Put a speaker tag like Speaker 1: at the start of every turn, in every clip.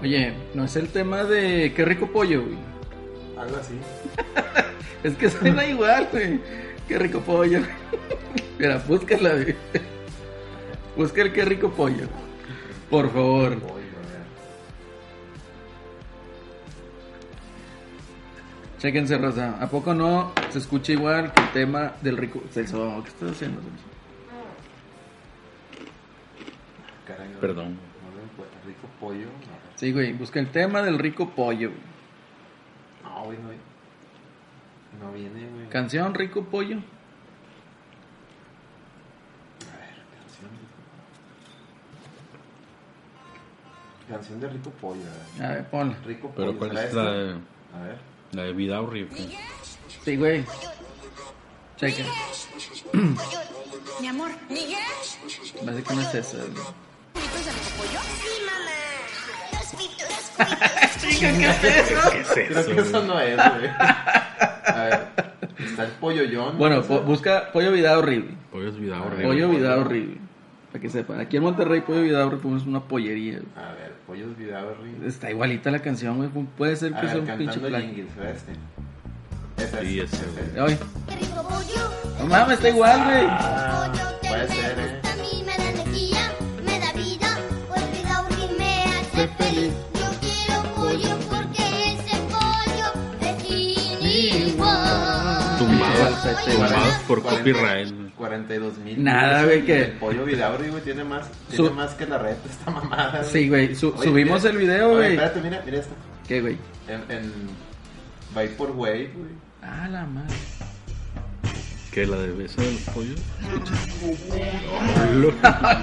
Speaker 1: bien. No es el tema de qué rico pollo, güey.
Speaker 2: Algo así.
Speaker 1: Es que suena igual, güey. Qué rico pollo. Mira, búscala, güey. Busca el qué rico pollo. Por favor.
Speaker 2: Voy, güey.
Speaker 1: Chéquense, Rosa. ¿A poco no se escucha igual que el tema del rico... Celso, ¿qué estás haciendo, Celso?
Speaker 2: Caray, no-
Speaker 3: Perdón.
Speaker 2: No lo encuentro. Rico pollo. no.
Speaker 1: Sí, güey. Busca el tema del rico pollo. güey.
Speaker 2: No, güey, no. vi- No viene, güey.
Speaker 1: Canción rico pollo.
Speaker 2: A ver, canción. Canción de Rico Pollo, a ver.
Speaker 1: A ver, ponla.
Speaker 2: Rico Pollo.
Speaker 3: Pero ¿cuál
Speaker 2: ¿será
Speaker 3: es
Speaker 2: esta?
Speaker 3: la de,
Speaker 2: A ver.
Speaker 3: la de Vida Horrible?
Speaker 1: Sí, güey. Chequen.
Speaker 4: Pues Mi amor,
Speaker 1: Parece que no es esa, güey.
Speaker 4: ¿pitos de repollo? Sí, mamá. Los pitos,
Speaker 3: ¿Qué es
Speaker 2: Creo que eso no es, güey. A ver. Está el polloyón.
Speaker 1: Bueno, po- busca pollo vida horrible.
Speaker 3: Pollo es Vida Horrible.
Speaker 1: Pollo vida horrible. Para que sepan. Aquí en Monterrey, pollo vida horrible es una pollería. güey.
Speaker 2: A ver, pollos Vidaverri.
Speaker 1: Está igualita la canción, güey. Pues, Puede ser
Speaker 2: A
Speaker 1: que sea
Speaker 2: ver,
Speaker 1: un pinche
Speaker 2: cantando
Speaker 1: plan.
Speaker 2: jingles, ¿verdad? Este. Ese
Speaker 3: Sí,
Speaker 2: es,
Speaker 3: ese, güey.
Speaker 1: Ay,
Speaker 4: Qué rico pollo.
Speaker 1: no mames, está igual, güey.
Speaker 2: Ah,
Speaker 4: Pollo que
Speaker 2: puede
Speaker 4: me
Speaker 2: ser, eh.
Speaker 4: gusta a mí, me da energía, me da vida. pues Porque Gauri me hace feliz. Yo quiero pollo porque ese pollo es inigual.
Speaker 3: Tumbados, tumbados por
Speaker 2: 40,
Speaker 3: copyright.
Speaker 2: 42 mil.
Speaker 1: Nada, güey, que-
Speaker 2: El pollo Vidaurri, güey, tiene más, tiene
Speaker 1: Su-
Speaker 2: más que la red esta mamada. güey.
Speaker 1: Sí, güey. su-
Speaker 2: Oye,
Speaker 1: subimos
Speaker 2: mira.
Speaker 1: el video,
Speaker 2: Oye,
Speaker 1: güey.
Speaker 2: Espérate, mira, mira esto.
Speaker 1: ¿Qué, güey?
Speaker 2: En, en Vaporwave, güey.
Speaker 1: Ah, la madre.
Speaker 3: ¿Qué? ¿La de Beso de los Pollos?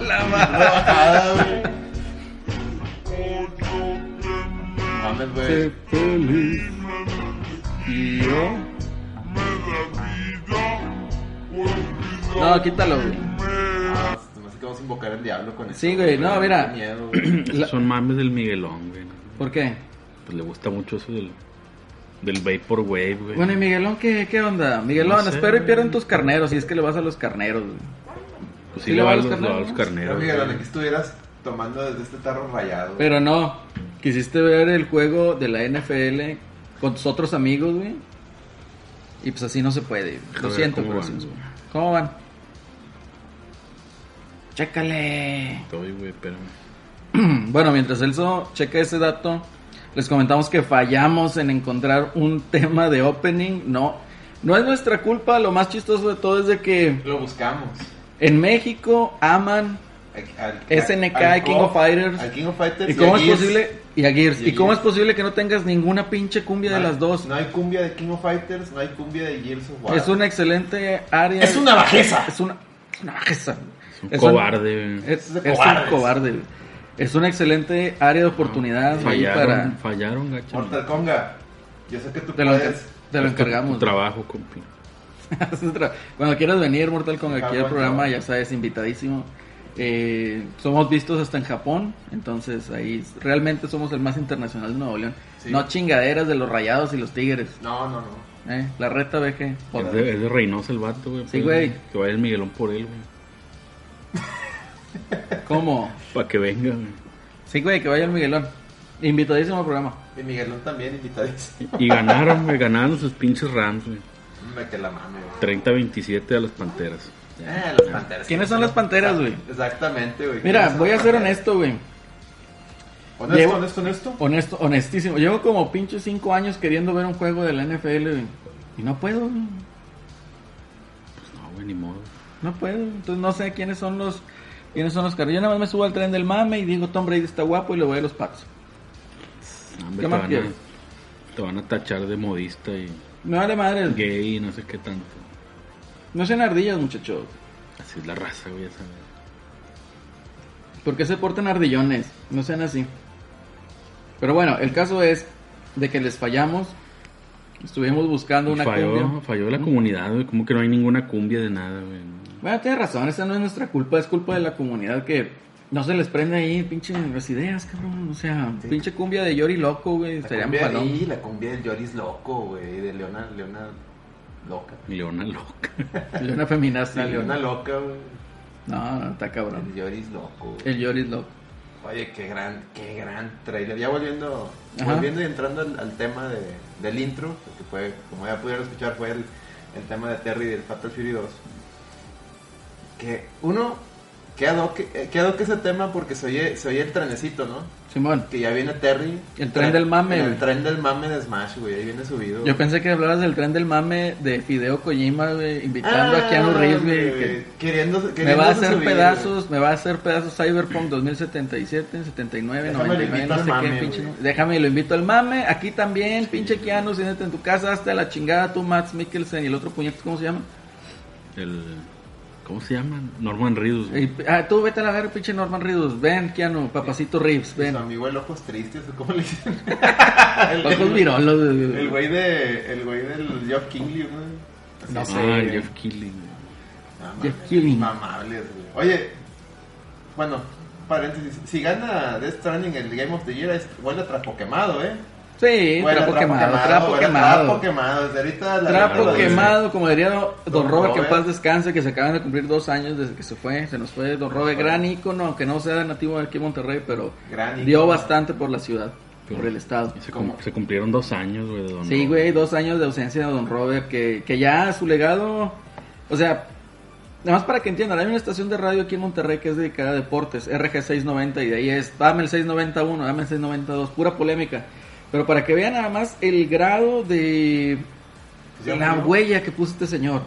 Speaker 2: Bajada, güey. Mames, güey.
Speaker 1: No, quítalo, güey.
Speaker 2: Ah, No sé qué vamos a invocar al diablo con esto.
Speaker 1: Sí, güey, no, mira.
Speaker 2: Qué miedo, güey.
Speaker 1: La-
Speaker 3: Son mames del Miguelón, güey.
Speaker 1: ¿Por qué?
Speaker 3: Pues le gusta mucho eso del, del Vaporwave, güey.
Speaker 1: Bueno, ¿y Miguelón qué, qué onda? Miguelón,
Speaker 3: No sé,
Speaker 1: espero y
Speaker 3: güey.
Speaker 1: pierdan tus carneros, si es que le vas a los carneros, güey.
Speaker 3: pues
Speaker 1: ¿sí
Speaker 3: sí,
Speaker 1: le
Speaker 3: le
Speaker 1: va
Speaker 3: va
Speaker 1: a
Speaker 3: a
Speaker 1: los
Speaker 3: los, le va a los
Speaker 1: carneros?
Speaker 3: carneros.
Speaker 2: Pero Miguel,
Speaker 3: güey.
Speaker 2: aquí estuvieras tomando desde este tarro rayado. güey.
Speaker 1: Pero no, quisiste ver el juego de la NFL con tus otros amigos, güey. Y pues así no se puede.
Speaker 3: Déjame
Speaker 1: Lo
Speaker 3: ver
Speaker 1: siento,
Speaker 3: cómo
Speaker 1: pero
Speaker 3: van,
Speaker 1: así no se
Speaker 3: güey.
Speaker 1: puede. ¿Cómo van? Chécale.
Speaker 3: Estoy, güey, espérame.
Speaker 1: Mm, Bueno, mientras Elso checa ese dato, les comentamos que fallamos en encontrar un tema de opening. No, no es nuestra culpa. Lo más chistoso de todo es de que
Speaker 2: Lo buscamos.
Speaker 1: en México aman
Speaker 2: Al- al-
Speaker 1: SNK,
Speaker 2: al
Speaker 1: King
Speaker 2: Cop,
Speaker 1: of Fighters.
Speaker 2: Al King of Fighters.
Speaker 1: ¿Y cómo
Speaker 2: a
Speaker 1: es
Speaker 2: Gears.
Speaker 1: posible? Y a Gears.
Speaker 2: Y a
Speaker 1: ¿Y cómo es
Speaker 2: Gears.
Speaker 1: posible que no tengas ninguna pinche cumbia de
Speaker 2: No hay-
Speaker 1: las dos?
Speaker 2: No hay cumbia de King of Fighters, no hay cumbia de Gears of War.
Speaker 1: Es una excelente área.
Speaker 2: Es una bajeza.
Speaker 1: Es una, es una bajeza.
Speaker 3: Es un cobarde, güey.
Speaker 1: Es,
Speaker 2: Es de
Speaker 1: es un
Speaker 2: cobardes.
Speaker 1: cobarde. güey. Es una excelente área de oportunidad güey,
Speaker 3: Fallaron,
Speaker 1: para.
Speaker 3: fallaron, gacha.
Speaker 2: Mortal Konga. Yo sé que tú
Speaker 1: Te lo, encar-
Speaker 2: puedes.
Speaker 1: te lo
Speaker 3: Es tu-
Speaker 1: encargamos.
Speaker 3: Tu trabajo, compi.
Speaker 1: Haz un tra- Cuando quieras venir, Mortal Kombat, aquí al
Speaker 2: Japón,
Speaker 1: programa,
Speaker 2: Japón.
Speaker 1: ya sabes, invitadísimo. Eh, somos vistos hasta en Japón, entonces ahí s- realmente somos el más internacional de Nuevo León.
Speaker 2: Sí.
Speaker 1: No chingaderas de los rayados y los tigres.
Speaker 2: No, no, no.
Speaker 1: ¿eh? La reta BG.
Speaker 3: Es de, es de Reynosa el vato, güey.
Speaker 1: Sí,
Speaker 3: pues,
Speaker 1: güey.
Speaker 3: Que vaya el Miguelón por él, güey.
Speaker 1: ¿Cómo?
Speaker 3: Para que venga, güey.
Speaker 1: Sí, güey, que vaya el Miguelón. Invitadísimo al programa.
Speaker 2: Y Miguelón también invitadísimo.
Speaker 3: Y ganaron, güey. Ganaron sus pinches Rams, güey.
Speaker 2: Me que la mame, güey.
Speaker 3: 30-27 a las Panteras.
Speaker 2: Eh, los panteras.
Speaker 1: ¿Quiénes son las panteras, güey?
Speaker 2: Exactamente, güey. ¿Quiénes
Speaker 1: Mira,
Speaker 2: son
Speaker 1: voy a
Speaker 2: las
Speaker 1: ser
Speaker 2: Panteras?
Speaker 1: honesto, güey.
Speaker 2: Honesto,
Speaker 1: Llevo-
Speaker 2: honesto, honesto.
Speaker 1: Honesto, honestísimo. Llevo como pinche cinco años queriendo ver un juego de la NFL, güey. Y no puedo, güey.
Speaker 3: Pues no, güey, ni modo.
Speaker 1: No puedo, entonces no sé quiénes son los quiénes son los carros. Yo nada más me subo al tren del mame y digo Tom Brady está guapo y le voy a los patos.
Speaker 3: No, hombre,
Speaker 1: ¿Qué
Speaker 3: te,
Speaker 1: más
Speaker 3: van a,
Speaker 1: quieres?
Speaker 3: te van a tachar de modista y
Speaker 1: Me vale madre.
Speaker 3: gay y no sé qué tanto.
Speaker 1: No sean ardillas, muchachos.
Speaker 3: Así es la raza, güey, esa. güey.
Speaker 1: ¿Por qué se portan ardillones? No sean así. Pero bueno, el caso es de que les fallamos. Estuvimos buscando una
Speaker 3: Falló,
Speaker 1: cumbia.
Speaker 3: falló la comunidad, güey. Como que no hay ninguna cumbia de nada, güey.
Speaker 1: Bueno, tienes razón, esa no es nuestra culpa, es culpa de la comunidad que no se les prende ahí, pinche las ideas, cabrón. O sea,
Speaker 2: Sí.
Speaker 1: pinche cumbia de Yori loco, güey.
Speaker 2: La
Speaker 1: Serían
Speaker 2: cumbia,
Speaker 1: palom-
Speaker 2: y la cumbia del Yoris loco, güey. De Leona, Leona loca.
Speaker 3: Leona loca.
Speaker 1: Leona feminazi.
Speaker 2: La
Speaker 1: güey.
Speaker 2: Leona loca, güey.
Speaker 1: No, no, está cabrón.
Speaker 2: El Yoris loco. güey.
Speaker 1: El Yoris loco.
Speaker 2: Oye, qué gran, qué gran trailer. Ya volviendo,
Speaker 1: Ajá.
Speaker 2: volviendo y entrando al, al tema de- del intro, que fue, como ya pudieron escuchar, fue el, el tema de Terry del Fatal Fury 2. Que uno, quedó que ese tema porque se oye, se oye el trenecito, ¿no?
Speaker 1: Simón,
Speaker 2: Que ya viene Terry.
Speaker 1: El tren del mame,
Speaker 2: en El
Speaker 1: güey.
Speaker 2: tren del mame de Smash, güey. Ahí viene subido.
Speaker 1: yo pensé que hablabas del tren del mame de Fideo Kojima, güey, invitando
Speaker 2: Ah,
Speaker 1: a Keanu Reeves, güey,
Speaker 2: güey,
Speaker 1: que
Speaker 2: Queriendo,
Speaker 1: me va a
Speaker 2: queriéndose
Speaker 1: hacer
Speaker 2: subir,
Speaker 1: pedazos, me va a hacer pedazos Cyberpunk 2077, 79,
Speaker 2: Déjame lo
Speaker 1: 99, no
Speaker 2: invito al
Speaker 1: sé qué,
Speaker 2: mame,
Speaker 1: pinche.
Speaker 2: güey.
Speaker 1: Déjame y lo invito al mame, aquí también, pinche Keanu, siéntate en tu casa, hasta la chingada, tú, Max Mikkelsen y el otro puñetazo, ¿cómo se llama?
Speaker 3: El, ¿Cómo se llama? Norman Reedus. güey.
Speaker 1: Y, ah, tú vete a la verga, pinche Norman Reedus, ven, Keanu, papacito Reeves,
Speaker 2: güey.
Speaker 1: ven.
Speaker 2: Su amigo el ojos tristes, ¿cómo le dicen?
Speaker 1: Ojos virolos, güey.
Speaker 2: El güey de. El güey del Jeff Kingley, güey.
Speaker 1: No
Speaker 3: Ah,
Speaker 2: Así,
Speaker 1: sé,
Speaker 2: güey.
Speaker 3: Jeff Keighley. güey.
Speaker 2: No
Speaker 1: Jeff
Speaker 2: mames,
Speaker 1: Keighley.
Speaker 2: Mamables, güey. Oye, bueno, paréntesis. Si gana Death Stranding el Game of the Year, es, huele a trapo quemado, ¿eh?
Speaker 1: Sí,
Speaker 2: Huele a
Speaker 1: trapo quemado, trapo
Speaker 2: huele a
Speaker 1: quemado.
Speaker 2: Trapo quemado. Desde ahorita la
Speaker 1: Trapo
Speaker 2: la-
Speaker 1: quemado, como diría Don, don
Speaker 2: Don
Speaker 1: Robert, que en
Speaker 2: Robert.
Speaker 1: paz descanse, que se acaban de cumplir dos años desde que se fue, se nos fue Don Robert, gran ícono, aunque no sea nativo de aquí en Monterrey, pero
Speaker 2: Gran ícono.
Speaker 1: dio bastante por la ciudad, por el estado.
Speaker 3: Y Se,
Speaker 2: ¿Cómo?
Speaker 3: cum- se cumplieron dos años, güey, de Don
Speaker 1: Sí,
Speaker 3: Robert.
Speaker 1: güey, dos años de ausencia de Don Robert, que, que ya su legado, o sea, nada más para que entiendan, hay una estación de radio aquí en Monterrey que es dedicada a deportes, RG690, y de ahí es, dame el 691, dame el 692, pura polémica. Pero para que vean nada más el grado de
Speaker 2: Pues ya
Speaker 1: la
Speaker 2: murió.
Speaker 1: huella que puso este señor.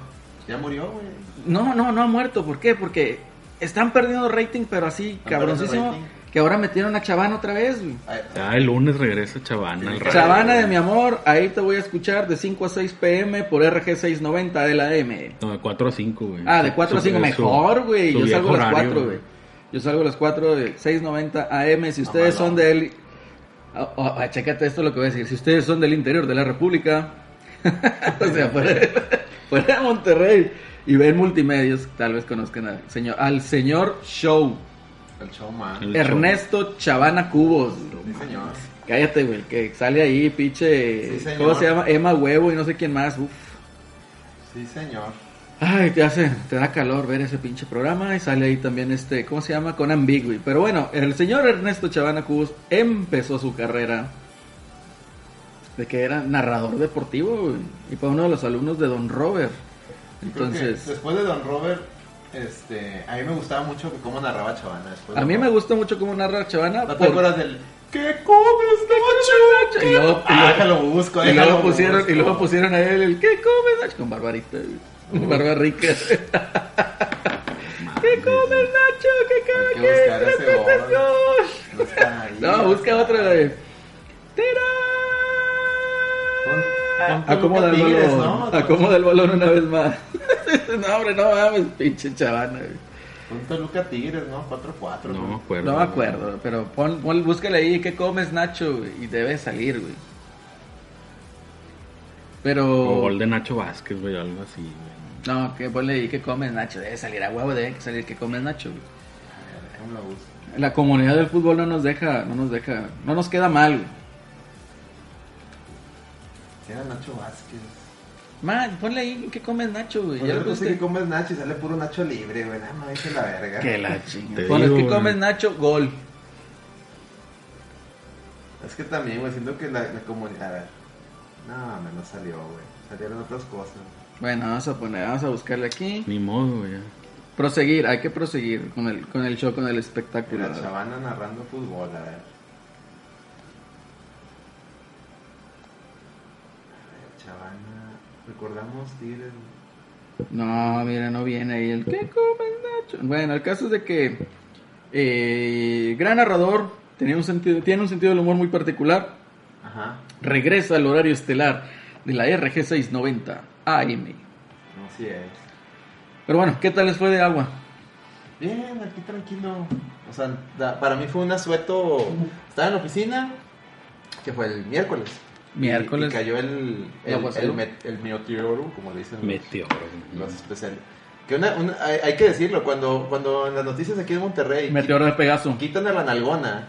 Speaker 2: Ya murió, güey.
Speaker 1: No, no, no ha muerto. ¿Por qué? Porque están perdiendo rating, pero así,
Speaker 2: Están
Speaker 1: cabroncísimo,
Speaker 2: perdiendo rating.
Speaker 1: que ahora metieron a Chavana otra vez, güey.
Speaker 2: Ay,
Speaker 3: Ya Ah, el lunes regresa Chavana al radio.
Speaker 1: Chavana de mi amor, ahí te voy a escuchar de 5 a 6 pm por RG690 de la M.
Speaker 3: No, de 4 a 5, güey.
Speaker 1: Ah, de 4 a
Speaker 3: Su-
Speaker 1: 5,
Speaker 3: su-
Speaker 1: mejor, güey. Yo
Speaker 3: su
Speaker 1: salgo a
Speaker 3: viejo
Speaker 1: las 4,
Speaker 3: horario,
Speaker 1: güey. Yo salgo a las 4 de 690 AM. Si ustedes
Speaker 2: Mamalón.
Speaker 1: son del. Ah, ah, ah, chécate esto lo que voy a decir. Si ustedes son del interior de la República, o sea, fuera, fuera de Monterrey, y ven multimedios, tal vez conozcan al señor, al señor Show,
Speaker 2: El showman.
Speaker 3: El-
Speaker 1: Ernesto Chavana Cubos.
Speaker 2: Sí, señor.
Speaker 1: Cállate, güey, que sale ahí, pinche.
Speaker 2: Sí, señor.
Speaker 1: ¿Cómo se llama? Emma Huevo y no sé quién más. Uf.
Speaker 2: Sí, señor.
Speaker 1: Ay, te hace, te da calor ver ese pinche programa y sale ahí también este, ¿cómo se llama? Con Ambigui. Pero bueno, el señor Ernesto Chavana Cubos empezó su carrera de que era narrador deportivo güey, y fue uno de los alumnos de Don Robert.
Speaker 2: Yo creo que
Speaker 1: Entonces,
Speaker 2: después de Don Robert, este, a mí me gustaba mucho cómo narraba Chavana. después de
Speaker 1: a mí
Speaker 2: Don
Speaker 1: me
Speaker 2: Robert.
Speaker 1: gusta mucho cómo narra Chavana.
Speaker 2: ¿No te
Speaker 1: por-
Speaker 2: acuerdas del ¿Qué comes noche?
Speaker 1: Y luego, y
Speaker 2: Ah,
Speaker 1: luego-
Speaker 2: déjalo busco,
Speaker 1: y
Speaker 2: déjalo
Speaker 1: luego pusieron,
Speaker 2: busco.
Speaker 1: y luego pusieron a él el ¿Qué comes? Nach?" Con barbarita, güey. barba rica. ¿Qué comes, Nacho? ¿Qué cara
Speaker 2: Hay que buscar
Speaker 1: ¿Qué
Speaker 2: ese
Speaker 1: pretendes,
Speaker 2: gol.
Speaker 1: gol?
Speaker 2: No, está ahí,
Speaker 1: No, busca
Speaker 2: está.
Speaker 1: otra de.
Speaker 2: Pon- pon Toluca
Speaker 1: Acomoda el
Speaker 2: Tigres,
Speaker 1: balón.
Speaker 2: ¿no?
Speaker 1: Acomoda el balón una vez más. no, hombre, no mames, pinche chavana. güey.
Speaker 2: Pon Toluca Tigres, ¿no? 4-4.
Speaker 3: No me
Speaker 2: ¿no?
Speaker 3: acuerdo.
Speaker 1: No me
Speaker 3: güey.
Speaker 1: acuerdo, pero pon, pon- búscale ahí qué comes, Nacho, güey, y debe salir, güey.
Speaker 3: O
Speaker 1: Pero.
Speaker 3: gol de Nacho Vázquez, güey, algo así, güey.
Speaker 1: No, que ponle ahí qué comes, Nacho. Debe salir a huevo, debe salir qué comes, Nacho, güey.
Speaker 2: Déjame lo busco.
Speaker 1: La comunidad del fútbol no nos deja, no nos deja, no nos queda mal, güey.
Speaker 2: Era Nacho Vázquez.
Speaker 1: Man, ponle ahí qué comes, Nacho, güey.
Speaker 2: Pues
Speaker 1: Ya
Speaker 2: yo
Speaker 1: lo
Speaker 2: puse
Speaker 1: pusiste.
Speaker 2: que comes Nacho y sale puro Nacho libre, güey. Nada más dice la verga.
Speaker 1: Que la chingada.
Speaker 3: Te
Speaker 1: Pones
Speaker 3: digo,
Speaker 1: que
Speaker 3: güey.
Speaker 1: comes Nacho, gol.
Speaker 2: Es que también, güey, siento que la, la comunidad. A ver. No, me no salió, güey. Salieron otras cosas.
Speaker 1: Bueno, vamos a poner, vamos a buscarle aquí.
Speaker 3: Ni modo, güey. ya.
Speaker 1: Proseguir, hay que proseguir con el, con el show, con el
Speaker 2: Y
Speaker 1: espectáculo.
Speaker 2: la chavana narrando fútbol, a ver. Chavana. Recordamos Tigres.
Speaker 1: No, mira, no viene ahí el que comes Nacho. Bueno, el caso es de que eh, gran narrador, tenía un sentido, tiene un sentido del humor muy particular.
Speaker 2: Ajá.
Speaker 1: Regresa al horario estelar de la RG690 AM.
Speaker 2: No, sí eh. es.
Speaker 1: Pero bueno, ¿qué tal les fue de agua?
Speaker 2: Bien, aquí tranquilo. O sea, da- para mí fue un asueto. Estaba en la oficina, que fue el miércoles. Y-
Speaker 1: Miércoles.
Speaker 2: Y, cayó el, el,
Speaker 1: aguacero.
Speaker 2: el met- el meteoro, como le dicen los-
Speaker 3: Meteoro.
Speaker 2: los,
Speaker 3: güey.
Speaker 2: especiales. Que una- una- hay, hay que decirlo, cuando, cuando en las noticias aquí de Monterrey
Speaker 1: Meteoro de Pegaso.
Speaker 2: qui- quitan a la nalgona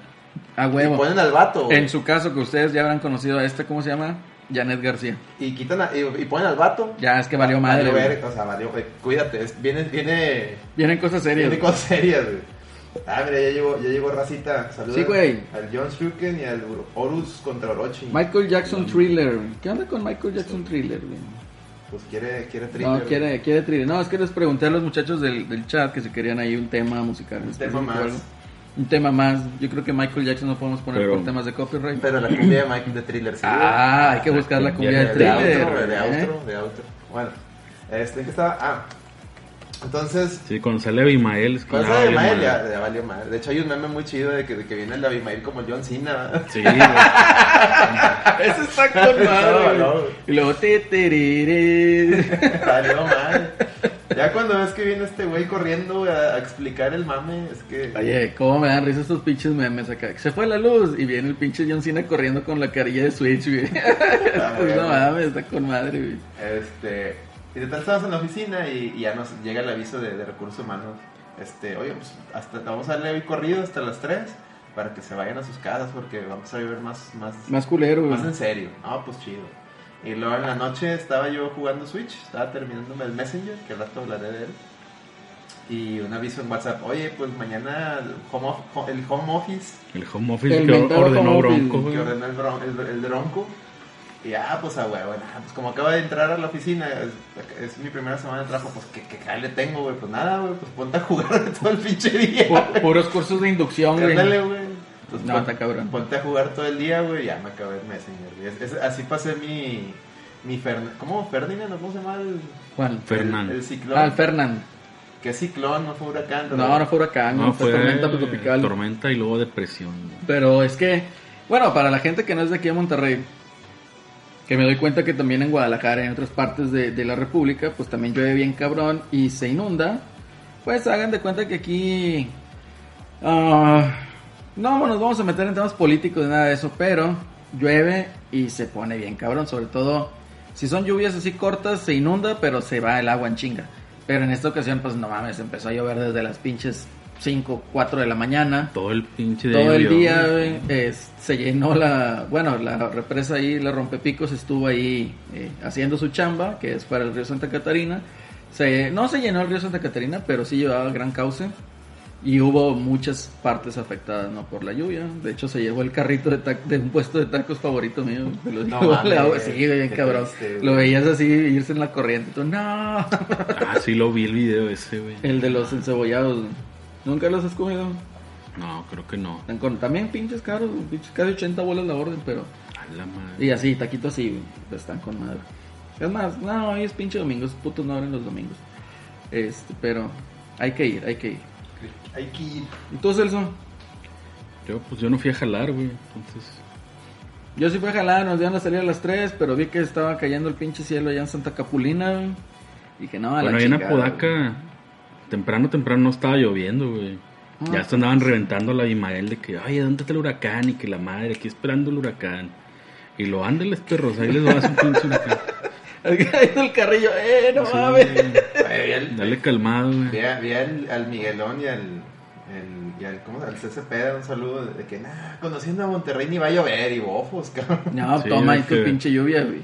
Speaker 1: A
Speaker 2: y
Speaker 1: huevo.
Speaker 2: ponen al vato
Speaker 1: En su caso, que ustedes ya habrán conocido a este, ¿cómo se llama? Janet García.
Speaker 2: y quitan a- y, y ponen al vato.
Speaker 1: Ya es que valió madre.
Speaker 2: Ah, Valió eh,
Speaker 1: güey.
Speaker 2: verga, o sea, valió, güey, cuídate, es- viene, viene,
Speaker 1: Viene cosas serias.
Speaker 2: viene con serias, güey. Ah, mira, ya llegó, ya llegó Racita. Saludos.
Speaker 1: Sí, güey.
Speaker 2: Al John Stricken y al Horus contra Orochi.
Speaker 1: Michael Jackson Thriller. güey. ¿Qué onda con Michael Jackson Thriller? güey?
Speaker 2: Pues quiere, quiere thriller.
Speaker 1: No, quiere, quiere thriller. No, es que les pregunté a los muchachos del, del chat que si querían ahí un tema musical.
Speaker 2: Un tema más.
Speaker 1: Un tema más. Yo creo que Michael Jackson no podemos poner
Speaker 3: Pero-
Speaker 1: por temas de copyright.
Speaker 2: Pero la cumbia de Michael de thriller, sí.
Speaker 1: ah, hay que
Speaker 3: la
Speaker 1: buscar la
Speaker 3: cumbia
Speaker 1: cumbia del
Speaker 3: de
Speaker 2: de
Speaker 1: thriller.
Speaker 2: outro, de
Speaker 1: ¿eh?
Speaker 2: outro, de outro. Bueno, este, ¿en ¿qué estaba? Ah, entonces,
Speaker 3: Sí, con sale Abimael. Es que
Speaker 2: Pues
Speaker 3: ya
Speaker 2: de
Speaker 3: valió
Speaker 2: Abimael
Speaker 3: madre.
Speaker 2: ya, ya valió madre. De hecho, hay un meme muy chido de que, de que viene el Abimael como John Cena.
Speaker 3: Sí, güey.
Speaker 1: Eso está con madre.
Speaker 2: No, no.
Speaker 1: güey. Y luego te tereré.
Speaker 2: valió madre. Ya cuando ves que viene este güey corriendo güey, a, a explicar el mame, es que.
Speaker 1: Oye, cómo me dan risa estos pinches memes acá. Se fue la luz y viene el pinche John Cena corriendo con la carilla de Switch, güey.
Speaker 2: Ah,
Speaker 1: Pues no
Speaker 2: bueno.
Speaker 1: mames, está con madre, güey.
Speaker 2: Este. Y de tal estabas en la oficina y, y ya nos llega el aviso de, de recursos humanos. Este, oye, pues hasta vamos a darle hoy corrido hasta las 3 para que se vayan a sus casas porque vamos a vivir más, más,
Speaker 1: Más culero, güey.
Speaker 2: Más en serio. Ah, pues chido. Y luego en la noche estaba yo jugando Switch, estaba terminándome el Messenger, que al rato hablaré de él. Y un aviso en WhatsApp, oye, pues mañana el home, of- el home office
Speaker 3: El home office
Speaker 1: El
Speaker 3: que
Speaker 1: mentado
Speaker 3: ordenó
Speaker 1: home
Speaker 3: Bronco,
Speaker 1: office.
Speaker 2: que
Speaker 3: güey.
Speaker 2: ordenó el, bron- el, el Dronco. Y ah, pues a huevo, nah, pues como acaba de entrar a la oficina, es, es mi primera semana de trabajo, pues que, que le tengo, güey, pues nada, güey, pues ponte a jugar todo el pinche día.
Speaker 1: Pu- puros cursos de inducción, güey.
Speaker 2: Ándale, güey. Pues,
Speaker 1: No,
Speaker 2: pon-
Speaker 1: está cabrón.
Speaker 2: Ponte a jugar todo el día, güey. Ya me acabé el Messenger. güey. Es- es- así pasé mi. mi Fern- ¿Cómo? ¿Ferdinand? ¿O ¿Cómo se llama? El,
Speaker 1: ¿Cuál?
Speaker 3: Fernán.
Speaker 2: El, el ciclón.
Speaker 1: Ah, el Fernán.
Speaker 2: ¿Qué ciclón? No fue huracán.
Speaker 1: No, no fue huracán,
Speaker 3: No, fue
Speaker 1: tormenta
Speaker 3: eh,
Speaker 1: tropical.
Speaker 3: tormenta y luego depresión. güey.
Speaker 1: Pero es que, bueno, para la gente que no es de aquí de Monterrey, que me doy cuenta que también en Guadalajara, en otras partes de, de la República, pues también llueve bien cabrón y se inunda, pues hagan de cuenta que aquí... ah, no nos vamos a meter en temas políticos ni nada de eso, pero llueve y se pone bien cabrón, sobre todo si son lluvias así cortas, se inunda, pero se va el agua en chinga. Pero en esta ocasión, pues no mames, empezó a llover desde las pinches 5, 4 de la mañana
Speaker 3: Todo el pinche día.
Speaker 1: todo el
Speaker 3: llovió,
Speaker 1: día
Speaker 3: güey.
Speaker 1: güey, es- se llenó la bueno la represa ahí la rompepicos estuvo ahí eh, haciendo su chamba que es para el río Santa Catarina se no se llenó el río Santa Catarina pero sí llevaba gran cauce y hubo muchas partes afectadas no por la lluvia de hecho se llevó el carrito de, ta- de un puesto de tacos favorito mío te lo
Speaker 2: No
Speaker 1: digo,
Speaker 2: mames,
Speaker 1: le hago-
Speaker 2: güey,
Speaker 1: sí bien
Speaker 2: qué
Speaker 1: cabrón
Speaker 2: triste, güey.
Speaker 1: lo veías así irse en la corriente y tú, no
Speaker 3: Ah, sí, lo vi el video ese, güey.
Speaker 1: el de los encebollados güey. nunca los has comido
Speaker 3: No, creo que no.
Speaker 1: Están con- también pinches caros, güey, pinches casi 80 bolas la orden, pero.
Speaker 3: A la madre.
Speaker 1: Y así, taquito así, güey, pues están con madre. Es más, no, hoy es pinche domingo, esos putos no abren los domingos. Este, pero hay que ir, hay que ir.
Speaker 2: Hay que ir.
Speaker 1: ¿Y tú, Celso?
Speaker 3: Yo, pues yo no fui a jalar, güey. Entonces,
Speaker 1: Yo sí fui a jalar, nos dieron la salida a las 3, pero vi que estaba cayendo el pinche cielo allá en Santa Capulina, güey. Dije, no, a la
Speaker 3: bueno, ahí en
Speaker 1: chingada, güey.
Speaker 3: Apodaca, temprano, temprano no estaba lloviendo, güey.
Speaker 1: Ah.
Speaker 3: Ya se andaban reventando la Abimael de que, ay, ¿dónde está el huracán? Y que la madre, aquí esperando el huracán. Y lo ándeles, perros, ahí les va a su pinche huracán.
Speaker 1: Cayendo el carrillo, eh, no
Speaker 3: Sí,
Speaker 1: mames.
Speaker 2: Oye, vi al-
Speaker 3: Dale calmado,
Speaker 2: vi
Speaker 3: güey.
Speaker 2: a- vi al, al Miguelón y al. el- y al, ¿cómo? al CCP, un saludo de que, nah, conociendo a Monterrey ni va a llover y bofos, cabrón.
Speaker 1: No,
Speaker 3: Sí,
Speaker 1: toma ahí
Speaker 3: es
Speaker 1: tu
Speaker 3: que-
Speaker 1: pinche lluvia, güey.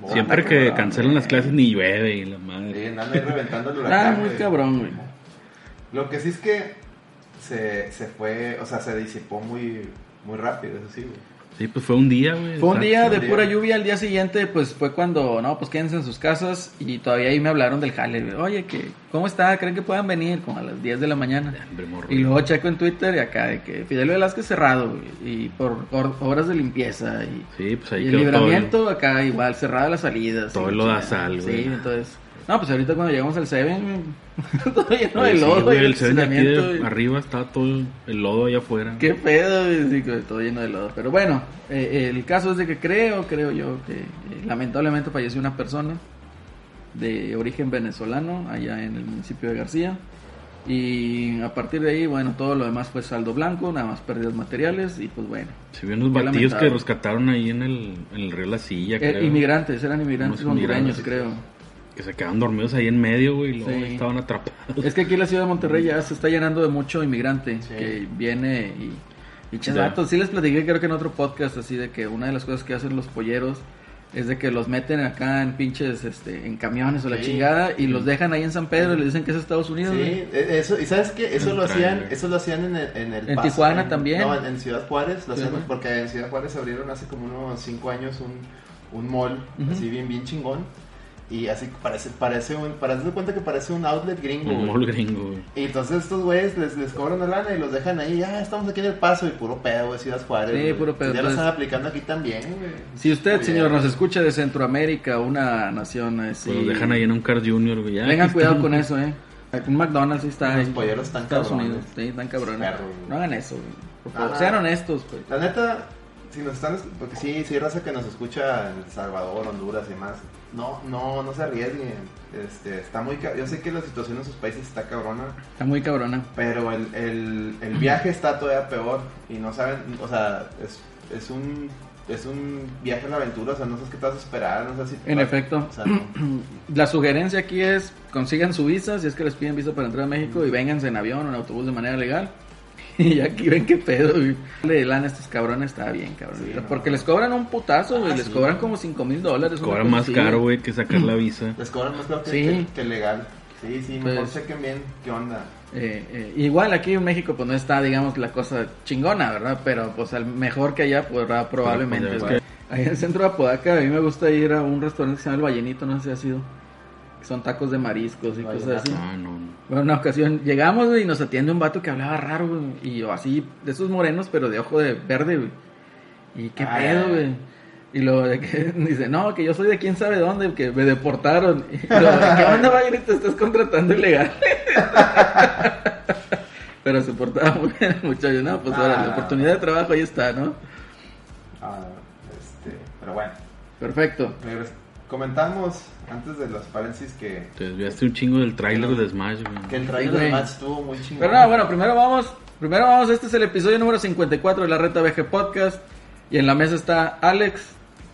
Speaker 2: Bofos,
Speaker 3: Siempre
Speaker 2: cabrón,
Speaker 3: que cancelan
Speaker 2: güey.
Speaker 3: las clases ni llueve y la
Speaker 2: Sí,
Speaker 3: madre.
Speaker 2: andan ahí reventando el huracán.
Speaker 1: Ah, muy
Speaker 2: güey.
Speaker 1: cabrón, güey.
Speaker 2: Lo que sí es que se, se fue, o sea, se disipó muy, muy rápido, eso sí, güey.
Speaker 3: Sí, pues fue un día, güey.
Speaker 1: Fue un día
Speaker 3: exacto.
Speaker 1: de
Speaker 2: Un día.
Speaker 1: pura lluvia, al día siguiente pues fue cuando, no, pues quédense en sus casas y todavía ahí me hablaron del jale, güey. oye, que, ¿cómo está? ¿Creen que puedan venir? Como a las 10 de la mañana.
Speaker 3: Hombre, morro.
Speaker 1: Y luego checo en Twitter y acá, de que Fidel Velázquez cerrado, güey, y por or- obras de limpieza y,
Speaker 3: Sí, pues
Speaker 1: y
Speaker 3: ahí
Speaker 1: el
Speaker 3: quedó todo. el-
Speaker 1: libramiento acá igual, cerrada las salidas.
Speaker 3: Todo
Speaker 1: y
Speaker 3: lo da
Speaker 1: chingada.
Speaker 3: sal,
Speaker 1: Sí,
Speaker 3: güey.
Speaker 1: entonces, no, pues ahorita cuando llegamos al Seven, güey, todo lleno de
Speaker 3: Sí,
Speaker 1: lodo
Speaker 3: güey,
Speaker 1: y
Speaker 3: el Seven de aquí de
Speaker 1: estacionamiento, güey.
Speaker 3: arriba está todo el lodo allá afuera.
Speaker 1: Qué pedo, güey, sí, que todo lleno de lodo. Pero bueno, eh, el caso es de que creo, creo yo, que eh, lamentablemente falleció una persona de origen venezolano allá en el municipio de García. Y a partir de ahí, bueno, todo lo demás fue saldo blanco, nada más pérdidas materiales y pues bueno.
Speaker 3: Sí, vi unos
Speaker 1: Qué
Speaker 3: batidos
Speaker 1: lamentable.
Speaker 3: que rescataron ahí en el, en el río La Silla,
Speaker 1: Eh,
Speaker 3: creo.
Speaker 1: inmigrantes, eran inmigrantes
Speaker 3: Unos
Speaker 1: hondureños,
Speaker 3: inmigrantes.
Speaker 1: creo.
Speaker 3: Que se quedaron dormidos ahí en medio, güey, y luego
Speaker 1: Sí.
Speaker 3: ahí estaban atrapados.
Speaker 1: Es que aquí la ciudad de Monterrey ya se está llenando de mucho inmigrante
Speaker 2: Sí.
Speaker 1: que viene y... Y
Speaker 3: Ya.
Speaker 1: chavatos, sí les platiqué creo que en otro podcast así de que una de las cosas que hacen los polleros es de que los meten acá en pinches, este, en camiones o la
Speaker 2: Sí.
Speaker 1: chingada y los dejan ahí en San Pedro y les dicen que es Estados Unidos. güey.
Speaker 2: Sí, e- eso, y sabes que eso
Speaker 3: El
Speaker 2: lo hacían,
Speaker 3: trailer.
Speaker 2: eso lo hacían en el, en el
Speaker 1: En Tijuana también.
Speaker 2: No, en, en Ciudad Juárez, lo
Speaker 1: Sí,
Speaker 2: hacían
Speaker 1: güey.
Speaker 2: porque en Ciudad Juárez abrieron hace como unos 5 años un, un mall,
Speaker 1: Ujú.
Speaker 2: así bien, bien chingón. Y así parece, parece un, para hacerte cuenta que parece un outlet gringo.
Speaker 3: Un
Speaker 2: güey.
Speaker 3: mall gringo, güey.
Speaker 2: Y entonces estos güeyes les, les cobran la lana y los dejan ahí, ya estamos aquí en el paso y puro pedo, güey, Ciudad Juárez.
Speaker 1: Sí,
Speaker 2: güey.
Speaker 1: puro pedo,
Speaker 2: Ya lo
Speaker 1: entonces-
Speaker 2: están aplicando aquí también, güey.
Speaker 1: Si usted,
Speaker 2: Muy
Speaker 1: señor,
Speaker 2: bien.
Speaker 1: nos escucha de Centroamérica, una nación así.
Speaker 3: Pues Los dejan ahí en un Car Junior, güey. ya,
Speaker 1: Tengan
Speaker 3: aquí
Speaker 1: cuidado
Speaker 3: están.
Speaker 1: con eso, eh. Un McDonald's sí está.
Speaker 2: Los
Speaker 1: en
Speaker 2: polleros están
Speaker 1: Estados
Speaker 2: cabrones.
Speaker 1: Unidos, sí, están cabrones.
Speaker 2: Perros, güey.
Speaker 1: No hagan eso, güey. Por favor,
Speaker 2: Ah.
Speaker 1: sean honestos, güey.
Speaker 2: La neta, si nos están, esc- porque sí, sí hay raza que nos escucha en El Salvador, Honduras y más. No, no, no se arriesguen. Este, está muy, ca- yo sé que la situación en sus países está cabrona,
Speaker 1: Está muy cabrona.
Speaker 2: pero el, el, el viaje está todavía peor y no saben, o sea, es, es un, es un viaje a la aventura, o sea, no sabes qué te vas a esperar, no sabes si.
Speaker 1: En efecto.
Speaker 2: O sea, no.
Speaker 1: La sugerencia aquí es consigan su visa, si es que les piden visa para entrar a México, y vénganse en avión o en autobús de manera legal. Y aquí ven qué pedo, güey. Le dan a estos cabrones, está bien, cabrón.
Speaker 2: Sí, no.
Speaker 1: Porque les cobran un putazo, güey.
Speaker 2: Ah,
Speaker 1: les
Speaker 2: sí.
Speaker 1: cobran como 5 mil dólares. una
Speaker 3: Cobra
Speaker 1: cosa
Speaker 3: más
Speaker 1: así.
Speaker 3: caro, güey, que sacar la visa.
Speaker 2: Les cobran más caro que,
Speaker 1: Sí.
Speaker 2: que- que legal. Sí, sí, mejor
Speaker 1: Pues-
Speaker 2: chequen bien qué onda.
Speaker 1: Eh, eh, igual aquí en México, pues no está, digamos, la cosa chingona, ¿verdad? Pero pues al mejor que allá, pues ¿verdad? probablemente.
Speaker 3: Pero, pues,
Speaker 1: güey. Ahí en el centro de Apodaca, a mí me gusta ir a un restaurante que se llama El Vallenito, no sé si ha sido. Son tacos de mariscos y cosas así.
Speaker 3: Ah, no, no.
Speaker 1: Bueno, una ocasión llegamos güey, y nos atiende un vato que hablaba raro, güey, y yo así, de esos morenos, pero de ojo de verde, güey. Y qué
Speaker 2: Ah.
Speaker 1: pedo, güey. Y luego de que dice, no, que yo soy de quién sabe dónde, que me deportaron. Y luego, ¿qué onda, Bagre? Te estás contratando ilegal. pero se portaba muy bien el muchacho, no, pues ahora la
Speaker 2: Ah.
Speaker 1: oportunidad de trabajo ahí está, ¿no?
Speaker 2: Ah, este, pero bueno,
Speaker 1: Perfecto.
Speaker 2: regres- comentamos antes de los paréntesis que
Speaker 3: Te desviaste un chingo del tráiler de Smash, güey.
Speaker 2: Que el trailer
Speaker 1: Sí, güey.
Speaker 2: de Matt estuvo muy chingón.
Speaker 1: Pero no, bueno, primero vamos, primero vamos, este es el episodio número 54 de la Reta BG Podcast. Y en la mesa está Alex,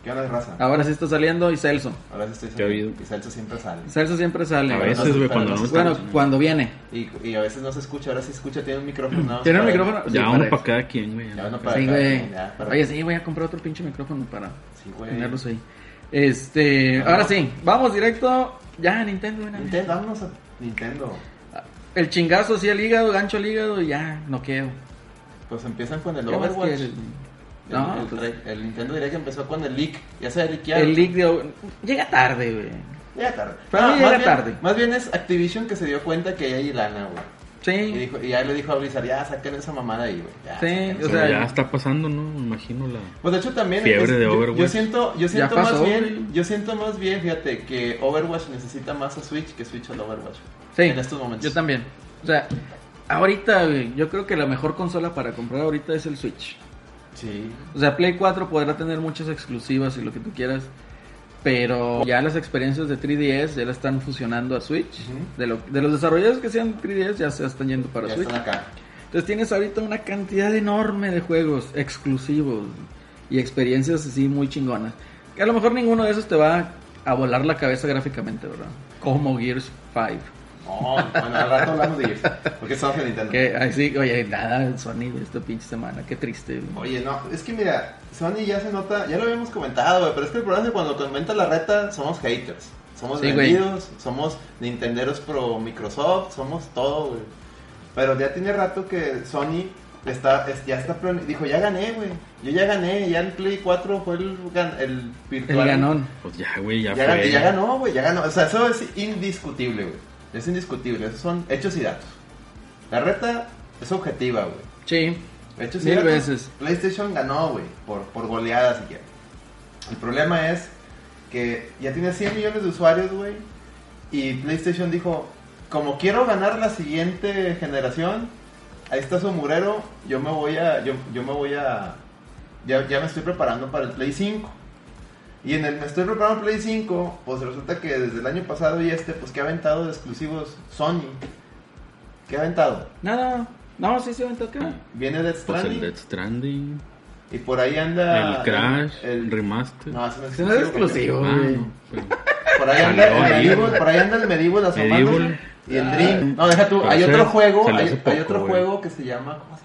Speaker 2: ¿Qué onda de raza?
Speaker 1: Ahora sí está saliendo y Celso.
Speaker 2: Ahora sí estoy
Speaker 3: ¿Qué ha habido?
Speaker 2: Y Celso siempre sale.
Speaker 1: Celso siempre sale.
Speaker 3: A
Speaker 2: ver.
Speaker 3: veces, güey, cuando no
Speaker 2: Bueno,
Speaker 1: Bueno,
Speaker 3: estamos.
Speaker 1: cuando viene.
Speaker 2: Y, y a veces no se escucha, ahora sí escucha, tiene un micrófono. nada más
Speaker 1: ¿Tiene un
Speaker 2: para-
Speaker 1: micrófono?
Speaker 3: Ya
Speaker 1: Sí,
Speaker 3: uno
Speaker 1: para
Speaker 3: para
Speaker 1: eso.
Speaker 3: cada quien, güey.
Speaker 2: Ya uno para
Speaker 1: Sí,
Speaker 2: acá,
Speaker 1: güey.
Speaker 2: ya, para-
Speaker 1: Oye, sí, voy a comprar otro pinche micrófono para
Speaker 2: Sí, güey.
Speaker 1: tenerlos ahí. Este, ahora sí, vamos directo. Ya, a Nintendo, ven a-
Speaker 2: Nintendo, vámonos a Nintendo.
Speaker 1: El chingazo, sí, al hígado, gancho al hígado y ya, noqueo.
Speaker 2: Pues empiezan con el
Speaker 1: ¿Qué más
Speaker 2: Overwatch.
Speaker 1: quieres?
Speaker 2: El,
Speaker 1: No,
Speaker 2: el,
Speaker 1: pues,
Speaker 2: re- el Nintendo Direct empezó con el leak. Ya se leakea.
Speaker 1: el leak de. Llega tarde, güey.
Speaker 2: Llega tarde.
Speaker 1: Para mí
Speaker 2: más
Speaker 1: llega
Speaker 2: bien-
Speaker 1: tarde.
Speaker 2: Más bien es Activision que se dio cuenta que hay lana, güey. Y,
Speaker 1: Sí,
Speaker 2: dijo, y ya le dijo a Blizzard, ya saquen esa mamada ahí, güey. Ya,
Speaker 1: Sí,
Speaker 2: saquen
Speaker 1: o
Speaker 2: esa
Speaker 1: sea,
Speaker 3: Pero ya está pasando, ¿no? Me imagino la...
Speaker 2: Pues de hecho también
Speaker 3: Fiebre de
Speaker 2: yo-
Speaker 3: Overwatch.
Speaker 2: Yo, siento, yo siento
Speaker 1: pasó,
Speaker 2: más bien,
Speaker 1: güey.
Speaker 2: yo siento más bien, fíjate, que Overwatch necesita más a Switch que Switch al Overwatch.
Speaker 1: sí.
Speaker 2: En estos momentos.
Speaker 1: Yo también. O sea, ahorita, güey, yo creo que la mejor consola para comprar ahorita es el Switch.
Speaker 2: Sí.
Speaker 1: O sea, Play 4 podrá tener muchas exclusivas y lo que tú quieras. Pero ya las experiencias de 3DS ya la están fusionando a Switch.
Speaker 2: Ujú.
Speaker 1: de, lo- de los desarrolladores que sean 3DS ya se están yendo para
Speaker 2: ya
Speaker 1: Switch.
Speaker 2: están acá.
Speaker 1: Entonces tienes ahorita una cantidad enorme de juegos exclusivos y experiencias así muy chingonas. Que a lo mejor ninguno de esos te va a volar la cabeza gráficamente, ¿verdad? Como Gears 5.
Speaker 2: No, bueno, al rato hablamos de Gears. Porque estamos en Nintendo.
Speaker 1: Que así, oye, nada, Sony de esta pinche semana, qué triste. güey.
Speaker 2: Oye, no, es que mira, Sony ya se nota, ya lo habíamos comentado, güey, pero es que el problema es que cuando comenta la reta somos haters. Somos
Speaker 1: Sí, güey.
Speaker 2: vendidos, somos nintenderos pro Microsoft, somos todo, güey. Pero ya tiene rato que Sony está, es- ya está, plane- dijo, ya gané, güey. Yo ya gané, ya el Play 4 fue el, gan- el virtual.
Speaker 1: El ganón.
Speaker 3: Pues ya, güey, ya,
Speaker 2: Ya,
Speaker 3: fue.
Speaker 2: gan- ya ganó, güey, ya ganó. O sea, eso es indiscutible, güey. Es indiscutible, esos son hechos y datos. La reta es objetiva, güey.
Speaker 1: Sí,
Speaker 2: De hecho,
Speaker 1: Mil
Speaker 2: era-
Speaker 1: veces.
Speaker 2: PlayStation ganó, güey, por, por goleada siquiera. El problema es que ya tiene 100 millones de usuarios, güey, y PlayStation dijo, como quiero ganar la siguiente generación, ahí está su murero, yo me voy a, yo, yo me voy a, ya, ya me estoy preparando para el Play 5. Y en el me estoy preparando Play 5, pues resulta que desde el año pasado y este, pues que ha aventado de exclusivos Sony. ¿Qué ha aventado?
Speaker 1: nada. No, sí se aventó acá.
Speaker 2: Viene Death
Speaker 3: Pues
Speaker 2: Stranding.
Speaker 3: el Death Stranding,
Speaker 2: Y por ahí anda.
Speaker 3: el Crash, el,
Speaker 2: el-
Speaker 3: Remaster.
Speaker 2: No, eso no es
Speaker 1: Ese no es
Speaker 2: exclusivo.
Speaker 1: exclusivo,
Speaker 3: Ah,
Speaker 1: güey.
Speaker 3: no, pero-
Speaker 2: porque- Por ahí anda el
Speaker 3: Salió ahí,
Speaker 2: Medieval,
Speaker 3: güey.
Speaker 2: por ahí anda el Medieval asomándose,
Speaker 3: Medieval. Ah.
Speaker 2: Y el Dream. No, deja tú.
Speaker 3: Pero
Speaker 2: Hay
Speaker 3: ese
Speaker 2: otro juego.
Speaker 3: salió
Speaker 2: Hay,
Speaker 3: hace
Speaker 2: hay
Speaker 3: poco,
Speaker 2: otro
Speaker 3: güey.
Speaker 2: juego que se llama. ¿Cómo se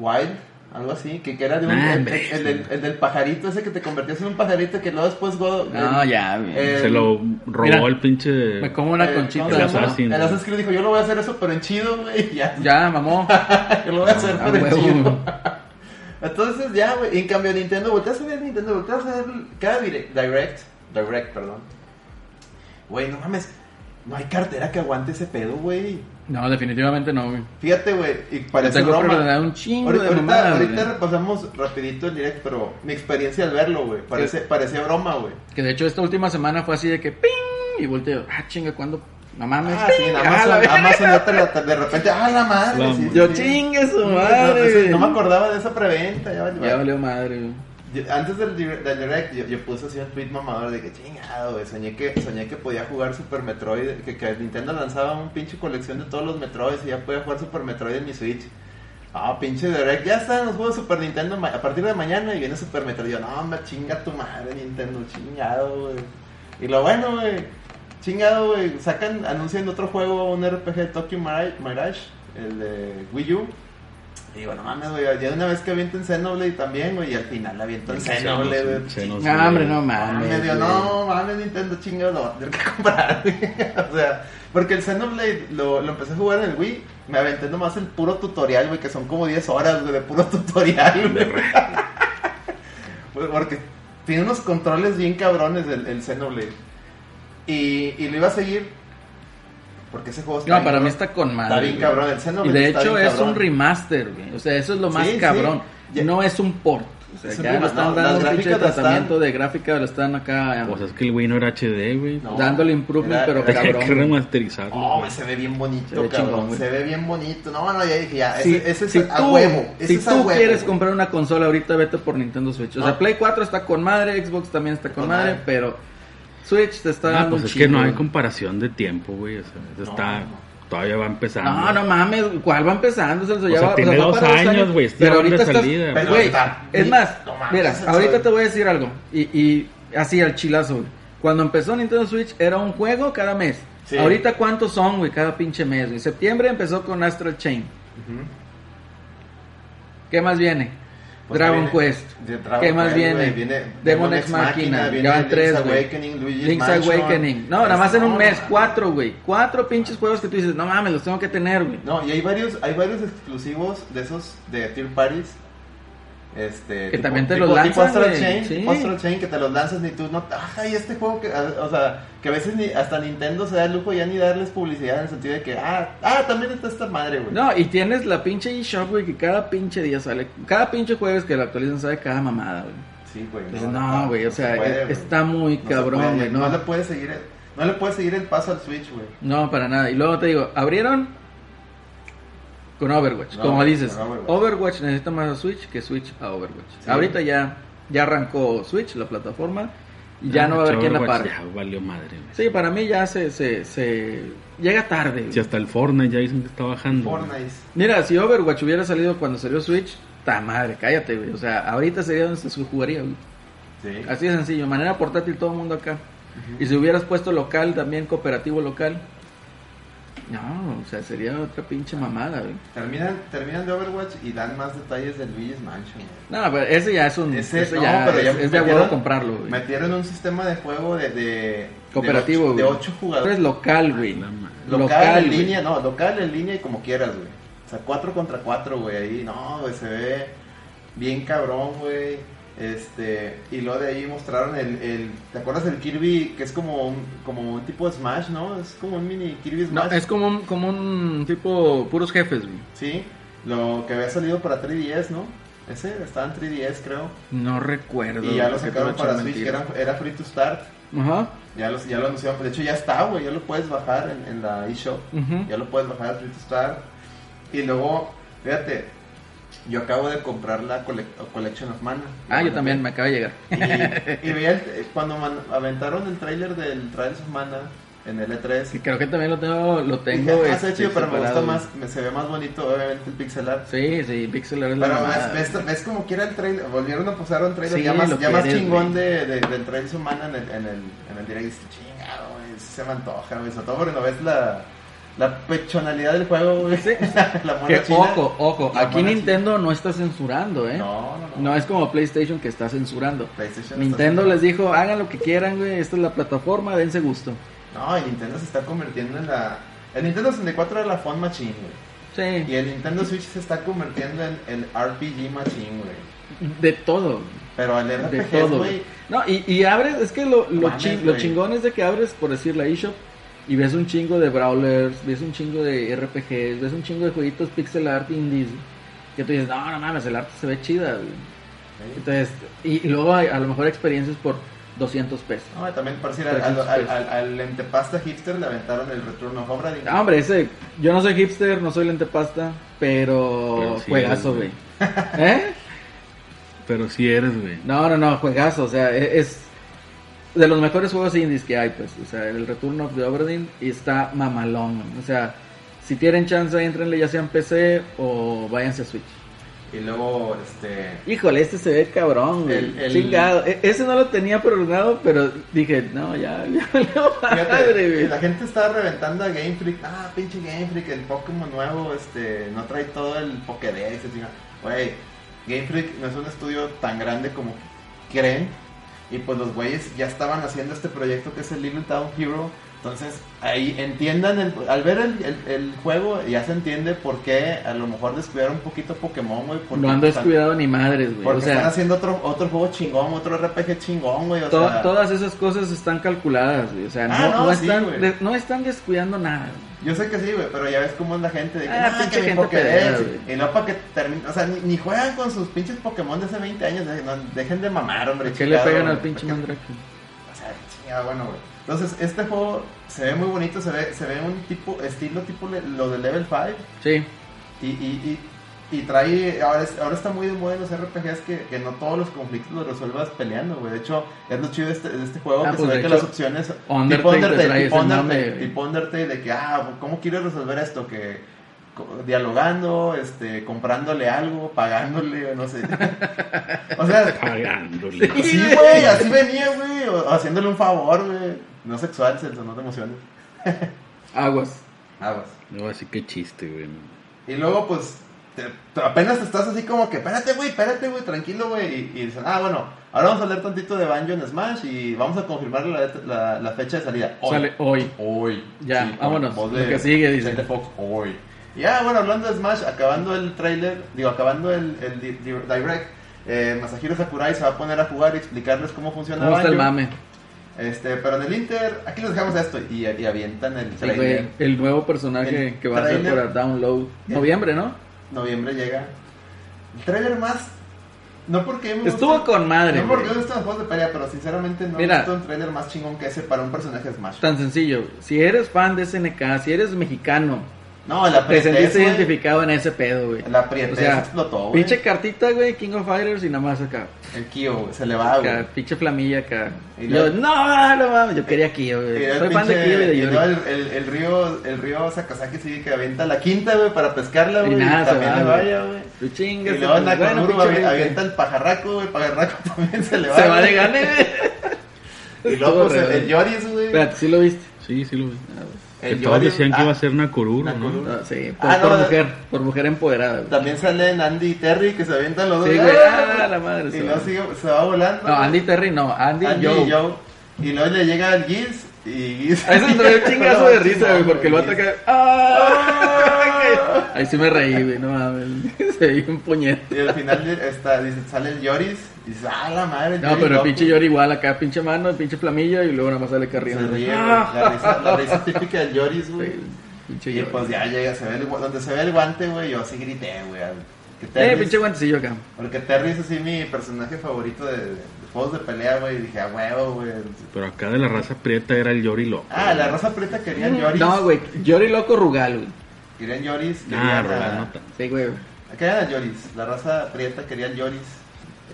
Speaker 2: llama? Wild. Algo así, que, que era de un.
Speaker 3: Ah,
Speaker 2: el,
Speaker 3: hombre.
Speaker 2: el del, el del pajarito, ese que te convertías en un pajarito que luego después Godo.
Speaker 1: No,
Speaker 2: el-
Speaker 1: ya, güey.
Speaker 2: eh,
Speaker 3: Se lo robó
Speaker 1: Mira,
Speaker 3: el pinche.
Speaker 1: Ah, Me como una
Speaker 2: eh,
Speaker 1: conchita.
Speaker 2: ¿cómo se
Speaker 3: El
Speaker 2: llama?
Speaker 3: Assassin.
Speaker 2: El Assassin's Creed dijo: Yo lo voy a hacer eso, pero en chido, güey. y Ya,
Speaker 1: Ya, mamó.
Speaker 2: yo lo voy a hacer,
Speaker 1: Ah,
Speaker 2: pero en
Speaker 1: huevo,
Speaker 2: chido.
Speaker 1: güey.
Speaker 2: Entonces ya, güey, en cambio Nintendo, volteas a ver Nintendo, volteas a ver cada direct, direct, direct, perdón. Güey, no mames, no hay cartera que aguante ese pedo, güey.
Speaker 1: No, definitivamente no, güey.
Speaker 2: Fíjate, güey, y
Speaker 1: Yo
Speaker 2: parece
Speaker 1: Tengo que
Speaker 2: broma.
Speaker 1: ordenar un chingo
Speaker 2: Ahorita,
Speaker 1: de
Speaker 2: ahorita,
Speaker 1: mamadas,
Speaker 2: ahorita
Speaker 1: güey.
Speaker 2: repasamos rapidito el direct, pero mi experiencia al verlo, güey, parece, parece broma, güey.
Speaker 1: Que de hecho esta última semana fue así de que ping y volteo. Ah, chinga, ¿cuándo? No mames.
Speaker 2: Ah,
Speaker 1: ping,
Speaker 2: sí, en
Speaker 1: ah,
Speaker 2: Amazon,
Speaker 1: la verga.
Speaker 2: Amazon ya te la- te- de repente, ah, la madre.
Speaker 3: La
Speaker 2: sí,
Speaker 3: madre.
Speaker 1: Yo
Speaker 2: sí.
Speaker 1: chingue su
Speaker 2: No, no,
Speaker 1: madre.
Speaker 2: No, me acordaba de esa preventa, ya valió.
Speaker 1: Ya valió madre, güey.
Speaker 2: Yo- Antes del, dir- del direct, yo, yo puse así un tweet mamador de que chingado, güey. Soñé que, soñé que podía jugar Super Metroid. Que, que Nintendo lanzaba un pinche colección de todos los Metroids y ya podía jugar Super Metroid en mi Switch. Ah, pinche direct. Ya están los juegos de Super Nintendo ma- a partir de mañana y viene Super Metroid. Yo, no, me chinga tu madre, Nintendo, chingado, güey. Y lo bueno, güey. Chingado, güey. Sacan, anuncian otro juego, un RPG de Tokyo Mira- Mirage, el de Wii U. Y digo, no mames, güey, ya de una vez que aviento en Xenoblade también, güey, y al final la aviento en Xenoblade, güey.
Speaker 3: Se nos-
Speaker 1: No, hombre, no mames.
Speaker 2: Ah, Me dio,
Speaker 1: güey.
Speaker 2: no mames, Nintendo chingado, lo voy a tener que comprar. güey. o sea, porque el Xenoblade lo, lo empecé a jugar en el Wii, me aventé nomás el puro tutorial, güey, que son como 10 horas, güey, de puro tutorial, güey. Pues, Porque tiene unos controles bien cabrones el, el Xenoblade. Y, y lo iba a seguir, porque ese juego
Speaker 1: No,
Speaker 2: bien
Speaker 1: para mí
Speaker 2: cabrón.
Speaker 1: está con madre.
Speaker 2: Está bien
Speaker 1: güey.
Speaker 2: cabrón, el Xenoblade
Speaker 1: Y de
Speaker 2: está
Speaker 1: hecho
Speaker 2: bien
Speaker 1: es
Speaker 2: cabrón.
Speaker 1: un remaster, güey. O sea, eso es lo más
Speaker 2: Sí, sí.
Speaker 1: cabrón.
Speaker 2: Ya-
Speaker 1: No es un port. O sea,
Speaker 2: Es un
Speaker 1: ya le
Speaker 2: remaster.
Speaker 1: están
Speaker 2: No, las
Speaker 1: dando un pinche
Speaker 2: gráficas las
Speaker 1: tratamiento
Speaker 2: están-
Speaker 1: de gráfica, lo están acá eh,
Speaker 3: O sea, es que el güey no era HD, güey.
Speaker 2: No.
Speaker 1: dándole improvement,
Speaker 2: Era-
Speaker 1: pero
Speaker 2: era-
Speaker 3: Tenía que
Speaker 1: cabrón. güey. Oh,
Speaker 3: remasterizarlo.
Speaker 2: No,
Speaker 3: güey.
Speaker 2: güey, se ve bien bonito,
Speaker 1: Se ve
Speaker 2: cabrón.
Speaker 1: chingón, güey.
Speaker 2: se ve bien bonito. No, no, ya dije, ya.
Speaker 1: Si,
Speaker 2: ese, ese es
Speaker 1: si
Speaker 2: a
Speaker 1: tú,
Speaker 2: huevo. Ese
Speaker 1: si
Speaker 2: es a
Speaker 1: tú
Speaker 2: huevo, Ah.
Speaker 1: quieres
Speaker 2: güey.
Speaker 1: comprar una consola ahorita, vete por Nintendo Switch. O sea,
Speaker 2: No.
Speaker 1: Play 4 está con madre, Xbox también está con
Speaker 2: Con
Speaker 1: madre,
Speaker 2: madre.
Speaker 1: pero Switch te está
Speaker 3: Ah,
Speaker 1: dando
Speaker 3: pues
Speaker 1: un
Speaker 3: es que no
Speaker 1: chingo,
Speaker 3: hay
Speaker 1: güey.
Speaker 3: comparación de tiempo, güey. O sea,
Speaker 2: No,
Speaker 3: eso está.
Speaker 2: no.
Speaker 3: Todavía va empezando.
Speaker 1: No, no mames, ¿cuál va empezando? Celso?
Speaker 3: O
Speaker 1: Ya
Speaker 3: sea,
Speaker 1: va-
Speaker 3: tiene
Speaker 1: va
Speaker 3: dos
Speaker 1: para
Speaker 3: años, güey, este
Speaker 1: Pero
Speaker 3: va de
Speaker 1: ahorita estás-
Speaker 3: salida,
Speaker 2: güey.
Speaker 1: güey,
Speaker 2: Está-
Speaker 1: es más,
Speaker 2: No mames,
Speaker 1: mira,
Speaker 2: Celso.
Speaker 1: ahorita te voy a decir algo. Y, y así al chilazo, güey. Cuando empezó Nintendo Switch era un juego cada mes.
Speaker 2: Sí.
Speaker 1: Ahorita cuántos son, güey, cada pinche mes, güey. Septiembre empezó con Astral Chain.
Speaker 2: Ujú.
Speaker 1: ¿Qué más viene?
Speaker 2: Pues
Speaker 1: Dragon
Speaker 2: viene-
Speaker 1: Quest.
Speaker 2: de Dragon
Speaker 1: ¿Qué más
Speaker 2: Quest,
Speaker 1: viene?
Speaker 2: güey, viene
Speaker 1: Demon Ex Machina.
Speaker 2: viene
Speaker 1: Ya van
Speaker 2: Link's
Speaker 1: tres, güey.
Speaker 2: Awakening, Luigi's
Speaker 1: Link's
Speaker 2: Mansion. Pues
Speaker 1: Awakening. No, nada más en un
Speaker 2: No,
Speaker 1: mes,
Speaker 2: no,
Speaker 1: cuatro, güey. Cuatro pinches juegos que tú dices, no mames, los tengo que tener, güey.
Speaker 2: No, y hay varios, hay varios exclusivos de esos de Tier Parties. Este,
Speaker 1: Que también te los
Speaker 2: tipo
Speaker 1: lanzan,
Speaker 2: Astral
Speaker 1: güey.
Speaker 2: Chain,
Speaker 1: Sí.
Speaker 2: tipo Astral Chain, que te los lanzas ni tú no, ay, este juego que, a- o sea, que a veces ni, hasta Nintendo se da el lujo ya ni darles publicidad en el sentido de que, ah, ah, también está esta madre, güey.
Speaker 1: No, y tienes la pinche eShop, güey, que cada pinche día sale. Cada pinche jueves que la actualizan sale cada mamada, güey.
Speaker 2: Sí, güey.
Speaker 1: Dices, Pues no, güey, o
Speaker 2: se
Speaker 1: sea,
Speaker 2: puede, güey.
Speaker 1: está muy
Speaker 2: No se puede,
Speaker 1: cabrón, güey.
Speaker 2: No,
Speaker 1: No,
Speaker 2: le puedes seguir, el- no le puedes seguir el paso al Switch, güey.
Speaker 1: no, para nada. Y luego te digo, abrieron con Overwatch.
Speaker 2: No,
Speaker 1: como
Speaker 2: con
Speaker 1: dices,
Speaker 2: Overwatch.
Speaker 1: Overwatch. necesita más a Switch que Switch a Overwatch.
Speaker 2: Sí.
Speaker 1: Ahorita ya, ya arrancó Switch, la plataforma, y ya no va a haber
Speaker 3: Ah, Overwatch
Speaker 1: quién la pare.
Speaker 3: Ya valió madre, güey.
Speaker 1: Sí, para mí ya se, se, se llega tarde. güey.
Speaker 3: Si hasta el Fortnite ya dicen que está bajando. güey.
Speaker 2: Fortnite.
Speaker 1: Mira, si Overwatch hubiera salido cuando salió Switch, ta madre, cállate, güey. O sea, ahorita sería donde se jugaría, güey.
Speaker 2: Sí.
Speaker 1: Así de sencillo, de manera portátil todo el mundo acá. Y si hubieras puesto local también, cooperativo local. No, o sea, sería otra pinche mamada, güey.
Speaker 2: Terminan, terminan de Overwatch y dan más detalles de Luigi's Mansion, güey.
Speaker 1: No, pero ese ya es un.
Speaker 2: Ese,
Speaker 1: ese
Speaker 2: no,
Speaker 1: Mm, ya
Speaker 2: pero ya
Speaker 1: es, es de
Speaker 2: metieron-
Speaker 1: acuerdo comprarlo, güey.
Speaker 2: Metieron un sistema de juego de, de
Speaker 1: Cooperativo,
Speaker 2: de
Speaker 1: güey.
Speaker 2: ocho, de ocho jugadores.
Speaker 1: Es local, güey.
Speaker 3: La madre.
Speaker 2: Local, en
Speaker 1: güey.
Speaker 2: línea, no, local en línea y como quieras, güey. O sea, cuatro contra cuatro, güey, ahí, no, güey, se ve bien cabrón, güey. Este, y luego de ahí mostraron el, el, ¿te acuerdas del Kirby? Que es como un, como un tipo de Smash, ¿no? Es como un mini Kirby
Speaker 1: No,
Speaker 2: Smash.
Speaker 1: es como un, como un tipo puros jefes, güey.
Speaker 2: Sí, lo que había salido para 3DS, ¿no? Ese estaba en 3DS, creo.
Speaker 1: No recuerdo.
Speaker 2: Y ya lo
Speaker 1: porque te voy
Speaker 2: sacaron
Speaker 1: a
Speaker 2: para
Speaker 1: echar
Speaker 2: Switch, que
Speaker 1: mentiras.
Speaker 2: era, era free to start.
Speaker 1: Ajá.
Speaker 2: Ya, los, ya lo anunciaron, de hecho ya está, güey, ya lo puedes bajar en, en la eShop.
Speaker 1: ujú.
Speaker 2: Ya lo puedes bajar a Free to Start. Y luego, fíjate, yo acabo de comprar la cole- Collection of Mana.
Speaker 1: Ah, yo también, me acaba de llegar.
Speaker 2: Y, y veía, el- cuando man- aventaron el tráiler del Trials of Mana en el
Speaker 1: Sí,
Speaker 2: E3.
Speaker 1: creo que también lo tengo. Lo tengo
Speaker 2: dije, ah,
Speaker 1: este,
Speaker 2: está chido, pero me gusta
Speaker 1: separado,
Speaker 2: más, me, se ve más bonito, obviamente, el pixel art.
Speaker 1: güey. Sí, sí, Pixel Art es la
Speaker 2: Pero
Speaker 1: mamada,
Speaker 2: ves, ves, ves como quiera el trailer, volvieron a posar un trailer
Speaker 1: Sí,
Speaker 2: ya más,
Speaker 1: lo
Speaker 2: ya más
Speaker 1: quieres,
Speaker 2: chingón de, de, del trailer humana en el, en el, en el direct. Y dices, chingado, güey, sí se me antoja, güey. Sobre todo porque no ves la, La pechonalidad del juego, güey. la
Speaker 1: Que,
Speaker 2: mona china.
Speaker 1: ojo, ojo,
Speaker 2: La
Speaker 1: aquí
Speaker 2: mona
Speaker 1: Nintendo no está censurando, ¿eh?
Speaker 2: china. No, no, no.
Speaker 1: No es como PlayStation que está censurando.
Speaker 2: PlayStation
Speaker 1: Nintendo
Speaker 2: está-
Speaker 1: les dijo, hagan lo que quieran, güey, esta es la plataforma, dense gusto.
Speaker 2: No, el Nintendo se está convirtiendo en la. El Nintendo 64 era la font machine, güey. Y
Speaker 1: Sí,
Speaker 2: el Nintendo Switch se está convirtiendo en el RPG machine, güey.
Speaker 1: de todo,
Speaker 2: Pero el
Speaker 1: de
Speaker 2: RPG,
Speaker 1: todo.
Speaker 2: güey.
Speaker 1: güey. No, y, y abres, es que lo, lo,
Speaker 2: Mames,
Speaker 1: chi- lo
Speaker 2: güey.
Speaker 1: chingón es de que abres, por decir, la eShop y ves un chingo de brawlers, ves un chingo de RPGs, ves un chingo de jueguitos pixel art indies, que tú dices, no, no mames, el arte se ve chida, güey. Entonces, y, y luego hay, a lo mejor experiencias por 200 pesos.
Speaker 2: No, también por decir, al, al, al, al- al lentepasta hipster le aventaron el Return of Obra Dinn.
Speaker 1: Ah, hombre, ese, yo no soy hipster, no soy lentepasta, pero
Speaker 3: Pero sí
Speaker 1: juegazo,
Speaker 3: eres,
Speaker 1: güey. ¿Eh?
Speaker 3: Pero sí eres, güey.
Speaker 1: No, no, no, juegazo, o sea, e- es de los mejores juegos indies que hay, pues, o sea, el Return of the Oberdin y está mamalón, o sea, si tienen chance, entrenle ya sea en PC o váyanse a Switch.
Speaker 2: Y luego, este.
Speaker 1: Híjole, este se ve cabrón, güey,
Speaker 2: El- el-
Speaker 1: chingado, E- ese no lo tenía programado, pero dije, no, ya, ya valió madre,
Speaker 2: Fíjate,
Speaker 1: güey.
Speaker 2: la gente estaba reventando a Game Freak. Ah, pinche Game Freak, el Pokémon nuevo, este, no trae todo el Pokédex. y diga, Güey, Game Freak no es un estudio tan grande como creen. Y pues los güeyes ya estaban haciendo este proyecto que es el Little Town Hero. Entonces, ahí entiendan, el- al ver el, el- el juego, ya se entiende por qué a lo mejor descuidaron un poquito Pokémon, güey. porque
Speaker 1: No ando
Speaker 2: están-
Speaker 1: descuidado ni madres, güey,
Speaker 2: Porque
Speaker 1: o sea,
Speaker 2: están haciendo otro, otro juego chingón, otro RPG chingón, güey. o
Speaker 1: to-
Speaker 2: sea,
Speaker 1: todas esas cosas están calculadas, güey, o sea,
Speaker 2: Ah,
Speaker 1: no,
Speaker 2: no,
Speaker 1: no
Speaker 2: sí,
Speaker 1: están,
Speaker 2: güey.
Speaker 1: de- no están descuidando nada, güey.
Speaker 2: Yo sé que sí, güey, pero ya ves cómo es la gente de que,
Speaker 1: Ah,
Speaker 2: "No,
Speaker 1: pinche
Speaker 2: que mi
Speaker 1: gente
Speaker 2: Pokédex",
Speaker 1: pedera, güey.
Speaker 2: Y no para que termine, o sea, ni, ni juegan con sus pinches Pokémon de hace 20 años, de- no, dejen de mamar, hombre.
Speaker 1: ¿Qué le
Speaker 2: chingado,
Speaker 1: pegan al
Speaker 2: güey,
Speaker 1: pinche
Speaker 2: porque-
Speaker 1: mandrake?
Speaker 2: O sea, chingado, bueno, güey. Entonces, este juego se ve muy bonito, se ve, se ve un tipo, estilo tipo le- lo de Level 5
Speaker 1: Sí.
Speaker 2: y, y, y, y trae, ahora, es- ahora está muy de moda en los RPGs que, que no todos los conflictos los resuelvas peleando, güey. De hecho, es lo chido de este, de este juego
Speaker 1: Ah,
Speaker 2: que
Speaker 1: pues, de
Speaker 2: se ve que
Speaker 1: hecho,
Speaker 2: las opciones...
Speaker 1: Undertale
Speaker 2: tipo
Speaker 1: te
Speaker 2: Undertale,
Speaker 1: trae
Speaker 2: tipo
Speaker 1: ese
Speaker 2: Undertale,
Speaker 1: mame,
Speaker 2: tipo Undertale de que, ah, ¿cómo quieres resolver esto? Que co- dialogando, este, comprándole algo, pagándole, o no sé. o sea,
Speaker 3: Pagándole.
Speaker 2: sí, güey, así venía, güey, o- o haciéndole un favor, güey. No sexual, Celso, no te emociones.
Speaker 1: Aguas.
Speaker 2: Aguas.
Speaker 3: No, así que chiste, güey. no.
Speaker 2: Y luego, pues, te- te- apenas estás así como que, espérate, güey, espérate, güey, tranquilo, güey. Y, y dicen, ah, bueno, ahora vamos a hablar tantito de Banjo en Smash y vamos a confirmar la, la- la fecha de salida. Hoy.
Speaker 1: Sale hoy.
Speaker 2: Hoy.
Speaker 1: Ya,
Speaker 2: con
Speaker 1: vámonos,
Speaker 2: voz
Speaker 1: lo que sigue, dice.
Speaker 2: Vicente Fox, hoy. Ya, bueno, hablando de Smash, acabando el trailer, digo, acabando el, el di- di- direct, eh, Masahiro Sakurai se va a poner a jugar y explicarles cómo funciona
Speaker 1: ¿Cómo está el
Speaker 2: Banjo.
Speaker 1: mame?
Speaker 2: Este, pero en el Inter, aquí les dejamos esto y, y avientan el
Speaker 1: Sí,
Speaker 2: trailer.
Speaker 1: güey, el nuevo personaje
Speaker 2: El
Speaker 1: que va a ser
Speaker 2: trailer.
Speaker 1: para Download. Noviembre, ¿no?
Speaker 2: Noviembre llega. El trailer más. No porque. me guste-
Speaker 1: Estuvo con madre.
Speaker 2: No porque me
Speaker 1: güey.
Speaker 2: gustan los juegos de pelea, pero sinceramente no he
Speaker 1: Mira.
Speaker 2: visto un trailer más chingón que ese para un personaje de Smash.
Speaker 1: Tan sencillo. güey. Si eres fan de SNK, si eres mexicano,
Speaker 2: No, la
Speaker 1: te
Speaker 2: prietez.
Speaker 1: sentiste
Speaker 2: güey,
Speaker 1: identificado en ese pedo, güey.
Speaker 2: La
Speaker 1: O
Speaker 2: prietez
Speaker 1: sea,
Speaker 2: explotó, güey.
Speaker 1: Pinche cartita, güey, King of Fighters y nada más acá.
Speaker 2: El Kyo, güey, se le va, güey.
Speaker 1: acá pinche flamilla acá.
Speaker 2: Y
Speaker 1: yo,
Speaker 2: luego-
Speaker 1: no, no mames, yo quería Kyo,
Speaker 2: Y
Speaker 1: güey.
Speaker 2: luego el
Speaker 1: Soy fan de
Speaker 2: pinche-
Speaker 1: Kyo y de
Speaker 2: y luego
Speaker 1: Yuri.
Speaker 2: el, el, el río, el río Sakazaki sigue que avienta la quinta, güey, para pescarla,
Speaker 1: Y
Speaker 2: güey. Y
Speaker 1: nada, se
Speaker 2: también
Speaker 1: va,
Speaker 2: le
Speaker 1: güey.
Speaker 2: vaya, güey.
Speaker 1: Tú
Speaker 2: Y
Speaker 1: chingas.
Speaker 2: luego
Speaker 1: bueno,
Speaker 2: Nakamura
Speaker 1: pinche
Speaker 2: avi-
Speaker 1: güey.
Speaker 2: avienta el pajarraco, güey. El pajarraco también se le va.
Speaker 1: Se va de
Speaker 2: güey.
Speaker 1: gane, güey.
Speaker 2: Y luego
Speaker 1: Estuvo
Speaker 2: pues, el,
Speaker 1: re-
Speaker 2: el Yoris, güey.
Speaker 1: Espérate, ¿sí lo viste?
Speaker 3: Sí, sí
Speaker 1: Eh,
Speaker 3: lo vi. Que
Speaker 2: El
Speaker 3: todos
Speaker 2: Yoris-
Speaker 3: decían que
Speaker 2: ah,
Speaker 3: iba a ser Nakururo,
Speaker 2: Nakururo.
Speaker 3: ¿no?
Speaker 1: No, sí, por,
Speaker 2: Ah, no,
Speaker 1: por
Speaker 2: no.
Speaker 1: mujer, por mujer empoderada. güey.
Speaker 2: También salen Andy y Terry que se avientan los dos.
Speaker 1: Sí, güey, ah, la madre,
Speaker 2: Y
Speaker 1: se
Speaker 2: luego
Speaker 1: va.
Speaker 2: sigue- se va volando.
Speaker 1: No, Andy Terry no, Andy,
Speaker 2: Andy
Speaker 1: Joe.
Speaker 2: y Joe. Y luego le llega el Giz y Giz.
Speaker 1: A ese me dio un chingazo de risa, güey, porque el
Speaker 2: lo
Speaker 1: vato
Speaker 2: ataca
Speaker 1: acá. ¡Ah! Ahí sí me reí, güey, no mames. Se vio un puñete.
Speaker 2: Y al final está, dice, sale el Yoris y dice, ah, la madre.
Speaker 1: No,
Speaker 2: Yoris
Speaker 1: pero el
Speaker 2: loco".
Speaker 1: pinche llora igual acá, pinche mano, pinche flamilla y luego nada más sale
Speaker 2: Se
Speaker 1: carriendo.
Speaker 2: ríe, güey. La risa, la risa típica del Yoris, güey.
Speaker 1: Ah. pinche
Speaker 2: Y pues
Speaker 1: llora.
Speaker 2: ya llega, se ve el, gu- donde se ve el guante, güey, yo así grité, güey. al- que Terry
Speaker 1: Eh,
Speaker 2: es-
Speaker 1: pinche guantecillo acá.
Speaker 2: Porque Terry es así mi personaje favorito de, de juegos de pelea, güey. Y dije, a huevo, güey.
Speaker 3: Pero acá de la raza prieta era el Yori loco.
Speaker 2: Ah, la raza preta quería Yoris.
Speaker 1: No, güey, Yori loco rugal, güey.
Speaker 2: Querían Yoris,
Speaker 3: Ah,
Speaker 2: querían
Speaker 3: Rugal
Speaker 2: a-
Speaker 3: no tanto.
Speaker 1: Sí, güey.
Speaker 2: Querían a Yoris, la raza prieta quería al Yoris.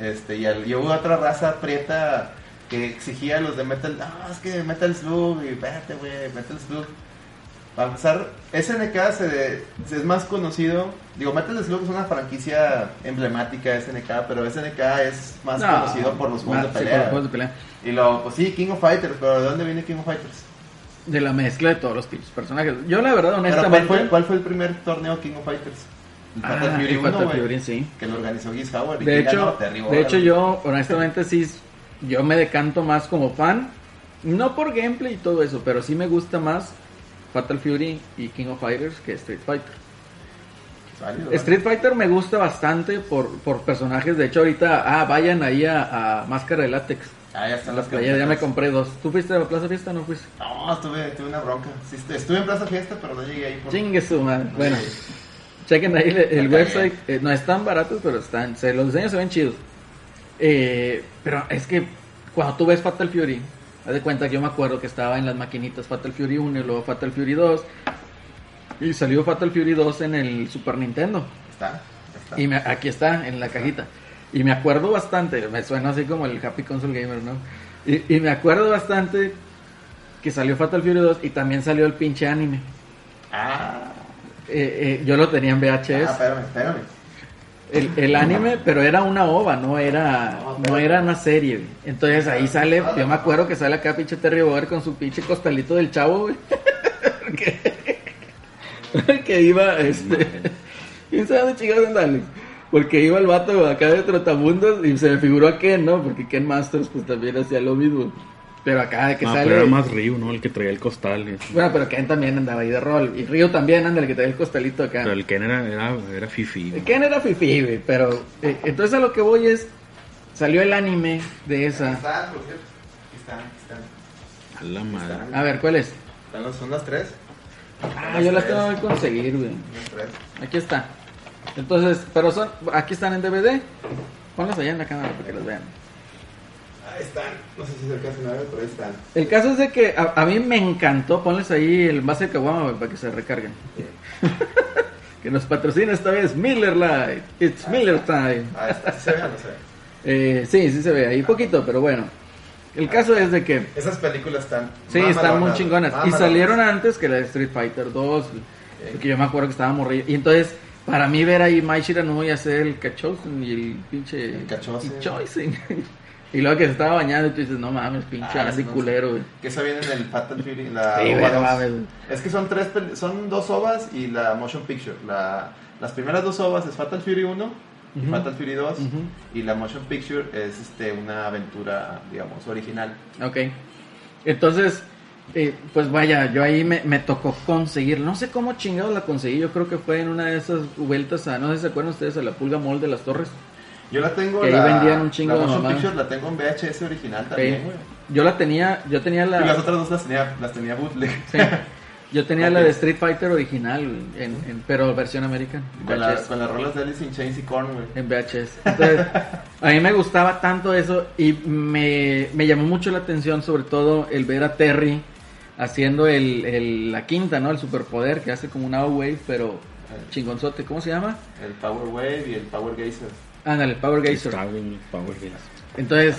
Speaker 2: Este, y, al, y hubo otra raza prieta que exigía a los de Metal, ah, es que Metal Slug, y espérate, güey, Metal Slug. Para empezar, SNK se, se es más conocido, digo, Metal Slug es una franquicia emblemática de SNK, pero SNK es más
Speaker 1: No,
Speaker 2: conocido por los juegos
Speaker 1: más-
Speaker 2: de
Speaker 1: sí, por
Speaker 2: pelea.
Speaker 1: los juegos de pelea.
Speaker 2: Y luego, pues sí, King of Fighters, pero ¿de dónde viene King of Fighters?
Speaker 1: de la mezcla de todos los pinches personajes. Yo la verdad,
Speaker 2: Pero, ¿cuál,
Speaker 1: honestamente...
Speaker 2: fue, cuál fue el primer torneo King of Fighters? El
Speaker 1: Ah,
Speaker 2: Fatal Fury
Speaker 1: el
Speaker 2: 1,
Speaker 1: Fatal
Speaker 2: güey,
Speaker 1: Fury, sí.
Speaker 2: Que lo organizó Giz Howard. y
Speaker 1: De
Speaker 2: que ganó
Speaker 1: hecho,
Speaker 2: Terry
Speaker 1: de
Speaker 2: Bogard,
Speaker 1: hecho
Speaker 2: güey.
Speaker 1: yo honestamente sí, yo me decanto más como fan, no por gameplay y todo eso, pero sí me gusta más Fatal Fury y King of Fighters que Street Fighter.
Speaker 2: Válido, ¿verdad?
Speaker 1: Street Fighter me gusta bastante por, por personajes, de hecho ahorita, ah, vayan ahí a, a Máscara de Látex.
Speaker 2: Ah, ya están las
Speaker 1: Ya, ya
Speaker 2: camisetas.
Speaker 1: me compré dos. ¿Tú fuiste a la Plaza Fiesta o no fuiste?
Speaker 2: No, estuve, tuve una bronca. Sí, est- estuve en Plaza Fiesta, pero no llegué ahí. por-
Speaker 1: Chingue su madre.
Speaker 2: no
Speaker 1: Bueno,
Speaker 2: llegué.
Speaker 1: chequen ahí le- el
Speaker 2: Está
Speaker 1: website. Eh, no están baratos, pero están. se- los diseños se ven chidos. Eh, pero es que cuando tú ves Fatal Fury, haz de cuenta que yo me acuerdo que estaba en las maquinitas Fatal Fury 1 y luego Fatal Fury 2. Y salió Fatal Fury 2 en el Super Nintendo.
Speaker 2: Está, está.
Speaker 1: Y me- aquí está, en la cajita. Y me acuerdo bastante, me suena así como el Happy Console Gamer, ¿no? Y, y me acuerdo bastante que salió Fatal Fury 2 y también salió el pinche anime.
Speaker 2: Ah,
Speaker 1: Eh, eh, yo lo tenía en VHS.
Speaker 2: ah, espérame, espérame.
Speaker 1: el, el anime, pero era una ova, no era,
Speaker 2: No,
Speaker 1: no
Speaker 2: pero-
Speaker 1: era una serie. güey. Entonces ahí sale, yo me acuerdo que sale acá pinche Terry Bogard con su pinche costalito del chavo, güey. que, que iba, este. ¿Quién sabe dónde chingados anda, Alex? Porque iba el vato acá de Trotamundos y se me figuró a Ken, ¿no? Porque Ken Masters pues también hacía lo mismo. Pero acá de que
Speaker 3: Ah,
Speaker 1: sale.
Speaker 3: pero era más Ryu, ¿no? El que traía el costal. eh.
Speaker 1: Bueno, pero Ken también andaba ahí de rol. Y Río también, anda, el que traía el costalito acá.
Speaker 3: Pero el Ken era, era, era fifi. ¿no?
Speaker 1: Ken era fifi, güey, pero eh, entonces a lo que voy es salió el anime de
Speaker 2: Aquí
Speaker 1: esa.
Speaker 2: están, por cierto. Aquí están, aquí están.
Speaker 3: A la madre.
Speaker 1: A ver, ¿cuál es?
Speaker 2: Están los- son las tres.
Speaker 1: Ah, yo las tengo que conseguir, güey.
Speaker 2: Las tres.
Speaker 1: Aquí está. Entonces, pero son aquí están en DVD. Ponlas allá en la cámara para que las vean.
Speaker 2: Ahí están. No sé si se alcanzan a ver, pero ahí están.
Speaker 1: El caso es de que a, a mí me encantó, ponles ahí el envase de caguama güey, para que se recarguen. que nos patrocina esta vez Miller Lite. It's Miller Time.
Speaker 2: Ah, está. ¿Sí se ve o no se ve?
Speaker 1: Eh, sí, sí se ve ahí poquito, pero bueno. El caso es de que
Speaker 2: Esas películas están.
Speaker 1: Sí,
Speaker 2: mamalonas,
Speaker 1: estaban muy chingonas. Y
Speaker 2: mamalonas.
Speaker 1: salieron antes que la de Street Fighter 2. Porque yo me acuerdo que estaba morrido. Y entonces, para mí ver ahí Mai Shiranui hacer el cachosen y el pinche.
Speaker 2: El cachosen.
Speaker 1: Y chosen. Y luego que se estaba bañando y tú dices, no mames, pinche
Speaker 2: Ah,
Speaker 1: Andy
Speaker 2: no sé. Ah,
Speaker 1: culero, güey.
Speaker 2: Que esa viene en el Fatal Fury. La
Speaker 1: Sí,
Speaker 2: ova
Speaker 1: güey, no
Speaker 2: dos.
Speaker 1: mames, güey.
Speaker 2: Es que son tres pel- son dos ovas y la motion picture. La, las primeras dos ovas es Fatal Fury 1 y
Speaker 1: Ujú.
Speaker 2: Fatal Fury 2
Speaker 1: Ujú.
Speaker 2: y la motion picture es este una aventura, digamos, original.
Speaker 1: Ok. Entonces, eh, pues vaya, yo ahí me, me tocó conseguir. No sé cómo chingados la conseguí. Yo creo que fue en una de esas vueltas a. No sé si se acuerdan ustedes a la Pulga Mall de las Torres.
Speaker 2: Yo la tengo
Speaker 1: Que ahí
Speaker 2: la,
Speaker 1: vendían un chingo
Speaker 2: la
Speaker 1: de
Speaker 2: motion
Speaker 1: mamadas.
Speaker 2: picture la tengo en VHS original
Speaker 1: Ok.
Speaker 2: también, güey.
Speaker 1: Yo la tenía. Yo tenía la.
Speaker 2: Y las otras dos las tenía, las tenía bootleg.
Speaker 1: Sí. Yo tenía la de Street Fighter original, güey, en, en- pero versión americana.
Speaker 2: con, la-
Speaker 1: VHS,
Speaker 2: con las rolas de Alice in Chains y Korn, güey.
Speaker 1: En VHS. Entonces, a mí me gustaba tanto eso y me, me llamó mucho la atención, sobre todo el ver a Terry haciendo el, el- la quinta, ¿no? El superpoder que hace como una wave, E, pero chingonzote. ¿Cómo se llama?
Speaker 2: El Power Wave y el Power Gazer.
Speaker 1: Ándale, Power Geyser.
Speaker 3: Está bien, Power Gazer.
Speaker 1: Entonces,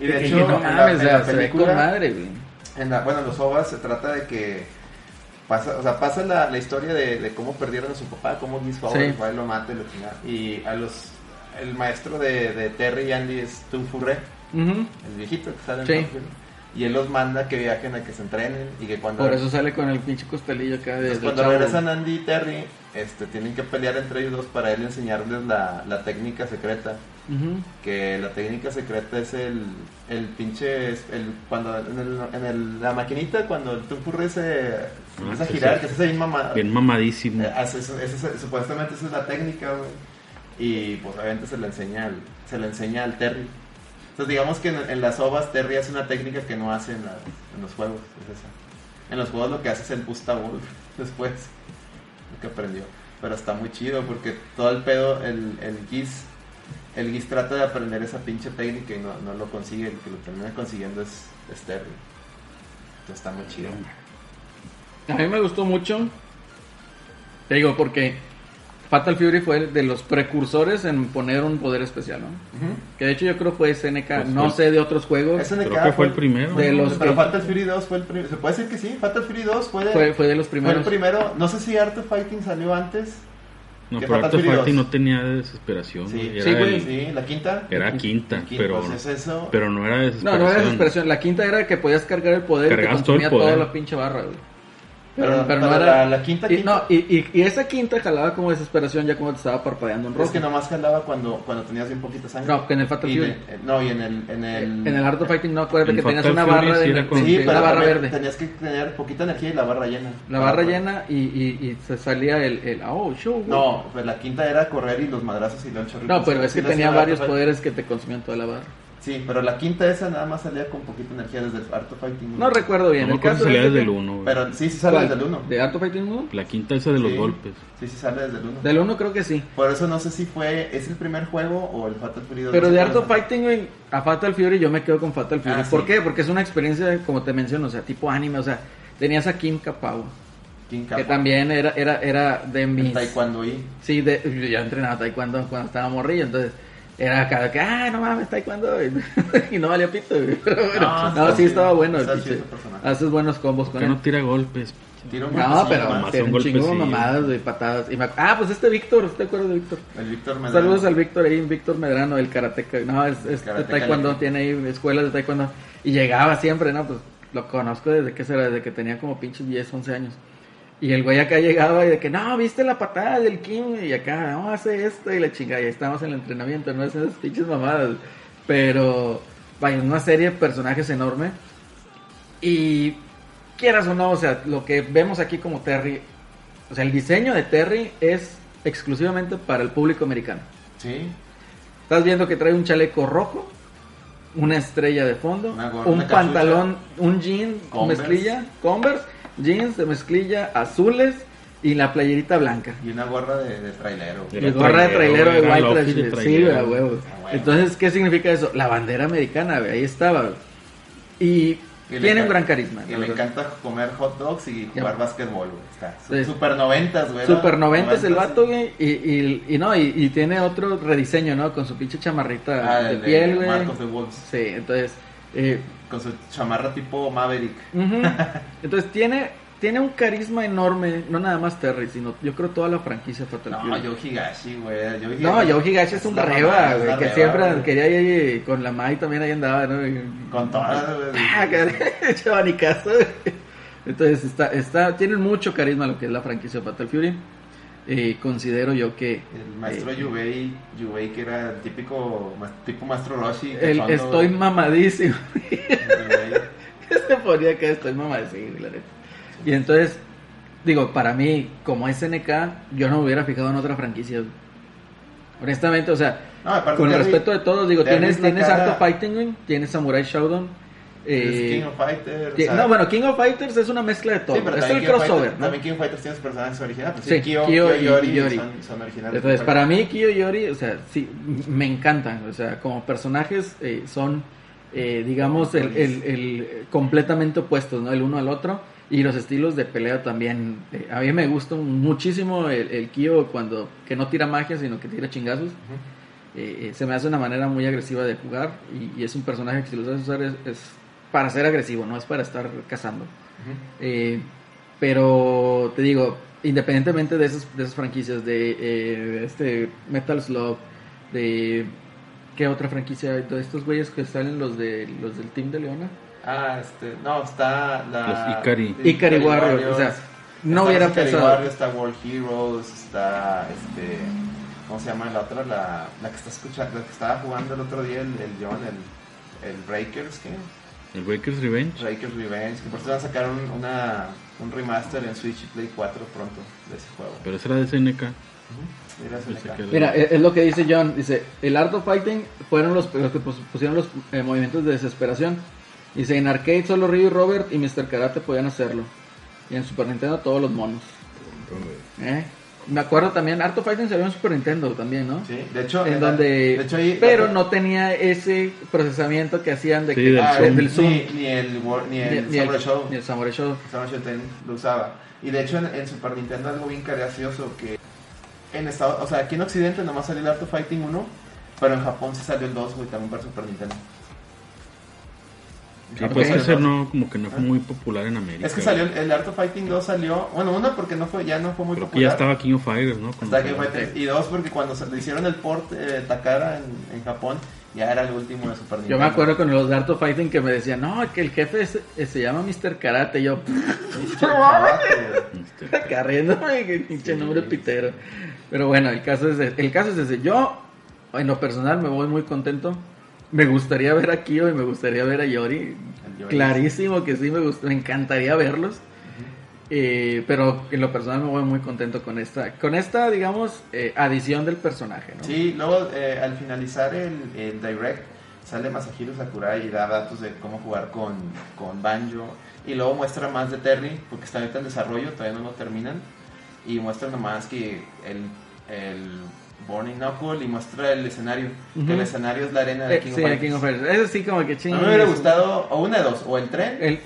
Speaker 2: Y de
Speaker 1: dije,
Speaker 2: hecho,
Speaker 1: no
Speaker 2: en la-
Speaker 1: mames,
Speaker 2: en la
Speaker 1: o sea, se ve con
Speaker 2: película-
Speaker 1: madre, güey.
Speaker 2: En la, bueno, en los OVAs se trata de que pasa, o sea, pasa la, la historia de, de cómo perdieron a su papá, cómo Miss Howard
Speaker 1: Sí.
Speaker 2: fue, lo mata y lo chingada. Y a los el maestro de, de Terry y Andy es Tim Furre,
Speaker 1: Ujú.
Speaker 2: el viejito que sale en
Speaker 1: Sí.
Speaker 2: Top Gun. Y él los manda que viajen a que se entrenen y que cuando,
Speaker 1: Por eso sale con el pinche costelillo acá de...
Speaker 2: entonces,
Speaker 1: del
Speaker 2: Pues cuando
Speaker 1: chavo.
Speaker 2: regresan Andy y Terry, este tienen que pelear entre ellos dos para él enseñarles la, la técnica secreta.
Speaker 1: Ujú.
Speaker 2: Que la técnica secreta es el, el pinche. es El, cuando en, el- en el- la maquinita, cuando el Tumpurre se se
Speaker 3: Ah,
Speaker 2: empieza a
Speaker 3: sí,
Speaker 2: girar,
Speaker 3: sí.
Speaker 2: que se hace bien mamada.
Speaker 3: Bien mamadísimo.
Speaker 2: Eh, hace eso- eso es- supuestamente esa es la técnica, güey. Y pues obviamente se la enseña al, se la enseña al Terry. Entonces, digamos que en, en las ovas Terry hace una técnica que no hace en, la- en los juegos. es esa. En los juegos lo que hace es el busta ball después. Lo que aprendió. Pero está muy chido porque todo el pedo, el, el Giz. El Giz trata de aprender esa pinche técnica y no, no lo consigue. El que lo termina consiguiendo es, es Terry. Entonces está muy chido.
Speaker 1: A mí me gustó mucho. Te digo, porque Fatal Fury fue de los precursores en poner un poder especial, ¿no?
Speaker 2: Ujú.
Speaker 1: Que de hecho yo creo fue SNK.
Speaker 3: Pues
Speaker 1: no
Speaker 3: fue-
Speaker 1: sé de otros juegos.
Speaker 2: Ese
Speaker 3: Creo
Speaker 2: NK
Speaker 3: que fue el primero.
Speaker 1: de
Speaker 3: ¿no?
Speaker 1: los-
Speaker 2: Pero
Speaker 1: que-
Speaker 2: Fatal Fury 2 fue el primero. ¿Se puede decir que sí? Fatal Fury 2 fue, de-
Speaker 1: Fue, fue de los
Speaker 2: fue el
Speaker 1: primeros.
Speaker 2: primero. No sé si Art of Fighting salió antes.
Speaker 3: No,
Speaker 2: ¿Qué
Speaker 3: pero
Speaker 2: Fatal Fury
Speaker 3: Artefacti
Speaker 2: 2?
Speaker 3: no tenía desesperación.
Speaker 2: Sí,
Speaker 3: güey.
Speaker 2: sí,
Speaker 3: Era
Speaker 2: güey,
Speaker 3: el-
Speaker 2: sí, la quinta.
Speaker 3: era quinta, pero-
Speaker 2: pues es eso.
Speaker 3: Pero no era
Speaker 1: No,
Speaker 3: desesperación.
Speaker 1: no era desesperación. La quinta era que podías cargar el poder y te
Speaker 3: Cargabas todo el
Speaker 1: consumía toda
Speaker 3: poder.
Speaker 1: la pinche barra, güey. Pero,
Speaker 2: Pero-
Speaker 1: pero no
Speaker 2: pero
Speaker 1: era.
Speaker 2: la- la quinta,
Speaker 1: y,
Speaker 2: quinta.
Speaker 1: No, y, y, y esa quinta jalaba como desesperación ya cuando te estaba parpadeando en rojo.
Speaker 2: Es que nomás jalaba cuando, cuando tenías bien poquita sangre.
Speaker 1: No, que en el Fatal
Speaker 2: Y
Speaker 1: Fury.
Speaker 2: de- eh, no, y en el. En el,
Speaker 1: En el Art of Fighting no acuérdate
Speaker 3: En
Speaker 1: que tenías
Speaker 3: Fatal
Speaker 1: una
Speaker 3: Fury
Speaker 1: barra
Speaker 3: sí
Speaker 1: de
Speaker 3: era con-
Speaker 1: sí,
Speaker 2: Sí, pero
Speaker 1: una barra
Speaker 2: también
Speaker 1: verde.
Speaker 2: Tenías que tener poquita energía y la barra llena.
Speaker 1: La barra
Speaker 2: Ah, pues.
Speaker 1: llena y, y, y se salía el, el oh show.
Speaker 2: No, pues la quinta era correr y los madrazos y los chorritos.
Speaker 1: No, pero es
Speaker 2: Sí,
Speaker 1: que
Speaker 2: pues, la
Speaker 1: tenía
Speaker 2: hacía
Speaker 1: varios
Speaker 2: Art of
Speaker 1: poderes que te consumían toda la barra.
Speaker 2: Fight- Sí, pero la quinta esa nada más salía con poquita energía desde el Art of Fighting. uno.
Speaker 1: No recuerdo bien.
Speaker 3: No me
Speaker 1: el
Speaker 3: acuerdo si
Speaker 1: caso
Speaker 3: salía
Speaker 1: es de
Speaker 3: desde
Speaker 1: que-
Speaker 3: el 1.
Speaker 2: este Pero sí, sí sale desde el 1.
Speaker 1: ¿De Art of Fighting 1?
Speaker 3: La quinta esa de los
Speaker 2: Sí.
Speaker 3: golpes.
Speaker 2: Sí, sí sale desde el 1.
Speaker 1: Del 1 creo que sí.
Speaker 2: Por eso no sé si fue. ¿Es el primer juego o el Fatal Fury 2?
Speaker 1: Pero
Speaker 2: No sé
Speaker 1: de Art
Speaker 2: cuál
Speaker 1: of
Speaker 2: es.
Speaker 1: Fighting, güey, a Fatal Fury yo me quedo con Fatal Fury.
Speaker 2: Ah,
Speaker 1: ¿Por
Speaker 2: sí.
Speaker 1: qué? Porque es una experiencia, como te menciono, o sea, tipo anime. O sea, tenías a Kim Kapow,
Speaker 2: King
Speaker 1: que
Speaker 2: Kappa,
Speaker 1: también era, era, era de
Speaker 2: el
Speaker 1: mis...
Speaker 2: Taekwondo y.
Speaker 1: Sí, de, yo ya entrenaba taekwondo cuando estaba morrillo, entonces era cada que, ah, no mames, taekwondo, güey. y no valía pito, güey. pero bueno,
Speaker 2: No,
Speaker 1: no,
Speaker 2: está
Speaker 1: sí
Speaker 2: chido,
Speaker 1: estaba bueno, el
Speaker 2: está chido
Speaker 1: pinche.
Speaker 2: ese personaje.
Speaker 1: haces buenos combos con
Speaker 3: Que
Speaker 1: él.
Speaker 3: no tira golpes.
Speaker 2: Tira Pues, un
Speaker 1: No,
Speaker 2: golpecillo,
Speaker 1: pero
Speaker 2: nomás.
Speaker 1: te un
Speaker 3: golpecillo.
Speaker 1: chingo de mamadas, güey, patadas. Y me ac- Ah, pues este Víctor, ¿te acuerdas de Víctor?
Speaker 2: El Víctor me
Speaker 1: Saludos al Víctor ahí, Víctor Medrano, el karateca. No, es, es de
Speaker 2: Karateca
Speaker 1: taekwondo,
Speaker 2: libre.
Speaker 1: tiene ahí escuelas de taekwondo. Y llegaba siempre, ¿no? Pues lo conozco desde que será, desde que tenía como pinches 10, 11 años. Y el güey acá llegaba y de que, no, viste la patada del Kim y acá, no, hace esto y la chingada. Y ahí estamos en el entrenamiento, no hacen esas pinches mamadas. Pero, vaya, una serie de personajes enorme. Y quieras o no, o sea, lo que vemos aquí como Terry, o sea, el diseño de Terry es exclusivamente para el público americano.
Speaker 2: Sí,
Speaker 1: Estás viendo que trae un chaleco rojo, una estrella de fondo,
Speaker 2: Una gorra,
Speaker 1: un
Speaker 2: una
Speaker 1: pantalón, un jean,
Speaker 2: Converse.
Speaker 1: mezclilla, Converse, jeans de mezclilla azules y la playerita blanca.
Speaker 2: y una gorra de, de trailero.
Speaker 3: De-
Speaker 1: Y
Speaker 3: Era
Speaker 1: gorra de trailero
Speaker 3: trailero,
Speaker 1: de
Speaker 3: era
Speaker 1: white
Speaker 3: lofi
Speaker 1: trash.
Speaker 3: de
Speaker 1: güey. Sí,
Speaker 3: trailero.
Speaker 1: güey, a huevo.
Speaker 2: Ah, bueno.
Speaker 1: Entonces, ¿qué significa eso? La bandera americana, güey, ahí estaba. güey. Y,
Speaker 2: Y le
Speaker 1: tiene un
Speaker 2: encanta-
Speaker 1: gran carisma.
Speaker 2: Y
Speaker 1: la
Speaker 2: le
Speaker 1: verdad.
Speaker 2: encanta comer hot dogs y
Speaker 1: Ya.
Speaker 2: jugar básquetbol, güey. Está su-
Speaker 1: Sí.
Speaker 2: super noventas, güey. ¿no?
Speaker 1: Super 90 es el
Speaker 2: Noventas,
Speaker 1: vato,
Speaker 2: sí.
Speaker 1: güey. Y, y, y no, y, y tiene otro rediseño, ¿no? Con su pinche chamarrita
Speaker 2: Ah,
Speaker 1: de
Speaker 2: el
Speaker 1: piel, güey.
Speaker 2: Marcos de Wolves.
Speaker 1: Sí, entonces. eh,
Speaker 2: Con su chamarra tipo Maverick.
Speaker 1: ujú. entonces tiene, tiene un carisma enorme, no nada más Terry, sino yo creo toda la franquicia Fatal
Speaker 2: No,
Speaker 1: Fury.
Speaker 2: yo Higashi, güey. Yo
Speaker 1: No, Yo Higashi es un
Speaker 2: la
Speaker 1: reba,
Speaker 2: mamá, es
Speaker 1: güey,
Speaker 2: la
Speaker 1: que
Speaker 2: reba,
Speaker 1: siempre
Speaker 2: güey.
Speaker 1: quería ir y con la Mai también ahí andaba, ¿no? Y-
Speaker 2: Con todas, güey.
Speaker 1: Ah, que- chabanicazo. Entonces está, está, tienen mucho carisma lo que es la franquicia Fatal Fury. Y considero yo que
Speaker 2: El maestro
Speaker 1: eh,
Speaker 2: Yubei, Yubei que era el típico, ma- tipo maestro Roshi.
Speaker 1: El
Speaker 2: cachondo,
Speaker 1: estoy
Speaker 2: güey.
Speaker 1: mamadísimo.
Speaker 2: Yubei.
Speaker 1: Se ponía acá, estoy mamadísimo, la neta. Y entonces, digo, para mí, como SNK, yo no me hubiera fijado en otra franquicia. güey. Honestamente, o sea,
Speaker 2: No, aparte
Speaker 1: con el
Speaker 2: Terry-
Speaker 1: respeto de todos, digo,
Speaker 2: Terry
Speaker 1: tienes,
Speaker 2: es la
Speaker 1: tienes
Speaker 2: cara-
Speaker 1: Art of Fighting, güey, tienes Samurai Shodown.
Speaker 2: es
Speaker 1: eh,
Speaker 2: King of Fighters. o
Speaker 1: ti-
Speaker 2: sea,
Speaker 1: no, bueno, King of Fighters es una mezcla de todo.
Speaker 2: Sí, pero
Speaker 1: es
Speaker 2: también
Speaker 1: el
Speaker 2: King of
Speaker 1: crossover,
Speaker 2: Fighters-
Speaker 1: ¿no?
Speaker 2: También King of Fighters tiene sus personajes originales. pues,
Speaker 1: Sí,
Speaker 2: sí,
Speaker 1: Kyo
Speaker 2: Kyo, Kyo
Speaker 1: y
Speaker 2: y Yori,
Speaker 1: Yori.
Speaker 2: Son, son originales. de
Speaker 1: Entonces,
Speaker 2: Fighter.
Speaker 1: para mí, Kiyo y Ori, o sea, sí, m- me encantan. O sea, como personajes eh, son, eh, digamos, el, el- el- completamente opuestos, ¿no? El uno al otro. Y los estilos de pelea también. Eh, a mí me gusta muchísimo el, el Kiyo cuando, que no tira magia, sino que tira chingazos. Eh, eh, se me hace una manera muy agresiva de jugar. Y, y es un personaje que si lo sabes usar es, es para ser agresivo, no es para estar cazando.
Speaker 2: Ujú.
Speaker 1: Eh, pero te digo, independientemente de esas, de esas franquicias, de eh, este Metal Slug, de qué otra franquicia, hay? de estos güeyes que salen los de los del Team de Leona,
Speaker 2: Ah, este, no, está la...
Speaker 3: Los Ikari.
Speaker 1: Ikari Warrior, o sea, no
Speaker 2: está
Speaker 1: hubiera
Speaker 2: los Ikari
Speaker 1: pensado.
Speaker 2: Warrior, está World Heroes, está este... ¿Cómo se llama la otra? La, la que está escuchando, la que estaba jugando el otro día el, el John, el, el Breakers, ¿qué?
Speaker 3: El Breaker's Revenge.
Speaker 2: Breakers Revenge, que por eso van a sacar un, una, un remaster en Switch y Play 4 pronto de ese juego.
Speaker 3: Pero esa era de SNK.
Speaker 2: Mira, se me
Speaker 3: Pensé
Speaker 2: cae.
Speaker 3: que era-
Speaker 1: Mira, es es lo que dice John. Dice, el Art of Fighting fueron los, los que pus- pusieron los eh, movimientos de desesperación. Dice, en arcade solo Ryu y Robert y Mr. Karate podían hacerlo. Y en Super Nintendo todos los monos. ¿Eh? Me acuerdo también, Art of Fighting salió en Super Nintendo también, ¿no?
Speaker 2: Sí, de hecho,
Speaker 1: En
Speaker 2: era-
Speaker 1: donde,
Speaker 2: de hecho, ahí- ah,
Speaker 1: pero no tenía ese procesamiento que hacían de
Speaker 3: Sí,
Speaker 1: que
Speaker 3: del
Speaker 1: ah,
Speaker 3: zoom.
Speaker 1: el del Zoom,
Speaker 2: Ni, ni el, Wor- ni el
Speaker 1: ni- ni
Speaker 2: Samurai Shodown.
Speaker 1: ni el Samurai Shodown.
Speaker 2: Samurai Shodown lo usaba. Y de hecho en, en Super Nintendo algo bien gracioso que en Estados, o sea, aquí en Occidente nomás salió el Art of Fighting 1, pero en Japón sí salió el 2, güey, también para Super Nintendo.
Speaker 3: Sí,
Speaker 1: Ok.
Speaker 3: pues ese no, como que no fue muy popular en América.
Speaker 2: Es que salió el Art of Fighting 2 salió, bueno, una porque no fue ya no fue muy
Speaker 3: Creo que ya
Speaker 2: popular.
Speaker 3: estaba King of Fighters, ¿no? Cuando
Speaker 2: Hasta que
Speaker 3: salió.
Speaker 2: fue tres. Y dos porque cuando se le hicieron el port eh, Takara en, en Japón, ya era el último de Super Nintendo.
Speaker 1: Yo me acuerdo con los de Art of Fighting que me decían, no, que el jefe es- eh, se llama Mr. Karate. Y yo,
Speaker 3: Este,
Speaker 1: carriéndome, que pinche nombre pitero. Pero bueno, el caso es, el caso es ese. Yo, en lo personal, me voy muy contento. Me gustaría ver a Kyo y me gustaría ver a Yori.
Speaker 2: El Yori.
Speaker 1: Clarísimo que sí, me, gust- me encantaría verlos. Eh, pero en lo personal me voy muy contento con esta, con esta digamos, eh, adición del personaje, ¿no?
Speaker 2: Sí, luego eh, al finalizar el, el direct sale Masahiro Sakurai y da datos de cómo jugar con, con Banjo. Y luego muestra más de Terry, porque está ahorita en desarrollo, todavía no lo terminan. Y muestra nomás que el, el Born Knuckle y muestra el escenario. Que el
Speaker 1: Ujú.
Speaker 2: escenario es la arena de
Speaker 1: Eh,
Speaker 2: King,
Speaker 1: sí,
Speaker 2: of
Speaker 1: el King of
Speaker 2: Fighters.
Speaker 1: Fighters. Eso sí, como que
Speaker 2: A
Speaker 1: chingón.
Speaker 2: mí me hubiera gustado, o una de dos, o el tren,
Speaker 1: El-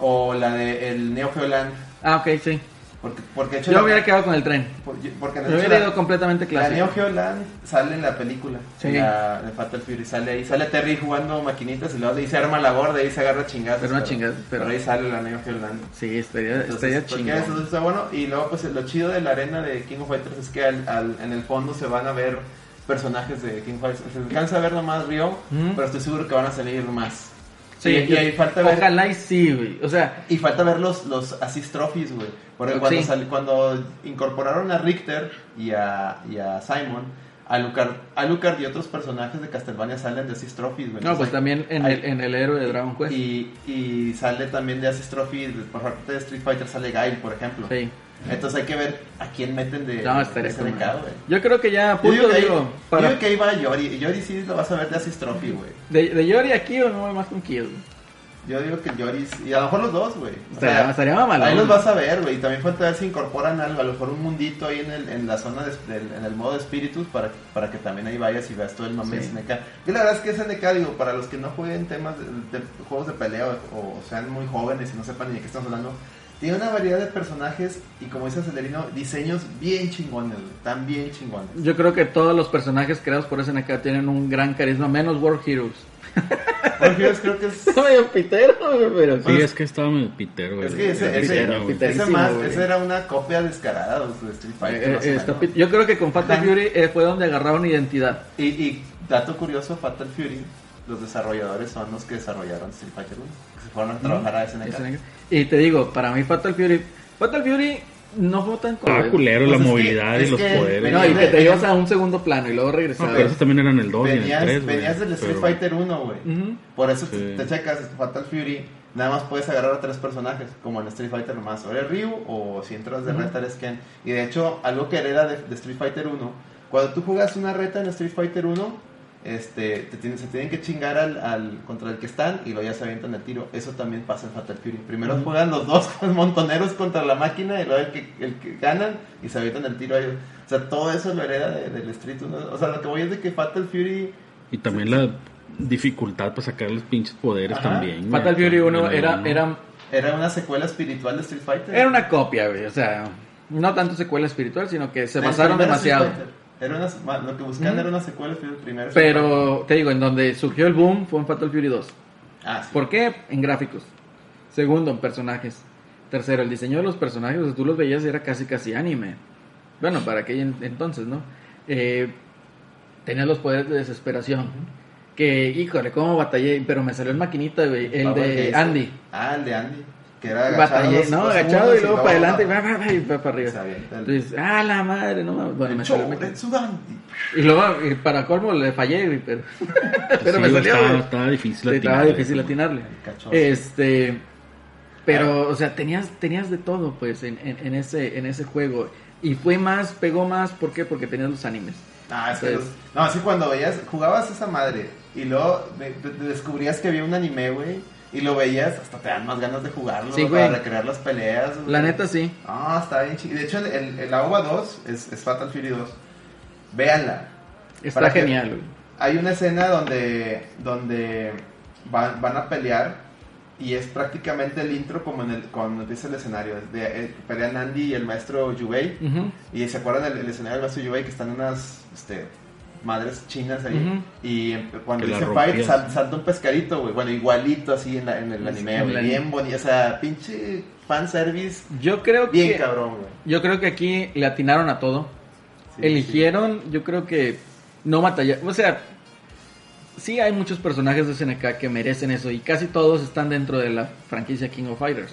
Speaker 2: o la de el Neo Geo Land.
Speaker 1: ah, ok, sí.
Speaker 2: Porque, porque de hecho
Speaker 1: Yo
Speaker 2: la-
Speaker 1: me hubiera quedado con el tren.
Speaker 2: por- porque de
Speaker 1: Yo me
Speaker 2: hecho
Speaker 1: hubiera
Speaker 2: la-
Speaker 1: ido completamente
Speaker 2: la
Speaker 1: clásico.
Speaker 2: Neo Geo Land sale en la película
Speaker 1: Sí.
Speaker 2: en la, de Fatal Fury. Sale ahí, sale Terry jugando maquinitas y luego ahí se arma la gorda y se agarra chingadas.
Speaker 1: Se arma chingazos, pero-
Speaker 2: ahí sale la Neo Geo Land.
Speaker 1: Sí, estaría,
Speaker 2: Entonces,
Speaker 1: estaría
Speaker 2: porque
Speaker 1: chingón.
Speaker 2: eso está bueno. Y luego, pues lo chido de la arena de King of Fighters es que al- al- en el fondo se van a ver personajes de King of Fighters. Se alcanza a ver nomás Ryo,
Speaker 1: Ujú.
Speaker 2: pero estoy seguro que van a salir más.
Speaker 1: Sí,
Speaker 2: y, y ahí falta ver.
Speaker 1: Ojalá y sí, güey. O sea,
Speaker 2: Y falta ver los, los assist trophies, güey. Porque
Speaker 1: Sí.
Speaker 2: cuando, sal- cuando incorporaron a Richter y a, y a Simon, Alucard, Alucard y otros personajes de Castlevania salen de assist trophies, güey.
Speaker 1: no,
Speaker 2: Entonces,
Speaker 1: pues también en
Speaker 2: hay-
Speaker 1: el, en el héroe de Dragon Quest.
Speaker 2: Y, y sale también de assist trophies, por parte de Street Fighter sale Gail, por ejemplo.
Speaker 1: Sí.
Speaker 2: Entonces hay que ver a quién meten de,
Speaker 1: No,
Speaker 2: de
Speaker 1: estaría con
Speaker 2: SNK,
Speaker 1: madre.
Speaker 2: eh, güey.
Speaker 1: Yo creo que ya a
Speaker 2: Yo
Speaker 1: punto
Speaker 2: digo que, ahí-
Speaker 1: digo,
Speaker 2: yo
Speaker 1: para,
Speaker 2: digo que ahí va Yori. Yori sí lo vas a ver de assist trophy, güey.
Speaker 1: de, de Yori a Kyo me voy más con Kyo. güey.
Speaker 2: Yo digo que Yoris, y a lo mejor los dos, güey. O
Speaker 1: Estaría- estaría mamalón.
Speaker 2: Ahí los vas a ver, güey. Y también falta ver si incorporan algo, a lo mejor un mundito ahí en, el, en la zona, de- del- en el modo de espíritus, para, para que también ahí vayas y veas todo el mame de
Speaker 1: Sí.
Speaker 2: SNK. Yo la verdad es que SNK, digo, para los que no jueguen temas de, de juegos de pelea o, o sean muy jóvenes y no sepan ni de qué estamos hablando, tiene una variedad de personajes y, como dice Celerino, diseños bien chingones, güey. Están bien chingones.
Speaker 1: Yo creo que todos los personajes creados por SNK tienen un gran carisma, menos World Heroes.
Speaker 2: Por Heroes creo que es...
Speaker 1: medio pitero, güey, pero
Speaker 3: Sí, es que estaba medio pitero.
Speaker 2: Es
Speaker 3: el-
Speaker 2: que ese,
Speaker 3: el
Speaker 2: ese-
Speaker 3: diseño,
Speaker 1: pitero,
Speaker 3: güey.
Speaker 1: pitero.
Speaker 2: ese más,
Speaker 1: güey.
Speaker 2: ese era una copia descarada de su Street Fighter.
Speaker 1: Eh,
Speaker 2: más o
Speaker 1: eh, está
Speaker 2: menos.
Speaker 1: pit- Yo creo que con Fatal
Speaker 2: Ajá.
Speaker 1: Fury eh, fue donde agarraron identidad.
Speaker 2: Y, y dato curioso, Fatal Fury, los desarrolladores son los que desarrollaron Street Fighter 1, que se fueron a trabajar
Speaker 3: Mm.
Speaker 2: a SNK.
Speaker 1: SNK. Y te digo, para mí Fatal Fury, Fatal Fury no fue tan
Speaker 3: Estaba
Speaker 1: correcto.
Speaker 3: culero
Speaker 2: Pues
Speaker 3: la
Speaker 2: es que-
Speaker 3: movilidad
Speaker 2: es
Speaker 3: y los
Speaker 2: que-
Speaker 3: poderes.
Speaker 1: No, y que te ibas a un segundo plano y luego
Speaker 3: No,
Speaker 1: regresabas.
Speaker 3: pero esos también eran el 2 y el 3.
Speaker 2: Venías, venías del Street Fighter 1, güey.
Speaker 1: Ujú.
Speaker 2: Por eso te-
Speaker 3: Sí.
Speaker 2: te, checas este Fatal Fury, nada más puedes agarrar a tres personajes, como en Street Fighter nomás, o eres Ryu o si entras de reta eres Ken. Y de hecho, algo que hereda de, de Street Fighter 1, cuando tú juegas una reta en Street Fighter 1, este, te tienen, se tienen que chingar al, al- contra el que están y luego ya se avientan el tiro. Eso también pasa en Fatal Fury. Primero
Speaker 1: Ujú.
Speaker 2: juegan los dos montoneros contra la máquina y luego el que, el que ganan y se avientan el tiro a ellos. O sea, todo eso lo hereda de- del Street 1. O sea, lo que voy es de que Fatal Fury...
Speaker 3: Y también la dificultad para sacar los pinches poderes
Speaker 2: Ajá.
Speaker 3: también. güey.
Speaker 1: Fatal Fury 1
Speaker 3: Era
Speaker 1: era,
Speaker 3: uno.
Speaker 1: era,
Speaker 2: Era una secuela espiritual de Street Fighter.
Speaker 1: era una copia, güey. O sea, no tanto secuela espiritual, sino que se
Speaker 2: El
Speaker 1: basaron
Speaker 2: primer
Speaker 1: demasiado.
Speaker 2: Street Fighter. Era una, ma- lo que buscaban
Speaker 1: Ujú.
Speaker 2: era una secuela del primer Street
Speaker 1: Pero te digo, en donde surgió el boom fue en Fatal Fury 2.
Speaker 2: Fighter. Ah, sí.
Speaker 1: ¿Por qué? En gráficos. Segundo, en personajes. Tercero, el diseño de los personajes, o sea, tú los veías y era casi casi anime. Bueno, para aquel en- entonces, ¿no? Eh, tenía los poderes de desesperación. Que, híjole, cómo batallé, pero me salió el maquinita, güey, el
Speaker 2: Power
Speaker 1: de
Speaker 2: Gazer.
Speaker 1: Andy.
Speaker 2: Ah, el de Andy. Que era agachado.
Speaker 1: Batallé,
Speaker 2: los-
Speaker 1: no,
Speaker 2: los
Speaker 1: agachado
Speaker 2: unos
Speaker 1: y luego para adelante, y
Speaker 2: va-
Speaker 1: va, va, va, y va para
Speaker 2: Se
Speaker 1: arriba.
Speaker 2: avienta el-
Speaker 1: Entonces, ah, la madre, no mames. Bueno,
Speaker 2: el
Speaker 1: me
Speaker 2: show
Speaker 1: salió el
Speaker 2: de
Speaker 1: maquinita.
Speaker 2: Sudán.
Speaker 1: Y luego, eh, para colmo, le fallé, güey, pero, pero
Speaker 3: Sí,
Speaker 1: me salió.
Speaker 3: Estaba,
Speaker 1: güey.
Speaker 3: estaba difícil
Speaker 1: Sí, estaba
Speaker 3: atinarle,
Speaker 1: difícil
Speaker 3: güey.
Speaker 1: atinarle.
Speaker 2: Cachoso.
Speaker 1: Este,
Speaker 2: Ah.
Speaker 1: pero, o sea, tenías, tenías de todo, pues, en, en- en ese, en ese juego. Y fue más, pegó más, ¿por qué? Porque tenías los animes.
Speaker 2: Ah, es que
Speaker 1: Entonces-
Speaker 2: los- No, así cuando veías, jugabas esa madre y luego de- de- descubrías que había un anime, güey, y lo veías, hasta te dan más ganas de jugarlo
Speaker 1: Sí,
Speaker 2: para
Speaker 1: güey.
Speaker 2: recrear las peleas. güey.
Speaker 1: La neta, sí.
Speaker 2: Ah, está bien chido. De hecho, el, el, el AOVA 2 es, es Fatal Fury 2. Véanla.
Speaker 1: Está
Speaker 2: Para que-
Speaker 1: genial, güey.
Speaker 2: Hay una escena donde, donde van, van a pelear y es prácticamente el intro como en el, cuando empieza el escenario. Es de- eh, pelean Andy y el maestro Yubei.
Speaker 1: Ujú.
Speaker 2: Y se acuerdan el, el escenario del maestro Yubei que están unas este, madres chinas ahí.
Speaker 1: Ujú.
Speaker 2: Y em- cuando
Speaker 3: Que la
Speaker 2: dice fight,
Speaker 3: rompías.
Speaker 2: sal- salta un pescadito, güey. Bueno, igualito así en, la- en el
Speaker 1: Es
Speaker 2: anime,
Speaker 1: en
Speaker 2: güey.
Speaker 1: el
Speaker 2: Bien
Speaker 1: anime.
Speaker 2: bonito. O sea, pinche fanservice.
Speaker 1: Yo creo
Speaker 2: Bien
Speaker 1: que
Speaker 2: cabrón, güey.
Speaker 1: yo creo que aquí le atinaron a todo.
Speaker 2: Sí,
Speaker 1: Eligieron, yo creo que no batalla, o sea, sí hay muchos personajes de SNK que merecen eso y casi todos están dentro de la franquicia King of Fighters.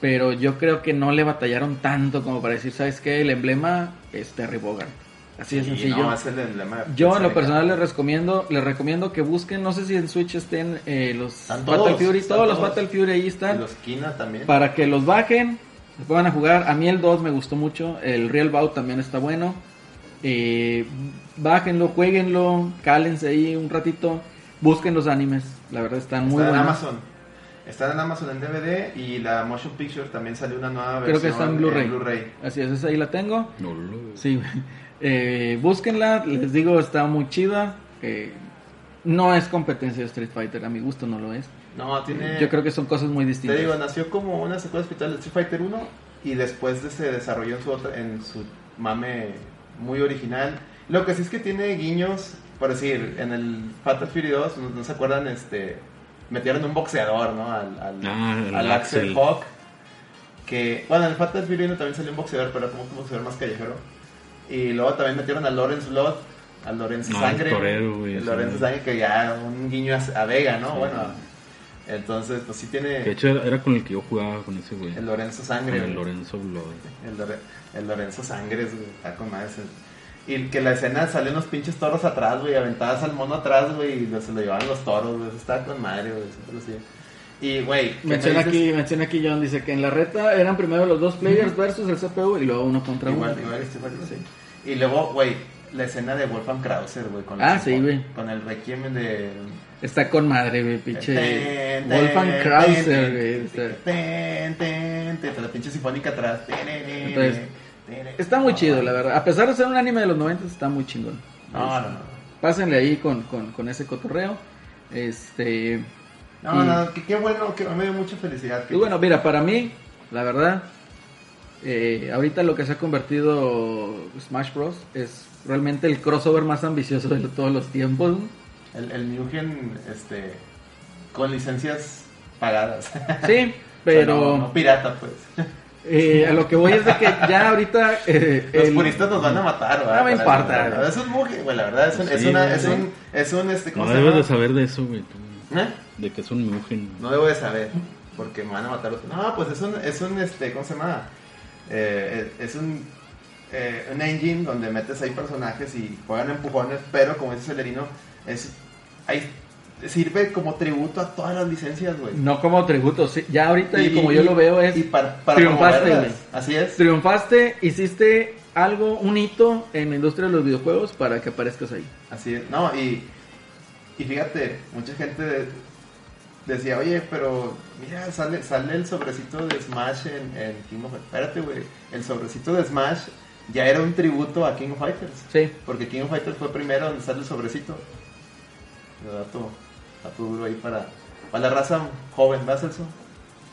Speaker 1: Pero yo creo que no le batallaron tanto como para decir, ¿sabes qué? El emblema es Terry Bogard. Así
Speaker 2: Sí,
Speaker 1: de
Speaker 2: sí,
Speaker 1: sencillo.
Speaker 2: no, es el emblema.
Speaker 1: Yo en lo
Speaker 2: Sí,
Speaker 1: personal les
Speaker 2: cabrón.
Speaker 1: recomiendo, les recomiendo que busquen, no sé si en Switch estén eh, los
Speaker 2: Están
Speaker 1: Battle
Speaker 2: todos,
Speaker 1: Fury,
Speaker 2: están
Speaker 1: todos los
Speaker 2: todos.
Speaker 1: Battle Fury ahí
Speaker 2: Y
Speaker 1: están,
Speaker 2: Los Kina también.
Speaker 1: para que los bajen, se puedan a jugar. A mí el 2 me gustó mucho, el Real Bout también está bueno. Eh, bájenlo, jueguenlo, cálense ahí un ratito, busquen los animes, la verdad están muy
Speaker 2: Está en
Speaker 1: buenos.
Speaker 2: Amazon. Está en Amazon en DVD y la Motion Picture también salió una nueva
Speaker 1: Creo
Speaker 2: versión.
Speaker 1: que está en Blu-ray.
Speaker 2: Blu-ray.
Speaker 1: Así es, esa ahí la tengo.
Speaker 3: No lo-
Speaker 1: Sí, güey. eh, búsquenla, les digo, está muy chida. eh, no es competencia de Street Fighter, a mi gusto no lo es.
Speaker 2: No, tiene.
Speaker 1: Yo creo que son cosas muy
Speaker 2: Te
Speaker 1: distintas.
Speaker 2: digo, nació como una secuela hospital de Street Fighter 1 y después de- se desarrolló en su, otra- en su mame muy original. Lo que sí es que tiene guiños, por decir, en el Fatal Fury 2, ¿no, no se acuerdan? este Metieron un boxeador, ¿no? Al, al,
Speaker 3: Ah, el
Speaker 2: al Axel
Speaker 3: Axel.
Speaker 2: Hawk. Que, bueno, en el Fatal Fury 1 también salió un boxeador, pero como un boxeador más callejero. Y luego también metieron a Lawrence Lott, a Lorenzo
Speaker 3: No, el
Speaker 2: Sangre.
Speaker 3: torero, güey,
Speaker 2: el
Speaker 3: sí.
Speaker 2: Lorenzo Sangre, que ya un guiño a, a Vega, ¿no? Bueno, entonces, pues sí tiene.
Speaker 3: De hecho, era con el que yo jugaba con ese güey.
Speaker 2: El Lorenzo
Speaker 3: Con
Speaker 2: Sangre.
Speaker 3: el
Speaker 2: güey.
Speaker 3: Lorenzo Blood.
Speaker 2: El, Lore- el Lorenzo Sangre, güey, está con madre. Y que la escena salen los pinches toros atrás, güey, aventadas al mono atrás, güey, y lo- se lo llevaban los toros, güey. Eso está con madre, güey. siempre lo hacía. Y, güey, ¿qué me
Speaker 1: Menciona
Speaker 2: dices?
Speaker 1: aquí, menciona aquí John, dice que en la reta eran primero los dos players versus el CPU y luego uno contra
Speaker 2: Igual,
Speaker 1: uno.
Speaker 2: igual, este, igual, sí. Y luego, güey, la escena de Wolfgang Krauser, güey, con,
Speaker 1: Ah,
Speaker 2: el-
Speaker 1: sí, güey.
Speaker 2: con el requiem de.
Speaker 1: Está con madre, güey, pinche.
Speaker 2: Ten, ten,
Speaker 1: Wolfgang
Speaker 2: ten,
Speaker 1: Krauser,
Speaker 2: ten,
Speaker 1: güey. este.
Speaker 2: ten,
Speaker 1: Está,
Speaker 2: ten, ten, ten, La pinche sinfónica atrás.
Speaker 1: Entonces, está muy chido, la verdad. A pesar de ser un anime de los 90, está muy chingón.
Speaker 2: No, no, no.
Speaker 1: Pásenle ahí con, con, con ese cotorreo. Este.
Speaker 2: No,
Speaker 1: Y-
Speaker 2: no, que qué bueno, que me dio mucha felicidad. Que
Speaker 1: Y bueno, mira, para mí, la verdad, eh, ahorita lo que se ha convertido Smash Bros. es realmente el crossover más ambicioso de todos los tiempos. ¿no?
Speaker 2: el, el New Gen, este, con licencias pagadas.
Speaker 1: Sí,
Speaker 2: O sea, no,
Speaker 1: pero
Speaker 2: no pirata, pues.
Speaker 1: eh, a lo que voy es de que ya ahorita... eh,
Speaker 2: Los
Speaker 1: el-
Speaker 2: puristas nos van a matar, ¿verdad?
Speaker 1: No me
Speaker 2: Para-
Speaker 1: importa.
Speaker 2: para- Es un mugre, güey, la verdad, es un,
Speaker 3: Sí,
Speaker 2: es una,
Speaker 3: sí.
Speaker 2: es un, es un, este, ¿cómo
Speaker 3: No
Speaker 2: se
Speaker 3: debes de
Speaker 2: llama?
Speaker 3: saber de eso, güey. tú.
Speaker 2: ¿Eh?
Speaker 3: De que es un mugen.
Speaker 2: No debo de saber, porque me van a matar. los- No, pues es un, es un, este, ¿cómo se llama? Eh, es es un, eh, un engine donde metes ahí personajes y juegan empujones, pero como dice Celerino, es, ahí sirve como tributo a todas las licencias, güey.
Speaker 1: No como tributo, sí, ya ahorita y, como yo lo veo es...
Speaker 2: y para, para
Speaker 1: triunfaste,
Speaker 2: promoverlas.
Speaker 1: güey.
Speaker 2: Así es.
Speaker 1: Triunfaste, hiciste algo, un hito en la industria de los videojuegos para que aparezcas ahí.
Speaker 2: Así es. No, y, y fíjate, mucha gente de- decía, oye, pero mira, sale, sale el sobrecito de Smash en, en King of Fighters. Espérate, güey. El sobrecito de Smash ya era un tributo a King of Fighters.
Speaker 1: Sí.
Speaker 2: Porque King of Fighters fue primero donde sale el sobrecito. Dato, dato duro ahí para, para la raza joven, ¿vas, Celso?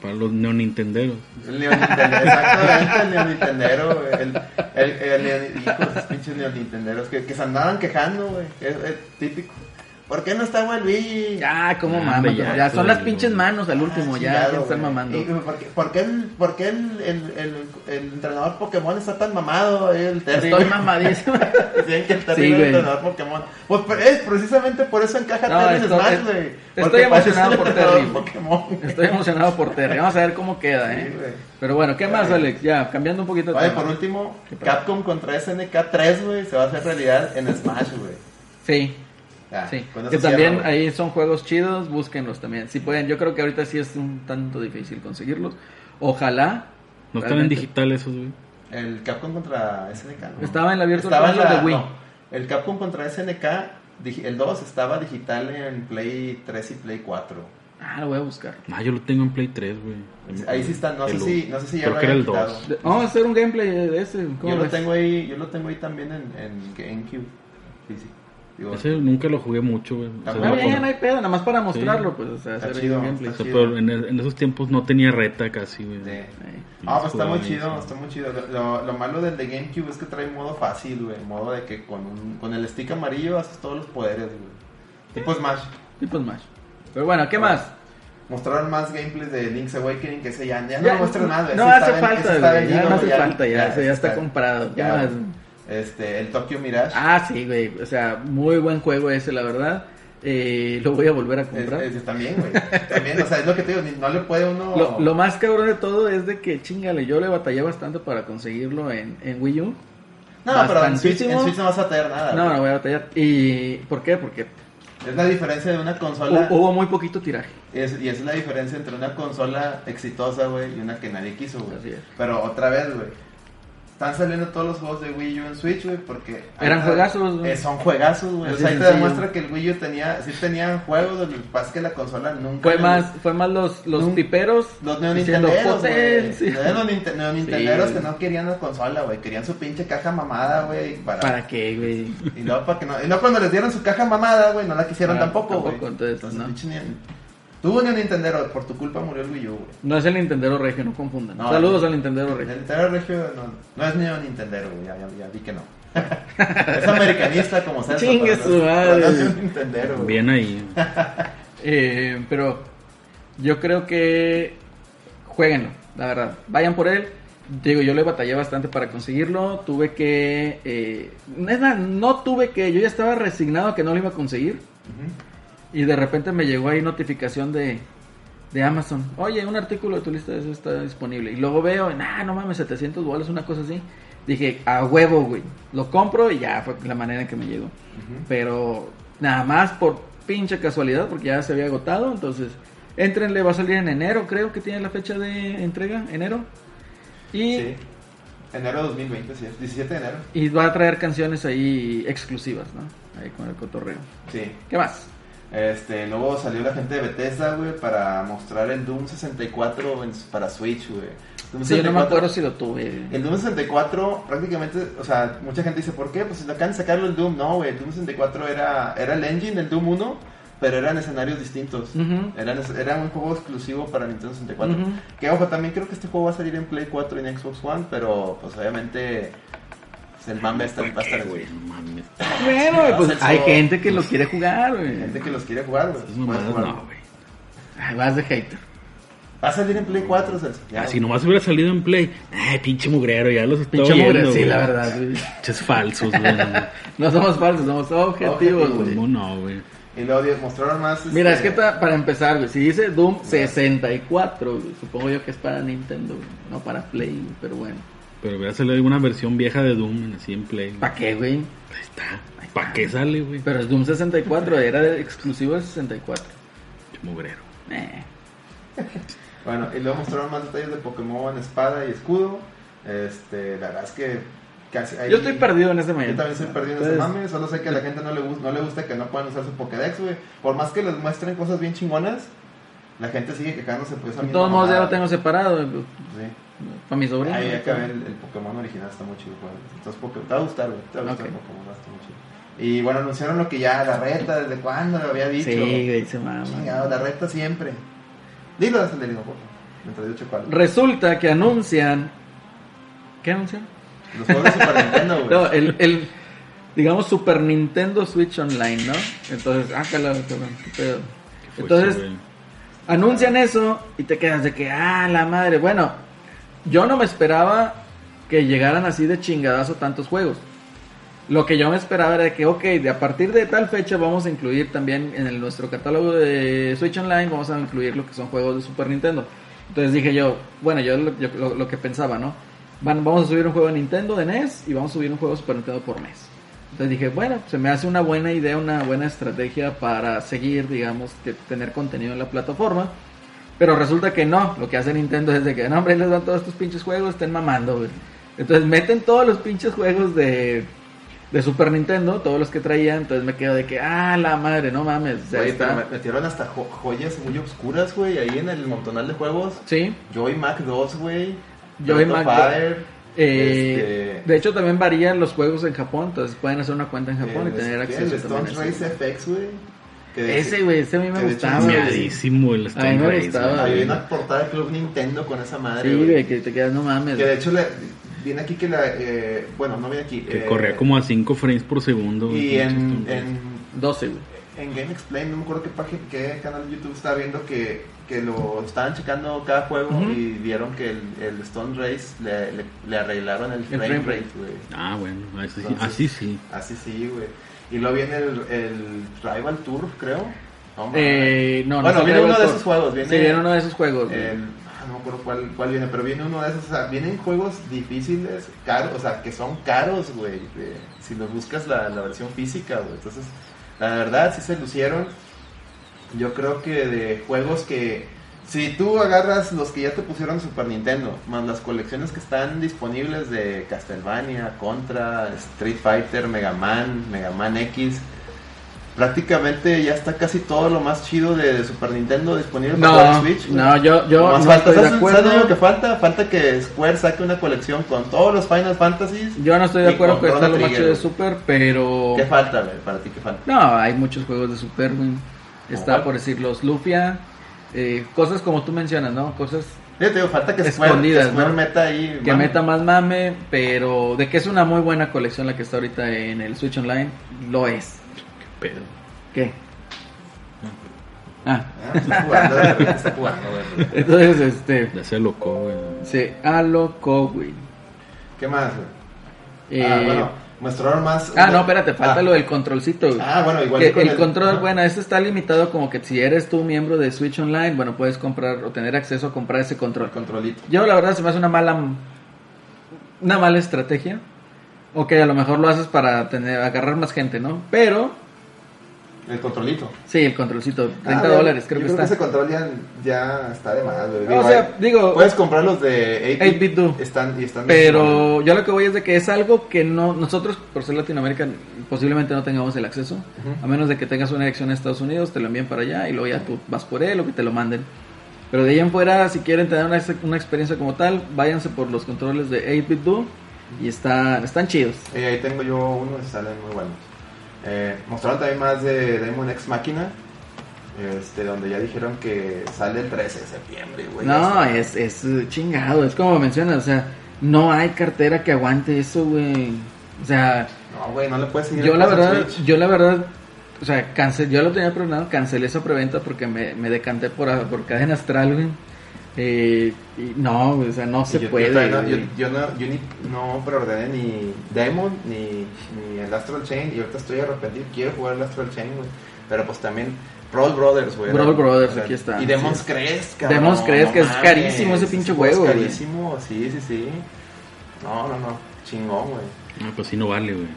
Speaker 3: Para los neonintenderos.
Speaker 2: El neonintendero, exactamente, el neonintendero, güey, el, el, el, neon- hijo, esos pinches neonintenderos que, que se andaban quejando, güey, es, es típico. ¿Por qué no está güey, Luigi?
Speaker 1: Ya, como
Speaker 3: Ah,
Speaker 1: maman,
Speaker 3: hombre,
Speaker 1: ya,
Speaker 3: ya,
Speaker 1: son
Speaker 3: todo
Speaker 1: las
Speaker 3: el-
Speaker 1: pinches manos al último, ya,
Speaker 2: Ah, Chingado,
Speaker 1: ya están
Speaker 2: güey.
Speaker 1: mamando.
Speaker 2: Y, ¿Por qué, por qué el, por qué el, el, el, el entrenador Pokémon está tan mamado? eh, El Terry,
Speaker 1: Estoy
Speaker 2: güey?
Speaker 1: mamadísimo.
Speaker 2: Decían que el
Speaker 1: Sí,
Speaker 2: Terry era el
Speaker 1: güey.
Speaker 2: entrenador Pokémon. Pues pero es precisamente por eso encaja
Speaker 1: No,
Speaker 2: Terry en
Speaker 1: estoy-
Speaker 2: Smash,
Speaker 1: es-
Speaker 2: güey.
Speaker 1: estoy
Speaker 2: porque parece
Speaker 1: emocionado
Speaker 2: el
Speaker 1: por
Speaker 2: entrenador
Speaker 1: Terry.
Speaker 2: Pokémon, güey.
Speaker 1: Estoy emocionado por Terry. Vamos a ver cómo queda,
Speaker 2: Sí,
Speaker 1: ¿eh?
Speaker 2: güey.
Speaker 1: Pero bueno, ¿qué más,
Speaker 2: Está bien.
Speaker 1: Alex? Ya, cambiando un poquito de
Speaker 2: Oye,
Speaker 1: tema.
Speaker 2: por último,
Speaker 1: ¿Qué pasa?
Speaker 2: Capcom contra SNK 3, güey, se va a hacer realidad en Smash, güey.
Speaker 1: Sí,
Speaker 2: Ya,
Speaker 1: sí.
Speaker 2: con eso
Speaker 1: Que
Speaker 2: cierro,
Speaker 1: también
Speaker 2: güey.
Speaker 1: ahí son juegos chidos, búsquenlos también. Si pueden, yo creo que ahorita sí es un tanto difícil conseguirlos. Ojalá.
Speaker 3: No están en
Speaker 1: realmente.
Speaker 3: digital esos, güey.
Speaker 2: El Capcom contra SNK, ¿no?
Speaker 1: Estaba en la Virtual
Speaker 2: Estaba en
Speaker 1: Console
Speaker 2: la-
Speaker 1: de Wii.
Speaker 2: no, el Capcom contra SNK, digi- el 2 estaba digital en Play 3 y Play 4.
Speaker 1: Ah, lo voy a buscar.
Speaker 3: Ah, yo lo tengo en Play 3, güey.
Speaker 2: Ahí sí está, no sé
Speaker 3: El-
Speaker 2: si, no sé si ya
Speaker 3: Creo
Speaker 2: lo
Speaker 3: que era
Speaker 2: hayan
Speaker 3: el
Speaker 2: quitado.
Speaker 3: 2.
Speaker 1: De- Vamos a hacer un gameplay de ese. ¿cómo
Speaker 2: Yo lo
Speaker 1: ves?
Speaker 2: tengo ahí, yo lo tengo ahí también en, en GameCube. Sí, sí. Digo,
Speaker 3: Ese nunca lo jugué mucho, güey. O sea,
Speaker 2: Está
Speaker 1: Está
Speaker 3: me
Speaker 1: bien,
Speaker 3: acuerdo-
Speaker 1: Ah, no hay pedo, nada más para mostrarlo, pues, o sea,
Speaker 2: Está
Speaker 1: hacer ahí
Speaker 2: chido,
Speaker 1: un gameplay.
Speaker 2: está
Speaker 3: o sea, pero en, e, en esos tiempos no tenía reta casi, güey.
Speaker 2: de-
Speaker 1: Sí.
Speaker 2: Ah, pues está muy
Speaker 3: Jugaba
Speaker 2: chido,
Speaker 3: eso.
Speaker 2: está muy chido. Lo, lo- lo malo del de GameCube es que trae modo fácil, güey. Modo de que con, un- con el stick amarillo haces todos los poderes, güey. pues Tipo Smash.
Speaker 1: Tipo Smash. Pero bueno, ¿qué más?
Speaker 2: Mostraron más gameplays de Link's Awakening, que ese ya, ya no
Speaker 1: Ya,
Speaker 2: lo muestran nada.
Speaker 1: No
Speaker 2: ese
Speaker 1: hace
Speaker 2: está ven- ese
Speaker 1: falta,
Speaker 2: está
Speaker 1: güey. Ya
Speaker 2: vendido,
Speaker 1: no hace
Speaker 2: ya-
Speaker 1: falta, ya, ese ya
Speaker 2: ese
Speaker 1: está comprado. ¿Qué
Speaker 2: ya.
Speaker 1: más?
Speaker 2: Este, el Tokyo Mirage.
Speaker 1: Ah, sí, güey. O sea, muy buen juego ese, la verdad. Eh, lo voy a volver a
Speaker 2: Es-
Speaker 1: comprar.
Speaker 2: es- también, güey. También, o sea, es lo que te digo, ni- no le puede uno...
Speaker 1: Lo, lo más cabrón de todo es de que, chingale, yo le batallé bastante para conseguirlo en, en Wii U.
Speaker 2: no, pero en Switch, en
Speaker 1: bastantísimo.
Speaker 2: Switch no vas a tener nada.
Speaker 1: No,
Speaker 2: güey.
Speaker 1: no voy a batallar. ¿Y por qué? Porque
Speaker 2: Es la diferencia de una consola...
Speaker 1: hu- hubo muy poquito tiraje.
Speaker 2: Y es, y esa es la diferencia entre una consola exitosa, güey, y una que nadie quiso, güey.
Speaker 1: Así es.
Speaker 2: Pero otra vez, güey. Están saliendo todos los juegos de Wii U en Switch, güey, porque...
Speaker 1: Eran
Speaker 2: ahí-
Speaker 1: juegazos, güey.
Speaker 2: Eh, son juegazos, güey. O
Speaker 1: Así
Speaker 2: sea, ahí te
Speaker 1: sencillo.
Speaker 2: demuestra que el Wii U tenía... Sí tenía juegos, lo que pasa es que la consola nunca...
Speaker 1: Fue
Speaker 2: le
Speaker 1: más, fue más los, los
Speaker 2: Nun-
Speaker 1: piperos
Speaker 2: Los neo
Speaker 1: diciendo,
Speaker 2: Nintenderos, güey.
Speaker 1: "Potencia".
Speaker 2: Los ninte- neonintenderos
Speaker 1: Sí,
Speaker 2: que
Speaker 1: güey.
Speaker 2: no querían la consola, güey. Querían su pinche caja mamada, güey. Para,
Speaker 1: ¿Para qué, güey?
Speaker 2: Y luego para que no. Y luego cuando les dieron su caja mamada, güey, no la quisieron
Speaker 1: Ah,
Speaker 2: tampoco, güey.
Speaker 1: tampoco, entonces, no.
Speaker 2: pinche ni- Tuvo ni un Nintendero, por tu culpa murió el Wii U, güey.
Speaker 1: No es el Nintendero Regio, no confundan.
Speaker 2: No,
Speaker 1: Saludos
Speaker 2: no.
Speaker 1: al Nintendero
Speaker 2: El
Speaker 1: Regio.
Speaker 2: Nintendero Regio no, no es ni un Nintendero, güey. Ya, ya, ya vi que no. es americanista como sea.
Speaker 1: Chingue
Speaker 2: pero no es-
Speaker 1: su madre.
Speaker 2: pero No es un Nintendero, güey.
Speaker 3: Bien ahí.
Speaker 1: Eh, pero yo creo que jueguenlo, la verdad. Vayan por él. Digo, yo le batallé bastante para conseguirlo. Tuve que. Eh, es más, no tuve que. Yo ya estaba resignado a que no lo iba a conseguir.
Speaker 2: Ujú.
Speaker 1: Y de repente me llegó ahí notificación de, de Amazon. Oye, un artículo de tu lista de eso está disponible. Y luego veo, nah, no mames, 700 bolas, una cosa así. Dije, a huevo, güey. Lo compro y ya fue la manera en que me llegó. Pero nada más por pinche casualidad, porque ya se había agotado. Entonces, entrenle, va a salir en enero, creo que tiene la fecha de entrega, enero. Y,
Speaker 2: Sí. Enero de 2020, sí. es 17 de enero.
Speaker 1: y va a traer canciones ahí exclusivas, ¿no? Ahí con el cotorreo.
Speaker 2: Sí.
Speaker 1: ¿Qué más?
Speaker 2: Este, luego salió la gente de Bethesda, güey, para mostrar el Doom 64 en- para Switch, güey. Doom
Speaker 1: Sí, yo no me
Speaker 2: 64
Speaker 1: acuerdo si lo tuve.
Speaker 2: Pues El Doom 64 prácticamente, o sea, mucha gente dice, ¿por qué? Pues acaban de sacarlo el Doom, no, güey, el Doom 64 era, era el engine del Doom 1, pero eran escenarios distintos.
Speaker 1: Ujú.
Speaker 2: Eran, era un juego exclusivo para Nintendo 64.
Speaker 1: Ujú.
Speaker 2: Que ojo, también creo que este juego va a salir en Play 4 y en Xbox One, pero pues obviamente pues, el mame está, va a estar
Speaker 3: Eh,
Speaker 2: en
Speaker 3: güey,
Speaker 2: Switch.
Speaker 3: no mames.
Speaker 1: Bueno,
Speaker 2: Sí,
Speaker 1: pues
Speaker 2: Celso.
Speaker 1: hay gente que lo quiere jugar,
Speaker 2: Hay
Speaker 1: güey.
Speaker 2: Gente que los quiere jugar, güey.
Speaker 3: Esas
Speaker 2: puedes
Speaker 3: mamadas
Speaker 2: jugarlo.
Speaker 3: no, güey.
Speaker 1: Ay, vas de hater.
Speaker 2: Va a salir en Play 4, Celso. Ya,
Speaker 3: Ah, si nomás hubiera salido en Play. Ay, pinche mugrero, ya los estoy
Speaker 1: Pinche
Speaker 3: oyendo,
Speaker 1: mugre, sí,
Speaker 3: güey.
Speaker 1: la verdad, güey.
Speaker 3: Pinches falsos, güey. no,
Speaker 1: No somos falsos, somos objetivos,
Speaker 2: Objetivos,
Speaker 1: güey.
Speaker 3: ¿Cómo no, güey?
Speaker 2: Y luego Dios, mostraron más.
Speaker 1: Mira, es
Speaker 2: este,
Speaker 1: que ta- para empezar, güey, si dice Doom 64, güey, supongo yo que es para Nintendo, güey, no para Play, güey, pero bueno.
Speaker 3: Pero hubiera salido alguna versión vieja de Doom así en Play.
Speaker 1: ¿Para qué, güey?
Speaker 3: Ahí está. ¿Para qué sale, güey?
Speaker 1: Pero es Doom 64, era de- exclusivo del 64.
Speaker 3: Pinche mugrero.
Speaker 1: Eh.
Speaker 2: Bueno, y luego mostraron más detalles de Pokémon Espada y Escudo. Este, la verdad es que casi. ahí-
Speaker 1: Yo estoy perdido en ese
Speaker 2: Yo
Speaker 1: momento.
Speaker 2: también estoy perdido en este ese
Speaker 1: Entonces,
Speaker 2: mame. Solo sé que a la gente no le, gusta, no le gusta que no puedan usar su Pokédex, güey. Por más que les muestren cosas bien chingonas, la gente sigue quejándose pues, por esa
Speaker 1: De
Speaker 2: misma
Speaker 1: todos modos ya lo
Speaker 2: mamada.
Speaker 1: tengo separado, güey,
Speaker 2: Sí.
Speaker 1: para mi sobrino.
Speaker 2: Ahí hay que ver el, el Pokémon original, está muy chido, güey. Entonces, Poké- te va a gustar, güey. Te va a gustar
Speaker 1: Ok.
Speaker 2: Pokémon, está muy chido. Y bueno, anunciaron lo que ya la reta, desde cuándo lo había dicho.
Speaker 1: Sí, güey, se mama.
Speaker 2: Chingado, la reta siempre. Dilo, Celestino, por favor. Mientras yo checo algo.
Speaker 1: Resulta que anuncian. ¿Qué anuncian?
Speaker 2: Los juegos de Super Nintendo, güey.
Speaker 1: No, el, el, digamos, Super Nintendo Switch Online, ¿no? Entonces, ah, claro, cabrón, qué pedo.
Speaker 3: Fue
Speaker 1: Entonces,
Speaker 3: eso, güey.
Speaker 1: anuncian eso y te quedas de que, ah, la madre. Bueno, yo no me esperaba que llegaran así de chingadazo tantos juegos. Lo que yo me esperaba era de que, ok, de a partir de tal fecha vamos a incluir también en el- nuestro catálogo de Switch Online, vamos a incluir lo que son juegos de Super Nintendo. Entonces dije yo, bueno, yo lo, yo lo- lo que pensaba, ¿no? Van- vamos a subir un juego de Nintendo de NES y vamos a subir un juego de Super Nintendo por mes. Entonces dije, bueno, se me hace una buena idea, una buena estrategia para seguir, digamos, que tener contenido en la plataforma. Pero resulta que no, lo que hace Nintendo es de que, no, hombre, ahí les dan todos estos pinches juegos, estén mamando, güey. Entonces meten todos los pinches juegos de, de Super Nintendo, todos los que traían, entonces me quedo de que, ah, la madre, no mames. o sea,
Speaker 2: Güey,
Speaker 1: está-
Speaker 2: pero Pues, me- metieron hasta jo- joyas muy obscuras, güey, ahí en el montonal de juegos.
Speaker 1: Sí,
Speaker 2: Joy Mac 2, güey.
Speaker 1: Joy
Speaker 2: Breath of
Speaker 1: Mac
Speaker 2: Fire,
Speaker 1: Eh,
Speaker 2: Este-
Speaker 1: De hecho, también varían los juegos en Japón, entonces pueden hacer una cuenta en Japón
Speaker 2: El-
Speaker 1: y tener
Speaker 2: ¿qué?
Speaker 1: acceso también
Speaker 2: El Stones
Speaker 1: a
Speaker 2: Race
Speaker 1: ese.
Speaker 2: FX, güey. que de-
Speaker 1: Ese, güey, ese a mí me
Speaker 2: que de hecho
Speaker 1: gustaba.
Speaker 2: me
Speaker 1: güey.
Speaker 3: Meadísimo el
Speaker 1: A mí
Speaker 3: Stone
Speaker 1: me
Speaker 3: Race.
Speaker 1: gustaba.
Speaker 3: güey.
Speaker 2: Había una portada de Club Nintendo con esa madre,
Speaker 1: Sí,
Speaker 2: güey.
Speaker 1: güey, que te quedas, no mames.
Speaker 2: Que de hecho le- viene aquí que la... eh, bueno, no viene aquí.
Speaker 3: Que
Speaker 2: eh,
Speaker 3: corría como a 5 frames por segundo.
Speaker 2: Y
Speaker 3: güey,
Speaker 2: en,
Speaker 3: pinche Stone Race.
Speaker 2: en,
Speaker 1: 12, güey.
Speaker 2: en Game Explain, no me acuerdo qué, página, qué canal de YouTube estaba viendo que, que lo estaban checando cada juego
Speaker 1: Ujú.
Speaker 2: y vieron que el, el Stone Race le, le, le arreglaron el frame,
Speaker 1: frame
Speaker 2: rate,
Speaker 1: rate.
Speaker 2: güey.
Speaker 3: Ah, bueno, así, sí-
Speaker 2: Entonces-
Speaker 3: así sí.
Speaker 2: Así sí, güey. Y luego viene el, el Rival Tour, creo. No, mames.
Speaker 1: Eh, no, no
Speaker 2: Bueno,
Speaker 1: sé,
Speaker 2: viene
Speaker 1: Dragon
Speaker 2: uno de
Speaker 1: Ball.
Speaker 2: esos juegos, viene-
Speaker 1: Sí, viene uno de esos juegos. güey.
Speaker 2: El- ah, no me acuerdo cuál, cuál viene, pero viene uno de esos. O sea, vienen juegos difíciles, caros, o sea, que son caros, güey. de- Si los buscas la, la versión física, güey. Entonces, la verdad, sí se lucieron. Yo creo que de juegos que. Si tú agarras los que ya te pusieron Super Nintendo, más las colecciones que están disponibles de Castlevania, Contra, Street Fighter, Mega Man, Mega Man X, prácticamente ya está casi todo lo más chido de, de Super Nintendo disponible para
Speaker 1: No,
Speaker 2: el Switch. güey.
Speaker 1: no, yo, yo
Speaker 2: Más
Speaker 1: no
Speaker 2: falta,
Speaker 1: estoy de
Speaker 2: ¿sabes, ¿sabes lo que
Speaker 1: acuerdo.
Speaker 2: falta? Falta que Square saque una colección con todos los Final Fantasies.
Speaker 1: Yo no estoy de
Speaker 2: Y
Speaker 1: acuerdo
Speaker 2: con
Speaker 1: con estar
Speaker 2: Chrono
Speaker 1: lo más
Speaker 2: Trigger,
Speaker 1: chido de
Speaker 2: güey.
Speaker 1: Super, pero.
Speaker 2: ¿Qué falta, güey? Para ti, ¿qué falta?
Speaker 1: No, hay muchos juegos de Super, güey. Está
Speaker 2: Ojalá.
Speaker 1: por decir los Lufia, eh, cosas como tú mencionas, ¿no? Cosas
Speaker 2: Yo te digo, falta que Square,
Speaker 1: Escondidas,
Speaker 2: que Square
Speaker 1: ¿no?
Speaker 2: meta ahí.
Speaker 1: que
Speaker 2: mano.
Speaker 1: meta más mame, pero de que es una muy buena colección la que está ahorita en el Switch Online, lo es.
Speaker 3: Qué pedo.
Speaker 1: ¿Qué? Ah,
Speaker 2: Ah, está jugando, de verdad, está jugando, güey.
Speaker 1: entonces este.
Speaker 3: Ya se locó, güey.
Speaker 1: Se alocó, güey.
Speaker 2: ¿Qué más, güey? Ah,
Speaker 1: Eh,
Speaker 2: bueno, mostraron más.
Speaker 1: ah, no, espérate, falta
Speaker 2: Ah.
Speaker 1: lo del controlcito, güey.
Speaker 2: Ah, bueno, igual.
Speaker 1: Que
Speaker 2: que con ah.
Speaker 1: el, control,
Speaker 2: Ajá.
Speaker 1: bueno, este está limitado como que si eres tú miembro de Switch Online, bueno, puedes comprar o tener acceso a comprar ese
Speaker 2: El
Speaker 1: control.
Speaker 2: controlito.
Speaker 1: Yo la verdad se me hace una mala una mala estrategia. Ok, a lo mejor lo haces para tener agarrar más gente, ¿no? Pero
Speaker 2: El controlito.
Speaker 1: sí, el controlcito, 30
Speaker 2: Ah,
Speaker 1: dólares creo
Speaker 2: yo
Speaker 1: que está.
Speaker 2: ese control ya, ya está de más, güey.
Speaker 1: No,
Speaker 2: Digo,
Speaker 1: o sea,
Speaker 2: hay-
Speaker 1: digo,
Speaker 2: Puedes comprar los de
Speaker 1: 8-bit do.
Speaker 2: Están, y están
Speaker 1: pero yo lo que voy es de que es algo que no nosotros por ser Latinoamérica posiblemente no tengamos el acceso,
Speaker 2: Ujú.
Speaker 1: a menos de que tengas una elección en Estados Unidos, te lo envíen para allá y luego ya tú vas por él o que te lo manden. Pero de ahí en fuera, si quieren tener una, ex- una experiencia como tal, váyanse por los controles de 8-bit do y está, están chidos.
Speaker 2: Eh, ahí tengo yo uno que salen muy buenos. Eh, mostraron también más de Demon X Máquina. Este, donde ya dijeron que sale el 13 de septiembre, güey.
Speaker 1: No,
Speaker 2: Ya está.
Speaker 1: es, es eh, chingado, es como mencionas, o sea, no hay cartera que aguante eso, güey. O sea,
Speaker 2: No, güey, no le puedes seguir
Speaker 1: yo
Speaker 2: el
Speaker 1: la
Speaker 2: paso a
Speaker 1: verdad,
Speaker 2: Switch.
Speaker 1: yo la verdad, o sea, cancel, yo lo tenía programado, cancelé esa preventa porque me, me decanté por, a- por cadena astral, güey. Eh, y no, güey, o sea, no se
Speaker 2: yo,
Speaker 1: puede.
Speaker 2: Yo, todavía no, yo,
Speaker 1: güey.
Speaker 2: yo no, yo ni- no preordené ni Demon ni, ni el Astral Chain. Y ahorita estoy arrepentido. Quiero jugar el Astral Chain, güey. Pero pues también Brawl Brothers, güey.
Speaker 1: Brawl
Speaker 2: era-
Speaker 1: Brothers,
Speaker 2: era-
Speaker 1: aquí está,
Speaker 2: Y Demon's
Speaker 1: sí.
Speaker 2: Crest,
Speaker 1: Demon's Crest, que es carísimo ese pinche
Speaker 2: juego,
Speaker 1: juego,
Speaker 2: Es
Speaker 1: güey.
Speaker 2: carísimo, sí, sí, sí. No, no, no. Chingón, güey.
Speaker 3: Ah, pues sí no vale, güey.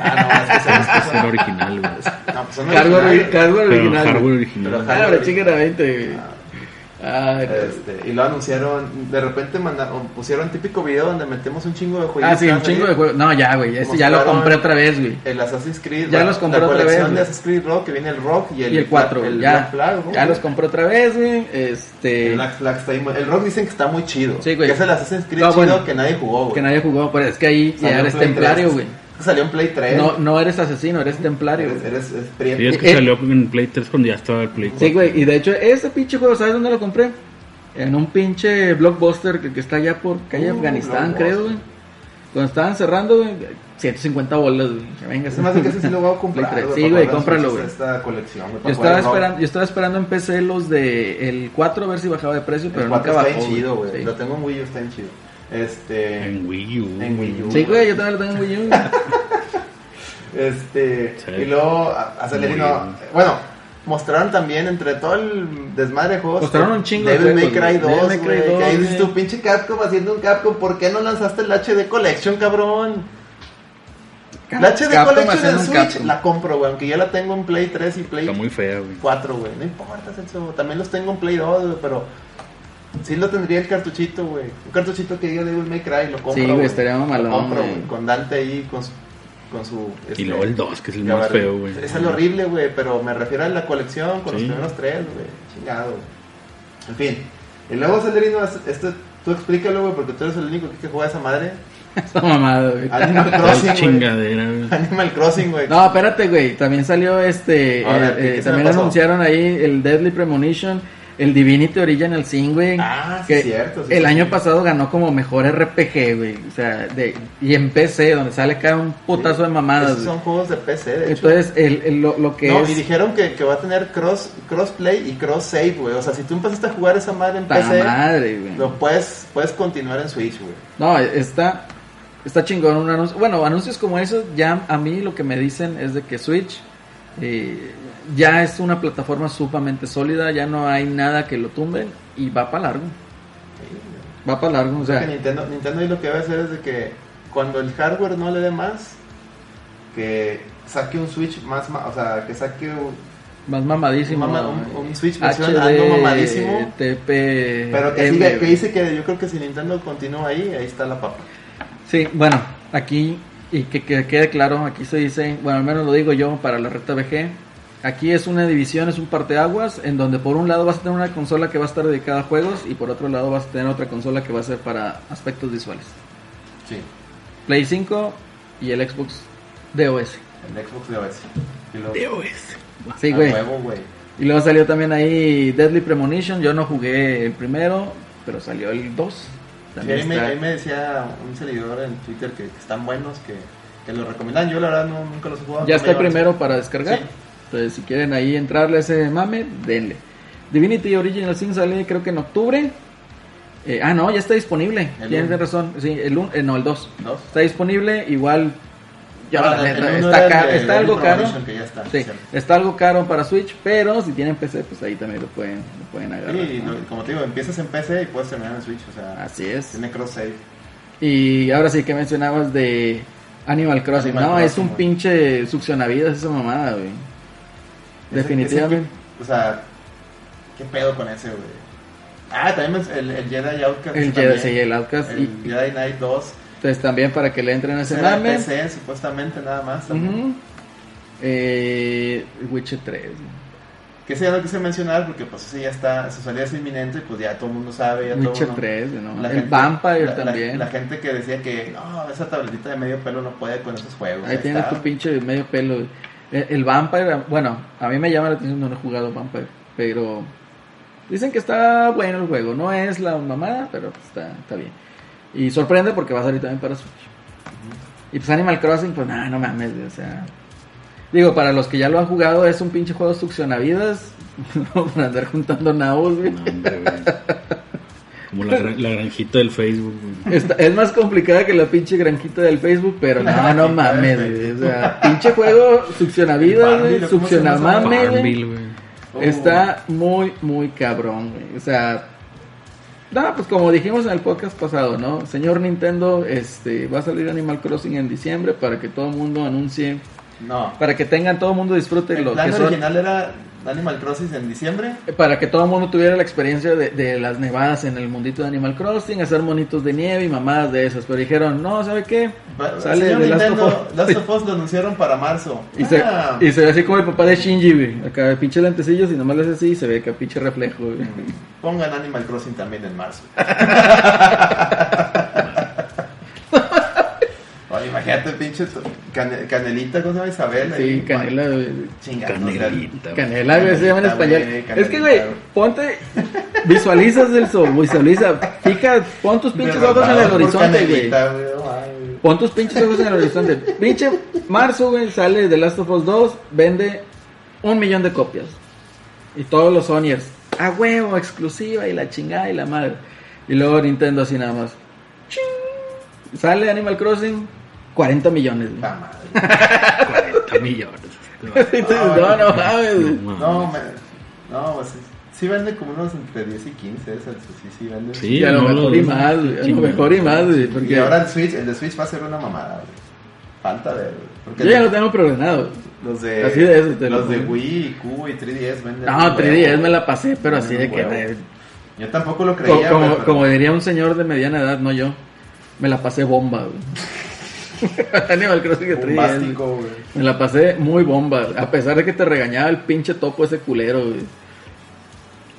Speaker 2: Ah, no, es que son las
Speaker 3: Es
Speaker 2: cosas.
Speaker 3: el original, güey.
Speaker 2: No, pues son
Speaker 1: Cargo, ori-
Speaker 2: originales.
Speaker 1: cargo
Speaker 3: Pero
Speaker 1: original.
Speaker 3: hardware
Speaker 1: güey.
Speaker 2: Pero
Speaker 3: original.
Speaker 1: Ah, la chingada 20,
Speaker 2: Ah.
Speaker 1: güey. Ah, Ay, no.
Speaker 2: Este, y lo anunciaron, de repente mandaron, pusieron típico video donde metemos un chingo de juegos.
Speaker 1: Ah, sí, un chingo de juegos. No, ya, güey, ese ya lo
Speaker 2: Mostraron-
Speaker 1: compré otra vez, güey.
Speaker 2: El Assassin's Creed.
Speaker 1: Ya
Speaker 2: la-
Speaker 1: los compré
Speaker 2: La
Speaker 1: otra
Speaker 2: colección
Speaker 1: vez,
Speaker 2: de
Speaker 1: güey.
Speaker 2: Assassin's Creed Rock que viene el Rock y el,
Speaker 1: y el 4,
Speaker 2: el
Speaker 1: ya,
Speaker 2: Black Flag. ¿no?
Speaker 1: ya los compré otra vez, güey. Este,
Speaker 2: El Black Flag está ahí muy- El Rock dicen que está muy chido.
Speaker 1: Sí, güey.
Speaker 2: Que es el Assassin's Creed
Speaker 1: No,
Speaker 2: chido
Speaker 1: bueno.
Speaker 2: que nadie jugó, güey.
Speaker 1: que nadie jugó, pero es que ahí
Speaker 2: Salió
Speaker 1: ya
Speaker 2: en
Speaker 1: eres
Speaker 2: Play
Speaker 1: templario,
Speaker 2: 3.
Speaker 1: güey.
Speaker 2: Salió en Play 3.
Speaker 1: No, no eres asesino, eres templario.
Speaker 2: eres,
Speaker 1: güey.
Speaker 2: eres, es
Speaker 3: Sí, es
Speaker 2: prieto.
Speaker 3: que
Speaker 1: Eh,
Speaker 3: salió en Play 3 cuando ya estaba el Play 4.
Speaker 1: Sí, güey, y de hecho ese pinche juego, ¿sabes dónde lo compré? En un pinche blockbuster que, que está allá por calle
Speaker 2: Uh,
Speaker 1: Afganistán,
Speaker 2: Blockbuster.
Speaker 1: creo, güey. Cuando estaban cerrando, güey, 150 bolas, güey. Venga,
Speaker 2: Es más de que ese sí lo voy a comprar.
Speaker 1: Play
Speaker 2: güey,
Speaker 1: 3. Sí,
Speaker 2: para
Speaker 1: güey,
Speaker 2: jugar las
Speaker 1: cómpralo,
Speaker 2: muchas
Speaker 1: güey.
Speaker 2: de Esta colección, güey,
Speaker 1: Yo
Speaker 2: para
Speaker 1: estaba,
Speaker 2: jugar el Rock.
Speaker 1: esperando, yo estaba esperando en PC los de el 4 a ver si bajaba de precio, pero
Speaker 2: El
Speaker 1: nunca
Speaker 2: 4
Speaker 1: bajó.
Speaker 2: está bien chido, güey.
Speaker 1: Sí.
Speaker 2: Lo tengo en Wii U, está bien chido. Este.
Speaker 3: En Wii U.
Speaker 2: En Wii U.
Speaker 1: Sí, güey, yo también lo tengo en Wii U. güey.
Speaker 2: Este.
Speaker 3: Sí.
Speaker 2: Y luego, a- acelerino.
Speaker 3: Muy bien.
Speaker 2: Bueno, mostraron también entre todo el desmadre de juegos.
Speaker 1: Mostraron un chingo de
Speaker 2: Devil May
Speaker 1: juegos,
Speaker 2: Cry
Speaker 1: güey. Devil
Speaker 2: 2.
Speaker 1: May Cry
Speaker 2: güey, que
Speaker 1: 2,
Speaker 2: ahí dices
Speaker 1: güey.
Speaker 2: tu pinche Capcom haciendo un Capcom. ¿Por qué no lanzaste el HD Collection, cabrón? La HD
Speaker 1: Capcom
Speaker 2: Collection en
Speaker 1: haciendo un
Speaker 2: Switch
Speaker 1: Capcom.
Speaker 2: la compro, güey. Aunque ya la tengo en Play 3 y Play
Speaker 3: Está muy fea, güey.
Speaker 2: 4, güey. No importa, Celso. También los tengo en Play 2, güey, pero. Sí lo tendría el cartuchito, güey. Un cartuchito que diga Devil May Cry, lo compro.
Speaker 1: Sí, güey, estaría mamalón,
Speaker 2: Lo compro,
Speaker 1: güey.
Speaker 2: güey. Con Dante ahí, con su. Con su
Speaker 3: Y
Speaker 2: este,
Speaker 3: luego el 2, que es el
Speaker 2: ya
Speaker 3: más
Speaker 2: ver-
Speaker 3: feo, güey.
Speaker 2: Es el horrible, güey, pero me refiero a la colección con
Speaker 3: Sí.
Speaker 2: los primeros tres, güey. Chingado. En fin. Y luego Celerino, este Tú explícalo, güey, porque tú eres el único que- que juega esa madre.
Speaker 1: Esa mamada, güey.
Speaker 2: Animal Crossing, güey.
Speaker 3: Ay, chingadera, güey.
Speaker 2: Animal Crossing, güey.
Speaker 1: No, espérate, güey. También salió este.
Speaker 2: A ver,
Speaker 1: eh,
Speaker 2: ¿qué- qué
Speaker 1: eh,
Speaker 2: se
Speaker 1: también
Speaker 2: me pasó?
Speaker 1: anunciaron ahí el Deadly Premonition, el Divinity Original Sin, güey.
Speaker 2: Ah, sí,
Speaker 1: que
Speaker 2: cierto, sí,
Speaker 1: el
Speaker 2: sí.
Speaker 1: año pasado ganó como mejor RPG, güey. O sea, de, y en PC, donde sale cada un putazo de mamadas,
Speaker 2: Esos
Speaker 1: güey.
Speaker 2: son juegos de PC, de hecho.
Speaker 1: Entonces, el, el- lo, lo que
Speaker 2: no,
Speaker 1: es.
Speaker 2: y dijeron que, que va a tener cross crossplay y cross save, güey. O sea, si tú empezaste a jugar esa madre en
Speaker 1: Ta
Speaker 2: PC,
Speaker 1: madre, güey.
Speaker 2: lo puedes, puedes continuar en Switch, güey.
Speaker 1: No, está, está chingón un anuncio. Bueno, anuncios como esos, ya a mí lo que me dicen es de que Switch eh, ya es una plataforma sumamente sólida, ya no hay nada que lo tumbe y va para largo. Va para largo, o
Speaker 2: Que
Speaker 1: sea,
Speaker 2: Nintendo, Nintendo ahí lo que va a hacer es de que cuando el hardware no le dé más, que saque un Switch más, ma- o sea, que saque un,
Speaker 1: más mamadísimo.
Speaker 2: Mama- un- un Switch versión algo mamadísimo.
Speaker 1: HD, TP,
Speaker 2: Pero que,
Speaker 1: Eh, M,
Speaker 2: siga- que
Speaker 1: güey.
Speaker 2: dice que yo creo que si Nintendo continúa ahí, ahí está la papa.
Speaker 1: Sí, bueno, aquí, y que, que quede claro, aquí se dice, bueno, al menos lo digo yo para la recta VG, aquí es una división, es un parteaguas, en donde por un lado vas a tener una consola que va a estar dedicada a juegos y por otro lado vas a tener otra consola que va a ser para aspectos visuales.
Speaker 2: Sí,
Speaker 1: Play 5 y el Xbox DOS.
Speaker 2: el Xbox de OS. Y lo-
Speaker 3: Dios.
Speaker 1: Sí,
Speaker 2: a
Speaker 1: güey.
Speaker 2: huevo, güey.
Speaker 1: Y luego salió también ahí Deadly Premonition, yo no jugué el primero, pero salió el 2.
Speaker 2: Y
Speaker 1: También
Speaker 2: ahí, me,
Speaker 1: está-
Speaker 2: ahí me decía un seguidor en Twitter que, que están buenos, que, que lo recomiendan. Yo la verdad no, nunca los he jugado.
Speaker 1: Ya
Speaker 2: no me
Speaker 1: está el
Speaker 2: llaman.
Speaker 1: primero para descargar.
Speaker 2: Sí.
Speaker 1: Entonces, si quieren ahí entrarle a ese mame, denle. Divinity Original Sin sale creo que en octubre. Eh, ah, no, ya está disponible.
Speaker 2: El
Speaker 1: Tienen
Speaker 2: uno.
Speaker 1: razón. Sí, el un- eh, no, el 2.
Speaker 2: Dos.
Speaker 1: Está disponible, igual. Ya la
Speaker 2: Ah, el-
Speaker 1: neta,
Speaker 2: el uno
Speaker 1: está,
Speaker 2: era
Speaker 1: ca-
Speaker 2: el de
Speaker 1: está algo
Speaker 2: Golden
Speaker 1: caro.
Speaker 2: Revolution, que ya está,
Speaker 1: Sí,
Speaker 2: cierto.
Speaker 1: está algo caro para Switch, pero si tienen PC, pues ahí también lo pueden, lo pueden agarrar.
Speaker 2: Sí, y
Speaker 1: ¿no?
Speaker 2: lo- como te digo, empiezas en PC y puedes terminar en Switch. O sea,
Speaker 1: Así es.
Speaker 2: tiene cross save.
Speaker 1: Y ahora sí que mencionabas de Animal Crossing.
Speaker 2: Animal
Speaker 1: no, es
Speaker 2: Crossing,
Speaker 1: un
Speaker 2: güey.
Speaker 1: pinche succionavidas esa mamada, güey.
Speaker 2: Ese-
Speaker 1: Definitivamente.
Speaker 2: ese- o sea, ¿qué pedo con ese, güey? Ah, también es el, el Jedi Outcast.
Speaker 1: El
Speaker 2: también.
Speaker 1: Jedi, sí, el Outcast.
Speaker 2: El
Speaker 1: y-
Speaker 2: Jedi Knight 2.
Speaker 1: entonces también para que le entren a ese
Speaker 2: Será
Speaker 1: mame.
Speaker 2: PC, supuestamente, nada más. también.
Speaker 1: Ujú. Eh, Witcher 3. güey.
Speaker 2: Que ese ya lo quise mencionar porque, pues, ese ya está. Su salida es inminente, pues ya todo el mundo sabe. Ya todo
Speaker 1: Witcher
Speaker 2: mundo,
Speaker 1: 3, güey, ¿no?
Speaker 2: La
Speaker 1: el
Speaker 2: gente-
Speaker 1: Vampire
Speaker 2: la- la-
Speaker 1: también.
Speaker 2: La, gente que decía que no, esa tabletita de medio pelo no puede con esos juegos.
Speaker 1: Ahí tienes
Speaker 2: está.
Speaker 1: tu pinche medio pelo. güey. El, el Vampire, bueno, a mí me llama la atención, no lo he jugado Vampire, pero dicen que está bueno el juego. No es la mamada, pero está, está bien. Y sorprende porque va a salir también para Switch. Y pues Animal Crossing, pues nada, no mames, güey, o sea. Digo, para los que ya lo han jugado, es un pinche juego succionavidas. para andar juntando naos, güey.
Speaker 3: No, hombre, güey. Como la, gran- la granjita del Facebook. güey.
Speaker 1: Está- es más complicada que la pinche granjita del Facebook, pero no, no mames, güey. O sea, pinche juego succiona vida,
Speaker 2: Barbie,
Speaker 1: güey,
Speaker 2: ¿lo- cómo se llama
Speaker 1: succiona
Speaker 2: esa
Speaker 1: mame, güey.
Speaker 3: Farmville, güey.
Speaker 2: Oh.
Speaker 1: Está muy, muy cabrón, güey. O sea, no, pues como dijimos en el podcast pasado, ¿no? Señor Nintendo, este, va a salir Animal Crossing en diciembre para que todo el mundo anuncie,
Speaker 2: No.
Speaker 1: para que tengan, todo el mundo disfrute
Speaker 2: El
Speaker 1: lo que
Speaker 2: plan
Speaker 1: son.
Speaker 2: original era Animal Crossing en diciembre.
Speaker 1: Para que todo el mundo tuviera la experiencia de, de las nevadas en el mundito de Animal Crossing, hacer monitos de nieve y mamadas de esas. Pero dijeron, no, ¿sabe qué?
Speaker 2: Pa-
Speaker 1: Sale
Speaker 2: señor
Speaker 1: de Last
Speaker 2: Nintendo,
Speaker 1: of Us.
Speaker 2: Last of Us lo anunciaron para marzo.
Speaker 1: Y se,
Speaker 2: Ah.
Speaker 1: y se ve así como el papá de Shinji, güey. Acá pinche lentecillos y nomás le hace así y se ve acá pinche reflejo, güey.
Speaker 2: Pongan Animal Crossing también en marzo. Oye, imagínate, pinche to- cane- canelita, ¿cómo se llama Isabel?
Speaker 1: Sí, canela, güey.
Speaker 2: Chingada.
Speaker 3: Canelita. güey.
Speaker 1: Canela, güey, se llama en
Speaker 2: Canelita,
Speaker 1: español.
Speaker 2: güey,
Speaker 1: Es que, güey,
Speaker 2: canelita, güey.
Speaker 1: ponte. Visualizas el sol, visualiza. Pica, pon tus pinches ojos en el horizonte, güey.
Speaker 2: Oh,
Speaker 1: Pon tus pinches ojos en el horizonte. Pinche marzo, güey, sale The Last of Us 2, vende un millón de copias. Y todos los Sonyers, a huevo, exclusiva y la chingada y la madre. Y luego Nintendo así nada más. Ching. Sale Animal Crossing, 40 millones. güey.
Speaker 2: Ah. madre.
Speaker 3: 40 millones. No,
Speaker 1: Entonces, no, no mames. güey.
Speaker 3: no,
Speaker 2: No,
Speaker 3: no.
Speaker 2: me, no, pues sí, sí vende como unos entre 10 y 15, esas, sí, sí vende.
Speaker 3: Sí,
Speaker 1: Y a lo
Speaker 3: no
Speaker 1: mejor y
Speaker 3: dudo.
Speaker 1: más, güey, a lo
Speaker 3: Chinga.
Speaker 1: mejor y más, güey, porque
Speaker 2: Y ahora el Switch, el de Switch va a ser una mamada, güey. Falta ver, güey. Porque
Speaker 1: yo ya lo tengo programado.
Speaker 2: Los de,
Speaker 1: Así de eso te lo
Speaker 2: los de
Speaker 1: pongo.
Speaker 2: Wii, y Cubo y 3DS venden.
Speaker 1: No,
Speaker 2: un
Speaker 1: 3DS
Speaker 2: huevo.
Speaker 1: me la pasé, pero así de que
Speaker 2: Huevo.
Speaker 1: eh,
Speaker 2: Yo tampoco lo
Speaker 1: Co-
Speaker 2: creía,
Speaker 1: como,
Speaker 2: güey, pero-
Speaker 1: como diría un señor de mediana edad, no yo, me la pasé bomba, güey. Animal Crossing de 3DS, güey.
Speaker 2: bombástico, güey.
Speaker 1: Me la pasé muy bomba, a pesar de que te regañaba el pinche topo ese culero, güey.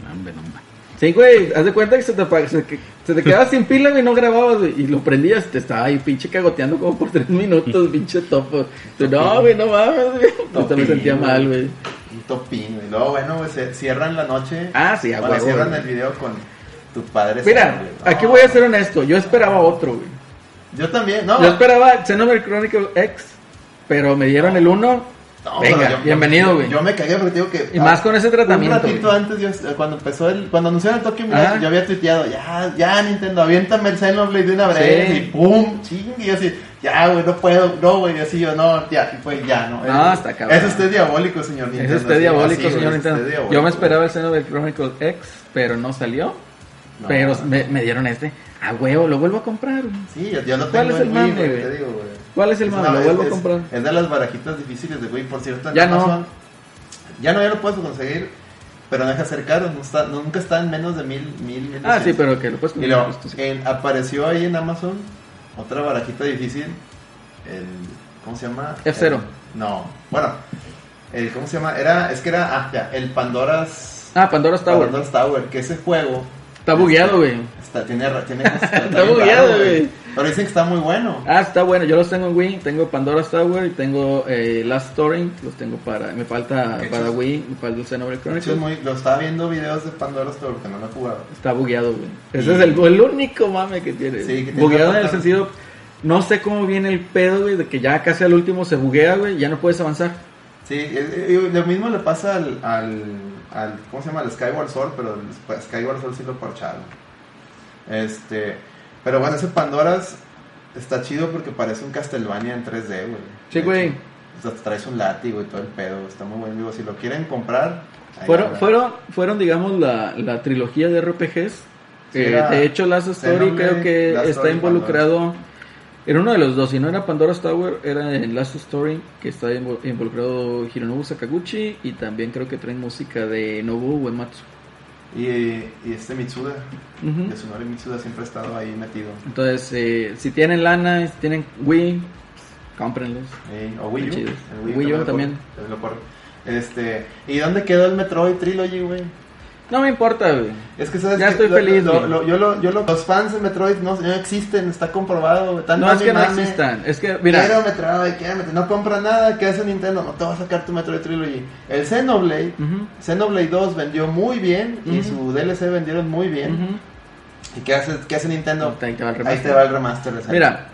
Speaker 3: No, hombre, no, mames.
Speaker 1: Sí, güey, haz de cuenta que se te, apa- se, que- se te quedaba sin pila, güey, no grababas, güey, y lo prendías, te estaba ahí pinche cagoteando como por tres minutos, pinche topo. Tú, no, güey, no mames, güey. Puta, me
Speaker 2: Topín,
Speaker 1: sentía
Speaker 2: güey.
Speaker 1: mal, güey.
Speaker 2: Un topín, güey. Luego, bueno, güey, se cierran la noche.
Speaker 1: Ah, sí, a
Speaker 2: Bueno,
Speaker 1: huevo,
Speaker 2: cierran
Speaker 1: güey.
Speaker 2: el video con tus padres.
Speaker 1: Mira, Ah.
Speaker 2: güey. No,
Speaker 1: aquí voy a ser honesto, yo esperaba otro, güey.
Speaker 2: Yo también, no.
Speaker 1: Yo esperaba Xenoblade Chronicle X, pero me dieron el 1.
Speaker 2: No,
Speaker 1: Venga,
Speaker 2: pero yo-
Speaker 1: bienvenido, güey.
Speaker 2: Yo me cagué porque te digo que.
Speaker 1: Y más con ese tratamiento,
Speaker 2: Un ratito
Speaker 1: güey.
Speaker 2: antes, yo- cuando empezó el. Cuando anunciaron el Tokyo
Speaker 1: Ajá.
Speaker 2: Mirage, yo había tuiteado, ya, ya, Nintendo, aviéntame el Xenoblade de una vez.
Speaker 1: Sí.
Speaker 2: Y pum, ching. Y yo así, ya, güey, no puedo, no, güey. Y así yo, no, ya, y pues ya, no.
Speaker 1: No,
Speaker 2: Eh,
Speaker 1: está cabrón.
Speaker 2: Eso usted diabólico, señor Nintendo.
Speaker 1: Ese
Speaker 2: sí,
Speaker 1: esté diabólico,
Speaker 2: así,
Speaker 1: señor
Speaker 2: güey, ese
Speaker 1: Nintendo.
Speaker 2: esté
Speaker 1: Yo me
Speaker 2: diabólico.
Speaker 1: esperaba el Xenoblade Chronicle X, pero no salió.
Speaker 2: No,
Speaker 1: pero
Speaker 2: no.
Speaker 1: Me, me dieron este. A huevo, lo vuelvo a comprar. güey.
Speaker 2: Sí, yo, yo no
Speaker 1: ¿Cuál
Speaker 2: tengo
Speaker 1: es el
Speaker 2: Wii,
Speaker 1: mame,
Speaker 2: güey,
Speaker 1: güey?
Speaker 2: te digo, güey.
Speaker 1: ¿Cuál es el mame?
Speaker 2: una-
Speaker 1: Lo vuelvo a comprar.
Speaker 2: Es de las barajitas difíciles de Wii, por cierto. en
Speaker 1: Ya no.
Speaker 2: Amazon- Ya no, ya lo puedes conseguir, pero no deja ser caro. No está, nunca está en menos de mil, mil, mil.
Speaker 1: Ah, sí,
Speaker 2: doscientos.
Speaker 1: pero que lo puedes
Speaker 2: Y
Speaker 1: comprar.
Speaker 2: luego,
Speaker 1: esto sí.
Speaker 2: en- apareció ahí en Amazon otra barajita difícil. El, ¿Cómo se llama?
Speaker 1: F0.
Speaker 2: El- no, bueno. El, ¿Cómo se llama? Era, es que era, ah, ya, el Pandora's,
Speaker 1: Ah, Pandora's Tower.
Speaker 2: Pandora's Tower, que ese juego
Speaker 1: Está bugueado, güey.
Speaker 2: Está, tiene, ra- tiene cosas- está, bien
Speaker 1: bugueado,
Speaker 2: raro,
Speaker 1: güey.
Speaker 2: Pero dicen que está muy bueno.
Speaker 1: Ah, está bueno. Yo los tengo en Wii. Tengo Pandora's Tower y tengo eh, Last Touring. Los tengo para. Me falta
Speaker 2: Ok,
Speaker 1: para
Speaker 2: chus.
Speaker 1: Wii. Me falta el Xenoblade
Speaker 2: De hecho,
Speaker 1: Chronicles.
Speaker 2: es muy- lo estaba viendo videos de Pandora Store porque no lo he jugado.
Speaker 1: Está bugueado, güey. Ese
Speaker 2: Y-
Speaker 1: es el, el único mame que tiene.
Speaker 2: Sí, que tiene
Speaker 1: bugueado
Speaker 2: una
Speaker 1: en el
Speaker 2: pantalla.
Speaker 1: sentido. No sé cómo viene el pedo, güey, de que ya casi al último se buguea, güey. Ya no puedes avanzar.
Speaker 2: Sí, eh, eh, lo mismo le pasa al, al, al- ¿Cómo se llama? Al Skyward Sword, pero el Sp- Skyward Sword sí lo parcharon. Este. Pero bueno, ese Pandora's está chido porque parece un Castlevania en 3D, güey.
Speaker 1: Sí, güey.
Speaker 2: O sea, te traes un látigo y todo el pedo. Está muy bueno. Digo, si lo quieren comprar. ahí
Speaker 1: Fueron,
Speaker 2: habrá.
Speaker 1: fueron, fueron digamos, la, la trilogía de RPGs.
Speaker 2: Sí,
Speaker 1: Eh,
Speaker 2: era
Speaker 1: de hecho, Last Story
Speaker 2: Xenoblade,
Speaker 1: creo que
Speaker 2: Last
Speaker 1: está
Speaker 2: Story,
Speaker 1: involucrado en uno de los dos. Si no era Pandora's Tower, era en Last Story, que está invo- involucrado Hironobu Sakaguchi. Y también creo que traen música de Nobuo Uematsu.
Speaker 2: Y, y este Mitsuda,
Speaker 1: Ujú.
Speaker 2: Yasunori Mitsuda siempre ha estado ahí metido.
Speaker 1: Entonces, eh, si tienen lana, y si tienen Wii, cómprenlos.
Speaker 2: Eh, o Wii U.
Speaker 1: Qué chido.
Speaker 2: El
Speaker 1: Wii U
Speaker 2: lo
Speaker 1: también.
Speaker 2: corre- también lo corre. Este, ¿y dónde quedó el Metroid Trilogy, güey?
Speaker 1: No me importa, güey.
Speaker 2: Es que sabes
Speaker 1: Ya
Speaker 2: que
Speaker 1: estoy feliz,
Speaker 2: lo-
Speaker 1: güey.
Speaker 2: lo- yo lo- yo lo- los fans de Metroid no, no existen, está comprobado, están
Speaker 1: No es que no existan. Es que, mira.
Speaker 2: Quiero Metroid, quiero Metroid, no compra nada, ¿qué hace Nintendo? No te va a sacar tu Metroid Trilogy. El Xenoblade,
Speaker 1: Ujú,
Speaker 2: Xenoblade 2 vendió muy bien y
Speaker 1: Ujú.
Speaker 2: su DLC vendieron muy bien.
Speaker 1: ujú.
Speaker 2: ¿Y qué hace, qué hace Nintendo?
Speaker 1: Ahí te va el
Speaker 2: Ahí
Speaker 1: remaster.
Speaker 2: te va el remaster. exacto.
Speaker 1: Mira,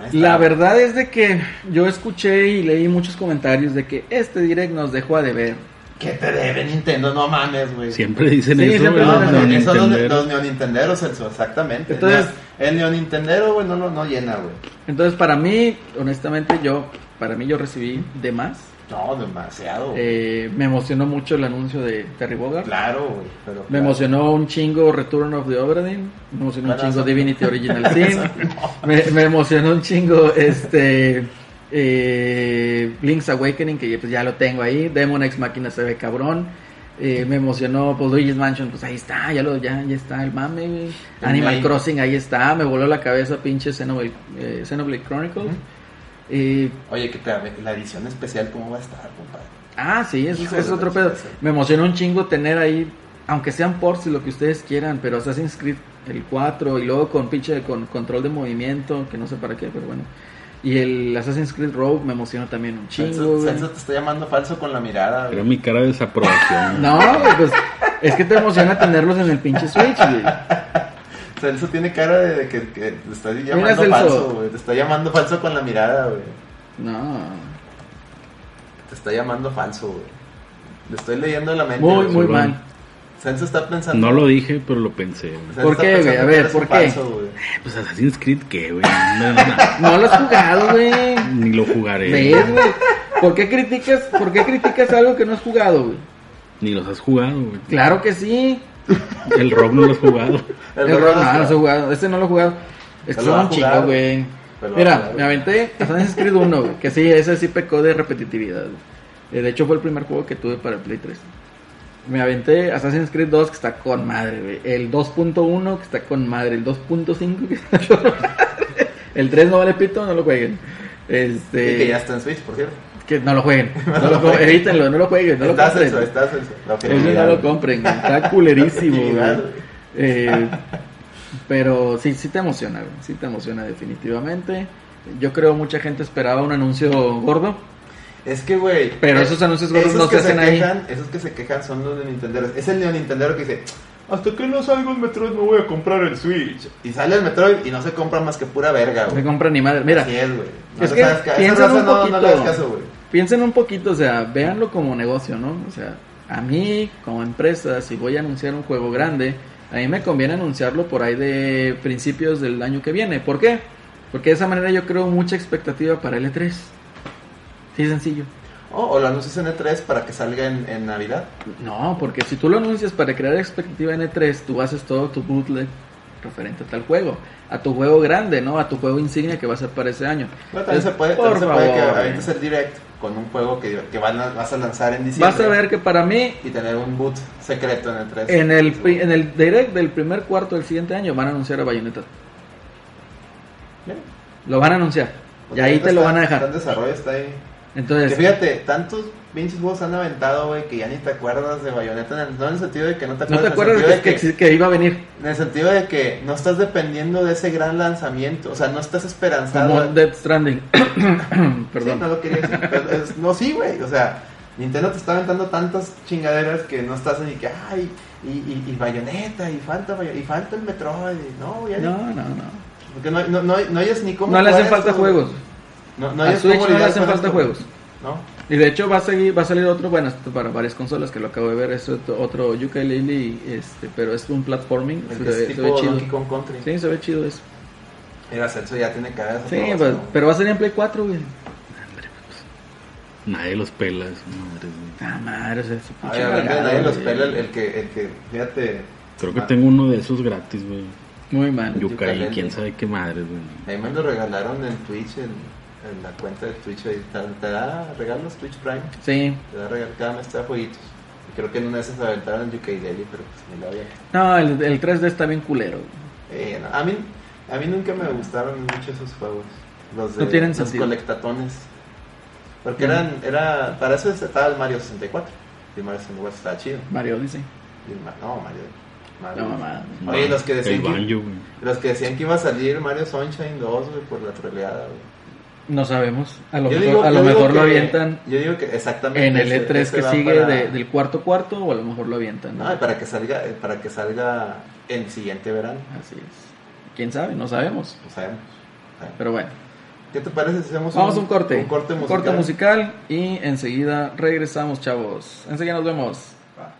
Speaker 2: Ahí está.
Speaker 1: La verdad es de que yo escuché y leí muchos comentarios de que este direct nos dejó a deber.
Speaker 2: ¿Qué te debe Nintendo? No mames, güey.
Speaker 3: Siempre dicen
Speaker 1: Sí,
Speaker 3: eso,
Speaker 1: siempre
Speaker 3: ¿verdad?
Speaker 2: No,
Speaker 1: dicen
Speaker 2: no,
Speaker 3: Los
Speaker 2: no, son los,
Speaker 3: Nintendo.
Speaker 2: los neonintenderos, eso, exactamente.
Speaker 1: Entonces-
Speaker 2: No, el neonintendero, güey, no, lo- no llena, güey.
Speaker 1: Entonces, para mí, honestamente, yo, para mí yo recibí de más.
Speaker 2: No, demasiado. güey.
Speaker 1: Eh, me emocionó mucho el anuncio de Terry Bogard.
Speaker 2: claro, güey. Pero,
Speaker 1: Me
Speaker 2: claro.
Speaker 1: emocionó un chingo Return of the Obradin, me emocionó un
Speaker 2: Bueno,
Speaker 1: chingo
Speaker 2: eso-
Speaker 1: Divinity Original Sin, me, me emocionó un chingo este eh, Link's Awakening, que pues, ya lo tengo ahí, Demon X Máquina se ve cabrón, eh, me emocionó pues, Luigi's Mansion, pues ahí está, ya lo, ya, ya está el mame, güey.
Speaker 2: El
Speaker 1: Animal
Speaker 2: main.
Speaker 1: Crossing, ahí está, me voló la cabeza pinche Xenoblade, eh, Xenoblade Chronicles. Eh,
Speaker 2: Oye, que te- la edición especial, ¿cómo va a estar, compadre?
Speaker 1: Ah, sí, eso es,
Speaker 2: Hijo de
Speaker 1: es
Speaker 2: la
Speaker 1: otro pedo.
Speaker 2: chingada.
Speaker 1: Me emociona un chingo tener ahí, aunque sean ports y lo que ustedes quieran, pero Assassin's Creed el 4 y luego con pinche con control de movimiento, que no sé para qué, pero bueno. Y el Assassin's Creed Rogue me emociona también un chingo.
Speaker 2: Celso,
Speaker 1: güey.
Speaker 2: Celso te está llamando falso con la mirada,
Speaker 3: Era
Speaker 2: güey.
Speaker 3: mi cara de desaprobación.
Speaker 1: No, güey, pues es que te emociona tenerlos en el pinche Switch, güey.
Speaker 2: Celso tiene cara de, de que, que te está llamando
Speaker 1: Celso.
Speaker 2: falso, güey. Te está llamando falso con la mirada, güey.
Speaker 1: No.
Speaker 2: Te está llamando falso, güey. Le estoy leyendo la mente.
Speaker 1: Muy,
Speaker 2: güey.
Speaker 1: muy
Speaker 3: Seguro.
Speaker 1: mal.
Speaker 2: Celso está pensando.
Speaker 3: No lo dije, pero lo pensé. güey.
Speaker 2: Celso
Speaker 1: ¿Por
Speaker 2: está
Speaker 1: qué, güey?
Speaker 2: pensando
Speaker 1: A
Speaker 2: que
Speaker 1: ver,
Speaker 2: eres un
Speaker 1: ¿por qué?
Speaker 2: falso, güey.
Speaker 3: Eh, Pues Assassin's Creed, ¿qué, güey? No, no, no,
Speaker 1: No lo has jugado, güey.
Speaker 3: ni lo jugaré.
Speaker 1: ¿Ves,
Speaker 3: güey.
Speaker 1: güey? ¿Por qué criticas, por qué criticas algo que no has jugado, güey?
Speaker 3: Ni los has jugado, güey.
Speaker 1: Claro que sí.
Speaker 3: El Rob no lo has jugado.
Speaker 1: El
Speaker 2: Rob
Speaker 1: Rock,
Speaker 2: no
Speaker 1: no,
Speaker 2: está-
Speaker 1: no se ha jugado. Este no lo he jugado. Este Es que
Speaker 2: Te lo
Speaker 1: son
Speaker 2: va
Speaker 1: un
Speaker 2: a jugar.
Speaker 1: chingo, güey.
Speaker 2: Te lo va a
Speaker 1: Mira,
Speaker 2: jugar.
Speaker 1: me aventé Assassin's Creed 1, güey, Que sí, ese sí pecó de repetitividad. güey. Eh, De hecho, fue el primer juego que tuve para el Play 3. Me aventé Assassin's Creed 2, que está con madre, güey. El 2.1, que está con madre. El 2.5, que está con madre. El 3 no vale pito, no lo jueguen.
Speaker 2: Y que ya
Speaker 1: Este.
Speaker 2: está en Switch, por cierto.
Speaker 1: que no lo jueguen. No lo jueguen, evítenlo, no lo jueguen, no lo
Speaker 2: estás
Speaker 1: compren.
Speaker 2: eso, estás eso. La
Speaker 1: Ese no
Speaker 2: objetividad,
Speaker 1: lo
Speaker 2: güey.
Speaker 1: compren, güey. está culerísimo, güey.
Speaker 2: Objetividad, güey.
Speaker 1: Eh, pero sí, sí te emociona, güey. Sí te emociona definitivamente. Yo creo mucha gente esperaba un anuncio gordo.
Speaker 2: Es que, güey.
Speaker 1: Pero
Speaker 2: eh,
Speaker 1: esos anuncios gordos
Speaker 2: esos
Speaker 1: no
Speaker 2: que
Speaker 1: se hacen ahí.
Speaker 2: Quejan, esos que se quejan son los Nintenderos. Es el Neo Nintendero que dice: Hasta que no salga el Metroid, no voy a comprar el Switch. Y sale el Metroid y no se compra más que pura verga,
Speaker 1: No se
Speaker 2: güey.
Speaker 1: compran ni madre. Mira,
Speaker 2: Así es, güey. No
Speaker 1: es
Speaker 2: le
Speaker 1: que
Speaker 2: hagas ca- a esa
Speaker 1: piensan
Speaker 2: raza
Speaker 1: un
Speaker 2: no- No le hagas
Speaker 1: poquito.
Speaker 2: caso, güey.
Speaker 1: piensen un poquito, o sea, véanlo como negocio, ¿no? O sea, a mí como empresa, si voy a anunciar un juego grande, a mí me conviene anunciarlo por ahí de principios del año que viene. ¿Por qué? Porque de esa manera yo creo mucha expectativa para el E3. Sí, sencillo.
Speaker 2: O, o lo anuncias en E3 para que salga en, en Navidad.
Speaker 1: No, porque si tú lo anuncias para crear expectativa en E3, tú haces todo tu bootleg referente a tal juego, a tu juego grande, ¿no? A tu juego insignia que va a ser para ese año.
Speaker 2: Bueno, también se puede,
Speaker 1: Por
Speaker 2: también se puede que
Speaker 1: favor,
Speaker 2: avientes el direct con un juego que, que van a- vas a lanzar en diciembre.
Speaker 1: Vas a ver que para mí
Speaker 2: Y tener un boot secreto en E3.
Speaker 1: en el pri- en el direct del primer cuarto del siguiente año van a anunciar a Bayonetta.
Speaker 2: Bien.
Speaker 1: Lo van a anunciar. Y
Speaker 2: Porque
Speaker 1: ahí
Speaker 2: ahorita
Speaker 1: te lo
Speaker 2: está-
Speaker 1: van a
Speaker 2: Está en
Speaker 1: dejar.
Speaker 2: desarrollo, está ahí. Que
Speaker 1: Entonces,
Speaker 2: fíjate, tantos pinches juegos han aventado, güey, que ya ni te acuerdas de Bayonetta. en el- No en el sentido de que no te
Speaker 1: ¿no te
Speaker 2: acuerdas, en el
Speaker 1: acuerdas
Speaker 2: sentido
Speaker 1: que,
Speaker 2: de que-
Speaker 1: que- que iba a venir?
Speaker 2: En el sentido de que no estás dependiendo de ese gran lanzamiento. O sea, Ah, no estás esperanzado.
Speaker 1: Como Death Stranding.
Speaker 2: Sí,
Speaker 1: Perdón.
Speaker 2: no lo quería decir. pero es- no, sí, güey. O sea, Nintendo te está aventando tantas chingaderas que no estás ni que, ay, y, y, y bayoneta, y falta, Bayo- y falta el Metroid. y No, ya
Speaker 1: No, no, no.
Speaker 2: Porque no, no, no, hay- no hayas ni cómo.
Speaker 1: No le
Speaker 2: jugar
Speaker 1: hacen falta
Speaker 2: esto,
Speaker 1: juegos.
Speaker 2: güey. No, no
Speaker 1: A
Speaker 2: hayas
Speaker 1: Switch
Speaker 2: cómo
Speaker 1: no le
Speaker 2: lidiar
Speaker 1: hacen
Speaker 2: con
Speaker 1: falta
Speaker 2: esto,
Speaker 1: juegos.
Speaker 2: ¿No?
Speaker 1: Y de hecho va a seguir, va a salir otro, bueno, esto para varias consolas que lo acabo de ver, es otro, otro ukulele, este, pero es un platforming,
Speaker 2: El
Speaker 1: se
Speaker 2: que es
Speaker 1: ve, se
Speaker 2: tipo
Speaker 1: ve chido.
Speaker 2: Donkey Kong Country.
Speaker 1: Sí, se ve chido eso.
Speaker 2: El ascenso ya tiene que haber esa
Speaker 1: Sí,
Speaker 2: aprobación,
Speaker 1: pues,
Speaker 2: güey.
Speaker 1: pero va a salir en Play 4, güey.
Speaker 3: Nadie los pela, es una madre, güey.
Speaker 1: Ah, madre, o sea, su
Speaker 2: A
Speaker 1: pinche
Speaker 2: ver, a ver,
Speaker 1: amargado,
Speaker 2: nadie los
Speaker 1: güey.
Speaker 2: pela el, el que, el que, fíjate.
Speaker 3: Creo que
Speaker 2: ah,
Speaker 3: tengo uno de esos gratis, güey.
Speaker 1: Muy mal.
Speaker 3: Yucay,
Speaker 2: Yucalele.
Speaker 3: quién sabe qué madre, güey.
Speaker 2: A mí me lo regalaron en Twitch, en, en la cuenta de Twitch. ahí está- Te da regalos Twitch Prime.
Speaker 1: Sí.
Speaker 2: Te da regalar cada mes te da jueguitos. Y creo que en una de esas aventaron el UK Daily, pero pues ni la había.
Speaker 1: No, el, el 3D está bien culero. güey.
Speaker 2: Eh, no, a, mí, a mí nunca me gustaron mucho esos juegos. Los de
Speaker 1: No tienen
Speaker 2: los
Speaker 1: sentido.
Speaker 2: colectatones. Porque
Speaker 1: Mm.
Speaker 2: eran, era, para eso estaba el Mario 64. Y el Mario 64 estaba chido.
Speaker 1: Mario Odyssey.
Speaker 2: Y el Ma- no, Mario. Mario.
Speaker 1: No, mamá.
Speaker 2: Oye, los que
Speaker 3: Ah, El
Speaker 2: decían que,
Speaker 3: banjo, güey.
Speaker 2: los que decían que iba a salir Mario Sunshine 2, güey, por la troleada, güey.
Speaker 1: No sabemos. A lo
Speaker 2: Yo
Speaker 1: mejor,
Speaker 2: digo-
Speaker 1: a lo,
Speaker 2: yo digo
Speaker 1: mejor lo
Speaker 2: que-
Speaker 1: avientan
Speaker 2: Yo digo que exactamente.
Speaker 1: en el
Speaker 2: ese-
Speaker 1: E3
Speaker 2: ese
Speaker 1: que
Speaker 2: va
Speaker 1: sigue
Speaker 2: para-
Speaker 1: de- del cuarto cuarto o a lo mejor lo avientan.
Speaker 2: No, y para que salga, eh, para que salga el siguiente verano.
Speaker 1: Así es. ¿Quién sabe? No sabemos.
Speaker 2: Pues sabemos. sabemos.
Speaker 1: Pero bueno.
Speaker 2: ¿Qué te parece si hacemos
Speaker 1: Vamos a un corte.
Speaker 2: Un corte musical.
Speaker 1: musical y enseguida regresamos, chavos. Enseguida nos vemos.
Speaker 2: Va.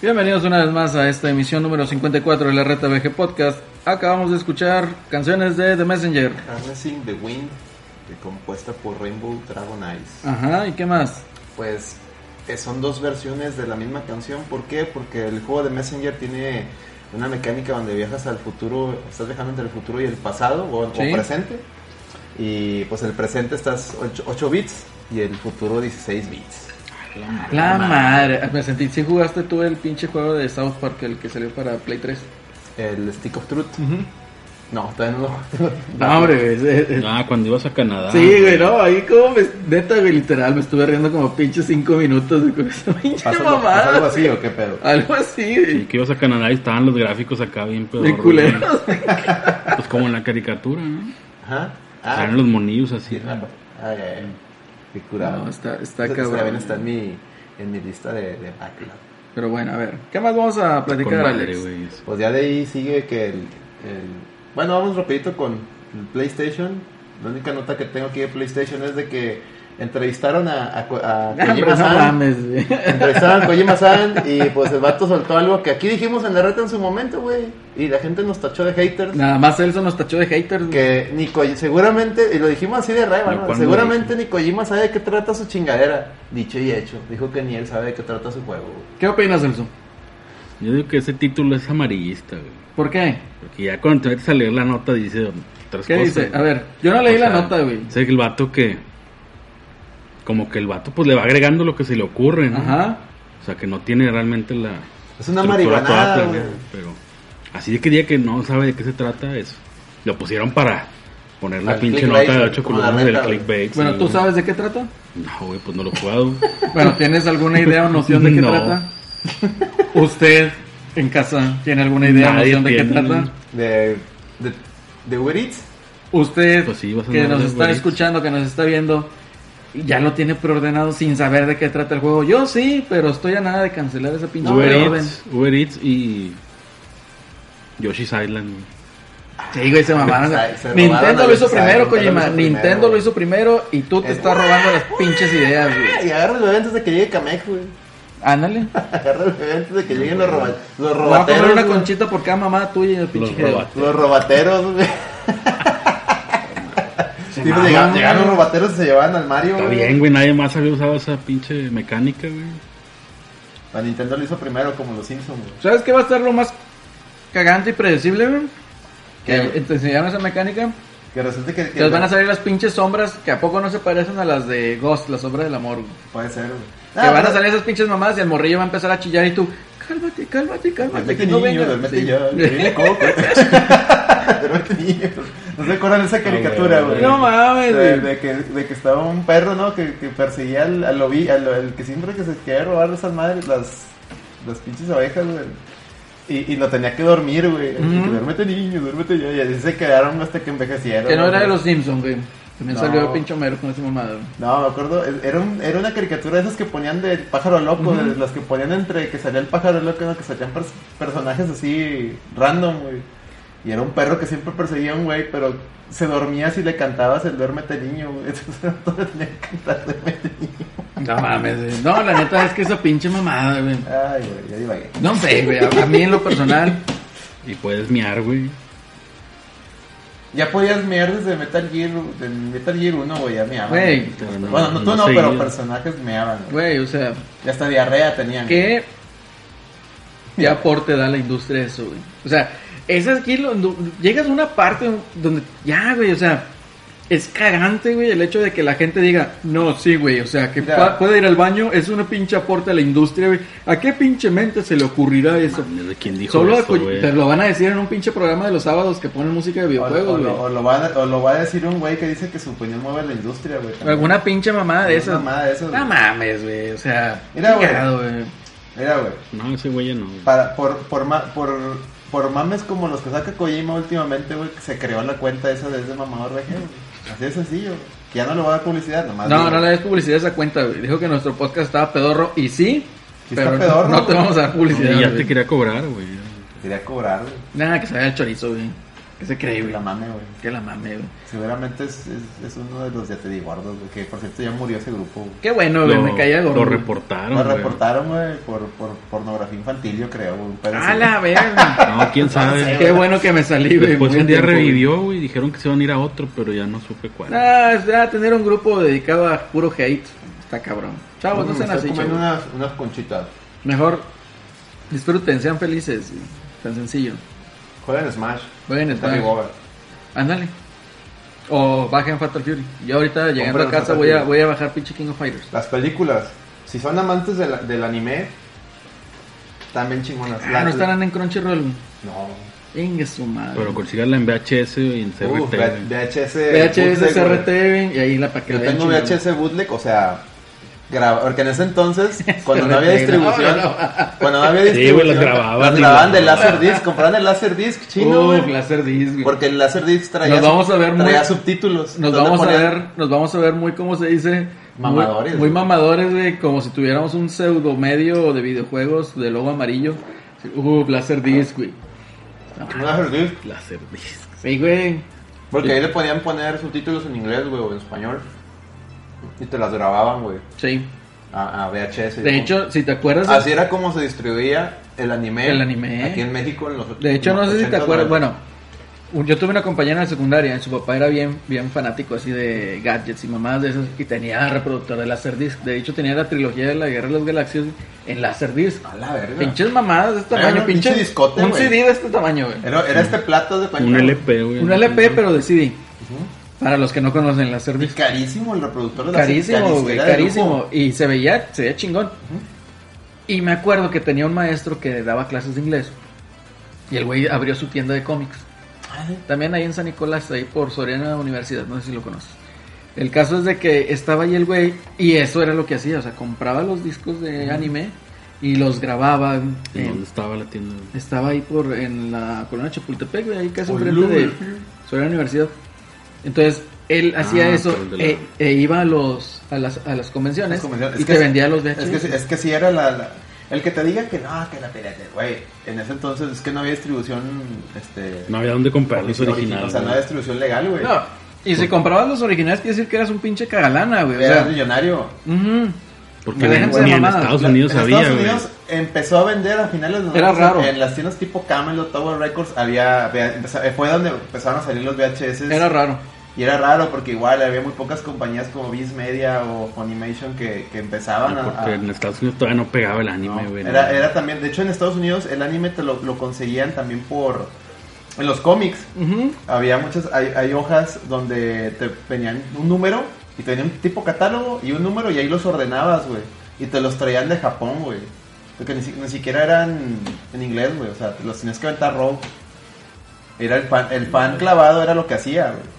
Speaker 1: Bienvenidos una vez más a esta emisión número 54 de la Reta VG Podcast. Acabamos de escuchar canciones de The Messenger.
Speaker 2: Harnessing the Wind, que compuesta por Rainbow Dragon Eyes.
Speaker 1: Ajá, ¿y qué más?
Speaker 2: Pues eh, son dos versiones de la misma canción. ¿Por qué? Porque el juego de Messenger tiene una mecánica donde viajas al futuro, estás viajando entre el futuro y el pasado o, o
Speaker 1: Sí.
Speaker 2: presente. Y pues el presente estás 8, bits y el futuro 16 bits.
Speaker 1: La madre. Me sentí, si jugaste tú el pinche juego de South Park, el que salió para Play 3.
Speaker 2: El Stick of Truth. No, todavía no lo-
Speaker 1: No, hombre, güey, es- es-
Speaker 3: Ah, cuando ibas a Canadá.
Speaker 1: Sí, güey, no, ahí como me, neta, güey, literal, me estuve riendo como pinche cinco minutos güey, con esa pinche
Speaker 2: ¿Pasa algo- pasa
Speaker 1: mamada.
Speaker 2: algo así o qué pedo?
Speaker 1: Algo así, güey.
Speaker 3: Sí, que ibas a Canadá y estaban los gráficos acá bien pedorros.
Speaker 1: De culeros.
Speaker 3: güey. Pues como en la caricatura, ¿no?
Speaker 2: Ajá.
Speaker 3: Estaban los monillos así.
Speaker 2: Sí, ah, ay, ay, ay. Qué curado.
Speaker 1: No, está, está
Speaker 2: Ese
Speaker 1: cabrón.
Speaker 2: este también está en mi, en mi lista de, de backlog.
Speaker 1: Pero bueno, a ver, ¿qué más vamos a
Speaker 3: Con
Speaker 1: platicar,
Speaker 3: madre,
Speaker 1: Alex?
Speaker 3: güey, eso.
Speaker 2: Pues ya de ahí sigue que el, el- Bueno, vamos rapidito con el PlayStation. La única nota que tengo aquí de PlayStation es de que entrevistaron a, a, Ko- a
Speaker 1: Ah, pero no
Speaker 2: Kojima-san.
Speaker 1: mames, güey.
Speaker 2: Entrevistaron a Kojima-san y pues el vato soltó algo que aquí dijimos en la reta en su momento, güey. Y la gente nos tachó de haters.
Speaker 1: Nada más Elson nos tachó de haters, güey.
Speaker 2: Que ni Ko- seguramente, y lo dijimos así de reba,
Speaker 3: Pero
Speaker 2: ¿no?
Speaker 3: ¿cuándo
Speaker 2: seguramente ni Kojima sabe de qué trata su chingadera. Dicho y hecho, dijo que ni él sabe de qué trata su juego. güey.
Speaker 1: ¿Qué opinas, Elson?
Speaker 3: Yo digo que ese título es amarillista, güey.
Speaker 1: ¿Por qué?
Speaker 3: Porque ya cuando te metes a leer la nota dice otras
Speaker 1: ¿Qué
Speaker 3: cosas.
Speaker 1: dice?
Speaker 3: güey.
Speaker 1: A ver, yo no leí
Speaker 3: O
Speaker 1: la
Speaker 3: sea,
Speaker 1: nota, güey.
Speaker 3: Sé que el vato que. Como que el vato pues le va agregando lo que se le ocurre, ¿no?
Speaker 1: Ajá.
Speaker 3: O sea que no tiene realmente la.
Speaker 2: Es una
Speaker 3: estructura toda
Speaker 2: marihuanada,
Speaker 3: planeada,
Speaker 2: güey.
Speaker 3: Pero. Así de que día que no sabe de qué se trata eso. Lo pusieron para poner la
Speaker 2: Al
Speaker 3: pinche
Speaker 2: clickbait,
Speaker 3: nota de ocho
Speaker 2: como la
Speaker 3: columnas
Speaker 2: neta,
Speaker 3: del
Speaker 2: güey.
Speaker 3: clickbait.
Speaker 1: Bueno,
Speaker 3: sí,
Speaker 1: ¿tú
Speaker 3: güey.
Speaker 1: sabes de qué trata?
Speaker 3: No, güey, pues no lo he jugado. güey.
Speaker 1: Bueno, ¿tienes alguna idea o noción de qué
Speaker 3: No.
Speaker 1: trata? ¿Usted en casa tiene alguna idea o
Speaker 3: Nadie
Speaker 1: noción de qué
Speaker 3: tiene.
Speaker 1: trata?
Speaker 2: De, de, de Uber Eats.
Speaker 1: Usted
Speaker 3: Pues sí, vas a
Speaker 1: que
Speaker 3: andar
Speaker 1: nos
Speaker 3: de
Speaker 1: está
Speaker 3: güey.
Speaker 1: escuchando, que nos está viendo, ya lo tiene preordenado sin saber de qué trata el juego. Yo sí, pero estoy a nada de cancelar esa pinche
Speaker 3: Uber,
Speaker 1: preorden.
Speaker 3: Eats, Uber Eats y. Yoshi's Island, güey.
Speaker 1: Sí, güey, se mamaron.
Speaker 2: Se- se robaron a
Speaker 1: Nintendo lo
Speaker 2: los
Speaker 1: hizo
Speaker 2: design,
Speaker 1: primero,
Speaker 2: Nintendo lo
Speaker 1: Kojima.
Speaker 2: hizo primero.
Speaker 1: Nintendo lo hizo primero y tú te
Speaker 2: Es-
Speaker 1: estás robando las pinches ideas, güey.
Speaker 2: Y agarra el bebé antes de que llegue Camex, güey.
Speaker 1: Ándale.
Speaker 2: Agarra el bebé antes de que lleguen los, roba- los
Speaker 1: Voy a comer
Speaker 2: robateros.
Speaker 1: una
Speaker 2: güey.
Speaker 1: conchita por cada mamá tuya y el pinche
Speaker 3: Los
Speaker 1: jefe.
Speaker 3: robateros.
Speaker 2: Los robateros, güey. Sí, pues,
Speaker 1: mamó,
Speaker 2: llegaron,
Speaker 1: güey.
Speaker 2: llegaron los robateros y se llevaban al Mario,
Speaker 3: Está
Speaker 2: güey.
Speaker 3: bien, güey, nadie más había usado esa pinche mecánica, güey.
Speaker 2: La Nintendo lo hizo primero, como los Simpsons, güey.
Speaker 1: ¿Sabes qué va a estar lo más cagante y predecible, güey? Que
Speaker 2: ¿Qué?
Speaker 1: te enseñaron esa mecánica.
Speaker 2: Que resulta que... que
Speaker 1: Te les van a salir las pinches sombras que a poco no se parecen a las de Ghost, la sombra del amor. güey.
Speaker 2: Puede ser, güey. Ah,
Speaker 1: Te van a
Speaker 2: pero-
Speaker 1: salir esas pinches mamadas y el morrillo va a empezar a chillar y tú, cálmate, cálmate, cálmate, que
Speaker 2: Duérmete
Speaker 1: no
Speaker 2: niño,
Speaker 1: venga.
Speaker 2: duérmete
Speaker 1: Sí.
Speaker 2: ya. Duérmete coco. Duérmete niño. ¿No se acuerdan de esa caricatura,
Speaker 3: güey,
Speaker 2: güey?
Speaker 1: No mames,
Speaker 2: de,
Speaker 1: güey.
Speaker 2: de que, de que estaba un perro, ¿no? Que, que perseguía al, al ovi- al- al que siempre que se quería robar esas madres, las, las pinches abejas, güey. Y, y lo tenía que dormir, güey. Así
Speaker 1: Ujú.
Speaker 2: que, Duérmete, niño, duérmete ya. Y así se quedaron hasta que envejecieron.
Speaker 1: Que no era de
Speaker 2: güey.
Speaker 1: los Simpsons, güey. También
Speaker 2: No.
Speaker 1: salió pincho mero con ese mamado.
Speaker 2: No, me acuerdo, era, un- era una caricatura de esas que ponían del pájaro loco, de las que ponían entre que salía el pájaro loco, ¿no? que salían pers- personajes así random, güey. Y era un perro que siempre perseguía a un güey, pero se dormía si le cantabas el duérmete niño, güey. Entonces era todo le tenía que cantar duérmete niño.
Speaker 1: No mames, güey. No, la neta es que esa pinche mamada, güey.
Speaker 2: Ay, güey, ya divagué.
Speaker 1: No sé, güey. A a mí en lo personal.
Speaker 3: Y puedes miar, güey.
Speaker 2: Ya podías mear desde Metal Gear, de Metal Gear 1, güey, ya meaban.
Speaker 1: Güey.
Speaker 3: Pero
Speaker 2: bueno, no, tú no,
Speaker 3: seguía.
Speaker 2: pero personajes meaban, güey.
Speaker 1: Güey, o sea,
Speaker 2: Ya hasta diarrea tenían.
Speaker 1: ¿qué, qué aporte da la industria eso, güey? O sea, es aquí lo- do- llegas a una parte donde ya, güey, o sea, es cagante, güey, el hecho de que la gente diga, no, sí, güey, o sea, que
Speaker 2: Ya.
Speaker 1: pa- puede ir al baño, es una pinche aporte a la industria, güey. ¿A qué pinche mente se le ocurrirá eso?
Speaker 3: Mames, ¿de ¿Quién dijo
Speaker 1: Solo a
Speaker 3: eso,
Speaker 1: Coy-
Speaker 3: güey?
Speaker 1: te lo van a decir en un pinche programa de los sábados que ponen música de
Speaker 2: O, o
Speaker 1: videojuegos, güey.
Speaker 2: lo, o lo va a, o lo va a decir un güey que dice que su opinión mueve la industria, güey. también.
Speaker 1: Alguna pinche mamada de
Speaker 2: Alguna
Speaker 1: esas.
Speaker 2: mamada de
Speaker 1: No
Speaker 2: esas, güey.
Speaker 1: mames, güey. O sea,
Speaker 2: Mira, güey.
Speaker 1: cagado, güey.
Speaker 2: Mira, güey.
Speaker 3: No, ese güey ya no. güey.
Speaker 2: Para, por, por, ma- por, por mames como los que saca Kojima últimamente, güey, que se creó la cuenta esa de ese mamador vejero, güey. Así de sencillo, güey. Que ya no le va a dar publicidad, nomás.
Speaker 1: No,
Speaker 2: digo,
Speaker 1: no le des publicidad a esa cuenta, güey. Dijo que nuestro podcast estaba pedorro y sí,
Speaker 2: Sí
Speaker 1: pero
Speaker 2: está pedorro,
Speaker 1: no te
Speaker 2: güey.
Speaker 1: vamos a dar publicidad.
Speaker 3: No, ya
Speaker 1: güey.
Speaker 3: te quería cobrar, güey.
Speaker 2: Quería cobrar, güey.
Speaker 1: Nada, que se vaya el chorizo, güey. Que se cree, güey.
Speaker 2: La mame, güey.
Speaker 1: Que la mame, güey.
Speaker 2: Seguramente es, es, es uno de los ya te di gordos, güey. Que por cierto ya murió ese grupo, güey.
Speaker 1: Qué bueno, güey.
Speaker 3: Lo,
Speaker 1: Me caía gordo.
Speaker 3: lo
Speaker 1: Ah, güey.
Speaker 3: reportaron,
Speaker 2: Lo
Speaker 3: güey.
Speaker 2: reportaron, güey, por, por pornografía infantil, yo creo, güey. un pedo
Speaker 1: A
Speaker 2: así.
Speaker 1: la verga.
Speaker 3: No, quién sabe.
Speaker 1: Qué bueno que me salí, güey.
Speaker 3: Después
Speaker 1: muy a
Speaker 3: un día
Speaker 1: tiempo, güey.
Speaker 3: revivió, güey. Dijeron que se iban a ir a otro, pero ya no supe cuál.
Speaker 1: Ah, o sea, tener un grupo dedicado a puro hate. Está cabrón. Chavos, no
Speaker 2: Me
Speaker 1: sean
Speaker 2: estoy
Speaker 1: así,
Speaker 2: comiendo
Speaker 1: chavos.
Speaker 2: unas, unas conchitas.
Speaker 1: Mejor disfruten, sean felices. güey. Tan sencillo.
Speaker 2: Juegan Smash.
Speaker 1: Jueguen
Speaker 2: Está mi
Speaker 1: Smash.
Speaker 2: boba.
Speaker 1: Ándale. O bajen Fatal Fury. Yo ahorita llegando
Speaker 2: Compren
Speaker 1: a casa
Speaker 2: Fatal
Speaker 1: voy a,
Speaker 2: Fury.
Speaker 1: voy a bajar pinche King of Fighters.
Speaker 2: Las películas, si son amantes del- del anime, también chingonas.
Speaker 1: Ah,
Speaker 2: La-
Speaker 1: no estarán en Crunchyroll. güey.
Speaker 2: No.
Speaker 1: Ingue su madre.
Speaker 3: Pero consíganla en VHS y en CRT.
Speaker 2: Uh,
Speaker 3: güey.
Speaker 2: V- VHS.
Speaker 1: VHS,
Speaker 2: bootleg, güey.
Speaker 1: CRT, güey, y ahí la para que
Speaker 2: Yo
Speaker 1: la vean
Speaker 2: tengo
Speaker 1: chingón.
Speaker 2: VHS bootleg, o sea, graba, porque en ese entonces, cuando no había
Speaker 1: CRT,
Speaker 2: distribución,
Speaker 1: no, no,
Speaker 2: cuando no había
Speaker 3: Sí,
Speaker 2: distribución,
Speaker 3: güey, las grababan,
Speaker 2: las
Speaker 3: sí,
Speaker 2: grababan
Speaker 3: güey.
Speaker 2: de láser disc, compraban el láser disc chino,
Speaker 1: Uh,
Speaker 2: güey,
Speaker 1: Laserdisc, güey.
Speaker 2: porque el láser disc traía,
Speaker 1: Nos vamos a ver
Speaker 2: traía
Speaker 1: muy-
Speaker 2: subtítulos.
Speaker 1: nos
Speaker 2: Entonces le
Speaker 1: vamos a
Speaker 2: ponían-
Speaker 1: ver, nos vamos a ver muy como se dice, muy-
Speaker 2: Mamadores,
Speaker 1: muy,
Speaker 2: güey.
Speaker 1: mamadores, güey, como si tuviéramos un pseudo medio de videojuegos de logo amarillo. Uh, Laserdisc, güey.
Speaker 2: un láser disc,
Speaker 3: Laserdisc.
Speaker 1: Sí, güey.
Speaker 2: porque ahí le podían poner subtítulos en inglés, güey, o en español, y te las grababan, güey,
Speaker 1: Sí.
Speaker 2: a, a VHS.
Speaker 1: De hecho, si te acuerdas,
Speaker 2: Así era como se distribuía el anime.
Speaker 1: El anime.
Speaker 2: Aquí en México en los
Speaker 1: De hecho,
Speaker 2: en
Speaker 1: no
Speaker 2: los
Speaker 1: sé si te
Speaker 2: 80s,
Speaker 1: acuerdas.
Speaker 2: 90s.
Speaker 1: Bueno, un- yo tuve una compañera en la secundaria. Su papá era bien, bien fanático así de gadgets y mamás de esas. Y tenía reproductor de Laserdisc. De hecho, tenía la trilogía de la Guerra de las Galaxias en Laserdisc.
Speaker 2: A Ah, la verga.
Speaker 1: Pinches mamadas de este
Speaker 2: Era
Speaker 1: tamaño.
Speaker 2: un
Speaker 1: pinche
Speaker 2: pinche discote,
Speaker 1: Un
Speaker 2: güey.
Speaker 1: CD de este tamaño, güey.
Speaker 2: Era, era este plato de pañuelo.
Speaker 3: Un LP, güey.
Speaker 1: Un LP, pero de CD.
Speaker 2: Ujú.
Speaker 1: Para los que no conocen
Speaker 2: Y
Speaker 1: Laserdisc.
Speaker 2: carísimo el reproductor de la
Speaker 1: Carísimo,
Speaker 2: carísimo,
Speaker 1: güey,
Speaker 2: era de
Speaker 1: carísimo.
Speaker 2: lujo.
Speaker 1: Y se veía, se veía chingón. Y me acuerdo que tenía un maestro que daba clases de inglés. Y el güey abrió su tienda de cómics.
Speaker 2: Ay,
Speaker 1: También ahí en San Nicolás, ahí por Soriana Universidad, no sé si lo conoces. El caso es de que estaba ahí el güey y eso era lo que hacía, o sea, compraba los discos de anime y los grababa.
Speaker 3: ¿Y
Speaker 1: en-
Speaker 3: dónde estaba la tienda? güey?
Speaker 1: estaba ahí por en la colonia Chapultepec, güey, ahí casi
Speaker 2: Oye,
Speaker 1: enfrente de
Speaker 2: güey.
Speaker 1: Soriana Universidad. Entonces, él hacía
Speaker 3: Ah,
Speaker 1: eso
Speaker 3: por el de la-
Speaker 1: e, e iba a los a las, a las convenciones,
Speaker 2: las convenciones.
Speaker 1: y
Speaker 2: Es que
Speaker 1: te
Speaker 2: sí-
Speaker 1: vendía los
Speaker 2: Es
Speaker 1: VHS.
Speaker 2: que, sí- es que si era la, la- El que te diga que no, que la pirata, güey. En ese entonces es que no había distribución. Este,
Speaker 3: No había dónde comprar los
Speaker 2: origi-
Speaker 3: originales.
Speaker 2: O sea, no había distribución legal, güey.
Speaker 1: No, y si comprabas los originales quiere decir que eras un pinche cagalana, güey. o
Speaker 2: Era
Speaker 1: sea,
Speaker 2: millonario.
Speaker 1: ujú.
Speaker 3: Porque
Speaker 1: Déjense de
Speaker 3: ni en
Speaker 1: mamadas.
Speaker 3: Estados
Speaker 2: La-
Speaker 3: Unidos
Speaker 2: en
Speaker 3: había,
Speaker 2: Estados
Speaker 3: güey.
Speaker 2: Unidos empezó a vender a finales de los
Speaker 1: Era
Speaker 2: 90s,
Speaker 1: raro.
Speaker 2: En las tiendas tipo Camelot, Tower Records, había, había- empeza- fue donde empezaron a salir los VHS.
Speaker 1: Era raro.
Speaker 2: Y era raro porque igual había muy pocas compañías como Viz Media o Funimation que, que empezaban a...
Speaker 3: Porque
Speaker 2: a-
Speaker 3: en Estados Unidos todavía no pegaba el anime,
Speaker 2: ah, no,
Speaker 3: güey.
Speaker 2: era,
Speaker 3: no.
Speaker 2: era también, de hecho en Estados Unidos el anime te lo, lo conseguían también por... En los cómics
Speaker 1: Ujú.
Speaker 2: había muchas, hay, hay hojas donde te venían un número y tenían un tipo catálogo y un número y ahí los ordenabas, güey. Y te los traían de Japón, güey. Porque ni, si- ni siquiera eran en inglés, güey. O sea, te los tenías que aventar row. Era el pan, el pan clavado era lo que hacía, güey.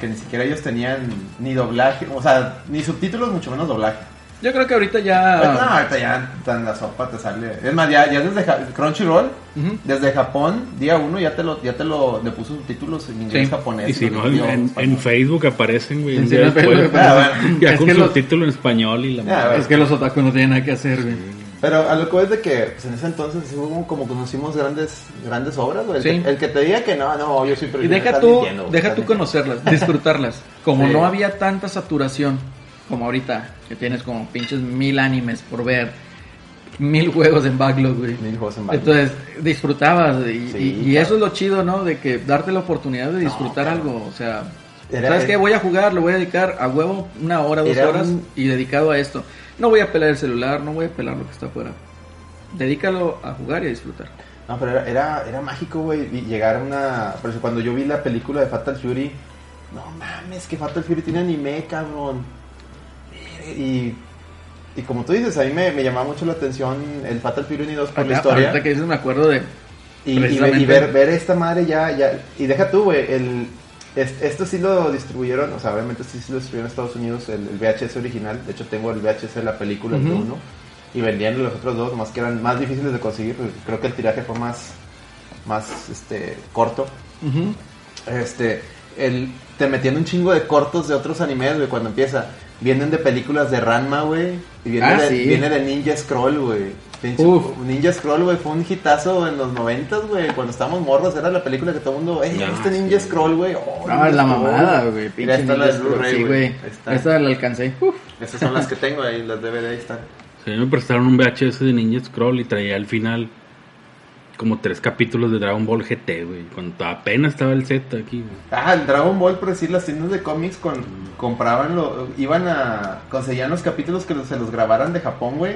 Speaker 2: Que ni siquiera ellos tenían ni doblaje, o sea, ni subtítulos, mucho menos doblaje.
Speaker 1: Yo creo que ahorita
Speaker 2: Pues, no,
Speaker 1: ya.
Speaker 2: ahorita ya tan la sopa te sale. Es más, ya, ya desde Ja- Crunchyroll,
Speaker 1: Ujú.
Speaker 2: desde Japón, día uno ya te lo, ya te lo le puso subtítulos en inglés
Speaker 1: Sí.
Speaker 2: japonés.
Speaker 3: Y si
Speaker 2: los
Speaker 3: no, en,
Speaker 2: metió
Speaker 3: en-
Speaker 2: español.
Speaker 3: en Facebook aparecen, güey. un
Speaker 1: Sí,
Speaker 3: día
Speaker 1: en Facebook
Speaker 3: después.
Speaker 2: Ah, bueno.
Speaker 3: Ya
Speaker 1: Es
Speaker 3: con
Speaker 1: que lo-
Speaker 3: subtítulo en español y la
Speaker 2: Ya,
Speaker 3: madre.
Speaker 1: Ah, Es que los otaku no tienen nada que hacer, güey.
Speaker 2: Pues Pero a lo que voy es de que pues, en ese entonces sí hubo como, como conocimos grandes grandes obras, güey. El,
Speaker 1: Sí.
Speaker 2: que, el que te diga que no, no, yo sí, pero
Speaker 1: Y
Speaker 2: yo me
Speaker 1: deja
Speaker 2: estás
Speaker 1: tú,
Speaker 2: mintiendo, güey,
Speaker 1: deja
Speaker 2: estás
Speaker 1: tú
Speaker 2: mintiendo.
Speaker 1: conocerlas, disfrutarlas. Como
Speaker 2: Sí.
Speaker 1: no había tanta saturación como ahorita, que tienes como pinches mil animes por ver, mil juegos en backlog, güey.
Speaker 2: Mil juegos en banda.
Speaker 1: Entonces disfrutabas y,
Speaker 2: Sí,
Speaker 1: y- y
Speaker 2: claro.
Speaker 1: eso es lo chido, ¿no? De que darte la oportunidad de disfrutar
Speaker 2: claro.
Speaker 1: algo, o sea,
Speaker 2: Era-
Speaker 1: ¿sabes qué? Voy a jugar, le voy a dedicar a huevo una hora, dos
Speaker 2: Era
Speaker 1: horas
Speaker 2: un-
Speaker 1: y dedicado a esto. No voy a pelar el celular, no voy a pelar lo que está afuera. Dedícalo a jugar y a disfrutar.
Speaker 2: No, pero era, era, era mágico, güey, y llegar a una... Por eso cuando yo vi la película de Fatal Fury, no mames, que Fatal Fury tiene anime, cabrón. Y, y como tú dices, a mí me, me llamaba mucho la atención el Fatal Fury 1 y 2 por la
Speaker 1: Acá,
Speaker 2: historia.
Speaker 1: Ahorita que dices me acuerdo de
Speaker 2: Y, y ve- y
Speaker 1: Precisamente.
Speaker 2: ver, ver esta madre ya, ya. Y deja tú, güey. El, es- esto sí lo distribuyeron, o sea, obviamente sí, sí lo distribuyeron en Estados Unidos, el, el VHS original. De hecho, tengo el VHS de la película, el de
Speaker 1: Ujú.
Speaker 2: uno. Y vendían los otros dos, más que eran más difíciles de conseguir. pues, Creo que el tiraje fue más, más este, corto.
Speaker 1: Ujú.
Speaker 2: Este, el, te metían un chingo de cortos de otros animes, güey, cuando empieza. Vienen de películas de Ranma, güey. Y viene,
Speaker 1: Ah,
Speaker 2: de,
Speaker 1: sí.
Speaker 2: viene de Ninja Scroll, güey. Pinche-
Speaker 1: Uf.
Speaker 2: Ninja Scroll, güey, fue un hitazo en los noventas, güey. Cuando estábamos morros, era la película que todo el mundo, ¡eh,
Speaker 3: Ah,
Speaker 2: este Ninja
Speaker 3: sí.
Speaker 2: Scroll, güey! Oh,
Speaker 1: Ah,
Speaker 2: Ninja
Speaker 1: la
Speaker 2: Scroll.
Speaker 1: mamada, güey.
Speaker 2: Mira,
Speaker 1: Pinche
Speaker 2: esta es la
Speaker 1: Ninja
Speaker 2: de
Speaker 1: Scroll,
Speaker 2: Blu-ray,
Speaker 1: sí,
Speaker 2: güey.
Speaker 1: güey.
Speaker 2: Ahí está.
Speaker 1: Esta la alcancé. Uf.
Speaker 2: Estas son las que tengo ahí, las DVD ahí están.
Speaker 3: Sí, me prestaron un VHS de Ninja Scroll y traía al final como tres capítulos de Dragon Ball GT, güey. Cuando apenas estaba el Z aquí, güey.
Speaker 2: Ah, el Dragon Ball, por decir, las tiendas de cómics con, compraban, lo, iban a, conseguían los capítulos que se los grabaran de Japón, güey.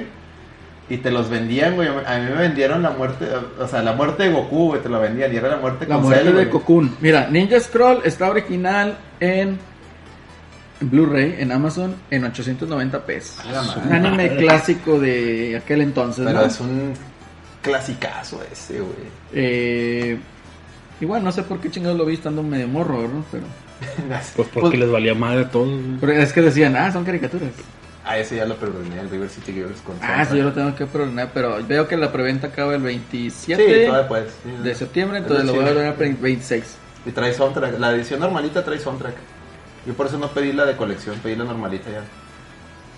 Speaker 2: Y te los vendían, güey. A mí me vendieron la muerte, o sea, la muerte de Goku, güey, te la vendían. Y era la muerte
Speaker 1: La
Speaker 2: con
Speaker 1: muerte
Speaker 2: Cell,
Speaker 1: de
Speaker 2: güey.
Speaker 1: Cocoon. Mira, Ninja Scroll está original en Blu-ray, en Amazon, en 890 pesos.
Speaker 2: A la madre.
Speaker 1: Un anime clásico de aquel entonces,
Speaker 2: Pero
Speaker 1: ¿no?
Speaker 2: es un clasicazo ese, güey.
Speaker 1: Eh, igual, no sé por qué chingados lo vi estando medio morro, ¿no? Pero,
Speaker 3: Pues porque
Speaker 2: Pues-
Speaker 3: les valía madre a todos, güey.
Speaker 1: pero es que decían, ah, son caricaturas.
Speaker 2: Ah, ese ya lo perdoné, el River City Girls con
Speaker 1: Ah, sí, yo lo
Speaker 2: soundtrack.
Speaker 1: tengo que programar, pero veo que la preventa acaba el 27
Speaker 2: Sí, todavía puedes. sí.
Speaker 1: de septiembre,
Speaker 2: Es
Speaker 1: entonces lo voy a
Speaker 2: chido.
Speaker 1: ver para el 26.
Speaker 2: Y trae soundtrack. La edición normalita trae soundtrack. Yo por eso no pedí la de colección, pedí la normalita ya.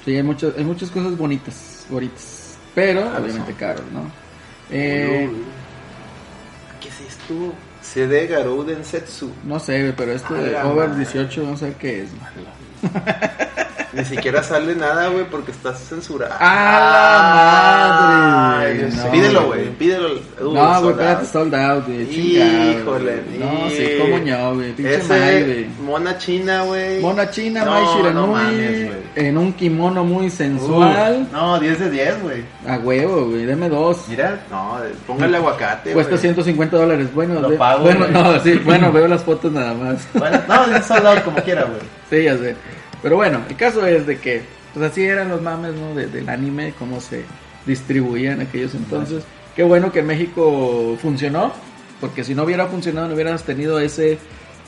Speaker 1: Sí, hay, muchas hay muchas cosas bonitas, bonitas, pero
Speaker 2: Ah,
Speaker 1: obviamente
Speaker 2: sí.
Speaker 1: caros, ¿no? Eh,
Speaker 2: ¿Qué es esto? CD Garou Densetsu.
Speaker 1: no sé, güey, pero esto
Speaker 2: A
Speaker 1: de
Speaker 2: la
Speaker 1: Over
Speaker 2: Ah, madre.
Speaker 1: 18, vamos a ver qué es. güey.
Speaker 2: Ni siquiera sale nada, güey, porque está censurado.
Speaker 1: ¡A la madre,
Speaker 2: Ay,
Speaker 1: güey!
Speaker 2: Dios,
Speaker 1: No,
Speaker 2: pídelo,
Speaker 1: güey.
Speaker 2: güey, pídelo. Uh,
Speaker 1: no, güey,
Speaker 2: soldado.
Speaker 1: espérate, sold out, güey, chingado,
Speaker 2: Híjole,
Speaker 1: güey. No, sí,
Speaker 2: sí.
Speaker 1: cómo no, güey, pinche
Speaker 2: Ese
Speaker 1: Mai, güey.
Speaker 2: Mona China, güey. Uh.
Speaker 1: Mona China,
Speaker 2: No,
Speaker 1: Mai Shiranui,
Speaker 2: no mames, güey.
Speaker 1: en un kimono muy
Speaker 2: Uh,
Speaker 1: sensual.
Speaker 2: no, 10 de 10, güey.
Speaker 1: A huevo, güey, deme dos.
Speaker 2: Mira, no,
Speaker 1: Mm.
Speaker 2: póngale aguacate,
Speaker 1: Cuesta
Speaker 2: güey.
Speaker 1: 150 dólares, bueno,
Speaker 2: Lo
Speaker 1: de-
Speaker 2: pago,
Speaker 1: bueno,
Speaker 2: güey.
Speaker 1: no, sí, bueno, veo las fotos nada más.
Speaker 2: Bueno, no, es soldado como quiera, güey.
Speaker 1: Sí, ya sé. Pero bueno, el caso es de que, pues así eran los mames, ¿no? De- del anime, cómo se distribuían aquellos entonces. Qué bueno que en México funcionó, porque si no hubiera funcionado, no hubieras tenido ese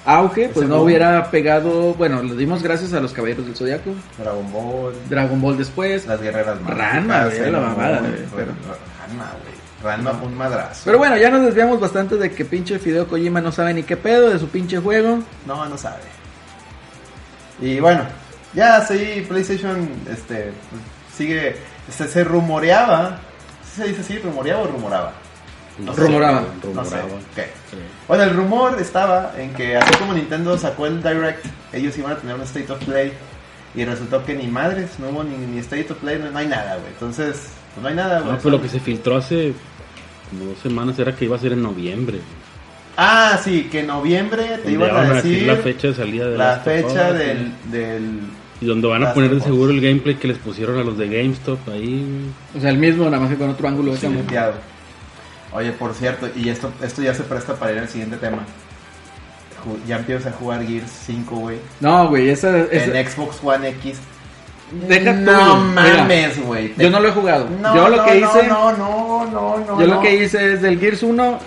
Speaker 1: auge, pues
Speaker 2: Ese
Speaker 1: no
Speaker 2: boom.
Speaker 1: hubiera pegado. Bueno, le dimos gracias a los Caballeros del Zodiaco,
Speaker 2: Dragon Ball.
Speaker 1: Dragon Ball después.
Speaker 2: Las guerreras más.
Speaker 1: Ranma, güey, la mamada, güey, pero-
Speaker 2: Ranma, güey. Ranma fue un madrazo.
Speaker 1: Pero bueno, ya nos desviamos bastante de que pinche Fideo Kojima no sabe ni qué pedo de su pinche juego.
Speaker 2: No, no sabe. Y bueno, ya sí, PlayStation este, sigue. Se, se rumoreaba. ¿sí ¿Se dice así? ¿Rumoreaba o rumoraba?
Speaker 3: No sé,
Speaker 1: Rumoraba.
Speaker 3: güey,
Speaker 2: No sé.
Speaker 3: rumoraba.
Speaker 2: ok.
Speaker 3: Sí.
Speaker 2: Bueno, el rumor estaba en que así como Nintendo sacó el Direct, ellos iban a tener un State of Play. Y resultó que ni madres, no hubo ni, ni State of Play, no, no hay nada, güey. Entonces, pues no hay nada, güey.
Speaker 3: No, pero Ah, lo que se filtró hace como dos semanas era que iba a ser en noviembre. güey.
Speaker 2: Ah, sí, que en noviembre te
Speaker 3: Donde
Speaker 2: iban
Speaker 3: van
Speaker 2: a decir
Speaker 3: la fecha de salida de
Speaker 2: la
Speaker 3: Last of
Speaker 2: fecha
Speaker 3: Us,
Speaker 2: del,
Speaker 3: güey.
Speaker 2: del
Speaker 3: Y donde van a
Speaker 2: Last
Speaker 3: poner de
Speaker 2: of Us.
Speaker 3: seguro el gameplay que les pusieron a los de GameStop ahí,
Speaker 1: O sea, el mismo, nada más que con otro ángulo. de
Speaker 3: Sí.
Speaker 1: cámara.
Speaker 2: Santiago. Oye, por cierto, y esto, esto ya se presta para ir al siguiente tema. Ju- Ya empiezas a jugar Gears 5, güey.
Speaker 1: No, güey, esa, esa,
Speaker 2: En Xbox One X.
Speaker 1: Deja tú,
Speaker 2: no
Speaker 1: güey.
Speaker 2: mames, güey.
Speaker 1: yo no lo he jugado.
Speaker 2: No,
Speaker 1: yo lo
Speaker 2: no,
Speaker 1: que
Speaker 2: no,
Speaker 1: hice.
Speaker 2: No, no, no, no.
Speaker 1: Yo lo
Speaker 2: no.
Speaker 1: que hice es del Gears 1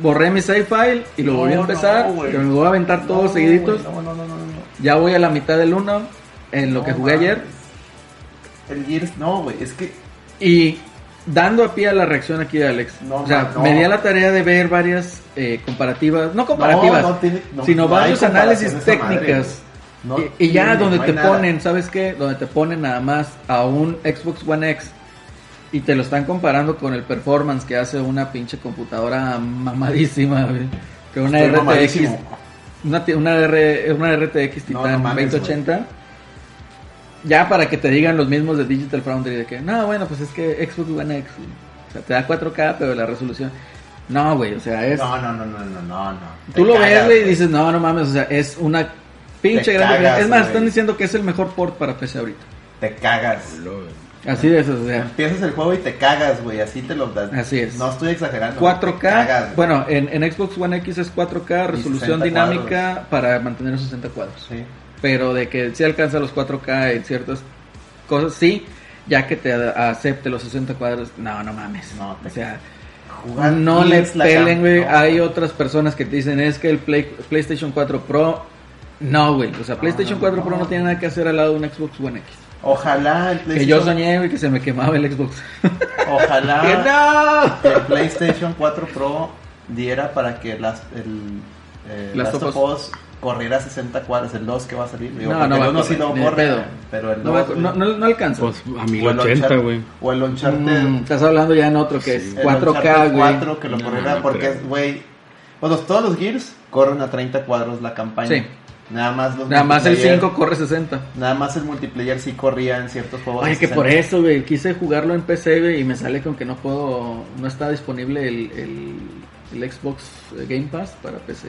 Speaker 1: borré mi save file y lo volví a
Speaker 5: No,
Speaker 1: empezar.
Speaker 5: no, güey.
Speaker 1: que me voy a aventar
Speaker 5: No,
Speaker 1: todos seguiditos.
Speaker 5: güey, No, no, no, no, no.
Speaker 1: Ya voy a la mitad del 1 en lo que
Speaker 5: No,
Speaker 1: jugué
Speaker 5: mames.
Speaker 1: ayer.
Speaker 2: El Gears, no, güey, es que
Speaker 1: Y dando a pie a la reacción aquí de Alex.
Speaker 5: No,
Speaker 1: o sea,
Speaker 5: no.
Speaker 1: me di a la tarea de ver varias eh, comparativas, no comparativas,
Speaker 2: No, no tiene- no,
Speaker 1: sino
Speaker 2: no
Speaker 1: varios
Speaker 2: hay
Speaker 1: análisis
Speaker 2: comparación a esa
Speaker 1: técnicas.
Speaker 2: madre, güey. No
Speaker 1: y, y ya
Speaker 2: tiene,
Speaker 1: donde
Speaker 2: no hay
Speaker 1: te
Speaker 2: nada.
Speaker 1: ponen, ¿sabes qué? Donde te ponen nada más a un Xbox One X y te lo están comparando con el performance que hace una pinche computadora mamadísima, güey. Que una
Speaker 2: Estoy
Speaker 1: RTX,
Speaker 2: mamadísimo.
Speaker 1: una, ti- una, R- una RTX
Speaker 2: No,
Speaker 1: Titan
Speaker 2: no mames,
Speaker 1: 2080. Ya para que te digan los mismos de Digital Foundry de que, no, bueno, pues es que Xbox One X, güey. o sea, te da 4K, pero la resolución. No, güey, o sea, es.
Speaker 2: No, no, no, no, no, no, no.
Speaker 1: Tú
Speaker 2: Te
Speaker 1: lo
Speaker 2: cagas,
Speaker 1: ves, güey, y dices, no, no mames, o sea, es una pinche
Speaker 2: Te
Speaker 1: gran
Speaker 2: cagas,
Speaker 1: diferencia. Es más,
Speaker 2: güey.
Speaker 1: están diciendo que es el mejor port para PC ahorita.
Speaker 2: Te cagas.
Speaker 1: Así es, o sea,
Speaker 2: Empiezas el juego y te cagas, güey, así te lo das.
Speaker 1: Así es.
Speaker 2: No estoy exagerando. güey, te
Speaker 1: 4K.
Speaker 2: cagas, güey.
Speaker 1: bueno, en, en Xbox One X es 4K, resolución
Speaker 2: 60
Speaker 1: dinámica para mantener 60 cuadros.
Speaker 2: Sí.
Speaker 1: Pero de que sí alcanza los 4K en ciertas cosas, sí, ya que te a- acepte los 60 cuadros, no, no mames.
Speaker 2: No, te-
Speaker 1: o sea,
Speaker 2: Jugar
Speaker 1: no le
Speaker 2: Gears, la
Speaker 1: pelen,
Speaker 2: cam-
Speaker 1: güey.
Speaker 2: no,
Speaker 1: Hay otras personas que te dicen, es que el Play- PlayStation 4 Pro. No, güey. O sea,
Speaker 2: No,
Speaker 1: PlayStation
Speaker 2: no,
Speaker 1: 4
Speaker 2: no.
Speaker 1: Pro no tiene nada que hacer al lado de un Xbox One X.
Speaker 2: Ojalá el
Speaker 1: Que
Speaker 2: PlayStation.
Speaker 1: yo soñé, güey, que se me quemaba el Xbox.
Speaker 2: Ojalá
Speaker 1: ¡No!
Speaker 2: que el PlayStation 4 Pro diera para que las, el eh,
Speaker 1: Last
Speaker 2: Last
Speaker 1: of
Speaker 2: of Us corriera a 60 cuadros. El 2 que va a salir. Digo,
Speaker 1: No,
Speaker 2: porque
Speaker 1: no va
Speaker 2: el
Speaker 1: a
Speaker 2: 1 sí
Speaker 1: correr,
Speaker 2: lo
Speaker 1: ni de pedo.
Speaker 2: corre. Pero el
Speaker 1: No, va-
Speaker 2: 2. güey.
Speaker 1: no, no- no alcanza.
Speaker 3: Pues
Speaker 2: O
Speaker 3: a
Speaker 2: el
Speaker 3: 1080,
Speaker 2: Uncharted-
Speaker 3: güey.
Speaker 2: O el Uncharted.
Speaker 1: Mm, estás hablando ya en otro que es
Speaker 2: El
Speaker 1: 4K,
Speaker 2: Uncharted
Speaker 1: güey.
Speaker 2: 4 que lo
Speaker 3: No,
Speaker 2: correrá
Speaker 3: no
Speaker 2: porque,
Speaker 3: creo.
Speaker 2: güey. Bueno, todos los Gears corren a 30 cuadros la campaña.
Speaker 1: Sí.
Speaker 2: Nada más los
Speaker 1: Nada más el
Speaker 2: multiplayer-
Speaker 1: 5 corre 60.
Speaker 2: Nada más el multiplayer sí corría en ciertos juegos.
Speaker 1: Oye,
Speaker 2: a
Speaker 1: que
Speaker 2: 60.
Speaker 1: por eso, güey. Quise jugarlo en PC, güey, y me sale con que no puedo. No está disponible el, el- el Xbox Game Pass para PC.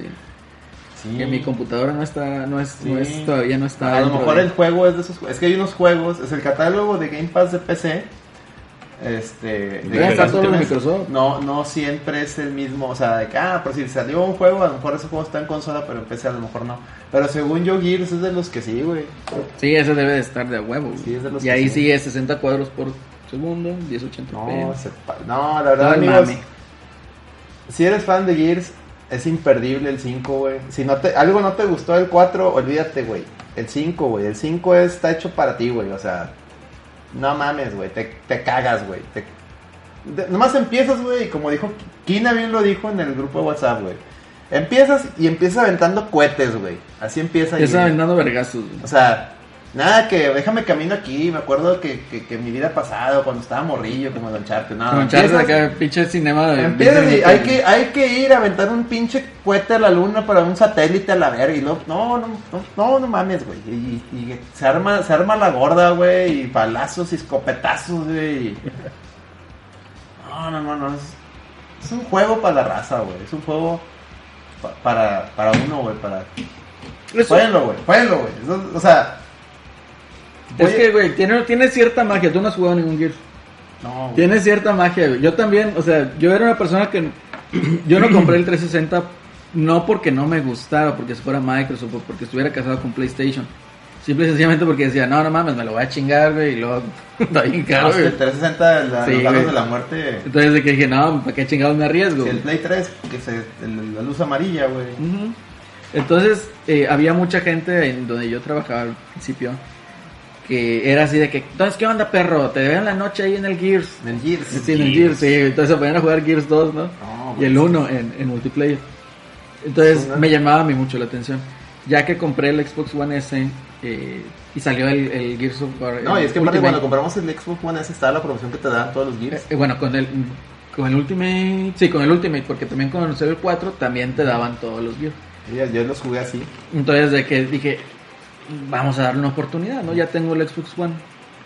Speaker 2: Sí.
Speaker 1: Que mi computadora no está. No es, no
Speaker 2: Sí.
Speaker 1: es todavía no está.
Speaker 2: A lo
Speaker 1: dentro
Speaker 2: mejor
Speaker 1: de-
Speaker 2: el juego es de esos jue- Es que hay unos juegos. Es el catálogo de Game Pass de PC. Este.
Speaker 3: Ya
Speaker 2: de Game
Speaker 3: está
Speaker 2: Pass
Speaker 1: todo en
Speaker 2: tienes-
Speaker 1: Microsoft.
Speaker 2: No, no siempre es el mismo. O sea, de que, ah, pero si salió un juego, a lo mejor ese juego está en consola, pero en PC a lo mejor no. Pero según yo, Gears es de los que sí, güey.
Speaker 1: Sí, ese debe de estar de a huevo. güey.
Speaker 2: Sí, es de los
Speaker 1: y
Speaker 2: que
Speaker 1: ahí
Speaker 2: sí.
Speaker 1: sí es 60 cuadros por segundo, 1080p.
Speaker 2: No, se pa- no, la verdad,
Speaker 1: Ay,
Speaker 2: amigos.
Speaker 1: mami.
Speaker 2: Si eres fan de Gears, es imperdible el 5, güey. Si no te, algo no te gustó del 4, olvídate, güey. El 5, güey. El 5 está hecho para ti, güey. O sea, no mames, güey. Te, te cagas, güey. Te- de- nomás empiezas, güey. Y como dijo, Kina bien lo dijo en el grupo de WhatsApp, güey. Empiezas y empiezas aventando cohetes, güey. Así empieza.
Speaker 1: Ya está
Speaker 2: Gears.
Speaker 1: aventando vergazos. güey.
Speaker 2: O sea, nada que déjame camino aquí. Me acuerdo que, que, que mi vida pasada, cuando estaba morrillo, como Don Charte, no,
Speaker 1: Con Charles
Speaker 2: empiezas-
Speaker 1: acá, pinche cinema de.
Speaker 2: empiezas
Speaker 1: 20
Speaker 2: Ah, y hay
Speaker 1: minutos.
Speaker 2: que, hay que ir a aventar un pinche cohete a la luna para un satélite a la verga. Y luego, no, no, no, no, no mames, güey. Y, y- y se, arma, se arma la gorda, güey. Y balazos y escopetazos, güey. y- No, no, no, no. Es, es un juego para la raza, güey. Es un juego pa- para, para uno, güey. Para...
Speaker 1: Eso-
Speaker 2: Jueguenlo, güey. Jueguenlo, güey. Eso- O sea.
Speaker 1: Es
Speaker 2: Oye-
Speaker 1: que, güey, tiene, tiene cierta magia. Tú no has jugado ningún Gears.
Speaker 2: No, güey.
Speaker 1: Tiene cierta magia, güey. Yo también, o sea, yo era una persona que. Yo no compré el 360 no porque no me gustara, porque si fuera Microsoft o porque estuviera casado con PlayStation. Simple y sencillamente porque decía, no, no mames, me lo voy a chingar, güey, y luego está bien caro,
Speaker 2: No, si
Speaker 1: güey.
Speaker 2: el 360, la,
Speaker 1: Sí,
Speaker 2: los lados
Speaker 1: güey.
Speaker 2: de la muerte.
Speaker 1: Entonces de que dije, no, ¿para qué chingados me arriesgo?
Speaker 2: Si el
Speaker 1: güey?"
Speaker 2: Play 3, que se, el- la luz amarilla, güey.
Speaker 1: Ujú. Entonces, eh, había mucha gente en donde yo trabajaba al principio que era así de que, entonces, ¿qué onda, perro? Te veo en la noche ahí en el Gears.
Speaker 2: En el Gears.
Speaker 1: Sí, en el Gears, sí. Entonces se ponían a jugar Gears 2, ¿no?
Speaker 2: No,
Speaker 1: y
Speaker 2: güey.
Speaker 1: el 1 en, en multiplayer. Entonces
Speaker 2: Sí, ¿no?
Speaker 1: me llamaba a mí mucho la atención. Ya que compré el Xbox One S eh, y salió el, el Gears of War.
Speaker 2: No, y
Speaker 1: el
Speaker 2: es que aparte,
Speaker 1: Ultimate.
Speaker 2: cuando compramos el Xbox One S, estaba la promoción que te daban todos los Gears.
Speaker 1: Eh, eh, bueno, con el, con el Ultimate. Sí, con el Ultimate, porque también con el 4 también te daban todos los Gears.
Speaker 2: Yo, yo los jugué así.
Speaker 1: Entonces de que dije, vamos a darle una oportunidad, ¿no? Ya tengo el Xbox One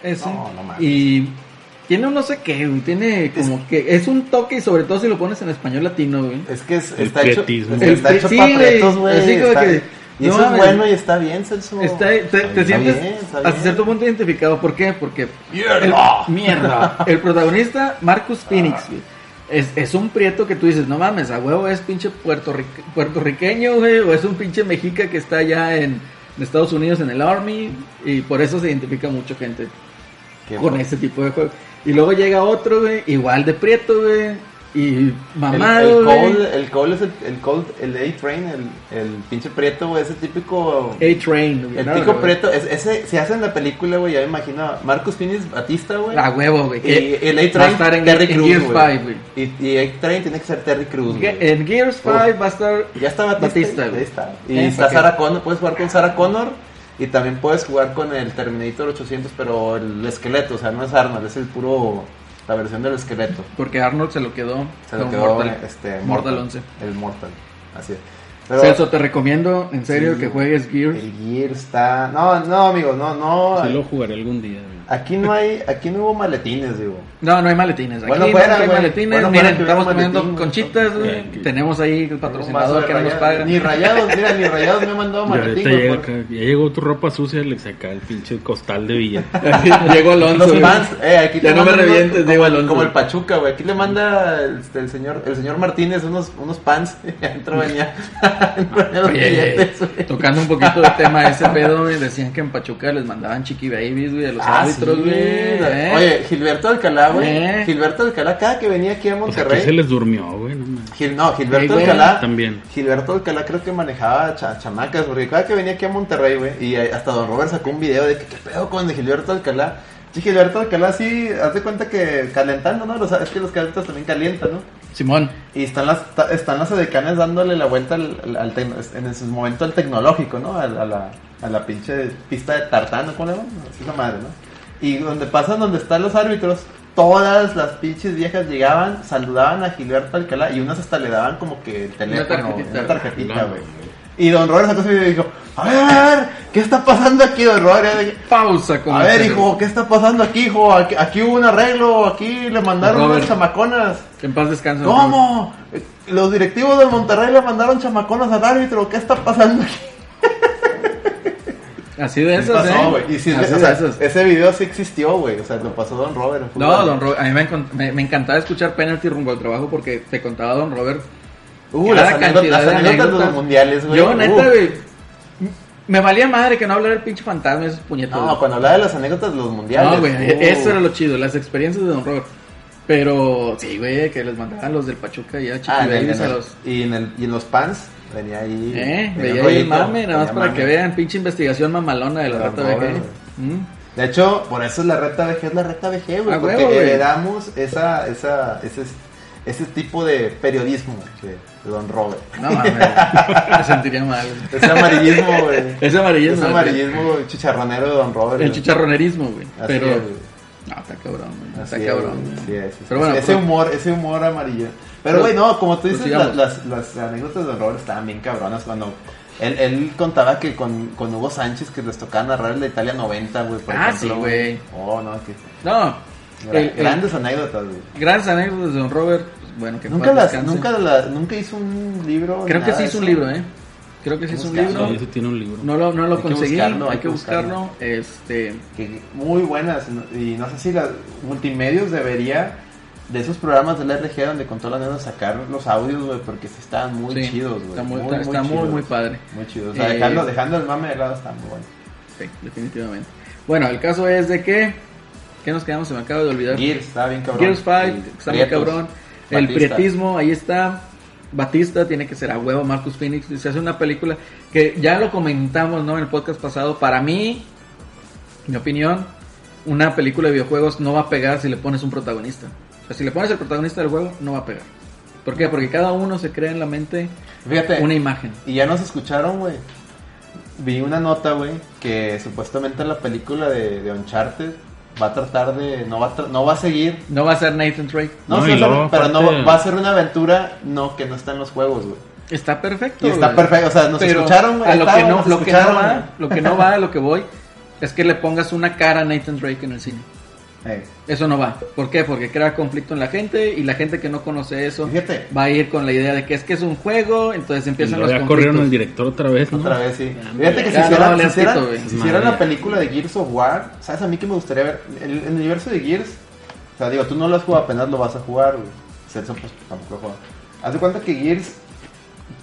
Speaker 1: S.
Speaker 2: No, no mames.
Speaker 1: y tiene un no sé qué, güey, tiene como que es un toque y sobre todo si lo pones en español latino, güey.
Speaker 2: Es que es-
Speaker 3: El
Speaker 2: está hecho,
Speaker 3: prietismo.
Speaker 2: es que está
Speaker 1: El
Speaker 2: hecho
Speaker 1: pri-
Speaker 2: pa'
Speaker 1: sí, güey.
Speaker 2: prietos, güey.
Speaker 1: Así como
Speaker 2: está-
Speaker 1: que-
Speaker 2: Y
Speaker 1: no
Speaker 2: eso es
Speaker 1: mames.
Speaker 2: bueno y está bien, Celso.
Speaker 1: Está, te, te
Speaker 2: Está bien,
Speaker 1: sientes
Speaker 2: está bien, está
Speaker 1: hasta
Speaker 2: bien.
Speaker 1: cierto punto identificado. ¿Por qué? Porque el,
Speaker 2: ¡Mierda!
Speaker 1: mierda, el protagonista, Marcus Phoenix, güey, es, es un prieto que tú dices, no mames, a huevo es pinche puertorrique- puertorriqueño, güey, o es un pinche mexica que está allá en, en Estados Unidos en el Army, y por eso se identifica mucha gente
Speaker 2: Qué
Speaker 1: con
Speaker 2: bueno.
Speaker 1: ese tipo de juegos. Y luego llega otro, güey, igual de prieto, güey, Y
Speaker 2: El,
Speaker 1: mamado,
Speaker 2: el,
Speaker 1: güey.
Speaker 2: Cole, el Cole es el, el Cole, el A-Train, el, el pinche prieto, güey, ese típico...
Speaker 1: A-Train, güey.
Speaker 2: El
Speaker 1: No,
Speaker 2: pico
Speaker 1: güey.
Speaker 2: preto, es- ese se hace en la película, güey, ya me imagino a Marcos Finis Batista, güey.
Speaker 1: A huevo, Ah, güey. que
Speaker 2: y el
Speaker 1: va a
Speaker 2: A-Train
Speaker 1: estar en,
Speaker 2: Terry
Speaker 1: en
Speaker 2: Crews,
Speaker 1: Gears
Speaker 2: güey.
Speaker 1: 5, güey.
Speaker 2: Y, y A-Train tiene que ser Terry Cruz, güey.
Speaker 1: En Gears 5 va a estar
Speaker 2: Ya está Batista,
Speaker 1: Batista,
Speaker 2: ahí
Speaker 1: güey.
Speaker 2: está.
Speaker 1: Eh,
Speaker 2: Y
Speaker 1: ¿para
Speaker 2: está
Speaker 1: qué?
Speaker 2: Sarah Connor, puedes jugar con Sarah Connor y también puedes jugar con el Terminator 800, pero el esqueleto, o sea, no es Arnold, es el puro, la versión del esqueleto.
Speaker 1: Porque Arnold se lo quedó.
Speaker 2: Se lo
Speaker 1: con
Speaker 2: quedó
Speaker 1: Mortal,
Speaker 2: este,
Speaker 1: Mortal 11.
Speaker 2: El Mortal, así es.
Speaker 1: Celso, te recomiendo, en serio,
Speaker 2: Sí.
Speaker 1: que juegues Gears.
Speaker 2: el Gear está... No, no, amigo, no, no.
Speaker 3: Sí lo jugaré algún día. güey.
Speaker 1: Ah,
Speaker 2: Aquí no hay, aquí no hubo maletines, digo.
Speaker 1: No, no hay maletines. Aquí
Speaker 2: Bueno,
Speaker 1: no
Speaker 2: fuera,
Speaker 1: hay
Speaker 2: güey.
Speaker 1: maletines.
Speaker 2: Bueno, fuera
Speaker 1: Miren,
Speaker 2: que hubiera
Speaker 1: estamos comiendo
Speaker 2: maletín, güey.
Speaker 1: conchitas, güey.
Speaker 3: Aquí.
Speaker 1: Tenemos ahí el patrocinador que no nos paga.
Speaker 2: Ni rayados, mira, ni rayados me han mandado
Speaker 3: Ya, ahorita
Speaker 2: maletín. güey,
Speaker 3: llega
Speaker 2: por-
Speaker 3: acá, ya llegó tu ropa sucia, le saca el pinche costal de billete.
Speaker 1: Llegó Alonso.
Speaker 2: Los
Speaker 1: güey.
Speaker 2: fans, eh, aquí
Speaker 1: Ya
Speaker 2: te
Speaker 1: no me
Speaker 2: mandan unos-
Speaker 1: revientes,
Speaker 2: como-
Speaker 1: Diego Alonso.
Speaker 2: Como el Pachuca, güey. Aquí le manda el, el señor, el señor Martínez unos, unos pants. y Adentro venía, adentro venía los
Speaker 1: Oye,
Speaker 2: billetes, güey.
Speaker 1: tocando un poquito el tema de ese pedo, güey, decían que en Pachuca les mandaban chiqui babies, güey, a los
Speaker 2: Ah,
Speaker 1: árbitros,
Speaker 2: sí,
Speaker 1: güey. ¿eh?
Speaker 2: Oye, Gilberto Alcalá, güey.
Speaker 1: ¿Eh? Pues
Speaker 2: Gilberto Alcalá, cada que venía aquí a
Speaker 3: O sea, que
Speaker 2: Monterrey.
Speaker 3: se les durmió, güey. No, mames.
Speaker 2: Gil- no,
Speaker 1: Ey,
Speaker 2: Gilberto
Speaker 1: güey,
Speaker 2: Alcalá.
Speaker 3: también.
Speaker 2: Gilberto Alcalá creo que manejaba cha- chamacas, porque cada que venía aquí a Monterrey, güey, y eh, hasta Don Robert sacó un video de que qué pedo con de Gilberto Alcalá. Sí, Gilberto Alcalá sí, haz de cuenta que calentando, ¿no? Los- es que los calentas también calientan, ¿no?
Speaker 1: Simón,
Speaker 2: Y están las, ta- están las edecanes dándole la vuelta al, al- al tecno- en su momento al tecnológico, ¿no? A, la- a la, a la pinche pista de tartano, ¿cómo le llaman? Así la madre, ¿no? Y donde pasan, donde están los árbitros, todas las pinches viejas llegaban, saludaban a Gilberto Alcalá y unas hasta le daban como que el teléfono, una
Speaker 1: tarjetita.
Speaker 2: tarjetita,
Speaker 3: No,
Speaker 2: güey. Y don Robert sacó su video y dijo, a ver, ¿qué está pasando aquí, don Robert? Y yo,
Speaker 1: pausa con
Speaker 2: A
Speaker 1: el
Speaker 2: ver,
Speaker 1: cerebro.
Speaker 2: hijo, ¿qué está pasando aquí, hijo? Aquí, aquí hubo un arreglo, aquí le mandaron
Speaker 1: Robert.
Speaker 2: unas chamaconas.
Speaker 1: Que en paz descansa.
Speaker 2: ¿Cómo? Los directivos del Monterrey le mandaron chamaconas al árbitro. ¿Qué está pasando aquí?
Speaker 1: Así de esas,
Speaker 2: pasó,
Speaker 1: ¿eh?
Speaker 2: güey? Y sí,
Speaker 1: Así
Speaker 2: o
Speaker 1: de
Speaker 2: sea,
Speaker 1: esas.
Speaker 2: ese video sí existió, güey. O sea, lo pasó Don Robert. en
Speaker 1: No,
Speaker 2: fútbol.
Speaker 1: don Robert, a mí me, encon- me- me encantaba escuchar Penalty rumbo al trabajo porque te contaba don Robert.
Speaker 2: Uh,
Speaker 1: cada
Speaker 2: las anécdotas,
Speaker 1: cantidad
Speaker 2: las
Speaker 1: de
Speaker 2: anécdotas de
Speaker 1: anécdotas.
Speaker 2: los mundiales, güey.
Speaker 1: Yo, neta,
Speaker 2: Uh.
Speaker 1: güey, me valía madre que no hablara el pinche fantasma de esos puñetos.
Speaker 2: No, pues, cuando hablaba de las anécdotas de los mundiales.
Speaker 1: No, güey, e-,
Speaker 2: uh.
Speaker 1: eso era lo chido, las experiencias de Don Robert. Pero sí, güey, que les mandaban los del Pachuca y a Chiqui
Speaker 2: Ah, en el-
Speaker 1: Babies
Speaker 2: en el-
Speaker 1: a los.
Speaker 2: y, en el- y en los pants venía ahí.
Speaker 1: Eh,
Speaker 2: venía un
Speaker 1: veía ahí el mame,
Speaker 2: rollito,
Speaker 1: nada más
Speaker 2: venía
Speaker 1: para
Speaker 2: mame.
Speaker 1: que vean, pinche investigación mamalona de la
Speaker 2: Don
Speaker 1: rata BG.
Speaker 2: Robert,
Speaker 1: Mm.
Speaker 2: De hecho, por eso es la recta VG, es la recta VG, güey.
Speaker 1: Ah,
Speaker 2: porque
Speaker 1: huevo, güey.
Speaker 2: heredamos esa, esa, ese, ese tipo de periodismo que- de Don Robert.
Speaker 1: No mames, güey. me sentiría mal. güey.
Speaker 2: Ese amarillismo, güey.
Speaker 1: Ese amarillismo,
Speaker 2: Ese
Speaker 1: güey.
Speaker 2: amarillismo chicharronero de Don Robert.
Speaker 1: El
Speaker 2: güey.
Speaker 1: chicharronerismo, güey.
Speaker 2: Así
Speaker 1: Pero.
Speaker 2: es, güey.
Speaker 1: No, está cabrón, güey.
Speaker 2: Así
Speaker 1: Está
Speaker 2: es,
Speaker 1: cabrón. güey.
Speaker 2: güey. Así es, así es.
Speaker 1: Pero bueno, pues,
Speaker 2: ese
Speaker 1: pro-
Speaker 2: humor, ese humor amarillo.
Speaker 1: Pero- pues
Speaker 2: Pero güey, no, como tú dices,
Speaker 1: prosigamos.
Speaker 2: las, las, las anécdotas de Don Robert estaban bien cabronas cuando él, él contaba que con, con Hugo Sánchez que les tocaba narrar el de Italia 90, güey, por
Speaker 1: Ah,
Speaker 2: ejemplo,
Speaker 1: sí, güey.
Speaker 2: Oh, no, que
Speaker 1: No.
Speaker 2: gra-
Speaker 1: el- el-
Speaker 2: grandes anécdotas, güey.
Speaker 1: Grandes anécdotas de Don Robert. pues, Bueno, que en
Speaker 2: Nunca
Speaker 1: paz
Speaker 2: las,
Speaker 1: descanse.
Speaker 2: nunca la- nunca hizo un libro.
Speaker 1: Creo que
Speaker 2: nada
Speaker 1: sí
Speaker 2: de
Speaker 1: hizo un
Speaker 2: eso.
Speaker 1: libro, ¿eh? Creo que sí hizo un
Speaker 2: Buscando.
Speaker 1: libro.
Speaker 3: Sí, ese tiene un libro.
Speaker 1: No lo, no lo
Speaker 2: Hay que
Speaker 1: conseguí,
Speaker 2: buscarlo,
Speaker 1: hay que buscarlo. Este,
Speaker 2: que muy buenas ¿no? y no sé si la multimedios debería de esos programas de la RG donde con todas las nenas sacar los audios, güey, porque sí estaban muy
Speaker 1: sí,
Speaker 2: chidos, güey.
Speaker 1: Está muy, está- está muy,
Speaker 2: chidos.
Speaker 1: muy padre.
Speaker 2: Muy chidos. O sea,
Speaker 1: Eh,
Speaker 2: dejando, dejando el mame de lado está muy bueno.
Speaker 1: Sí, definitivamente. Bueno, el caso es de que. ¿Qué nos quedamos? Se me acaba de olvidar.
Speaker 2: Gears está bien cabrón.
Speaker 1: Gears Fight,
Speaker 2: Y
Speaker 1: está muy
Speaker 2: Prietos,
Speaker 1: cabrón. El
Speaker 2: Batista.
Speaker 1: prietismo, ahí está. Batista tiene que ser a huevo, Marcus Phoenix. y Se hace una película que ya lo comentamos ¿no? en el podcast pasado. Para mí, mi opinión, una película de videojuegos no va a pegar si le pones un protagonista. O sea, si le pones el protagonista del juego, no va a pegar. ¿Por qué? Porque cada uno se crea en la mente
Speaker 2: Fíjate.
Speaker 1: una imagen.
Speaker 2: Y ya nos escucharon, güey. Vi una nota, güey, que supuestamente la película de, de Uncharted va a tratar de no va a tra- no va a seguir
Speaker 1: No va a ser Nathan Drake.
Speaker 2: No,
Speaker 3: No,
Speaker 2: sí,
Speaker 3: y
Speaker 2: o sea,
Speaker 3: luego,
Speaker 2: pero
Speaker 3: aparte-
Speaker 2: no va a ser una aventura no que no está en los juegos, güey.
Speaker 1: Está perfecto.
Speaker 2: Y está
Speaker 1: güey.
Speaker 2: perfecto, o sea, nos
Speaker 1: Pero
Speaker 2: escucharon, güey.
Speaker 1: A lo que,
Speaker 2: estábamos,
Speaker 1: no,
Speaker 2: nos
Speaker 1: lo, que no
Speaker 2: escucharon,
Speaker 1: va, lo que no va, a lo que voy, es que le pongas una cara a Nathan Drake en el cine.
Speaker 2: güey. Eh,
Speaker 1: Eso no va. ¿Por qué? Porque crea conflicto en la gente y la gente que no conoce eso
Speaker 2: Fíjate.
Speaker 1: va a ir con la idea de que es que es un juego, entonces
Speaker 3: Y
Speaker 1: empiezan
Speaker 3: luego
Speaker 1: los
Speaker 3: ya corrieron al
Speaker 1: conflictos.
Speaker 3: director otra vez, ¿no?
Speaker 2: Otra vez, sí. Fíjate que si
Speaker 1: Ah, Ya, no,
Speaker 2: hicieran,
Speaker 1: le
Speaker 2: si
Speaker 1: has
Speaker 2: hicieran-
Speaker 1: quito, güey.
Speaker 2: si hicieran
Speaker 3: Madre.
Speaker 2: la película de Gears of War, ¿sabes a mí que me gustaría ver? El, el universo de Gears, o sea, digo, tú no lo has jugado, apenas lo vas a jugar, güey. Celso, pues, tampoco lo juega. Haz de cuenta que Gears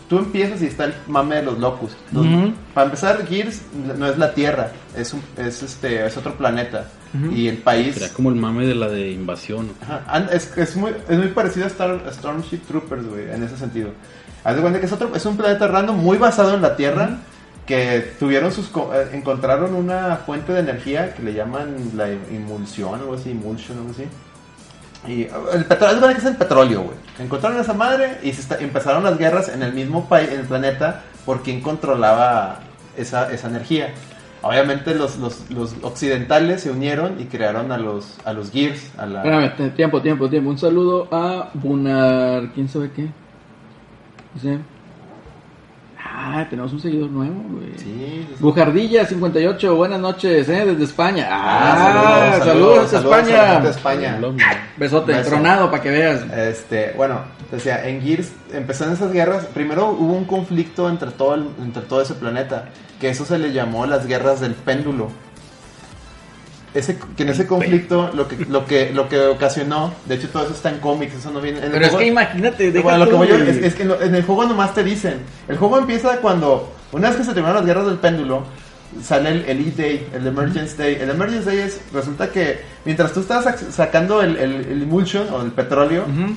Speaker 2: tú empiezas y está el mame de los locus. Entonces,
Speaker 1: Ujú.
Speaker 2: Para empezar, Gears no es la Tierra, es, un- es, este, es otro planeta. Y el país...
Speaker 3: Será como el mame de la de invasión.
Speaker 2: Ajá, and- Es, es muy, es muy parecido a, Star, a Stormship Troopers, güey, en ese sentido. Haz de cuenta que es, otro, es un planeta random muy basado en la Tierra, que tuvieron sus, co- eh, encontraron una fuente de energía que le llaman la im- emulsión, algo así, emulsion, algo así. Y eh, el petróleo, haz de cuenta que es el petróleo, güey. Encontraron esa madre y se esta- empezaron las guerras en el mismo país, en el planeta, por quien controlaba esa, esa energía. Obviamente los, los, los occidentales se unieron y crearon a los, a los Gears, a la...
Speaker 1: Espérame, te- tiempo, tiempo, tiempo. Un saludo a Bunar. ¿Quién sabe qué? Dice. Ah, tenemos un seguidor nuevo, güey.
Speaker 2: Sí, sí, sí.
Speaker 1: Bujardilla 58, buenas noches, ¿eh? Desde España. Ah,
Speaker 2: Ah,
Speaker 1: saludos, desde
Speaker 2: saludos a la gente de
Speaker 1: España.
Speaker 2: España.
Speaker 3: Lo-
Speaker 1: Besote,
Speaker 2: Beso.
Speaker 1: tronado para que veas.
Speaker 2: Este, bueno, te decía, en Gears empezaron esas guerras. Primero hubo un conflicto entre todo, el- entre todo ese planeta, que eso se le llamó las guerras del péndulo. Ese, que en ese conflicto lo que, lo que lo que ocasionó, de hecho todo eso está en cómics, eso no viene en el
Speaker 1: Pero es
Speaker 2: juego-
Speaker 1: que imagínate, deja
Speaker 2: Bueno, lo que
Speaker 1: tú,
Speaker 2: voy yo
Speaker 1: güey.
Speaker 2: es, es que en lo- en el juego nomás te dicen. El juego empieza cuando, una vez que se terminaron las guerras del péndulo, sale el, el E-Day, el Emergence Day. El Emergence Day es, resulta que mientras tú estabas sac- sacando el, el, el emulsion o el petróleo,
Speaker 1: Ujú.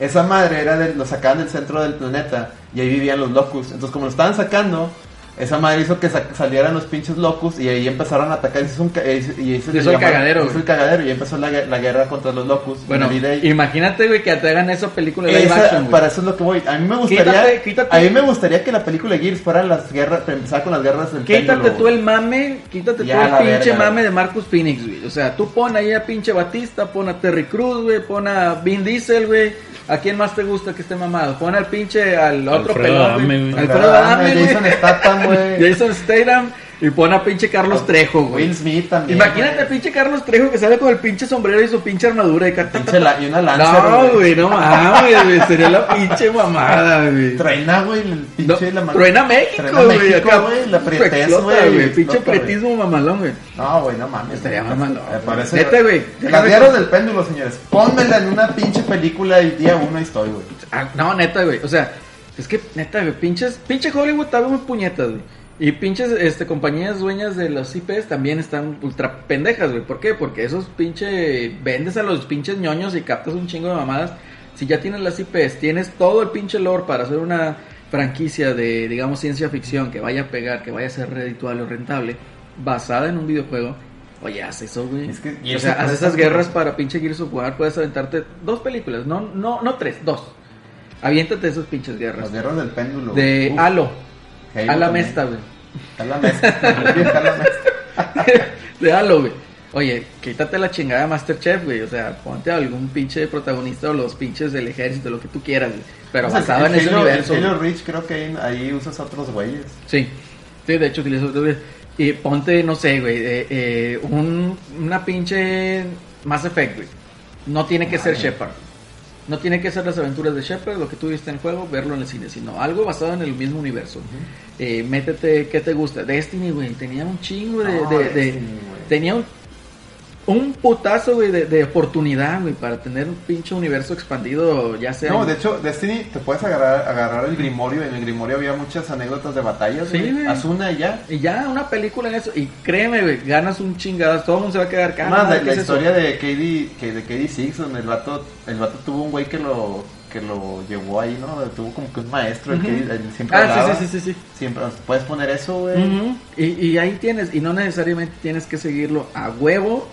Speaker 2: esa madre era del- lo sacaban del centro del planeta y ahí vivían los locus. Entonces, como lo estaban sacando, esa madre hizo que sa- salieran los pinches locus y ahí empezaron a atacar. Y hizo un ca- y hizo- y hizo-
Speaker 1: Y hizo el
Speaker 2: llama-
Speaker 1: cagadero,
Speaker 2: hizo el
Speaker 1: güey.
Speaker 2: cagadero y empezó la, gue- la guerra contra los locus. en
Speaker 1: Bueno,
Speaker 2: el E E-Day.
Speaker 1: imagínate, güey, que te hagan esa película de live
Speaker 2: Esa-
Speaker 1: action, güey.
Speaker 2: para eso es lo que voy. A mí me gustaría,
Speaker 1: Quítate, quítate.
Speaker 2: a mí me gustaría que la película de Gears fuera las guerras, para empezar con las guerras del
Speaker 1: Quítate
Speaker 2: péndulo,
Speaker 1: tú
Speaker 2: güey.
Speaker 1: el mame, quítate
Speaker 2: Ya,
Speaker 1: tú
Speaker 2: la
Speaker 1: el pinche
Speaker 2: verga,
Speaker 1: mame
Speaker 2: güey.
Speaker 1: de Marcus Phoenix, güey. O sea, tú pon ahí a pinche Batista, pon a Terry Cruz, güey, pon a Vin Diesel, güey. ¿A quién más te gusta que esté mamado? Pon al pinche, al otro
Speaker 3: Alfredo
Speaker 1: pelón,
Speaker 3: Adame,
Speaker 1: güey.
Speaker 3: güey.
Speaker 1: Alfredo Adame, güey.
Speaker 2: Ah, Jason Statham, güey.
Speaker 1: Jason Statham y pon a pinche Carlos Trejo, güey.
Speaker 2: Will Smith también.
Speaker 1: Imagínate
Speaker 2: güey.
Speaker 1: pinche Carlos Trejo que sale con el pinche sombrero y su pinche armadura de carta.
Speaker 2: Pinche la- y una lanza.
Speaker 1: No, güey, no mames, güey. Sería la pinche mamada, güey.
Speaker 2: Truena, güey, el
Speaker 1: No,
Speaker 2: pinche la man-
Speaker 1: truena México,
Speaker 2: Truena
Speaker 1: güey.
Speaker 2: México,
Speaker 1: acá,
Speaker 2: güey, la pretez,
Speaker 1: explota,
Speaker 2: güey,
Speaker 1: Pinche
Speaker 2: explota, güey.
Speaker 1: pretismo mamalón, güey.
Speaker 2: No, güey, no mames.
Speaker 1: Estaría
Speaker 2: güey.
Speaker 1: mamalón,
Speaker 2: Eh,
Speaker 1: güey.
Speaker 2: parece-
Speaker 1: Vete, güey.
Speaker 2: Las guerras del péndulo, señores. Pónmela en una pinche película y día uno y estoy, güey.
Speaker 1: Ah, no, neta, güey. O sea, es que neta, güey. Pinches, pinche Hollywood está muy puñetas, güey. Y pinches este, compañías dueñas de los IPs también están ultra pendejas, güey. ¿Por qué? Porque esos pinche. Vendes a los pinches ñoños y captas un chingo de mamadas. Si ya tienes las IPs, tienes todo el pinche lore para hacer una franquicia de, digamos, ciencia ficción que vaya a pegar, que vaya a ser redituable o rentable, basada en un videojuego. Oye, haz eso, güey.
Speaker 2: Es que-
Speaker 1: o sea, haz esas guerras para pinche Gears of War. Puedes aventarte dos películas, no, no, no tres, dos. Aviéntate esas pinches guerras.
Speaker 2: Las guerras del péndulo.
Speaker 1: De
Speaker 2: güey. Uf,
Speaker 1: Halo.
Speaker 2: Halo
Speaker 1: a la
Speaker 2: también.
Speaker 1: mesta, güey.
Speaker 2: A la mesta. A la mesta.
Speaker 1: De Halo, güey. Oye, quítate la chingada de Masterchef, güey. O sea, ponte a algún pinche protagonista o los pinches del ejército, lo que tú quieras, güey. Pero
Speaker 2: O sea,
Speaker 1: basado en ese
Speaker 2: Pues, Halo-
Speaker 1: universo.
Speaker 2: en
Speaker 1: güey.
Speaker 2: Halo Reach creo que ahí, ahí usas a otros güeyes.
Speaker 1: Sí, sí, de hecho utilizo otro video. Y ponte, no sé, güey, eh, eh, un, una pinche Mass Effect, güey. No tiene que ser Shepard. No tiene que ser las aventuras de Shepard, lo que tú viste en el juego, verlo en el cine, sino algo basado en el mismo universo. Eh, métete, ¿qué te gusta? Destiny, güey, tenía un chingo de...
Speaker 2: No,
Speaker 1: de- de-
Speaker 2: Destiny, güey.
Speaker 1: tenía un, un putazo, güey, de, de oportunidad, güey, para tener un pinche universo expandido, ya sea...
Speaker 2: No,
Speaker 1: en-
Speaker 2: de hecho, Destiny, te puedes agarrar, agarrar el Grimorio. En el Grimorio había muchas anécdotas de batallas.
Speaker 1: Sí, güey.
Speaker 2: Haz una y ya.
Speaker 1: Y ya una película en eso. Y créeme, güey, ganas un chingadazo. Todo el mundo se va a quedar "Ah, cara.
Speaker 2: Más de la historia de KD, que de KD6, donde el vato, el vato tuvo un güey que lo, que lo llevó ahí, ¿no? Tuvo como que un maestro, el KD, el siempre
Speaker 1: Ah,
Speaker 2: hablaba.
Speaker 1: sí, sí, sí, sí. sí.
Speaker 2: Siempre, puedes poner eso, güey.
Speaker 1: Ujú. y, y ahí tienes. Y no necesariamente tienes que seguirlo a huevo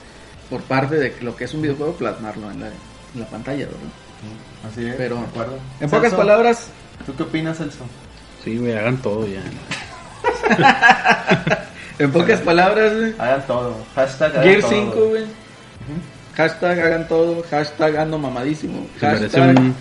Speaker 1: por parte de lo que es un videojuego, plasmarlo en la, en la pantalla, ¿verdad?
Speaker 2: Así es,
Speaker 1: Pero-
Speaker 2: de acuerdo.
Speaker 1: En pocas
Speaker 2: Celso,
Speaker 1: palabras,
Speaker 2: ¿Tú qué opinas, Celso?
Speaker 3: Sí, güey, hagan todo ya.
Speaker 1: en pocas palabras, güey,
Speaker 2: Hagan todo. Hashtag hagan
Speaker 1: Gear
Speaker 2: todo,
Speaker 1: 5, güey. Hashtag hagan todo, hashtag ando mamadísimo,
Speaker 3: Se merece
Speaker 1: hashtag
Speaker 3: un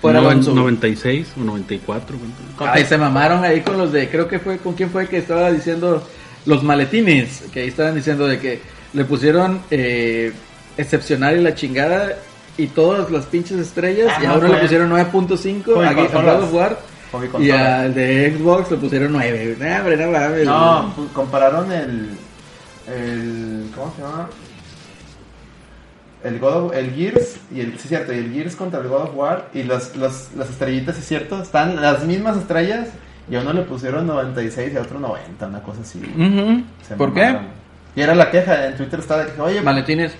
Speaker 1: fuera
Speaker 3: un
Speaker 1: Alonso.
Speaker 3: 96 o 94. ¿cuánto?
Speaker 1: Ay, se mamaron ahí con los de, creo que fue, ¿con quién fue que estaba diciendo los maletines? Que ahí estaban diciendo de que le pusieron eh, excepcional y la chingada y todas las pinches estrellas
Speaker 2: Ah,
Speaker 1: y
Speaker 2: no,
Speaker 1: ahora le
Speaker 2: fue-
Speaker 1: pusieron 9.5
Speaker 2: fue
Speaker 1: a, Ge- a
Speaker 2: consolas.
Speaker 1: God of War
Speaker 2: Hobby
Speaker 1: y
Speaker 2: consola.
Speaker 1: al de Xbox le pusieron 9. Nah, hombre, no mames.
Speaker 2: No, pues, compararon el, el. ¿Cómo se llama? el, God of- el Gears y el, sí, cierto, y el Gears contra el God of War y los, los- las estrellitas, sí, cierto, están las mismas estrellas y a uno le pusieron 96 y a otro 90, una cosa así.
Speaker 1: Ujú.
Speaker 2: Se
Speaker 1: Mm. ¿Por qué?
Speaker 2: mamaron. Y era la queja, en Twitter estaba la queja, oye,
Speaker 1: Maletines.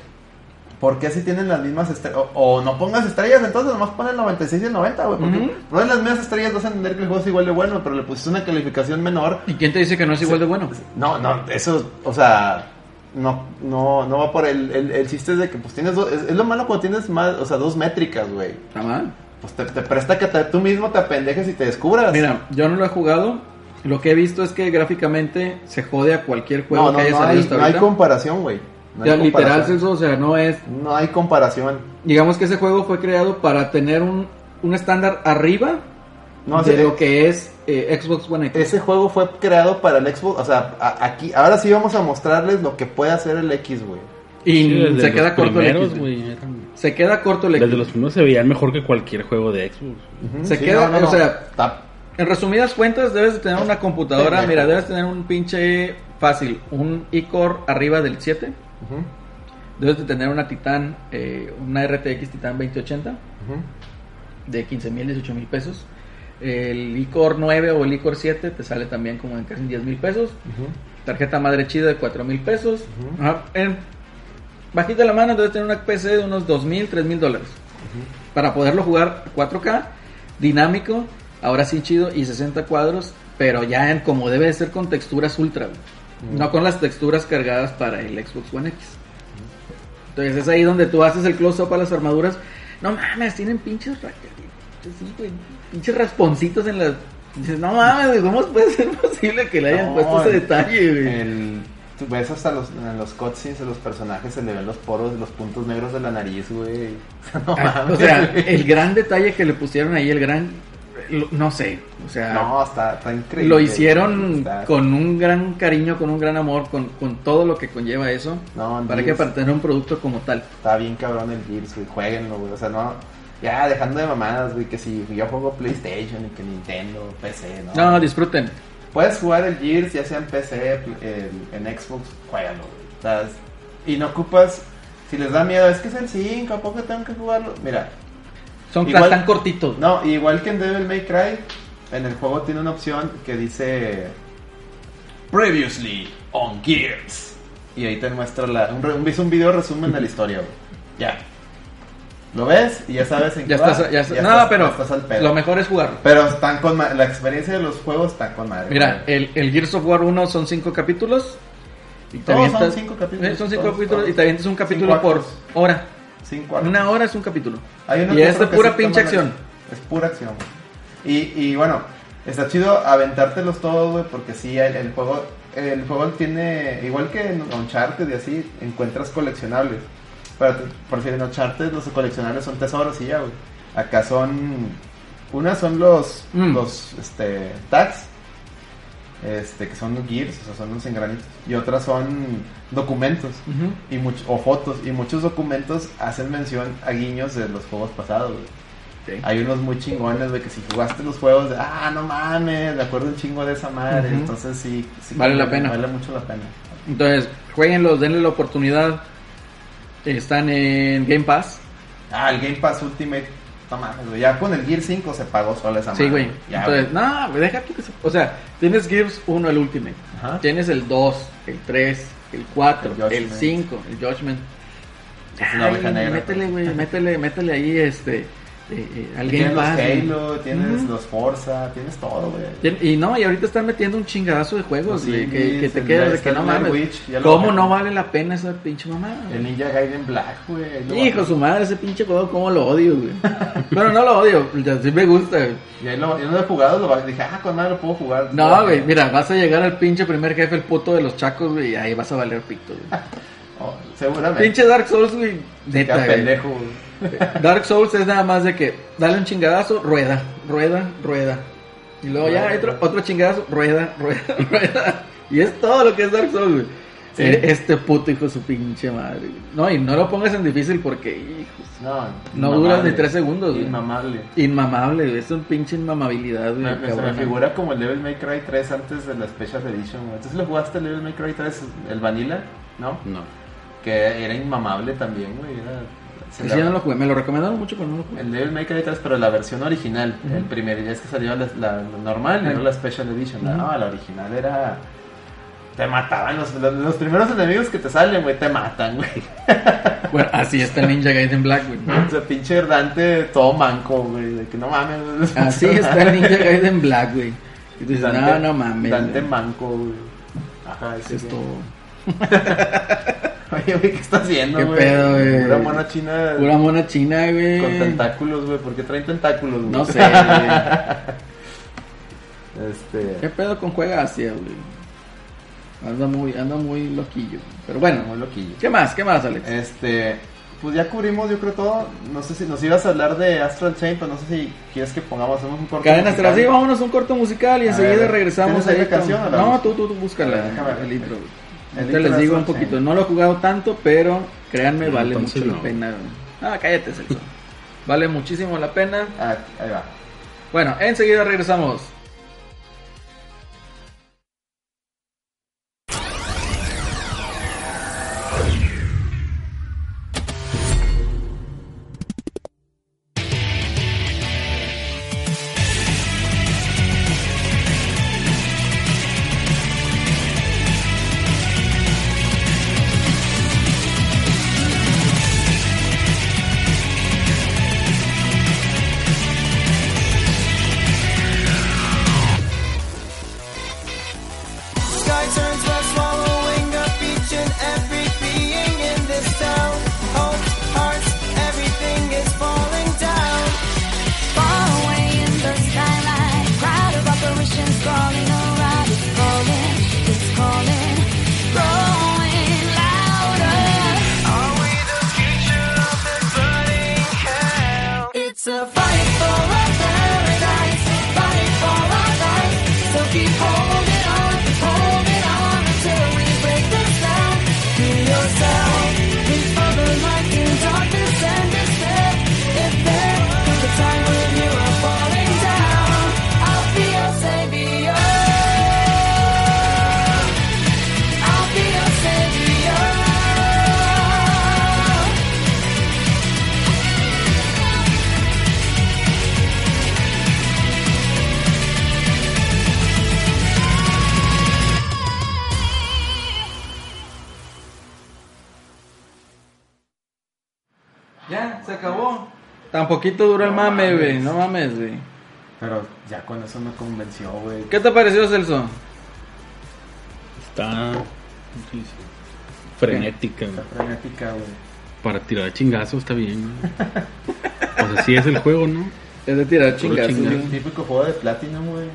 Speaker 2: ¿por qué si tienen las mismas estrellas? O, o no pongas estrellas, entonces nomás pon el 96 y el 90, güey, porque
Speaker 1: Ujú.
Speaker 2: pones las mismas estrellas vas a entender que el juego es igual de bueno, pero le pusiste una calificación menor
Speaker 1: ¿Y quién te dice que no es igual de bueno?
Speaker 2: no, no, eso, o sea, no, no, no va por el, el, el chiste es de que pues tienes dos, es, es lo malo cuando tienes más, o sea, dos métricas, güey.
Speaker 1: Está mal.
Speaker 2: Pues te, te presta que te- tú mismo te apendejes y te descubras.
Speaker 1: Mira, yo no lo he jugado. Lo que he visto es que gráficamente se jode a cualquier juego
Speaker 2: no, no,
Speaker 1: que haya
Speaker 2: no,
Speaker 1: salido
Speaker 2: hay,
Speaker 1: hasta
Speaker 2: no hay
Speaker 1: ahorita.
Speaker 2: comparación, güey. No hay
Speaker 1: Ya, literal,
Speaker 2: comparación.
Speaker 1: Celso, o sea, no es.
Speaker 2: No hay comparación.
Speaker 1: Digamos que ese juego fue creado para tener un, un estándar arriba
Speaker 2: No,
Speaker 1: de
Speaker 2: sí,
Speaker 1: lo que es eh, Xbox One X.
Speaker 2: Ese juego fue creado para el Xbox, o sea, a- aquí, ahora sí vamos a mostrarles lo que puede hacer el X, güey.
Speaker 1: Y
Speaker 3: Sí, desde
Speaker 1: se queda
Speaker 3: los
Speaker 1: corto el
Speaker 3: primeros,
Speaker 1: X.
Speaker 3: güey, eran-
Speaker 1: Se queda corto el X.
Speaker 3: Desde los primeros se veían mejor que cualquier juego de Xbox.
Speaker 2: Ujú,
Speaker 1: Se queda- o sea,
Speaker 2: está-
Speaker 1: En resumidas cuentas, debes de tener una computadora.
Speaker 2: Pendejo.
Speaker 1: Mira, debes tener un pinche fácil, un iCore arriba del 7.
Speaker 2: ujú,
Speaker 1: Debes de tener una Titan, eh, una RTX Titan 2080
Speaker 2: ujú.
Speaker 1: de 15 mil, 18 mil pesos. El iCore 9 o el iCore 7 te sale también como en casi 10 mil pesos. Tarjeta madre chida de 4 mil pesos. Ajá. En- bajita la mano, debes tener una PC de unos 2 mil, 3 mil dólares. Para poderlo jugar 4K, dinámico, ahora sí chido y 60 cuadros, pero ya en como debe de ser con texturas ultra. güey. Mm. No con las texturas cargadas para el Xbox One X. Entonces es ahí donde tú haces el close-up a las armaduras. No mames, tienen pinches, ra- sí, güey, pinches rasponcitos en las... Dices, no mames, güey, ¿cómo puede ser posible que le hayan
Speaker 2: No,
Speaker 1: puesto ese
Speaker 2: el-
Speaker 1: detalle, güey?
Speaker 2: El, tú ves hasta los, en los cutscenes de los personajes, se le ven los poros, los puntos negros de la nariz, güey. No
Speaker 1: Ah,
Speaker 2: mames.
Speaker 1: o sea, el gran detalle que le pusieron ahí, el gran... lo- no sé, o sea...
Speaker 2: No, está, está increíble.
Speaker 1: ah, Lo hicieron
Speaker 2: Está-
Speaker 1: con un gran cariño, con un gran amor, con, con todo lo que conlleva eso.
Speaker 2: No,
Speaker 1: para que
Speaker 2: Gears.
Speaker 1: para tener un producto como tal.
Speaker 2: Está bien cabrón el Gears, güey. Jueguenlo, güey. O sea, no. Ya, dejando de mamadas, güey, que si yo juego PlayStation y que Nintendo, PC, ¿no?
Speaker 1: No, disfruten.
Speaker 2: Puedes jugar el Gears, ya sea en PC, pl- en, en Xbox, juégalo, güey. O sea, es- y no ocupas. Si les da miedo, es que es el 5, ¿a poco tengo que jugarlo? Mira,
Speaker 1: Son
Speaker 2: Igual-
Speaker 1: tan cortitos.
Speaker 2: No, igual que en Devil May Cry, en el juego tiene una opción que dice Previously on Gears. Y ahí te muestra la, un, re- un, es un video resumen de la historia, güey. Ya. ¿Lo ves? Y ya sabes en
Speaker 1: Ya
Speaker 2: qué va,
Speaker 1: estás, ya estás- no,
Speaker 2: estás-
Speaker 1: pero
Speaker 2: ya estás al pedo.
Speaker 1: lo mejor es jugarlo.
Speaker 2: Pero están con ma- la experiencia de los juegos está con madre.
Speaker 1: Mira,
Speaker 2: güey.
Speaker 1: el, el Gears of War 1 son 5 capítulos. Y te
Speaker 2: Todos son
Speaker 1: avientas-
Speaker 2: cinco capítulos,
Speaker 1: Eh, son cinco
Speaker 2: todos,
Speaker 1: capítulos
Speaker 2: todos.
Speaker 1: y te avientas un
Speaker 2: Cinco
Speaker 1: capítulo por
Speaker 2: actos.
Speaker 1: hora.
Speaker 2: Cinco horas.
Speaker 1: Una hora es un capítulo.
Speaker 2: Hay uno
Speaker 1: Y
Speaker 2: que
Speaker 1: es
Speaker 2: otro
Speaker 1: de
Speaker 2: que
Speaker 1: pura
Speaker 2: sí
Speaker 1: pinche
Speaker 2: está mal
Speaker 1: acción.
Speaker 2: hecho. Es pura acción. güey. Y, y bueno, está chido aventártelos todos, güey, porque sí, el, el juego el juego tiene, igual que en Uncharted y así, encuentras coleccionables. Pero te- por si en Uncharted los coleccionables son tesoros y ya, güey. Acá son, unas son los,
Speaker 1: Mm.
Speaker 2: los este, tags, este, que son gears, o sea, son los engranitos. Y otras son documentos
Speaker 1: Ujú.
Speaker 2: y much- o fotos y muchos documentos hacen mención a guiños de los juegos pasados. güey. Hay unos muy chingones de que si jugaste los juegos, de, ah, no mames, me acuerdo un chingo de esa madre.
Speaker 1: Ujú.
Speaker 2: Entonces sí, sí
Speaker 1: Vale la pena.
Speaker 2: Vale mucho la pena.
Speaker 1: Entonces, jueguenlos, denle la oportunidad. Están en Game Pass.
Speaker 2: Ah, el Game Pass Ultimate, no mames, güey, ya con el Gear 5 se pagó sola esa madre.
Speaker 1: Sí, güey.
Speaker 2: Ya,
Speaker 1: Entonces,
Speaker 2: güey.
Speaker 1: no, güey, deja tú que se- O sea, tienes Gears 1, el Ultimate.
Speaker 2: Ajá.
Speaker 1: Tienes el 2, el 3, el 4,
Speaker 2: El
Speaker 1: el,
Speaker 2: Judgment.
Speaker 1: 5, el Judgment.
Speaker 2: Es una
Speaker 1: Ay,
Speaker 2: oveja negra,
Speaker 1: Métele,
Speaker 2: pues.
Speaker 1: güey, métele, métele ahí este, eh, eh, al Game
Speaker 2: Tienes los
Speaker 1: Pass, güey.
Speaker 2: Halo, tienes
Speaker 1: Ujú.
Speaker 2: los Forza, tienes todo, güey.
Speaker 1: Tien- Y no, y ahorita están metiendo un chingadazo de juegos,
Speaker 2: Sí,
Speaker 1: güey, que, que te
Speaker 2: el
Speaker 1: quedas de
Speaker 2: Night-
Speaker 1: que no
Speaker 2: el Night
Speaker 1: mames.
Speaker 2: Witch, ya lo
Speaker 1: ¿Cómo
Speaker 2: bajaron.
Speaker 1: no vale la pena esa pinche mamada? güey?
Speaker 2: El Ninja Gaiden Black, güey. ahí lo
Speaker 1: Hijo,
Speaker 2: bajaron.
Speaker 1: su madre, ese pinche juego, ¿cómo lo odio, güey? Pero no lo odio, así me gusta, güey.
Speaker 2: Y ahí lo, yo no lo he jugado, lo bajé, dije, ah, con madre lo puedo jugar.
Speaker 1: No, güey, mira, vas a llegar al pinche primer jefe, el puto de los chacos, güey, y ahí vas a valer pito, güey.
Speaker 2: Oh, seguramente.
Speaker 1: pinche Dark Souls, güey,
Speaker 2: Qué
Speaker 1: neta, güey.
Speaker 2: pendejo, güey.
Speaker 1: Dark Souls es nada más de que dale un chingadazo, rueda, rueda, rueda. Y luego ya
Speaker 2: Rueda.
Speaker 1: otro, otro chingadazo, rueda, rueda, rueda. Y es todo lo que es Dark Souls, güey.
Speaker 2: Sí.
Speaker 1: Eh, Este puto hijo de su pinche madre. güey. No, y no lo pongas en difícil porque, hijo,
Speaker 2: No,
Speaker 1: No
Speaker 2: inmamable.
Speaker 1: duras ni tres segundos, güey.
Speaker 2: Inmamable.
Speaker 1: inmamable, güey. Es un pinche inmamabilidad, güey.
Speaker 2: Me, me- se me
Speaker 1: cabrona.
Speaker 2: figura como el Level May Cry 3 antes de la Special Edition. güey. Entonces lo jugaste el Level May Cry 3, el Vanilla, ¿no?
Speaker 3: No.
Speaker 2: que era inmamable también, güey. Era, se
Speaker 1: Ese
Speaker 2: la-
Speaker 1: ya no lo jugué. Me lo recomendaron mucho, pero no lo jugué.
Speaker 2: El Devil May Cry 3, pero la versión original. El primer, ya es que salió la, la- la normal, y no la Special Edition. La- No, la original era. Te mataban. Los, los, los primeros enemigos que te salen, güey, te matan, güey.
Speaker 1: Bueno, así está el Ninja Gaiden Black, güey.
Speaker 2: O sea, pinche Dante todo manco, güey. De que no mames. güey.
Speaker 1: Así está el Ninja Gaiden Black, güey. Y tú dices, no, no mames.
Speaker 2: Dante
Speaker 1: güey.
Speaker 2: manco, güey. Ajá,
Speaker 1: Eso
Speaker 2: ese
Speaker 1: es
Speaker 2: güey.
Speaker 1: todo.
Speaker 2: Oye, güey, ¿qué estás haciendo,
Speaker 1: ¿Qué
Speaker 2: güey?
Speaker 1: pedo, güey?
Speaker 2: Una mona china
Speaker 1: Pura mona china, güey.
Speaker 2: con tentáculos, güey. ¿Por qué traen tentáculos, güey?
Speaker 1: No sé, güey. ¿Qué
Speaker 2: Este.
Speaker 1: pedo con Juega Asia, güey? Anda muy, anda muy loquillo. Pero bueno,
Speaker 2: Muy loquillo.
Speaker 1: ¿qué más? ¿Qué más, Alex?
Speaker 2: Este, pues ya cubrimos, yo creo todo. No sé si nos ibas a hablar de Astral Chain, pero no sé si quieres que pongamos hacemos un corte.
Speaker 1: Cadenas
Speaker 2: musical.
Speaker 1: tras sí, vámonos a un corto musical y
Speaker 2: A
Speaker 1: enseguida
Speaker 2: ver,
Speaker 1: regresamos
Speaker 2: ¿tienes ahí la
Speaker 1: con-
Speaker 2: canción o la
Speaker 1: No,
Speaker 2: busco?
Speaker 1: tú, tú, tú búscala,
Speaker 2: Déjame ver.
Speaker 1: el intro. güey.
Speaker 2: El
Speaker 1: Ahorita
Speaker 2: intro
Speaker 1: les
Speaker 2: de
Speaker 1: digo un
Speaker 2: Astral
Speaker 1: poquito,
Speaker 2: Chain.
Speaker 1: no lo he jugado tanto, pero créanme, vale
Speaker 3: Entonces
Speaker 1: mucho la
Speaker 3: no.
Speaker 1: pena. güey. Ah, cállate, Celso. vale muchísimo la pena.
Speaker 2: Ah, ahí va.
Speaker 1: Bueno, enseguida regresamos.
Speaker 5: Sky turns black, swallowing up each and every being in this town. Hope, hearts, everything is falling down.
Speaker 6: Far away in the skyline, crowd of operations crawling around. It's calling, it's calling, growing louder.
Speaker 5: Are we the future of this burning hell?
Speaker 6: It's a fight for our paradise, fight for our life. So keep holding on, holding on until we break this down. Be yourself, be other like in darkness and despair. If there comes a time when you are falling down, I'll be your savior. I'll be your savior.
Speaker 1: Ya, se acabó. Tampoquito duró el
Speaker 2: No
Speaker 1: mame,
Speaker 2: mames.
Speaker 1: güey. No mames, güey.
Speaker 2: Pero ya con eso me convenció, güey.
Speaker 1: ¿Qué te pareció, Celso?
Speaker 3: Está sí, sí, frenética. güey.
Speaker 2: Frenética, güey.
Speaker 3: Para tirar chingazos está bien. güey. Pues así es el juego, ¿no?
Speaker 1: Es de tirar chingazos,
Speaker 3: chingazo.
Speaker 1: güey.
Speaker 2: Típico juego de Platinum, güey.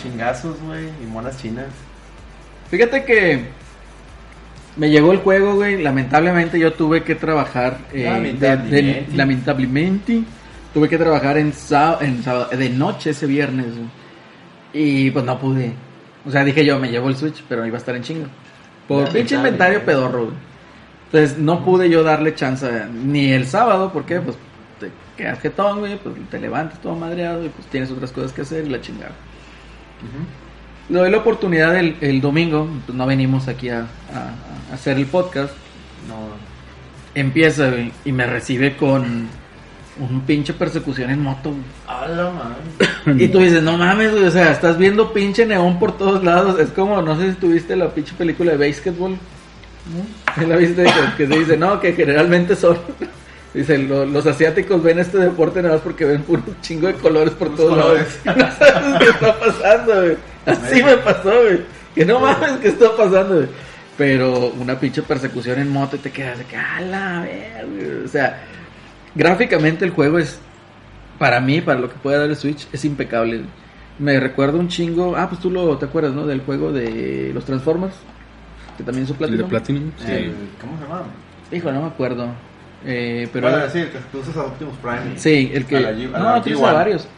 Speaker 2: Chingazos, güey, y monas chinas.
Speaker 1: Fíjate que me llegó el juego, güey. Lamentablemente yo tuve que trabajar eh,
Speaker 2: Lamentablemente.
Speaker 1: de- de- lamentablemente tuve que trabajar en sábado, en sábado- de noche ese viernes. güey. Y pues no pude. O sea, dije yo, me llevo el Switch, pero iba a estar en chingo. Por pinche inventario
Speaker 2: Lamentablemente.
Speaker 1: pedorro, güey. Entonces no pude yo darle chance a- ni el sábado, porque pues te quedas jetón, güey, pues te levantas todo madreado y pues tienes otras cosas que hacer y la chingada. Le doy la oportunidad el, el domingo, pues, no venimos aquí a, a- a hacer el podcast.
Speaker 2: No.
Speaker 1: Empieza güey, y me recibe con un pinche persecución en moto. güey.
Speaker 2: A la madre.
Speaker 1: Y tú dices, no mames, güey, o sea, estás viendo pinche neón por todos lados. Es como, no sé si tuviste la pinche película de basketball. ¿Sí ¿La viste? Que, que se dice, no, que generalmente son... Dice, "Lo- los asiáticos ven este deporte nada más porque ven puro chingo de colores por
Speaker 2: Puros
Speaker 1: todos
Speaker 2: colores.
Speaker 1: lados. No sabes qué está pasando, güey. Así me pasó, güey. Que no mames, qué está pasando, güey. Pero una pinche persecución en moto y te quedas de que, a la verga, güey". O sea, gráficamente el juego es para mí, para lo que puede dar el Switch, es impecable. Me recuerda un chingo. Ah, pues tú lo te acuerdas, ¿no? Del juego de los Transformers, que también son
Speaker 3: El de
Speaker 1: Platinum. Eh.
Speaker 3: Platinum. Sí.
Speaker 2: El- ¿Cómo se llama?
Speaker 1: Hijo, no me acuerdo. Eh, pero
Speaker 2: Pero bueno, sí, que tú usas a Optimus Prime.
Speaker 1: sí, el que
Speaker 2: A la G- a la
Speaker 1: no, utiliza
Speaker 2: G1.
Speaker 1: varios.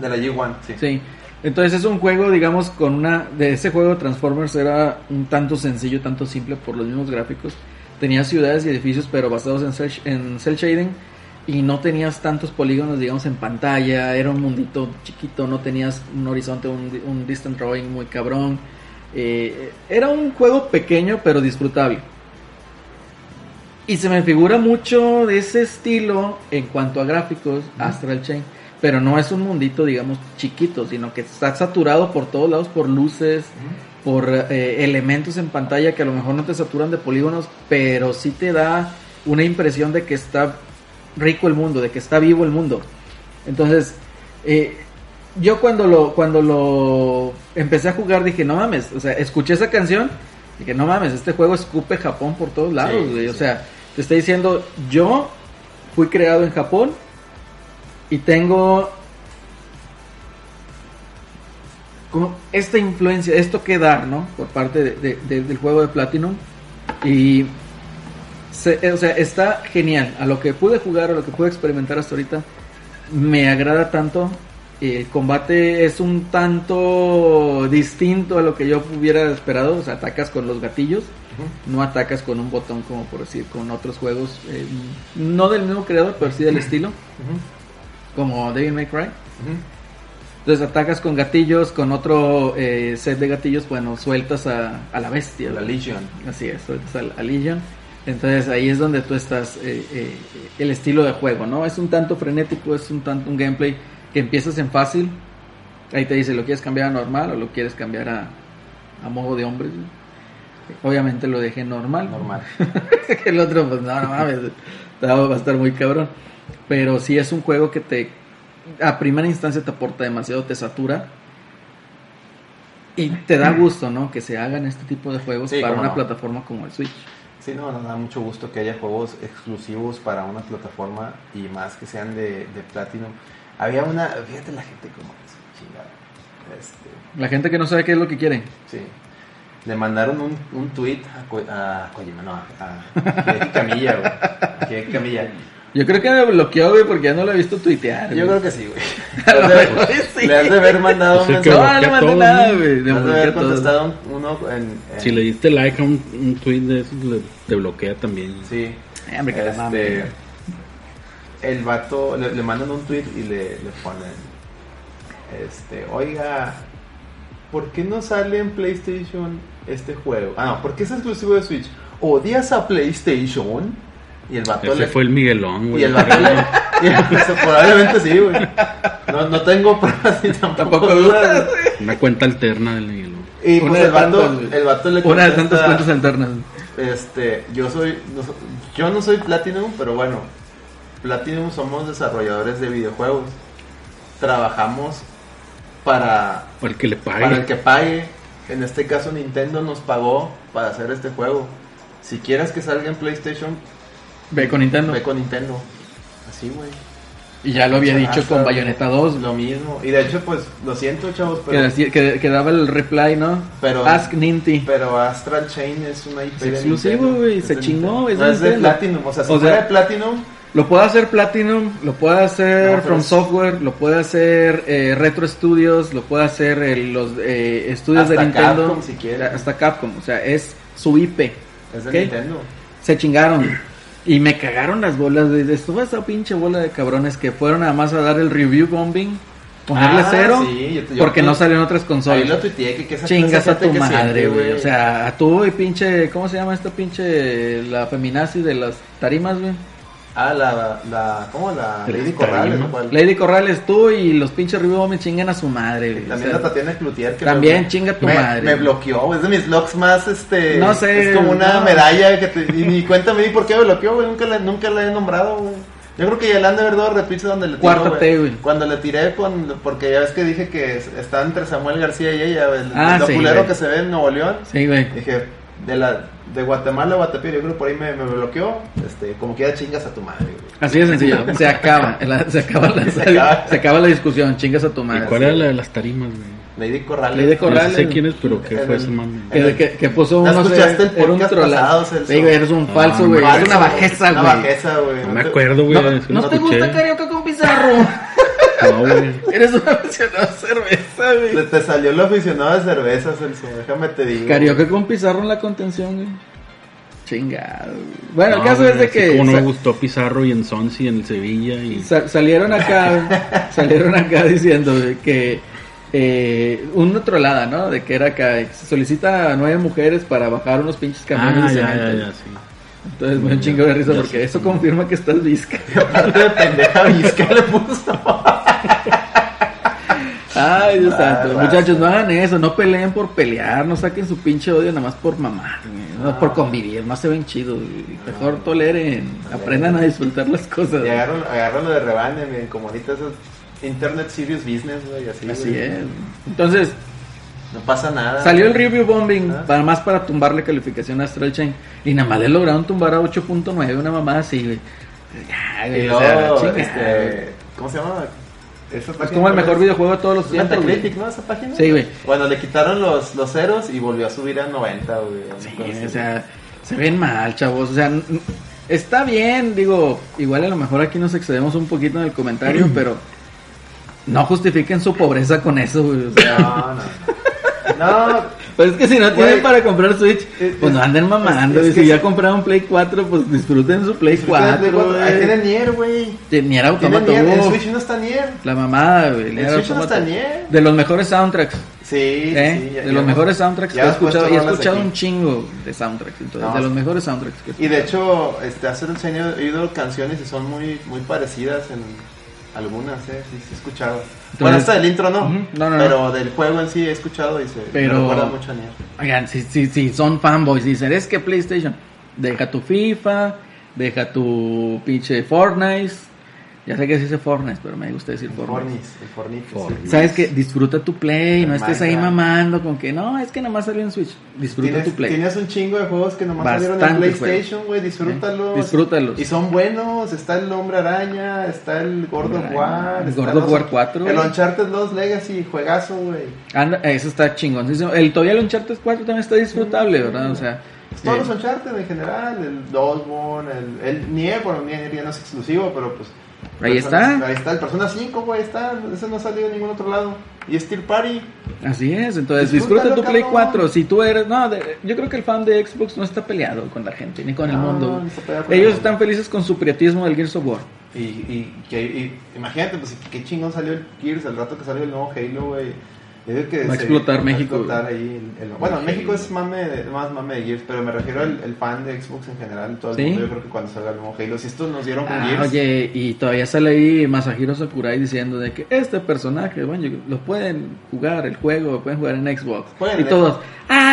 Speaker 2: De la G1, sí.
Speaker 1: Sí. Entonces es un juego, digamos, con una de ese juego Transformers era un tanto sencillo, tanto simple por los mismos gráficos. Tenía ciudades y edificios, pero basados en cel, en cel shading y no tenías tantos polígonos, digamos, en pantalla. Era un mundito chiquito, no tenías un horizonte, un, di- un distant drawing muy cabrón. Eh, era un juego pequeño pero disfrutable. Y se me figura mucho de ese estilo en cuanto a gráficos, Astral Chain. Pero no es un mundito, digamos, chiquito, sino que está saturado por todos lados por luces, por eh, elementos en pantalla que a lo mejor no te saturan de polígonos, pero sí te da una impresión de que está rico el mundo, de que está vivo el mundo. Entonces, eh, yo cuando lo, cuando lo empecé a jugar dije, no mames, o sea, escuché esa canción, dije, no mames, este juego escupe Japón por todos lados,
Speaker 2: Sí,
Speaker 1: güey. O
Speaker 2: sí.
Speaker 1: sea, te está diciendo, yo fui creado en Japón y tengo como esta influencia, esto que dar, ¿no? Por parte de- de- de- del juego de Platinum. Y, se- eh, o sea, está genial. A lo que pude jugar, a lo que pude experimentar hasta ahorita, me agrada tanto. El combate es un tanto distinto a lo que yo hubiera esperado. O sea, atacas con los gatillos, no atacas con un botón, como por decir, con otros juegos. eh, no del mismo creador, pero sí del estilo, como Devil May Cry. Entonces atacas con gatillos, con otro eh, set de gatillos, bueno, sueltas a, a la bestia.
Speaker 2: La
Speaker 1: ¿no?
Speaker 2: Legion.
Speaker 1: Así es, sueltas al, al Legion. Entonces ahí es donde tú estás, eh, eh, el estilo de juego, ¿no? Es un tanto frenético, es un tanto un gameplay que empiezas en fácil. Ahí te dice, ¿lo quieres cambiar a normal o lo quieres cambiar a, a modo de hombre? Obviamente lo dejé normal.
Speaker 2: Normal.
Speaker 1: que el otro, pues no, no mames, está- va a estar muy cabrón. Pero sí es un juego que te, a primera instancia te aporta demasiado, te satura. Y te da gusto, ¿no? Que se hagan este tipo de juegos
Speaker 2: Sí,
Speaker 1: para
Speaker 2: cómo
Speaker 1: una
Speaker 2: no.
Speaker 1: plataforma como el Switch.
Speaker 2: Sí, no, nos da mucho gusto que haya juegos exclusivos para una plataforma y más que sean de, de Platinum. Había una, fíjate la gente como es, chingada. Este,
Speaker 1: La gente que no sabe qué es lo que quiere.
Speaker 2: sí. Le mandaron un, un tweet a, Ko- a Kojima, no, a, a Hideki Camilla, güey. A Hideki Camilla.
Speaker 1: Yo creo que me bloqueó, güey, porque ya no lo he visto tuitear.
Speaker 2: Yo
Speaker 1: güey.
Speaker 2: creo que sí, güey.
Speaker 1: A lo
Speaker 2: Le has de-
Speaker 1: mejor sí.
Speaker 2: Le has de haber mandado un
Speaker 3: Pues es que
Speaker 2: mensaje.
Speaker 1: No, no le
Speaker 3: bloquea
Speaker 1: mandé
Speaker 3: todo,
Speaker 1: nada,
Speaker 3: ¿no?
Speaker 1: güey.
Speaker 2: Le
Speaker 1: Le
Speaker 2: has de haber
Speaker 1: bloqueó todo.
Speaker 2: contestado un- uno en. en-
Speaker 3: Si le diste like a un, un tweet de esos, le- te bloquea también.
Speaker 2: Sí.
Speaker 1: Eh, hombre, que la
Speaker 2: Este,
Speaker 1: mames.
Speaker 2: el vato le, le mandan un tweet y le, le ponen este, oiga, ¿por qué no sale en PlayStation este juego? Ah, no, ¿por qué es exclusivo de Switch? ¿Odias a PlayStation? Y el vato
Speaker 3: Ese
Speaker 2: le
Speaker 3: fue el Miguelón, güey.
Speaker 2: y el vato le y el- probablemente sí, güey. No, no tengo pruebas ni tampoco,
Speaker 1: Tampoco
Speaker 2: dudas.
Speaker 1: dudas.
Speaker 3: Una cuenta alterna del Miguelón.
Speaker 2: Y
Speaker 1: Una
Speaker 2: pues
Speaker 1: de
Speaker 2: el vato,
Speaker 1: tantas, güey.
Speaker 2: el vato le
Speaker 1: Una de tantas
Speaker 2: contesta-
Speaker 1: cuentas alternas.
Speaker 2: Este, yo soy, no so- yo no soy Platinum, pero bueno, Platinum somos desarrolladores de videojuegos. Trabajamos para,
Speaker 3: Para el que le pague.
Speaker 2: para el que pague. En este caso Nintendo nos pagó para hacer este juego. Si quieres que salga en PlayStation,
Speaker 1: Ve con Nintendo.
Speaker 2: ve con Nintendo. Así, güey.
Speaker 1: Y ya lo había dicho
Speaker 2: Hasta
Speaker 1: con Bayonetta 2, güey.
Speaker 2: Lo mismo. Y de hecho, pues, lo siento, chavos,
Speaker 1: Que,
Speaker 2: pero,
Speaker 1: decía- que- que daba el reply, ¿no?
Speaker 2: Pero-
Speaker 1: Ask Ninty.
Speaker 2: pero Astral Chain es una IP
Speaker 1: Es
Speaker 2: de
Speaker 1: exclusivo,
Speaker 2: Nintendo.
Speaker 1: güey,
Speaker 2: Es
Speaker 1: se
Speaker 2: de
Speaker 1: chingó,
Speaker 2: Nintendo.
Speaker 1: es de
Speaker 2: No, es de
Speaker 1: Nintendo.
Speaker 2: Platinum. O sea, si
Speaker 1: O sea,
Speaker 2: fuera de Platinum,
Speaker 1: Lo puede hacer Platinum, lo puede hacer
Speaker 2: No, pero
Speaker 1: From
Speaker 2: es-
Speaker 1: Software, lo puede hacer eh, Retro Studios, lo puede hacer eh, los eh, estudios de
Speaker 2: Hasta
Speaker 1: Nintendo.
Speaker 2: Capcom, si quiere.
Speaker 1: Hasta Capcom, o sea, es su IP.
Speaker 2: es de
Speaker 1: ¿ok?
Speaker 2: Nintendo.
Speaker 1: Se chingaron. Y me cagaron las bolas de, de toda esa pinche bola de cabrones que fueron nada más a dar el review bombing, ponerle
Speaker 2: Ah,
Speaker 1: cero,
Speaker 2: sí, yo te- yo
Speaker 1: porque
Speaker 2: te-
Speaker 1: no salieron otras
Speaker 2: Ahí lo
Speaker 1: consolas.
Speaker 2: tuiteé que, que esa
Speaker 1: Chingas
Speaker 2: esa
Speaker 1: a tu
Speaker 2: gente que siente,
Speaker 1: madre, güey. O sea, a tu y pinche. ¿Cómo se llama esta pinche. La feminazi de las tarimas, güey?
Speaker 2: Ah, la, la, ¿cómo? La
Speaker 3: El
Speaker 2: Lady Corrales,
Speaker 3: extraño.
Speaker 2: ¿no? ¿Cuál?
Speaker 1: Lady Corrales, tú y los pinches review me chingan a su madre, güey. O
Speaker 2: También
Speaker 1: sea,
Speaker 2: la Tatiana Cloutier. Que
Speaker 1: también
Speaker 2: me-
Speaker 1: chinga tu
Speaker 2: me,
Speaker 1: madre.
Speaker 2: Me bloqueó, es de mis blogs más, este...
Speaker 1: No sé,
Speaker 2: Es como
Speaker 1: no.
Speaker 2: una medalla que te... Y ni cuéntame ni por qué me bloqueó, güey. Nunca la, nunca la he nombrado, güey. Yo creo que ya le han de haber dado repito donde le tiró,
Speaker 1: Cuártate, güey.
Speaker 2: Cuando le tiré, con, porque ya ves que dije que es- está entre Samuel García y ella, el,
Speaker 1: Ah,
Speaker 2: lo
Speaker 1: sí,
Speaker 2: culero
Speaker 1: güey.
Speaker 2: que se ve en Nuevo León.
Speaker 1: Sí, güey.
Speaker 2: Dije, de la de Guatemala a Guatepeo, yo creo que por ahí me, me bloqueó. Este, como quiera chingas a tu madre, güey.
Speaker 1: Así de sencillo. se acaba. la- se, acaba la,
Speaker 2: Se acaba.
Speaker 1: se acaba la discusión. Chingas a tu
Speaker 3: ¿Y
Speaker 1: madre.
Speaker 3: cuál era la de las tarimas, güey?
Speaker 2: Lady Corrales.
Speaker 1: Lady Corrales.
Speaker 3: No sé quién es, pero ¿qué
Speaker 2: En
Speaker 3: fue
Speaker 2: el-
Speaker 3: ese mame?
Speaker 1: Que, que- que puso
Speaker 2: ¿No
Speaker 1: uno.
Speaker 2: escuchaste el
Speaker 1: era un
Speaker 2: podcast
Speaker 1: trola-
Speaker 2: pasado, Celso?
Speaker 1: Sí, güey, eres un
Speaker 3: No,
Speaker 1: falso,
Speaker 3: no
Speaker 1: güey.
Speaker 3: me
Speaker 1: Es una bajeza,
Speaker 2: Una
Speaker 1: güey.
Speaker 2: bajeza, güey.
Speaker 3: No me acuerdo, güey.
Speaker 1: No,
Speaker 3: es que
Speaker 1: no
Speaker 3: lo
Speaker 1: te
Speaker 3: escuché.
Speaker 1: gusta carioca con pizarro.
Speaker 3: No, güey.
Speaker 1: eres un aficionado a cerveza, güey.
Speaker 2: Te, te salió el aficionado de cervezas, Celso. Déjame te digo.
Speaker 1: Carioca con Pizarro en la contención, güey. Chingado. güey. Bueno,
Speaker 3: No,
Speaker 1: el caso
Speaker 3: güey,
Speaker 1: es de
Speaker 3: así
Speaker 1: que
Speaker 3: Como no me
Speaker 1: sa-
Speaker 3: gustó Pizarro y en Sonsi, en el Sevilla. Y...
Speaker 1: sa- salieron acá, güey, salieron acá diciendo güey, que eh, una trolada, ¿no? De que era acá, se solicita a nueve mujeres para bajar unos pinches camiones
Speaker 3: Ah,
Speaker 1: de
Speaker 3: ya,
Speaker 1: cemento.
Speaker 3: ya, ya, sí.
Speaker 1: Entonces me da un chingo de risa porque eso confirma que estás visca.
Speaker 2: Aparte de pendeja visca le puso.
Speaker 1: Ay,
Speaker 3: Ah,
Speaker 1: Dios santo.
Speaker 2: basta.
Speaker 1: Muchachos, no hagan eso, no peleen por pelear, no saquen su pinche odio nada más por mamar, güey, no por convivir, no se ven chidos. güey. Mejor toleren, aprendan a disfrutar las cosas.
Speaker 2: Y agarran, agarran lo de rebane, miren, como ahorita esos Internet Serious Business, güey, así.
Speaker 1: Así
Speaker 2: güey.
Speaker 1: es. Entonces,
Speaker 2: No pasa nada.
Speaker 1: Salió el review bombing,
Speaker 2: Ah.
Speaker 1: para más para tumbarle calificación a Astral Chain. Y nada más le lograron tumbar a 8.9, una mamada así, güey. Ya,
Speaker 2: Y
Speaker 1: güey, o sea,
Speaker 2: luego,
Speaker 1: chinga, güey.
Speaker 2: este, ¿Cómo se llama? Esa
Speaker 1: Es
Speaker 2: página,
Speaker 1: como el
Speaker 2: ¿no?
Speaker 1: mejor videojuego de todos los
Speaker 2: Es
Speaker 1: tiempos. güey.
Speaker 2: Metacritic, ¿no? Esa página.
Speaker 1: Sí, güey.
Speaker 2: Bueno, le quitaron los, los ceros y volvió a subir a 90, güey.
Speaker 1: Sí,
Speaker 2: Entonces,
Speaker 1: o sea, se ven mal, chavos. O sea, n- n- está bien, digo, igual a lo mejor aquí nos excedemos un poquito en el comentario, pero no justifiquen su pobreza con eso, güey. o sea.
Speaker 2: No, no. No, No,
Speaker 1: Pues es que si no
Speaker 2: Güey. eh,
Speaker 1: tienen para comprar Switch,
Speaker 2: Es-
Speaker 1: pues no anden mamando.
Speaker 2: es- es
Speaker 1: y si
Speaker 2: que
Speaker 1: ya
Speaker 2: sí.
Speaker 1: compraron Play 4, pues disfruten su Play 4.
Speaker 2: Ahí
Speaker 1: güey.
Speaker 2: tiene Nier, güey.
Speaker 1: De Nier
Speaker 2: Tiene
Speaker 1: Automata.
Speaker 2: Nier. En
Speaker 1: uf,
Speaker 2: Switch no está Nier.
Speaker 1: la mamada, güey. Nier
Speaker 2: En Switch no
Speaker 1: Automata.
Speaker 2: está Nier.
Speaker 1: De los mejores soundtracks.
Speaker 2: Sí,
Speaker 1: ¿eh?
Speaker 2: sí. ya-
Speaker 1: de
Speaker 2: ya
Speaker 1: los
Speaker 2: hemos-
Speaker 1: mejores soundtracks que
Speaker 2: ya
Speaker 1: he
Speaker 2: hemos puesto
Speaker 1: escuchado. Y he
Speaker 2: rolas
Speaker 1: escuchado
Speaker 2: aquí.
Speaker 1: un chingo de soundtracks. Entonces,
Speaker 2: No.
Speaker 1: de los mejores soundtracks que he
Speaker 2: Y de
Speaker 1: escuchado.
Speaker 2: hecho, este, hace un año he oído canciones y son muy, muy parecidas en algunas, ¿eh? Sí, sí he escuchado. bueno, esta del intro no,
Speaker 1: Ujú, no, no, no.
Speaker 2: pero del juego en sí he escuchado y se me
Speaker 1: Pero-
Speaker 2: recuerda mucho a Nier.
Speaker 1: Oigan, si, si, si son fanboys, dicen, es que PlayStation, deja tu FIFA, deja tu pinche Fortnite. Ya sé que se dice Fortnite, pero me gusta decir
Speaker 2: El
Speaker 1: Fortnite.
Speaker 2: Fornis, el Fornite,
Speaker 3: Fornis.
Speaker 2: sí.
Speaker 1: Sabes que disfruta tu play, no estés ahí
Speaker 2: Minecraft.
Speaker 1: mamando con que no, es que nada más salió en Switch. Disfruta
Speaker 2: Tienes,
Speaker 1: tu play.
Speaker 2: tienes un chingo de juegos que nomás salieron en
Speaker 1: Bastantes
Speaker 2: PlayStation, güey, disfrútalos.
Speaker 1: Sí, disfrútalos.
Speaker 2: Y son buenos, está el Hombre Araña, está el God of
Speaker 1: Hombre Araña,
Speaker 2: War,
Speaker 1: el
Speaker 2: está
Speaker 1: God of
Speaker 2: los-
Speaker 1: War 4,
Speaker 2: El
Speaker 1: güey.
Speaker 2: Uncharted 2 Legacy, juegazo, güey.
Speaker 1: Anda, eso está chingón. El todavía el Uncharted 4 también está disfrutable, ¿verdad? O sea,
Speaker 2: Todos los
Speaker 1: eh,
Speaker 2: Uncharted en general, el Dodgebone, el, el Nier, bueno, Nier ya no es exclusivo, pero pues...
Speaker 1: Ahí
Speaker 2: Persona-
Speaker 1: está.
Speaker 2: Ahí está, el Persona 5, güey, está, ese no ha salido en ningún otro lado. Y Steel Party,
Speaker 1: así es. Entonces,
Speaker 2: Disfrútalo,
Speaker 1: disfruta tu Play
Speaker 2: cabrón.
Speaker 1: 4. Si tú eres. No, de- yo creo que el fan de Xbox no está peleado con la gente ni con el
Speaker 2: No,
Speaker 1: mundo.
Speaker 2: ni Ah, se pelea con el
Speaker 1: Ellos
Speaker 2: mundo.
Speaker 1: están felices con su prietismo del Gears of War.
Speaker 2: y, y, que- y- imagínate, pues qué chingón salió el Gears, el rato que salió el nuevo Halo, güey. Yo digo que
Speaker 1: Va a
Speaker 2: se-
Speaker 1: explotar México,
Speaker 2: Va a explotar ahí el- el- bueno, en México es mame de- más mame de Gears, pero me refiero al el fan de Xbox en general, todo el
Speaker 1: ¿Sí?
Speaker 2: mundo. Yo creo que cuando salga el nuevo Halo, si estos nos dieron con
Speaker 1: Ah,
Speaker 2: Gears,
Speaker 1: oye, y todavía sale ahí Masahiro Sakurai diciendo de que este personaje, bueno, yo- lo pueden jugar el juego, lo pueden jugar en Xbox.
Speaker 2: Juegan
Speaker 1: y
Speaker 2: en
Speaker 1: todos,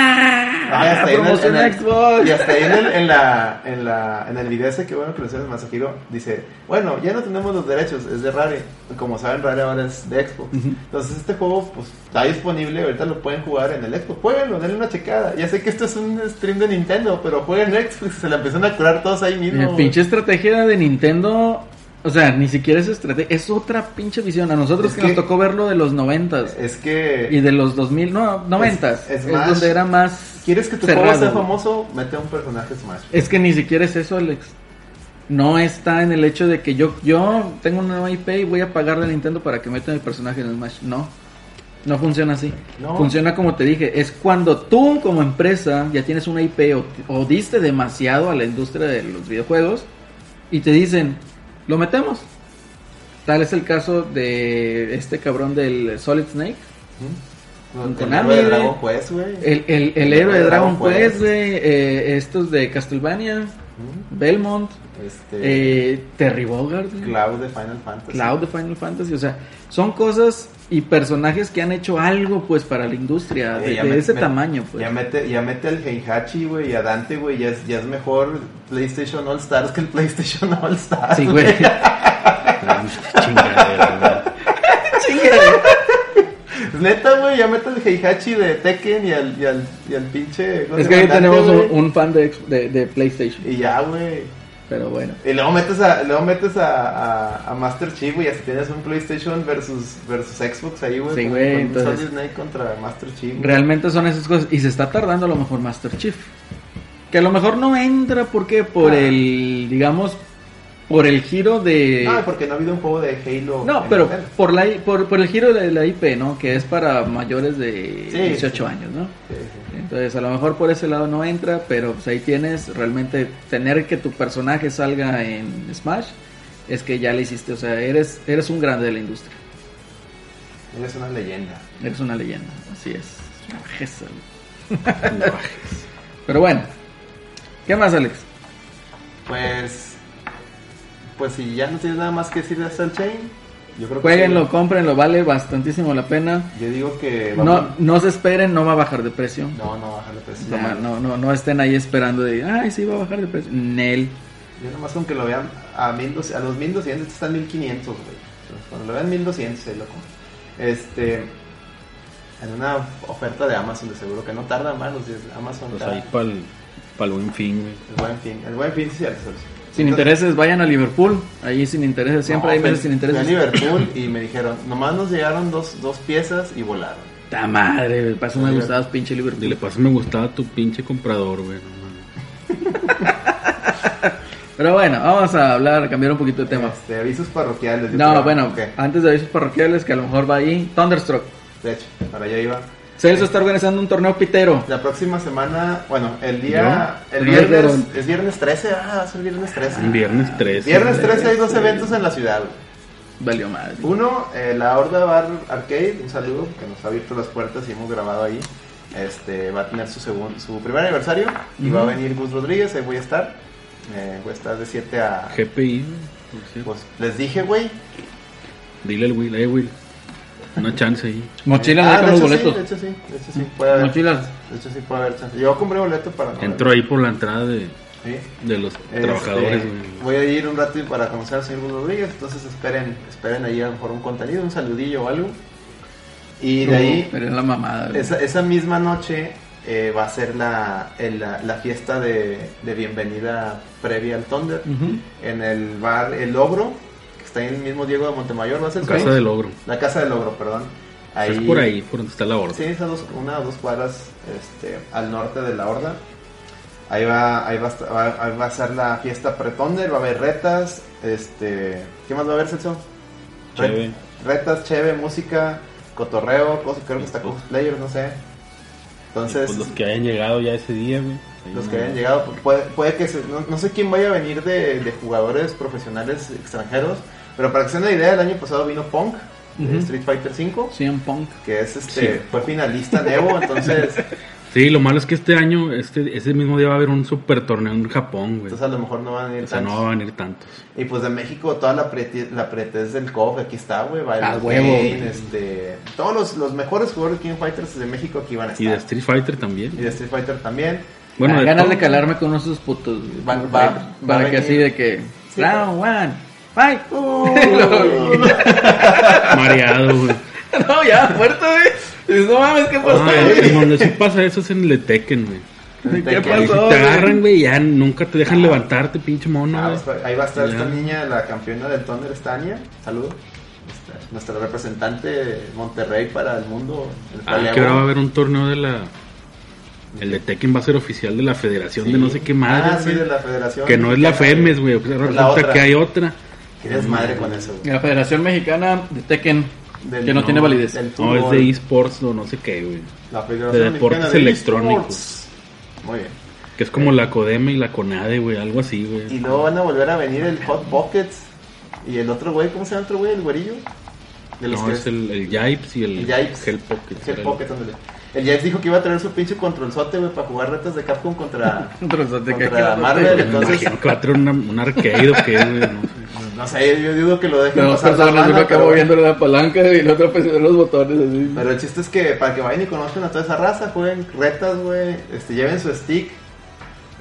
Speaker 2: Ah,
Speaker 1: ¡ah!
Speaker 2: hasta ahí en el-
Speaker 1: ¡Promociona
Speaker 2: en el-
Speaker 1: Xbox!
Speaker 2: Y hasta ahí en el, en la, en la, en el video ese que bueno que lo hicieron de Masahiro, dice, bueno, ya no tenemos los derechos, es de Rare. Como saben, Rare ahora es de Xbox. Entonces este juego pues, está disponible, ahorita lo pueden jugar en el Xbox. Jueguenlo, denle una checada. Ya sé que esto es un stream de Nintendo, pero jueguen Xbox, se la empiezan a curar todos ahí
Speaker 1: Mira,
Speaker 2: mismo. güey.
Speaker 1: pinche estrategia de Nintendo. O sea, ni siquiera es estrategia, es otra pinche visión. A nosotros
Speaker 2: Es
Speaker 1: que,
Speaker 2: que-
Speaker 1: nos tocó verlo de los noventas
Speaker 2: Es
Speaker 1: y
Speaker 2: que...
Speaker 1: de los 2000, no, noventas.
Speaker 2: Es-
Speaker 1: Es,
Speaker 2: Smash.
Speaker 1: donde era más
Speaker 2: ¿Quieres que tu
Speaker 1: cerrado,
Speaker 2: juego sea
Speaker 1: güey. Eh,
Speaker 2: famoso? Mete a un personaje Smash.
Speaker 1: Es que ni siquiera es eso, Alex. No está en el hecho de que yo, yo tengo una nueva IP y voy a pagarle a Nintendo para que meta mi personaje en el Smash. No. No funciona así.
Speaker 2: No.
Speaker 1: Funciona como te dije. Es cuando tú como empresa ya tienes una IP o, o diste demasiado a la industria de los videojuegos y te dicen, lo metemos. Tal es el caso de este cabrón del Solid Snake.
Speaker 2: Con
Speaker 1: Con
Speaker 2: el héroe
Speaker 1: Konami,
Speaker 2: de Dragon
Speaker 1: güey. Eh,
Speaker 2: Quest, güey.
Speaker 1: El, el- el héroe de Dragon Quest, güey, eh, estos de Castlevania,
Speaker 2: Ujú.
Speaker 1: Belmont.
Speaker 2: Este...
Speaker 1: Eh, Terry Bogard, güey.
Speaker 2: Cloud de Final Fantasy.
Speaker 1: Cloud de Final Fantasy, o sea, son cosas y personajes que han hecho algo, pues, para la industria
Speaker 2: Eh,
Speaker 1: de,
Speaker 2: ya
Speaker 1: de
Speaker 2: met-
Speaker 1: ese
Speaker 2: met-
Speaker 1: tamaño, pues.
Speaker 2: Ya mete, ya mete al Heihachi, güey, y a Dante, güey. Ya es, ya es mejor PlayStation All Stars que el PlayStation All Stars.
Speaker 1: Sí, güey.
Speaker 3: Chingadera, güey.
Speaker 2: Neta, güey, ya mete al Heihachi de Tekken y al, y al, y al pinche. ¿cómo
Speaker 1: es
Speaker 2: se
Speaker 1: que
Speaker 2: llama?
Speaker 1: ahí
Speaker 2: Dante,
Speaker 1: tenemos
Speaker 2: güey.
Speaker 1: un, un fan de, ex- de, de PlayStation,
Speaker 2: Y ya, güey.
Speaker 1: pero bueno.
Speaker 2: Y luego metes a, luego metes a, a, a Master Chief, güey. Así tienes un PlayStation versus, versus Xbox ahí, güey.
Speaker 1: Sí,
Speaker 2: con-
Speaker 1: güey,
Speaker 2: con un
Speaker 1: entonces-
Speaker 2: Solid Snake contra Master Chief. güey.
Speaker 1: Realmente son esas cosas, y se está tardando a lo mejor Master Chief. Que a lo mejor no entra, porque Por
Speaker 2: Ah.
Speaker 1: el, digamos, por el giro de...
Speaker 2: No, Ah, porque no ha habido un juego de Halo.
Speaker 1: No,
Speaker 2: en
Speaker 1: pero
Speaker 2: Nintendo.
Speaker 1: por, la, I- por, por el giro de la IP, ¿no? Que es para mayores de
Speaker 2: Sí,
Speaker 1: 18
Speaker 2: sí.
Speaker 1: años, ¿no?
Speaker 2: Sí, sí.
Speaker 1: Entonces, a lo mejor por ese lado no entra, pero pues, ahí tienes realmente tener que tu personaje salga en Smash. Es que ya le hiciste, o sea, eres, eres un grande de la industria.
Speaker 2: Eres una leyenda.
Speaker 1: Eres una leyenda, así es. Es una bajeza, güey.
Speaker 3: Salvajes.
Speaker 1: Pero bueno, ¿qué más, Alex?
Speaker 2: Pues. Pues si ya no tienes nada más que decir de Astral Chain, yo creo que.
Speaker 1: Jueguenlo, cómprenlo, vale bastantísimo la pena.
Speaker 2: Yo digo que.
Speaker 1: No, no se esperen, no va a bajar de precio.
Speaker 2: No, pues, no, bajar de precio.
Speaker 1: No, no, no, no estén ahí esperando de, ay, sí, va a bajar de precio. Nel.
Speaker 2: Yo nomás con que lo vean a, 1200, a los 1200, están 1500, güey. Entonces, cuando lo vean 1200, ahí lo compro. Este. En una oferta de Amazon, de seguro que no tarda más los días. Amazon
Speaker 3: Pues
Speaker 2: cada-
Speaker 3: ahí para el buen fin, güey.
Speaker 2: El buen fin. El buen fin, sí, cierto.
Speaker 1: Sin intereses, vayan a Liverpool. Ahí sin intereses, siempre hay
Speaker 2: pues,
Speaker 1: meses sin
Speaker 2: En
Speaker 1: intereses.
Speaker 2: Liverpool y me dijeron, nomás nos llegaron dos, dos piezas y volaron.
Speaker 1: Ta madre, güey, para eso me
Speaker 2: Liverpool.
Speaker 1: gustabas, pinche
Speaker 3: Dile,
Speaker 1: Liverpool.
Speaker 2: pues.
Speaker 3: pasa, me gustaba tu pinche comprador, güey. no mames.
Speaker 1: Pero bueno, vamos a hablar, cambiar un poquito de tema.
Speaker 2: Este, avisos parroquiales. yo
Speaker 1: No,
Speaker 2: creo.
Speaker 1: bueno,
Speaker 2: Ok,
Speaker 1: antes de avisos parroquiales, que a lo mejor va ahí, Thunderstruck.
Speaker 2: De hecho, para allá iba.
Speaker 1: Celso está organizando un torneo pitero.
Speaker 2: La próxima semana, bueno, el día.
Speaker 1: ¿Yo?
Speaker 2: El
Speaker 1: No,
Speaker 2: viernes.
Speaker 1: pero-
Speaker 2: Es viernes 13. Ah, va a ser viernes 13.
Speaker 3: Un Viernes 13.
Speaker 2: Viernes
Speaker 3: güey.
Speaker 2: 13 hay dos eventos en la ciudad. güey.
Speaker 1: Valió madre.
Speaker 2: Uno, eh, la Horda Bar Arcade, un saludo, que nos ha abierto las puertas y hemos grabado ahí. Este, va a tener su, segun- su primer aniversario y va a venir Gus Rodríguez, ahí voy a estar. Eh, voy a estar de 7 a...
Speaker 3: GPI, güey, por cierto.
Speaker 2: Pues les dije, güey.
Speaker 3: Dile al Will, eh, Will. Una chance ahí.
Speaker 1: Mochilas
Speaker 2: Ah,
Speaker 1: ahí con
Speaker 2: de
Speaker 1: los
Speaker 2: hecho sí,
Speaker 1: boletos.
Speaker 2: de hecho sí, de hecho sí, puede haber.
Speaker 1: Mochilas.
Speaker 2: De hecho sí puede haber chance. Yo compré boleto para... no-
Speaker 3: Entro ahí por la entrada de,
Speaker 2: Sí.
Speaker 3: de los
Speaker 2: Este,
Speaker 3: trabajadores, güey.
Speaker 2: voy a ir un rato para conocer al señor Gus Rodríguez, entonces esperen, esperen ahí a lo mejor un contenido, un saludillo o algo. Y de
Speaker 3: Uh,
Speaker 2: ahí...
Speaker 1: Pero es Uh, la mamada. güey.
Speaker 2: Esa, esa misma noche eh, va a ser la, el- la, la fiesta de, de bienvenida previa al Thunder
Speaker 1: Ujú.
Speaker 2: en el bar El Ogro, que está en el mismo Diego de Montemayor, va a ser su-
Speaker 3: Casa del Ogro.
Speaker 2: la Casa del Ogro, perdón.
Speaker 3: Es por ahí, por donde está la horda.
Speaker 2: Sí, es a dos- una o dos cuadras este, al norte de la Horda. Ahí va, ahí va, a estar- va- ahí va a ser la fiesta pre-Thunder, va a haber retas, este, ¿qué más va a haber, Celso? Re-
Speaker 3: Cheve.
Speaker 2: Retas, cheve, música, cotorreo, cosas, creo que hasta
Speaker 3: Y pues-
Speaker 2: cosplayers, no sé. Entonces,
Speaker 3: Pues los que hayan llegado ya ese día, güey. Ahí
Speaker 2: los
Speaker 3: no-
Speaker 2: que hayan llegado, pues, puede, puede que se- no, no sé quién vaya a venir de, de jugadores profesionales extranjeros, pero para que se den una idea, el año pasado vino Punk de
Speaker 1: Ujú.
Speaker 2: Street Fighter V,
Speaker 1: CM Punk.
Speaker 2: que es este, fue finalista en Evo, entonces,
Speaker 3: Sí, lo malo es que este año, este, ese mismo día va a haber un super torneo en Japón, güey.
Speaker 2: entonces a lo mejor no van a ir
Speaker 3: O sea,
Speaker 2: tantos.
Speaker 3: no van a venir tantos.
Speaker 2: Y pues de México, toda la, preti- la pretez del COF, aquí está, güey. Baila
Speaker 3: Ah,
Speaker 1: A huevo.
Speaker 2: este, todos los, los mejores jugadores de King Fighters de México aquí van a estar.
Speaker 3: Y de Street Fighter también.
Speaker 2: Y de Street Fighter también.
Speaker 1: Bueno,
Speaker 3: de
Speaker 1: Ah, ganas
Speaker 3: todo.
Speaker 1: de calarme con unos de esos putos. güey.
Speaker 2: Va-
Speaker 1: Para-
Speaker 2: va-
Speaker 1: para
Speaker 2: va a
Speaker 1: que
Speaker 2: venir.
Speaker 1: así de que.
Speaker 2: Sí, Oh.
Speaker 1: round one. Bye.
Speaker 2: Uh,
Speaker 3: Mareado, güey.
Speaker 1: no, ya, muerto, güey. Dices, no mames, ¿qué pasó?
Speaker 3: Ah,
Speaker 1: güey?
Speaker 3: en donde sí pasa eso es en el de Tekken, güey.
Speaker 1: ¿Qué
Speaker 3: Ahí sí
Speaker 1: pasó?
Speaker 3: te
Speaker 1: güey?
Speaker 3: agarran, güey, ya nunca te dejan levantarte, pinche mono,
Speaker 2: Ah,
Speaker 3: güey.
Speaker 2: pues, ahí va a estar
Speaker 3: Ya.
Speaker 2: esta niña, la campeona del Thunder, Stania. Saludos. Esta- Este, Nuestra representante de Monterrey para el mundo. El
Speaker 3: Ah,
Speaker 2: Paleabo.
Speaker 3: que ahora va a haber un torneo de la. El de Tekken va a ser oficial de la federación
Speaker 2: Sí.
Speaker 3: de no sé qué madre.
Speaker 2: Ah, sí,
Speaker 3: güey.
Speaker 2: de la federación.
Speaker 3: Que no es la FEMES, güey. O sea,
Speaker 2: Es la
Speaker 3: resulta
Speaker 2: otra.
Speaker 3: que hay otra.
Speaker 2: Qué desmadre con eso, güey.
Speaker 1: La Federación Mexicana de Tekken.
Speaker 2: Del-
Speaker 1: que no, tiene validez.
Speaker 2: del
Speaker 3: No, es
Speaker 2: fútbol.
Speaker 3: de eSports o no sé qué, güey.
Speaker 2: La Federación
Speaker 3: de deportes
Speaker 2: Mexicana de
Speaker 3: electrónicos.
Speaker 2: Esports. Muy bien.
Speaker 3: Que es como la CODEME y la CONADE, güey. Algo así,
Speaker 2: Eh. Y
Speaker 3: güey.
Speaker 2: luego van a volver a venir el Hot Pockets y el otro güey, ¿cómo se llama el otro güey? El güerillo. De los
Speaker 3: No,
Speaker 2: que
Speaker 3: es el, el Jipes y el,
Speaker 2: el Jipes.
Speaker 3: Hell Pocket.
Speaker 2: El Pocket, ándale. El Jipes dijo que iba a traer su pinche controlzote, güey, para jugar retas de Capcom contra,
Speaker 1: Interesante, que-
Speaker 2: contra Marvel.
Speaker 3: Me
Speaker 2: Entonces,
Speaker 3: imagino que va a traer una- un arcade o qué, güey. No sé.
Speaker 2: no sé, yo digo que lo dejen
Speaker 1: Las dos
Speaker 2: pasar la
Speaker 1: personas,
Speaker 2: mano,
Speaker 1: uno acá
Speaker 2: pero,
Speaker 1: moviendo la palanca y el otro presionando los botones así.
Speaker 2: pero el chiste es que para que vayan y conozcan a toda esa raza, jueguen retas, güey, este, lleven su stick.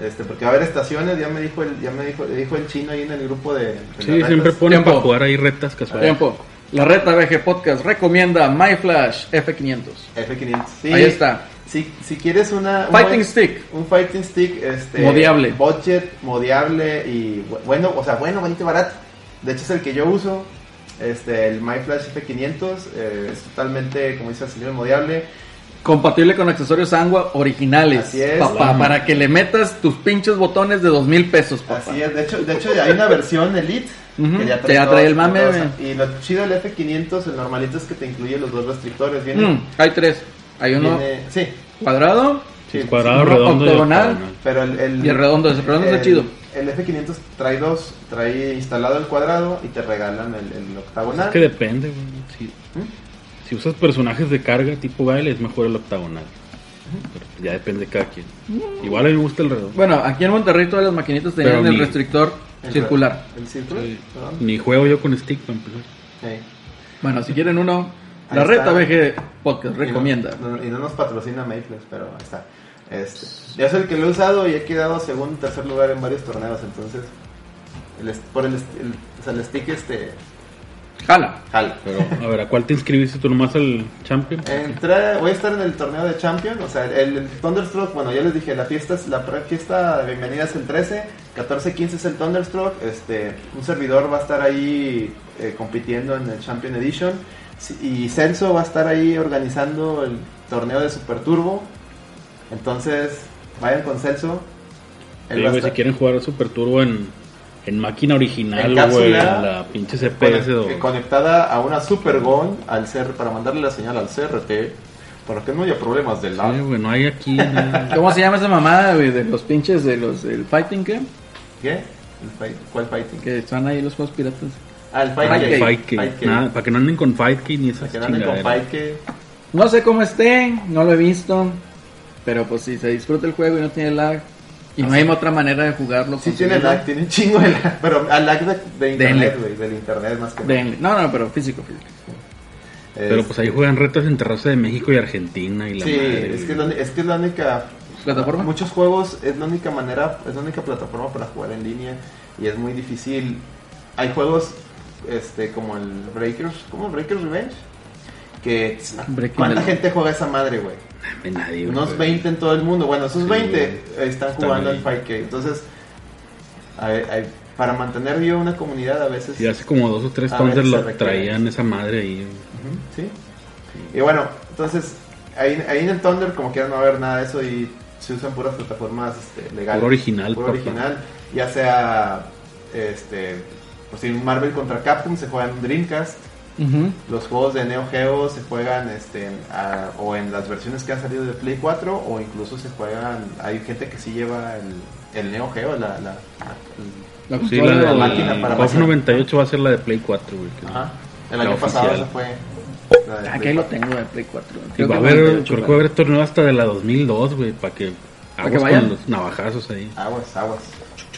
Speaker 2: Este, porque va a haber estaciones, ya me dijo el, ya me dijo, dijo el chino ahí en el grupo de, de las
Speaker 3: Sí,
Speaker 2: retas.
Speaker 3: siempre ponen
Speaker 1: Tiempo.
Speaker 3: para jugar ahí retas casuales.
Speaker 1: Tiempo. La reta BG Podcast recomienda MyFlash F500.
Speaker 2: F500. Sí.
Speaker 1: Ahí está.
Speaker 2: Si, si quieres una. un
Speaker 1: Fighting
Speaker 2: buen-
Speaker 1: Stick.
Speaker 2: Un fighting stick, este.
Speaker 1: Modiable.
Speaker 2: Budget, modiable y bu- bueno, o sea, bueno, bonito y barato. De hecho, es el que yo uso. Este, el MyFlash F500. eh, es totalmente, como dice el señor, modiable.
Speaker 1: Compatible con accesorios Angua originales.
Speaker 2: Así es.
Speaker 1: papá,
Speaker 2: Wow.
Speaker 1: para que le metas tus pinches botones de dos mil pesos, papá.
Speaker 2: Así es. De hecho, de hecho, hay una versión Elite.
Speaker 1: Ujú, que ya
Speaker 2: todo-
Speaker 1: trae el mame,
Speaker 2: todo, o
Speaker 1: güey.
Speaker 2: sea, Y lo chido del F500, el normalito, es que te incluye los dos restrictores. Viene.
Speaker 1: Mm, hay tres. Hay uno
Speaker 2: viene- sí.
Speaker 1: cuadrado.
Speaker 3: Sí,
Speaker 2: sí,
Speaker 3: cuadrado,
Speaker 1: uno
Speaker 3: redondo y
Speaker 1: octogonal.
Speaker 3: octogonal.
Speaker 2: Pero el, el,
Speaker 1: Y el redondo, el redondo está chido.
Speaker 2: El F500 trae dos, trae instalado el cuadrado y te regalan el, el octagonal.
Speaker 3: Es que depende, güey. Si,
Speaker 2: ¿Mm? ¿Mm?
Speaker 3: si usas personajes de carga tipo Gael, es mejor el octagonal. Pero Ya depende de cada quien. Igual a mí me gusta el redondo.
Speaker 1: Bueno, aquí en Monterrey todas las maquinitas tenían
Speaker 3: Pero
Speaker 1: el
Speaker 3: ni-
Speaker 1: restrictor
Speaker 2: El-
Speaker 1: circular. Mm.
Speaker 2: ¿El círculo?
Speaker 3: Sí.
Speaker 2: Perdón.
Speaker 3: Ni juego yo con stick para empezar.
Speaker 2: Sí.
Speaker 1: Bueno, si quieren uno,
Speaker 2: Ahí
Speaker 1: la reta
Speaker 2: está.
Speaker 1: BG Podcast
Speaker 2: Y
Speaker 1: recomienda.
Speaker 2: no- y no nos patrocina Maples, pero ahí está. Este, ya es el que lo he usado y he quedado segundo y tercer lugar en varios torneos, entonces el, est- por el, est- el, o sea, el stick este
Speaker 1: Jala.
Speaker 2: jala.
Speaker 3: Pero, a ver, ¿a cuál te inscribiste tú nomás al Champion?
Speaker 2: Eh, Entré- voy a estar en el torneo de Champions, o sea, el, el Thunderstroke, bueno, ya les dije, la fiesta es la pre- fiesta de bienvenida es el 13, 14, 15 es el Thunderstroke, este, un servidor va a estar ahí eh, compitiendo en el Champion Edition si- y Celso va a estar ahí organizando el torneo de Super Turbo, entonces vayan con Celso. Él
Speaker 3: Sí,
Speaker 2: va a
Speaker 3: güey, si
Speaker 2: estar-
Speaker 3: quieren jugar a Super Turbo en, en máquina
Speaker 2: En
Speaker 3: original,
Speaker 2: cápsula.
Speaker 3: güey, en la pinche CPS
Speaker 2: Conec-
Speaker 3: o-
Speaker 2: eh, conectada a una Super Gon al CR para mandarle la señal al CRT para que no haya problemas del lado.
Speaker 3: Sí, güey, no hay aquí nada.
Speaker 1: ¿Cómo se llama esa mamada, güey? De los pinches de los del fighting game.
Speaker 2: ¿Qué? El fight- ¿Cuál fighting?
Speaker 1: Que están ahí los juegos piratas.
Speaker 2: Ah, el fight
Speaker 1: Fight
Speaker 2: game.
Speaker 1: Cake.
Speaker 3: Fight Cake.
Speaker 2: Fight Cake.
Speaker 3: Nada, para que no anden con Fight Cake ni
Speaker 2: Para
Speaker 3: esas
Speaker 2: que no anden con
Speaker 3: chingaderas.
Speaker 2: fight cake.
Speaker 1: No sé cómo estén, no lo he visto. Pero pues si se disfruta el juego y no tiene lag. Y no hay otra manera de jugarlo.
Speaker 2: Sí
Speaker 1: con
Speaker 2: tiene
Speaker 1: seguridad,
Speaker 2: lag, tiene un chingo de lag. Pero al lag de, de internet,
Speaker 1: Denle.
Speaker 2: güey. Del internet más que nada.
Speaker 1: denle. No, no, pero físico, físico.
Speaker 3: Pero
Speaker 2: Es-
Speaker 3: pues ahí juegan retas en terraza de México y Argentina y la
Speaker 2: Sí,
Speaker 3: madre,
Speaker 2: es que es,
Speaker 3: güey.
Speaker 2: la, es que es la única...
Speaker 1: ¿Plataforma?
Speaker 2: Muchos juegos es la única manera, es la única plataforma para jugar en línea. Y es muy difícil. Hay juegos este como el Breakers, ¿cómo? Breakers Revenge. Que...
Speaker 1: Breaking
Speaker 2: ¿Cuánta
Speaker 1: the law.
Speaker 2: gente juega esa madre, güey?
Speaker 3: Ay, nadie, güey.
Speaker 2: Unos 20 en todo el mundo. Bueno, esos
Speaker 3: Sí,
Speaker 2: 20 están jugando
Speaker 3: ahí.
Speaker 2: al 5K. Entonces, hay- hay- para mantener viva una comunidad a veces.
Speaker 3: Sí, hace como dos o tres
Speaker 2: A veces
Speaker 3: Thunder
Speaker 2: se
Speaker 3: lo
Speaker 2: requiere.
Speaker 3: traían esa madre ahí. güey.
Speaker 2: Ujú, ¿sí? Y bueno, entonces, ahí, ahí en el Thunder, como quieran, no va a haber nada de eso y se usan puras plataformas este, legales.
Speaker 3: Puro original,
Speaker 2: Puro
Speaker 3: papá.
Speaker 2: original. Ya sea, este, pues si Marvel contra Capcom se juega en un Dreamcast.
Speaker 1: Ujú.
Speaker 2: Los juegos de Neo Geo se juegan este, en- a- o en las versiones que han salido de Play 4 o incluso se juegan, hay gente que sí lleva el, el Neo Geo, la, la- el-
Speaker 1: La
Speaker 3: Sí,
Speaker 1: consola
Speaker 3: la
Speaker 1: de
Speaker 3: de
Speaker 2: la máquina para
Speaker 3: COF
Speaker 2: pasar.
Speaker 3: 98 va a ser la de Play 4, güey. que-
Speaker 2: ajá, el
Speaker 3: La
Speaker 2: año pasado
Speaker 3: oficial.
Speaker 2: esa fue... la de
Speaker 1: Aquí
Speaker 2: Play
Speaker 1: lo
Speaker 2: 4.
Speaker 1: tengo de Play 4.
Speaker 3: Y
Speaker 1: Creo
Speaker 3: va a
Speaker 1: que
Speaker 3: haber,
Speaker 1: 98,
Speaker 3: creo que va a haber torneo hasta de la 2002, güey, para que
Speaker 1: Pa' que
Speaker 3: aguas
Speaker 1: vayan.
Speaker 3: con los navajazos ahí.
Speaker 2: Aguas, aguas.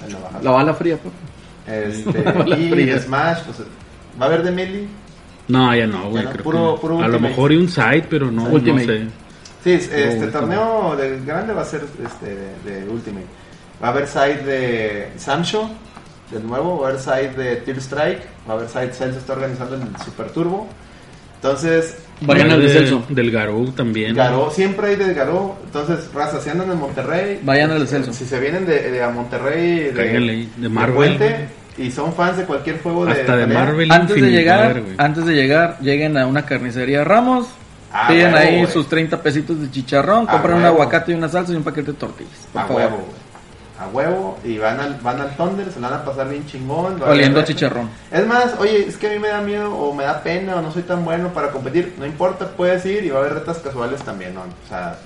Speaker 2: Ahí lo bajas.
Speaker 1: La bala fría, papá.
Speaker 2: Este, y
Speaker 1: fría.
Speaker 2: Smash, pues va a haber de Melee.
Speaker 3: No, ya no, güey.
Speaker 2: Ya no,
Speaker 3: creo
Speaker 2: puro-
Speaker 3: que-
Speaker 2: puro
Speaker 3: a lo
Speaker 2: Ultimate.
Speaker 3: mejor y un side, pero no, no
Speaker 1: Ultimate.
Speaker 3: sé.
Speaker 2: Sí, es- este
Speaker 3: Ultimate.
Speaker 2: torneo del grande va a ser este de, de Ultimate. Va a haber side de Samsho, de nuevo, va a haber side de Tear Strike, va a haber side Celso está organizando el Super Turbo. Entonces,
Speaker 1: Vayan al
Speaker 3: de-
Speaker 1: de Celso.
Speaker 3: Del Garou también.
Speaker 2: Garó, siempre hay de Garó. Entonces, raza, si andan en Monterrey,
Speaker 1: Vayan al de Celso.
Speaker 2: si se vienen de, de a Monterrey,
Speaker 3: Cáiganle
Speaker 2: de,
Speaker 3: ahí, de Marvel.
Speaker 2: Puente, y son fans de cualquier juego de
Speaker 3: Hasta de
Speaker 2: pelea,
Speaker 3: Marvel
Speaker 1: Antes de
Speaker 3: infinidad,
Speaker 1: llegar,
Speaker 3: güey.
Speaker 1: antes de llegar, lleguen a una carnicería Ramos.
Speaker 2: Ah,
Speaker 1: piden
Speaker 2: huevo,
Speaker 1: ahí
Speaker 2: güey.
Speaker 1: sus 30 pesitos de chicharrón,
Speaker 2: Ah,
Speaker 1: compran un
Speaker 2: huevo.
Speaker 1: aguacate y una salsa y un paquete de tortillas. por
Speaker 2: A
Speaker 1: favor.
Speaker 2: huevo, güey. A huevo. Y van al, van al Thunder, se la van a pasar bien chingón. va a
Speaker 1: Oliendo
Speaker 2: haber-
Speaker 1: a chicharrón.
Speaker 2: Es más, oye, es que a mí me da miedo o me da pena o no soy tan bueno para competir. No importa, puedes ir y va a haber retas casuales también, ¿no? O sea,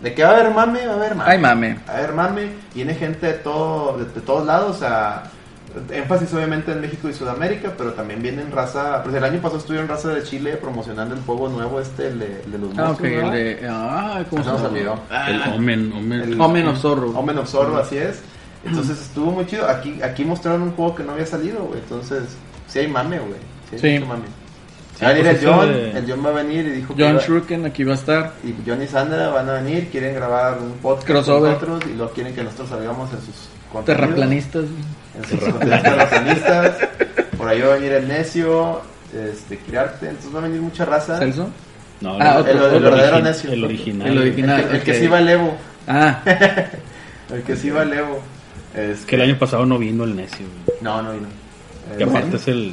Speaker 2: de que va a haber mame, va a haber mame.
Speaker 1: Ay, mame.
Speaker 2: A ver, mame, viene gente de, todo, de, de todos lados, o sea, énfasis obviamente en México y Sudamérica, pero también vienen raza, pues el año pasado estuvieron raza de Chile promocionando el juego nuevo este, el de, el de los
Speaker 1: Ah, ok,
Speaker 2: monstruos,
Speaker 1: el
Speaker 2: ¿no?
Speaker 1: de. Ah, ¿cómo se
Speaker 2: No, se
Speaker 1: llama?
Speaker 2: olvidó.
Speaker 3: El Omen, Omen.
Speaker 2: El-
Speaker 1: Omen of Zorro.
Speaker 2: Omen of Zorro, así es. Entonces estuvo muy chido. Aquí, aquí mostraron un juego que no había salido, güey. Entonces, sí hay mame, güey. Sí, hay
Speaker 1: Sí.
Speaker 2: mucho mame. Va a venir
Speaker 3: pues
Speaker 2: el
Speaker 3: eso
Speaker 2: John,
Speaker 3: de-
Speaker 2: el John va a venir y dijo que
Speaker 1: John
Speaker 2: iba-
Speaker 1: Shurken aquí va a estar.
Speaker 2: y John y Sandra van a venir, quieren grabar un podcast
Speaker 1: Crossover.
Speaker 2: con nosotros y lo quieren que nosotros salgamos en sus contenidos.
Speaker 1: Terraplanistas.
Speaker 2: En sus contenidos terraplanistas. Por ahí va a venir el necio, este, Kirarte. Entonces va a venir mucha raza. El,
Speaker 1: Celso.
Speaker 3: No,
Speaker 1: Ah,
Speaker 3: no,
Speaker 1: otro,
Speaker 2: el
Speaker 1: otro
Speaker 2: verdadero
Speaker 3: origi-
Speaker 2: necio.
Speaker 3: El original.
Speaker 1: El
Speaker 3: güey.
Speaker 1: original.
Speaker 2: El que- el que
Speaker 1: ok.
Speaker 2: sí va al Evo.
Speaker 1: Ah,
Speaker 2: El que sí va al Evo.
Speaker 3: Es
Speaker 2: Este,
Speaker 3: que el año pasado no vino el necio, güey.
Speaker 2: No, no vino.
Speaker 3: Que
Speaker 2: Eh,
Speaker 3: aparte es el.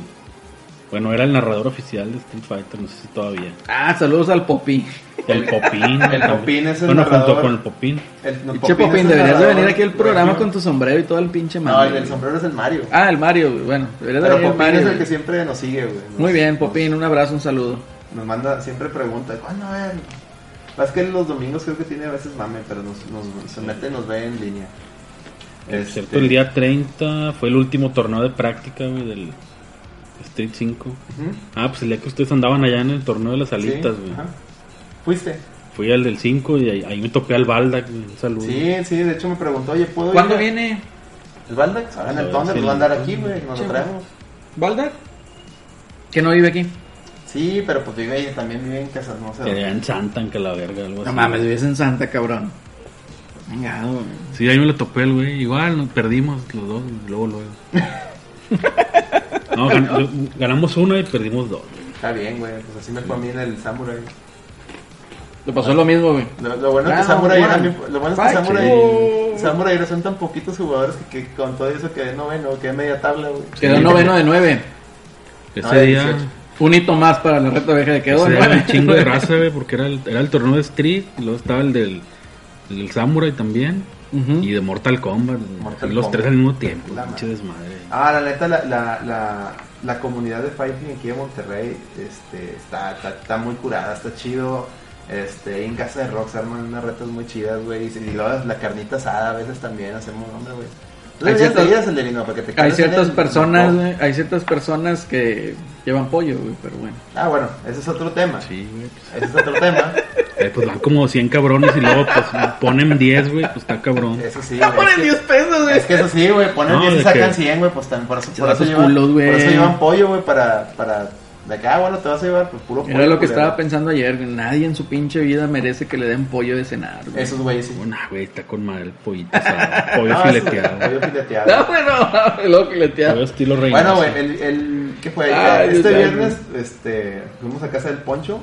Speaker 3: Bueno, era el narrador oficial de Street Fighter, no sé si todavía.
Speaker 1: ah, saludos al Popi.
Speaker 3: El Popín.
Speaker 2: El
Speaker 3: güey.
Speaker 2: Popín es el
Speaker 3: Bueno,
Speaker 2: narrador.
Speaker 3: junto con el Popín.
Speaker 2: El, no,
Speaker 1: Che
Speaker 2: Popín es
Speaker 1: Popín,
Speaker 2: el
Speaker 1: deberías de
Speaker 2: narrador,
Speaker 1: venir aquí al
Speaker 2: güey.
Speaker 1: progrero con tu sombrero y todo el pinche
Speaker 2: No,
Speaker 1: mame,
Speaker 2: el del
Speaker 1: güey.
Speaker 2: sombrero es el Mario.
Speaker 1: Ah, el Mario, güey. Bueno, deberías de
Speaker 2: Pero
Speaker 1: venir
Speaker 2: Popín
Speaker 1: el Mario.
Speaker 2: es el
Speaker 1: güey.
Speaker 2: que siempre nos sigue, güey. Nos-
Speaker 1: Muy bien, Popín, un abrazo, un saludo.
Speaker 2: Nos manda, siempre pregunta, ¿cuándo va a haber? Es que los domingos creo que tiene a veces mame, pero nos, nos- se mete y nos ve en línea.
Speaker 3: Por
Speaker 2: Este,
Speaker 3: cierto, el día 30 fue el último torneo de práctica, güey, del Street 5.
Speaker 2: ujú,
Speaker 3: Ah, pues el día que ustedes andaban allá en el torneo de las
Speaker 2: sí,
Speaker 3: alitas, güey.
Speaker 2: ajá. Fuiste.
Speaker 3: Fui al del 5 y ahí, ahí me topé al Baldac. güey, Un saludo.
Speaker 2: Sí, sí, de hecho me preguntó, oye, ¿puedo ir
Speaker 1: ¿Cuándo
Speaker 2: a-
Speaker 1: viene
Speaker 2: ¿El Valdex? Ahora en el
Speaker 3: Sí,
Speaker 2: Thunder,
Speaker 3: Ah, sí.
Speaker 2: lo va a andar aquí, güey, nos
Speaker 1: Sí.
Speaker 2: lo traemos.
Speaker 1: Baldac? Que no vive aquí.
Speaker 2: Sí, pero pues vive ella también, vive en Casas, no sé.
Speaker 3: Que allá en Santa, en que la verga, algo así.
Speaker 1: No mames, vives en Santa, cabrón. Venga, güey.
Speaker 3: Sí, ahí me lo topé el güey. Igual, nos perdimos los dos, güey, luego, luego. No, gan- lo- ganamos uno y perdimos dos. güey.
Speaker 2: Está bien, güey, pues así me fue a mí en el Samurai.
Speaker 1: Le pasó lo mismo, güey.
Speaker 2: Lo, lo bueno es que
Speaker 1: Round
Speaker 2: Samurai
Speaker 1: one.
Speaker 2: era bien- lo bueno es que
Speaker 1: Fight.
Speaker 2: Samurai,
Speaker 1: Sí.
Speaker 2: Samurai no son tan poquitos jugadores que, que con todo eso quedé noveno, quedé media tabla, güey.
Speaker 1: Quedó noveno de nueve.
Speaker 3: Ese
Speaker 2: Ah,
Speaker 3: día,
Speaker 2: 18.
Speaker 1: Un hito más para la reta vieja de quedó.
Speaker 3: ese
Speaker 1: en
Speaker 3: día era
Speaker 1: nueve.
Speaker 3: un chingo de raza, güey, porque era el, era el torneo de Street. Y luego estaba el del, el del Samurai también.
Speaker 1: Ujú.
Speaker 3: Y de Mortal Kombat. güey.
Speaker 2: Mortal
Speaker 3: los
Speaker 2: Kombat.
Speaker 3: tres al mismo tiempo.
Speaker 2: La
Speaker 3: Pinche
Speaker 2: madre.
Speaker 3: desmadre.
Speaker 2: Ah, la neta, la, la, la, la comunidad de fighting aquí de Monterrey este, está, está, está muy curada, está chido. Este, en casa de Rock se arman unas retas muy chidas, güey. Y, si- y luego la carnita asada a veces también hacemos onda, güey. Tú
Speaker 1: Hay
Speaker 2: deberías
Speaker 1: ciertas-
Speaker 2: de ir a Celerino, para que te
Speaker 1: Hay
Speaker 2: cales en
Speaker 1: ciertas
Speaker 2: el-
Speaker 1: personas,
Speaker 2: el-
Speaker 1: güey, hay ciertas personas que llevan pollo, güey, pero bueno.
Speaker 2: Ah, bueno, ese es otro tema.
Speaker 3: Sí, güey. pues,
Speaker 2: Ese es otro tema.
Speaker 3: eh, pues van como 100 cabrones y luego pues, ponen 10, güey. Pues está cabrón.
Speaker 2: Eso sí, güey. es que-
Speaker 1: pesos,
Speaker 2: Es que eso sí, güey, ponen
Speaker 3: No,
Speaker 2: 10 y
Speaker 3: de
Speaker 2: sacan
Speaker 3: que-
Speaker 2: 100, güey, pues tan, por, eso, por, eso
Speaker 1: Esos
Speaker 2: llevan,
Speaker 1: culos, güey.
Speaker 2: por eso llevan pollo, güey, para, para... De acá, bueno, te vas a llevar pues, puro pollo.
Speaker 1: Era lo que
Speaker 2: culero.
Speaker 1: estaba pensando ayer, güey. Nadie en su pinche vida merece que le den pollo de cenar, güey.
Speaker 2: Esos güeyes sí.
Speaker 3: Bueno, ah, güey, está con madre el pollito, o sea, pollo
Speaker 2: No, eso-
Speaker 3: fileteado.
Speaker 2: Pollo fileteado.
Speaker 1: No, güey, no, luego
Speaker 3: Pollo
Speaker 1: fileteado.
Speaker 3: estilo reina.
Speaker 2: Bueno, güey, el, el... ¿Qué fue?
Speaker 1: Ay,
Speaker 2: este
Speaker 1: Dios mío.
Speaker 2: viernes, este... Fuimos a casa del Poncho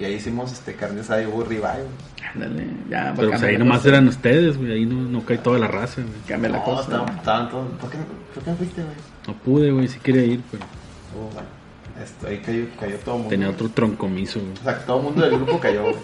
Speaker 2: y ahí hicimos, este, carne asada y burro ribeye, güey.
Speaker 1: Ándale, ya,
Speaker 3: Pero pues,
Speaker 1: cambia
Speaker 3: ahí
Speaker 1: la
Speaker 3: nomás
Speaker 1: cosa.
Speaker 3: eran ustedes, güey, ahí no, no cae toda la raza, güey.
Speaker 1: Cambia la
Speaker 2: No,
Speaker 1: cosa.
Speaker 2: estaban,
Speaker 1: güey.
Speaker 2: estaban todos... ¿Por qué, por qué no fuiste, güey?
Speaker 3: No pude, güey, sí quería ir, pero
Speaker 2: Oh, bueno, esto, ahí cayó, cayó todo el mundo.
Speaker 3: tenía otro troncomiso, güey.
Speaker 2: O sea, todo el mundo del grupo cayó. güey.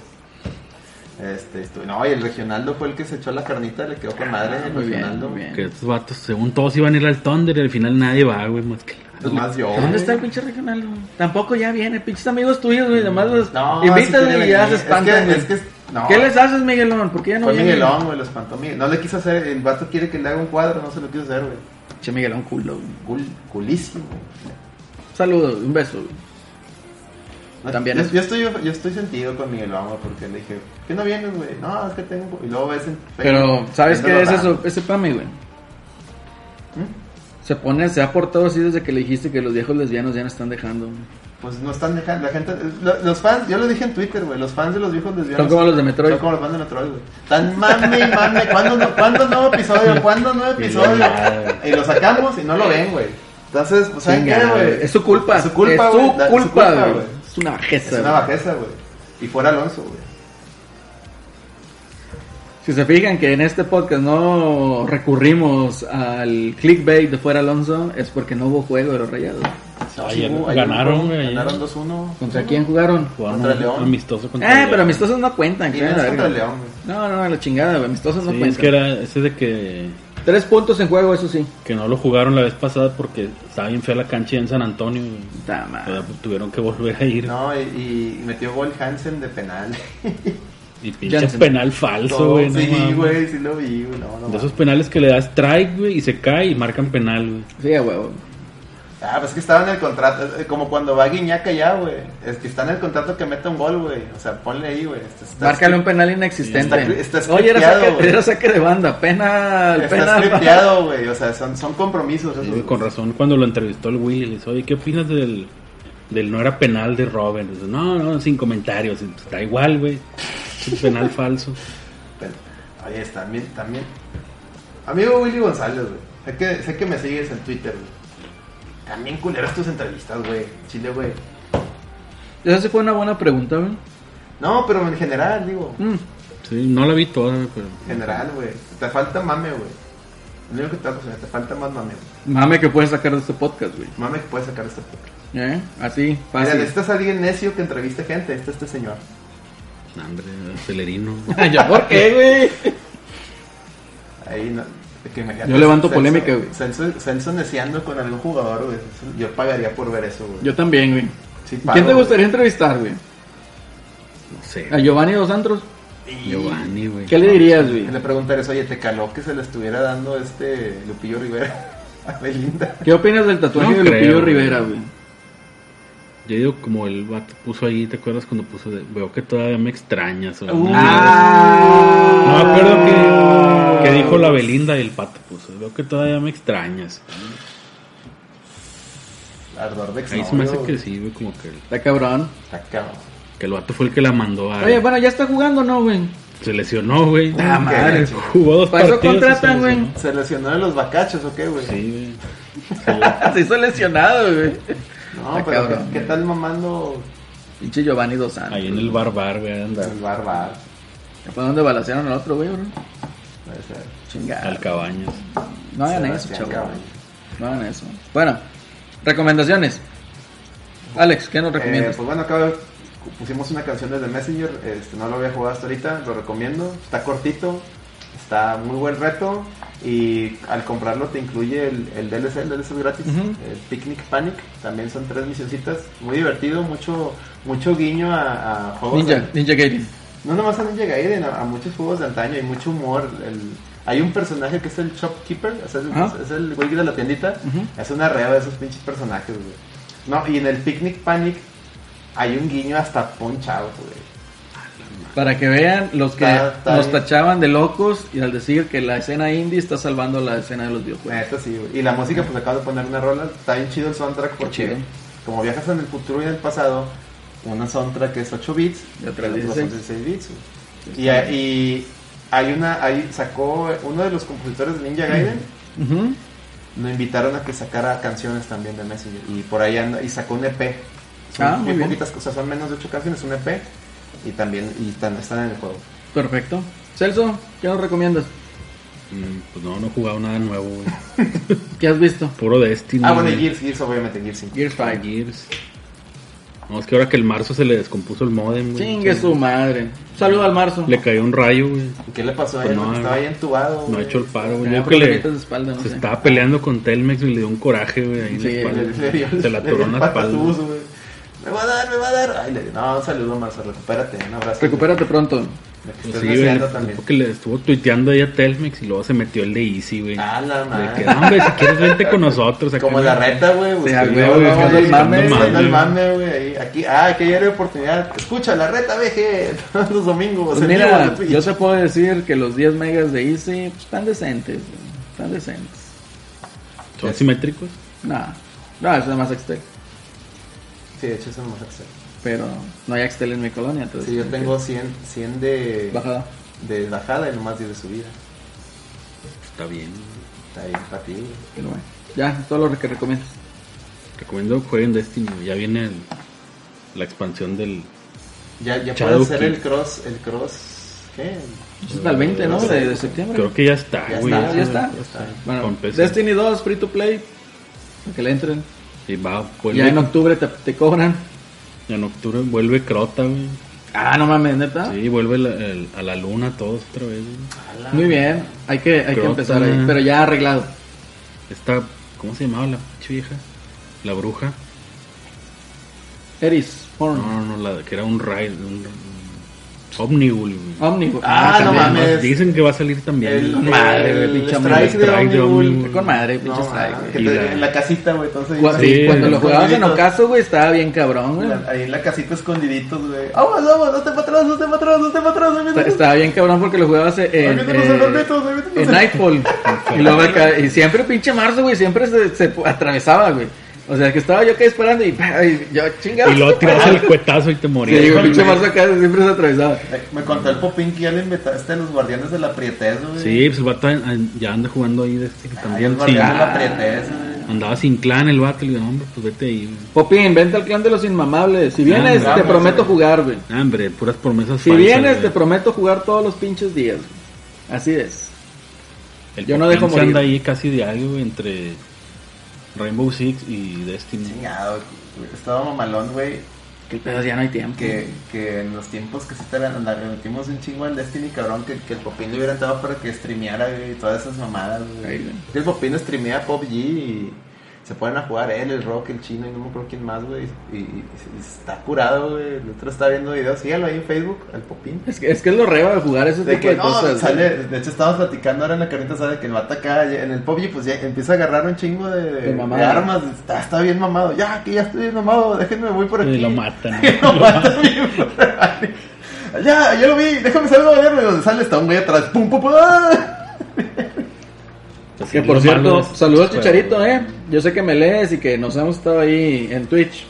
Speaker 2: Este, estuve- no, y el Regionaldo fue el que se echó la carnita, le quedó con madre el
Speaker 1: Ah, muy bien,
Speaker 2: Regionaldo.
Speaker 1: muy bien.
Speaker 3: Que estos vatos, según todos iban a ir al Thunder, y al final nadie va, güey, más que la-
Speaker 2: Nomás Pues yo. güey.
Speaker 1: ¿Dónde está el pinche regional? güey? Tampoco ya viene, pinches amigos tuyos, güey. Nomás los
Speaker 2: No,
Speaker 1: invitas
Speaker 2: sí tiene
Speaker 1: y ya
Speaker 2: venir.
Speaker 1: se
Speaker 2: Es
Speaker 1: espantan.
Speaker 2: que-
Speaker 1: güey.
Speaker 2: es que- no.
Speaker 1: ¿Qué les haces, Miguelón? ¿Por qué ya no
Speaker 2: Fue
Speaker 1: viene?
Speaker 2: Miguelón, güey, lo espantó Miguel. No le quiso hacer, el vato quiere que le haga un cuadro, no se lo quiso hacer, güey.
Speaker 1: Che, Miguelón, culo. güey.
Speaker 2: Cul- culísimo. güey.
Speaker 1: Saludos, un beso. güey.
Speaker 2: No,
Speaker 1: También
Speaker 2: yo,
Speaker 1: es-
Speaker 2: yo estoy, yo estoy sentido con Miguelón, güey, porque le dije, ¿qué no vienes, güey? No, es que tengo... un po-". Y luego ves en
Speaker 1: Pero,
Speaker 2: Facebook,
Speaker 1: ¿sabes qué es
Speaker 2: viéndolo
Speaker 1: eso?
Speaker 2: raro.
Speaker 1: Ese pame, güey. Se pone, se ha portado así desde que le dijiste que los viejos lesbianos ya no están dejando. güey.
Speaker 2: Pues no están dejando, la gente, lo- los fans, yo lo dije en Twitter, güey, los fans de los viejos lesbianos.
Speaker 1: Son como los de Metroid.
Speaker 2: Son como los fans de Metroid, güey. Tan mame y mame, ¿cuándo, no- cuándo nuevo episodio? ¿Cuándo nuevo
Speaker 3: Y
Speaker 2: episodio?
Speaker 3: la madre.
Speaker 2: Y lo sacamos y no lo ven, güey. Entonces, pues, ¿saben qué,
Speaker 1: Chinga,
Speaker 2: güey?
Speaker 1: Es su culpa.
Speaker 2: Es su culpa,
Speaker 1: Es
Speaker 2: güey.
Speaker 1: su
Speaker 2: La- es su
Speaker 1: culpa, güey.
Speaker 2: güey.
Speaker 1: Es una bajeza.
Speaker 2: Es una
Speaker 1: güey.
Speaker 2: bajeza, güey. Y fuera Alonso, güey.
Speaker 1: Si se fijan que en este podcast no recurrimos al clickbait de fuera Alonso, es porque no hubo juego de los rayados.
Speaker 3: ayer
Speaker 2: hubo-
Speaker 3: ganaron,
Speaker 2: hubo-
Speaker 3: güey, ayer.
Speaker 2: Ganaron 2-1.
Speaker 1: ¿Contra quién jugaron?
Speaker 3: Jugaron
Speaker 2: Contra
Speaker 3: un
Speaker 2: León.
Speaker 3: amistoso contra
Speaker 1: Ah,
Speaker 3: León.
Speaker 1: pero amistosos no cuentan.
Speaker 2: Y
Speaker 1: que
Speaker 2: no es
Speaker 1: la
Speaker 2: contra
Speaker 1: verga.
Speaker 2: León, güey.
Speaker 1: No, no, la chingada, güey. Amistosos no
Speaker 3: Sí,
Speaker 1: cuentan.
Speaker 3: es que era ese de que,
Speaker 1: Tres puntos en juego, eso sí.
Speaker 3: que no lo jugaron la vez pasada porque estaba bien fea la cancha en San Antonio, güey.
Speaker 1: Puta
Speaker 3: O
Speaker 1: madre.
Speaker 3: sea, pues, tuvieron que volver a ir.
Speaker 2: No, y, y metió gol Hansen de penal.
Speaker 3: Y pinche
Speaker 1: Jansen.
Speaker 3: penal falso,
Speaker 2: Todo-
Speaker 3: güey. no
Speaker 2: Sí,
Speaker 3: mames.
Speaker 2: güey, sí lo vi, güey. No, no.
Speaker 3: De esos penales que le das strike, güey, y se cae y marcan penal, güey.
Speaker 1: Sí, a huevo.
Speaker 2: Ah, pues que estaba en el contrato, eh, como cuando va Guiñaca ya, güey. Es que está en el contrato que meta un gol, güey. O sea, ponle ahí, güey. Está- está-
Speaker 1: Márcale un
Speaker 2: está-
Speaker 1: penal inexistente.
Speaker 2: Está- está scripteado,
Speaker 1: Oye, era saque,
Speaker 2: güey.
Speaker 1: era saque de banda. Penal,
Speaker 2: Está
Speaker 1: penal.
Speaker 2: scripteado, güey. O sea, son, son compromisos.
Speaker 3: Sí,
Speaker 2: esos,
Speaker 3: güey, con
Speaker 2: güey.
Speaker 3: razón, cuando lo entrevistó el Willy, le dice, oye, ¿qué opinas del, del no era penal de Robin? Dice, no, no, sin comentarios, Y, pues, está igual, güey. Es un penal falso.
Speaker 2: Pero, Oye, es también, también. Amigo Willy González, güey. Sé que, sé que me sigues en Twitter, güey. También culeras tus entrevistas, güey. Chile, güey.
Speaker 1: Esa sí fue una buena pregunta, güey.
Speaker 2: No, pero en general, digo.
Speaker 1: Mm.
Speaker 3: Sí, no la vi toda, güey, pero...
Speaker 2: En general, güey. Te falta mame, güey. Lo único que te va a cocinar, te falta más mame, güey.
Speaker 1: Mame que puedes sacar de este podcast, güey.
Speaker 2: Mame que puedes sacar este podcast.
Speaker 1: ¿Eh? Así,
Speaker 2: Mira,
Speaker 1: fácil.
Speaker 2: necesitas a alguien necio que entreviste gente. Este este señor.
Speaker 3: No, Hombre, acelerino.
Speaker 1: ¿Ya por qué, güey?
Speaker 2: Ahí no. que imagínate,
Speaker 1: Yo levanto
Speaker 2: Celso-
Speaker 1: polémica, güey.
Speaker 2: Celso, Celso neceando con algún jugador, güey. Eso- Yo pagaría por ver eso, güey.
Speaker 1: Yo también, güey.
Speaker 2: Sí
Speaker 1: ¿Y
Speaker 2: pago,
Speaker 1: ¿Quién te
Speaker 2: güey.
Speaker 1: gustaría entrevistar, güey?
Speaker 3: No sé,
Speaker 1: ¿A Giovanni Dos Santos?
Speaker 2: Y-
Speaker 3: Giovanni, güey.
Speaker 1: ¿Qué le dirías, güey?
Speaker 2: Le preguntarías, oye, ¿te caló que se le estuviera dando este Lupillo Rivera a Belinda?
Speaker 1: ¿Qué opinas del tatuaje
Speaker 3: No
Speaker 1: de Lupillo
Speaker 3: creo,
Speaker 1: Rivera, güey?
Speaker 3: Yo digo como el vato puso ahí, ¿te acuerdas cuando puso? de, Veo que todavía me extrañas. o
Speaker 1: Uh.
Speaker 3: una-
Speaker 2: Ah.
Speaker 3: No me acuerdo que, que dijo la Belinda y el pato puso. Veo que todavía me extrañas.
Speaker 2: Ardor de
Speaker 3: Ahí se me hace
Speaker 2: exnovio,
Speaker 3: que
Speaker 2: güey.
Speaker 3: sí, güey, como que el,
Speaker 1: Está cabrón.
Speaker 2: Está cabrón.
Speaker 3: que el vato fue el que la mandó a.
Speaker 1: Oye, bueno, ya está jugando, ¿no, güey?
Speaker 3: Se lesionó, güey.
Speaker 1: Ah, madre.
Speaker 3: Jugó dos
Speaker 1: Para eso
Speaker 3: partidos. y se
Speaker 1: contratan, güey.
Speaker 3: lesionó.
Speaker 2: ¿Se lesionó de los bacachos o qué, güey?
Speaker 3: Sí,
Speaker 2: Ah,
Speaker 1: Se hizo lesionado, güey.
Speaker 2: No,
Speaker 1: Está
Speaker 2: pero
Speaker 1: cabrón,
Speaker 2: ¿qué, qué tal mamando
Speaker 1: Pinche Giovanni Dos
Speaker 3: güey.
Speaker 1: Santos.
Speaker 3: Ahí en el barbar, güey, anda.
Speaker 2: el barbar?
Speaker 1: Fue donde balacearon al otro, güey, bro.
Speaker 2: Puede ser.
Speaker 1: Chingada.
Speaker 3: Al cabañas.
Speaker 1: No hagan eso,
Speaker 2: Sebastián
Speaker 1: chaval.
Speaker 2: Cabañas.
Speaker 1: No hagan eso. Bueno, recomendaciones. Alex, ¿qué nos
Speaker 2: Eh,
Speaker 1: recomiendas?
Speaker 2: pues bueno, acá pusimos una canción desde Messenger, este, no lo había jugado hasta ahorita, lo recomiendo, está cortito, está muy buen reto y al comprarlo te incluye el, el DLC, el DLC es gratis,
Speaker 1: Ujú.
Speaker 2: el Picnic Panic, también son tres misioncitas, muy divertido, mucho mucho guiño a, a juegos
Speaker 1: Ninja,
Speaker 2: de-
Speaker 1: Ninja Gaiden.
Speaker 2: no nomás a Ninja Gaiden, a, a muchos juegos de antaño, hay mucho humor. el- hay un personaje que es el shopkeeper, o sea, es,
Speaker 1: Ajá.
Speaker 2: es el güey de la tiendita,
Speaker 1: Ujú.
Speaker 2: es una reba de esos pinches personajes, güey. No, y en el Picnic Panic hay un guiño hasta ponchado, güey.
Speaker 1: Para que vean los que
Speaker 2: Está- está
Speaker 1: nos
Speaker 2: bien.
Speaker 1: tachaban de locos y al decir que la escena indie está salvando la escena de los
Speaker 2: La
Speaker 1: videojuegos.
Speaker 2: neta sí, güey. Y la música, pues acabo de poner una rola, está bien chido el soundtrack porque
Speaker 1: chido.
Speaker 2: como viajas en el futuro y en el pasado, una soundtrack es 8 bits
Speaker 1: Y otra
Speaker 2: la
Speaker 1: 16.
Speaker 2: son 16 bits, güey. Y, y hay una, hay, sacó uno de los compositores de Ninja
Speaker 1: Mm.
Speaker 2: Gaiden.
Speaker 1: Ujú.
Speaker 2: Lo invitaron a que sacara canciones también de Messenger. Y por ahí anda, y sacó un EP. Son
Speaker 1: Ah, muy
Speaker 2: muy,
Speaker 1: bien.
Speaker 2: poquitas cosas, son menos de ocho canciones, un EP. Y también, y tan- están en el juego.
Speaker 1: Perfecto. Celso, ¿qué nos recomiendas?
Speaker 3: Mm, Pues no, no he jugado nada nuevo, güey.
Speaker 1: ¿Qué has visto?
Speaker 3: Puro Destiny.
Speaker 2: Ah, bueno, y
Speaker 3: güey.
Speaker 2: Gears, Gears, obviamente, Gears 5.
Speaker 1: Gears 5.
Speaker 3: Gears. No, es que ahora que el marzo se le descompuso el modem, güey.
Speaker 1: Chingue su madre. Saludo al marzo.
Speaker 3: Le cayó un rayo, güey.
Speaker 2: ¿Qué le pasó a
Speaker 3: Pues
Speaker 2: él?
Speaker 3: no,
Speaker 2: Porque
Speaker 3: no.
Speaker 2: estaba ahí entubado.
Speaker 3: No ha
Speaker 2: güey.
Speaker 3: hecho el paro, güey.
Speaker 1: Tenía
Speaker 3: Yo creo que
Speaker 1: problemitas
Speaker 3: le,
Speaker 1: de espalda, no
Speaker 3: se
Speaker 1: sé.
Speaker 3: estaba peleando con Telmex y le dio un coraje, güey. Ahí en
Speaker 1: Sí,
Speaker 2: Le-
Speaker 3: la
Speaker 2: le- le
Speaker 3: espalda.
Speaker 2: dio-
Speaker 3: se la
Speaker 2: le dio
Speaker 3: atoró en la
Speaker 2: patas
Speaker 3: espalda.
Speaker 2: bus, güey. Me va a dar, me va a dar. Ay, le- no, un saludo, Marzo, recupérate. Un abrazo.
Speaker 1: Recupérate pronto.
Speaker 2: Lo que
Speaker 3: Pues
Speaker 2: estés
Speaker 3: sí, güey,
Speaker 2: deseando
Speaker 3: le-
Speaker 2: también.
Speaker 3: porque le estuvo tuiteando ahí a Telmex y luego se metió el de Easy, güey.
Speaker 2: Ah, la
Speaker 3: De que,
Speaker 2: madre.
Speaker 3: "No, hombre, si quieres vente con nosotros. acá,
Speaker 2: Como
Speaker 3: güey".
Speaker 2: la reta, güey.
Speaker 1: a
Speaker 2: buscando
Speaker 1: huevo,
Speaker 2: güey,
Speaker 1: buscando el mame,
Speaker 2: buscando el
Speaker 3: güey.
Speaker 2: mame, güey. ahí. Aquí, ah, que ayer hay oportunidad. Escucha, la reta, veje. Todos los domingos.
Speaker 1: Pues
Speaker 2: en vivo en
Speaker 1: mira,
Speaker 2: Twitch.
Speaker 1: yo se puedo decir que los 10 megas de Easy pues, están decentes. güey. Están decentes.
Speaker 3: Son simétricos.
Speaker 1: No, no, eso es más Axtel.
Speaker 2: Sí, de hecho, eso no me hace.
Speaker 1: Pero no hay Axtel en mi colonia. Entonces,
Speaker 2: Sí, yo tengo 100, 100 de,
Speaker 1: Pues Bajada.
Speaker 2: de bajada y nomás 10 de subida.
Speaker 3: Está bien.
Speaker 2: Está bien, para ti. güey.
Speaker 1: Pero bueno, ya, es todo lo que recomiendas.
Speaker 3: Recomiendo que jueguen Destiny, güey. Ya viene el- la expansión del...
Speaker 2: Ya, ya
Speaker 3: Shadow
Speaker 2: puedes hacer
Speaker 3: King.
Speaker 2: el cross, el cross, ¿qué?
Speaker 1: Es hasta el 20, ¿no? De, de septiembre.
Speaker 3: Creo que ya está,
Speaker 2: Ya
Speaker 3: güey.
Speaker 2: está,
Speaker 1: ya está.
Speaker 2: Ya está.
Speaker 1: Bueno,
Speaker 3: con PC.
Speaker 1: Destiny 2, free to play. Para que le entren.
Speaker 3: Y va, vuelve,
Speaker 1: Ya en octubre te, te cobran.
Speaker 3: en octubre vuelve Crota, güey.
Speaker 1: Ah, no mames, neta.
Speaker 3: Sí, vuelve la- el- a la luna todos otra vez. güey.
Speaker 2: Ala.
Speaker 1: Muy bien, hay que, hay que
Speaker 3: Crota.
Speaker 1: empezar ahí. Pero ya arreglado.
Speaker 3: Esta, ¿cómo se llamaba la pinche vieja? La bruja.
Speaker 1: Eris,
Speaker 3: No,
Speaker 1: Horn,
Speaker 3: no, no, la que era un raid, un, un Omnibul, güey.
Speaker 1: Omnibus.
Speaker 2: Ah, no
Speaker 3: También,
Speaker 2: mames.
Speaker 3: ¿no? Dicen que va a salir también.
Speaker 2: El,
Speaker 3: güey.
Speaker 1: madre,
Speaker 2: el,
Speaker 1: pinche
Speaker 2: strike
Speaker 3: hombre,
Speaker 2: de
Speaker 3: strike de
Speaker 2: Omnibul.
Speaker 3: Omnibul.
Speaker 1: Con madre, pinche
Speaker 2: No,
Speaker 1: strike,
Speaker 2: ah,
Speaker 1: güey.
Speaker 2: que
Speaker 3: Y
Speaker 2: te-
Speaker 3: la-
Speaker 2: en la casita, güey, entonces.
Speaker 1: Cu-
Speaker 3: Sí,
Speaker 1: sí, cuando
Speaker 3: güey.
Speaker 1: lo jugabas en
Speaker 2: Escondiditos.
Speaker 1: ocaso, güey, estaba bien cabrón, güey.
Speaker 2: Ahí en la casita escondiditos, güey. Vamos, vamos, no te para atrás, no te para atrás, no te para atrás. ahí viene
Speaker 1: Está-
Speaker 2: el-
Speaker 1: Estaba bien cabrón porque lo jugabas en,
Speaker 2: Ahí vienen los
Speaker 1: eh,
Speaker 2: hermanitos, ahí vienen los
Speaker 1: en Nightfall. y, luego acá- y siempre pinche marzo, güey, siempre se, se atravesaba, güey. O sea, que estaba yo acá disparando y, ay, yo chingado.
Speaker 3: Y luego tiras el cuetazo y te morías.
Speaker 1: Sí, güey,
Speaker 3: güey.
Speaker 1: pinche marzo acá siempre se atravesaba.
Speaker 2: Me- Me contó el Popín que ya le inventaste a los guardianes de la prietez, güey.
Speaker 3: Sí, pues el vato an- an- ya anda jugando ahí Destiny
Speaker 2: Ahí el
Speaker 3: también. sí.
Speaker 2: guardián de la prietez, güey.
Speaker 3: Andaba sin clan el vato, le digo, no, hombre, pues vete ahí. güey.
Speaker 1: Popín, vente al clan de los inmamables. Si vienes,
Speaker 2: Inmamables,
Speaker 1: te prometo
Speaker 2: güey.
Speaker 1: jugar, güey.
Speaker 3: Ah, hombre, puras promesas
Speaker 1: Si
Speaker 3: falsas, eh.
Speaker 1: vienes,
Speaker 3: güey.
Speaker 1: te prometo jugar todos los pinches días. güey. Así es.
Speaker 3: El
Speaker 1: yo no
Speaker 3: Popín
Speaker 1: dejo
Speaker 3: se anda
Speaker 1: morir.
Speaker 3: ahí casi diario güey, entre Rainbow Six y Destiny.
Speaker 2: Chingado, güey. estaba mamalón, güey.
Speaker 1: Que pedo, ya no hay tiempo.
Speaker 2: Que, que en los tiempos que sí te la, la metimos un chingo al Destiny, cabrón, que, que el Popín le hubiera entrado para que streameara, güey, todas esas mamadas,
Speaker 1: Ahí,
Speaker 2: güey.
Speaker 1: güey.
Speaker 2: Que el Popín streamea PUBG y Se ponen a jugar él, el rock, el chino y no me acuerdo quién más, güey. Y, y- y está curado, güey. El otro está viendo videos. Sígalo ahí en Facebook, al Popín.
Speaker 1: Es que es, que es lo reba de jugar ese
Speaker 2: De
Speaker 1: tipo
Speaker 2: que
Speaker 1: de
Speaker 2: no,
Speaker 1: cosas.
Speaker 2: sale,
Speaker 1: güey.
Speaker 2: de hecho estábamos platicando ahora en la carnita, sabe que el vato acá ya- en el PUBG pues ya empieza a agarrar un chingo de,
Speaker 1: De mamada.
Speaker 2: de armas, está, está bien mamado, ya que ya estoy bien mamado, déjenme voy por aquí.
Speaker 3: Y lo matan.
Speaker 2: Y lo matan bien por ahí. Ya, ya lo vi, déjame salir a verlo y donde sale está un güey atrás, pum pum pum. ¡ah!
Speaker 3: Pues,
Speaker 1: Que
Speaker 3: sí,
Speaker 1: por
Speaker 3: lo malo
Speaker 1: cierto,
Speaker 3: es-
Speaker 1: saludos
Speaker 3: pues,
Speaker 1: Chicharito, eh. Yo sé que me lees y que nos hemos estado ahí en Twitch.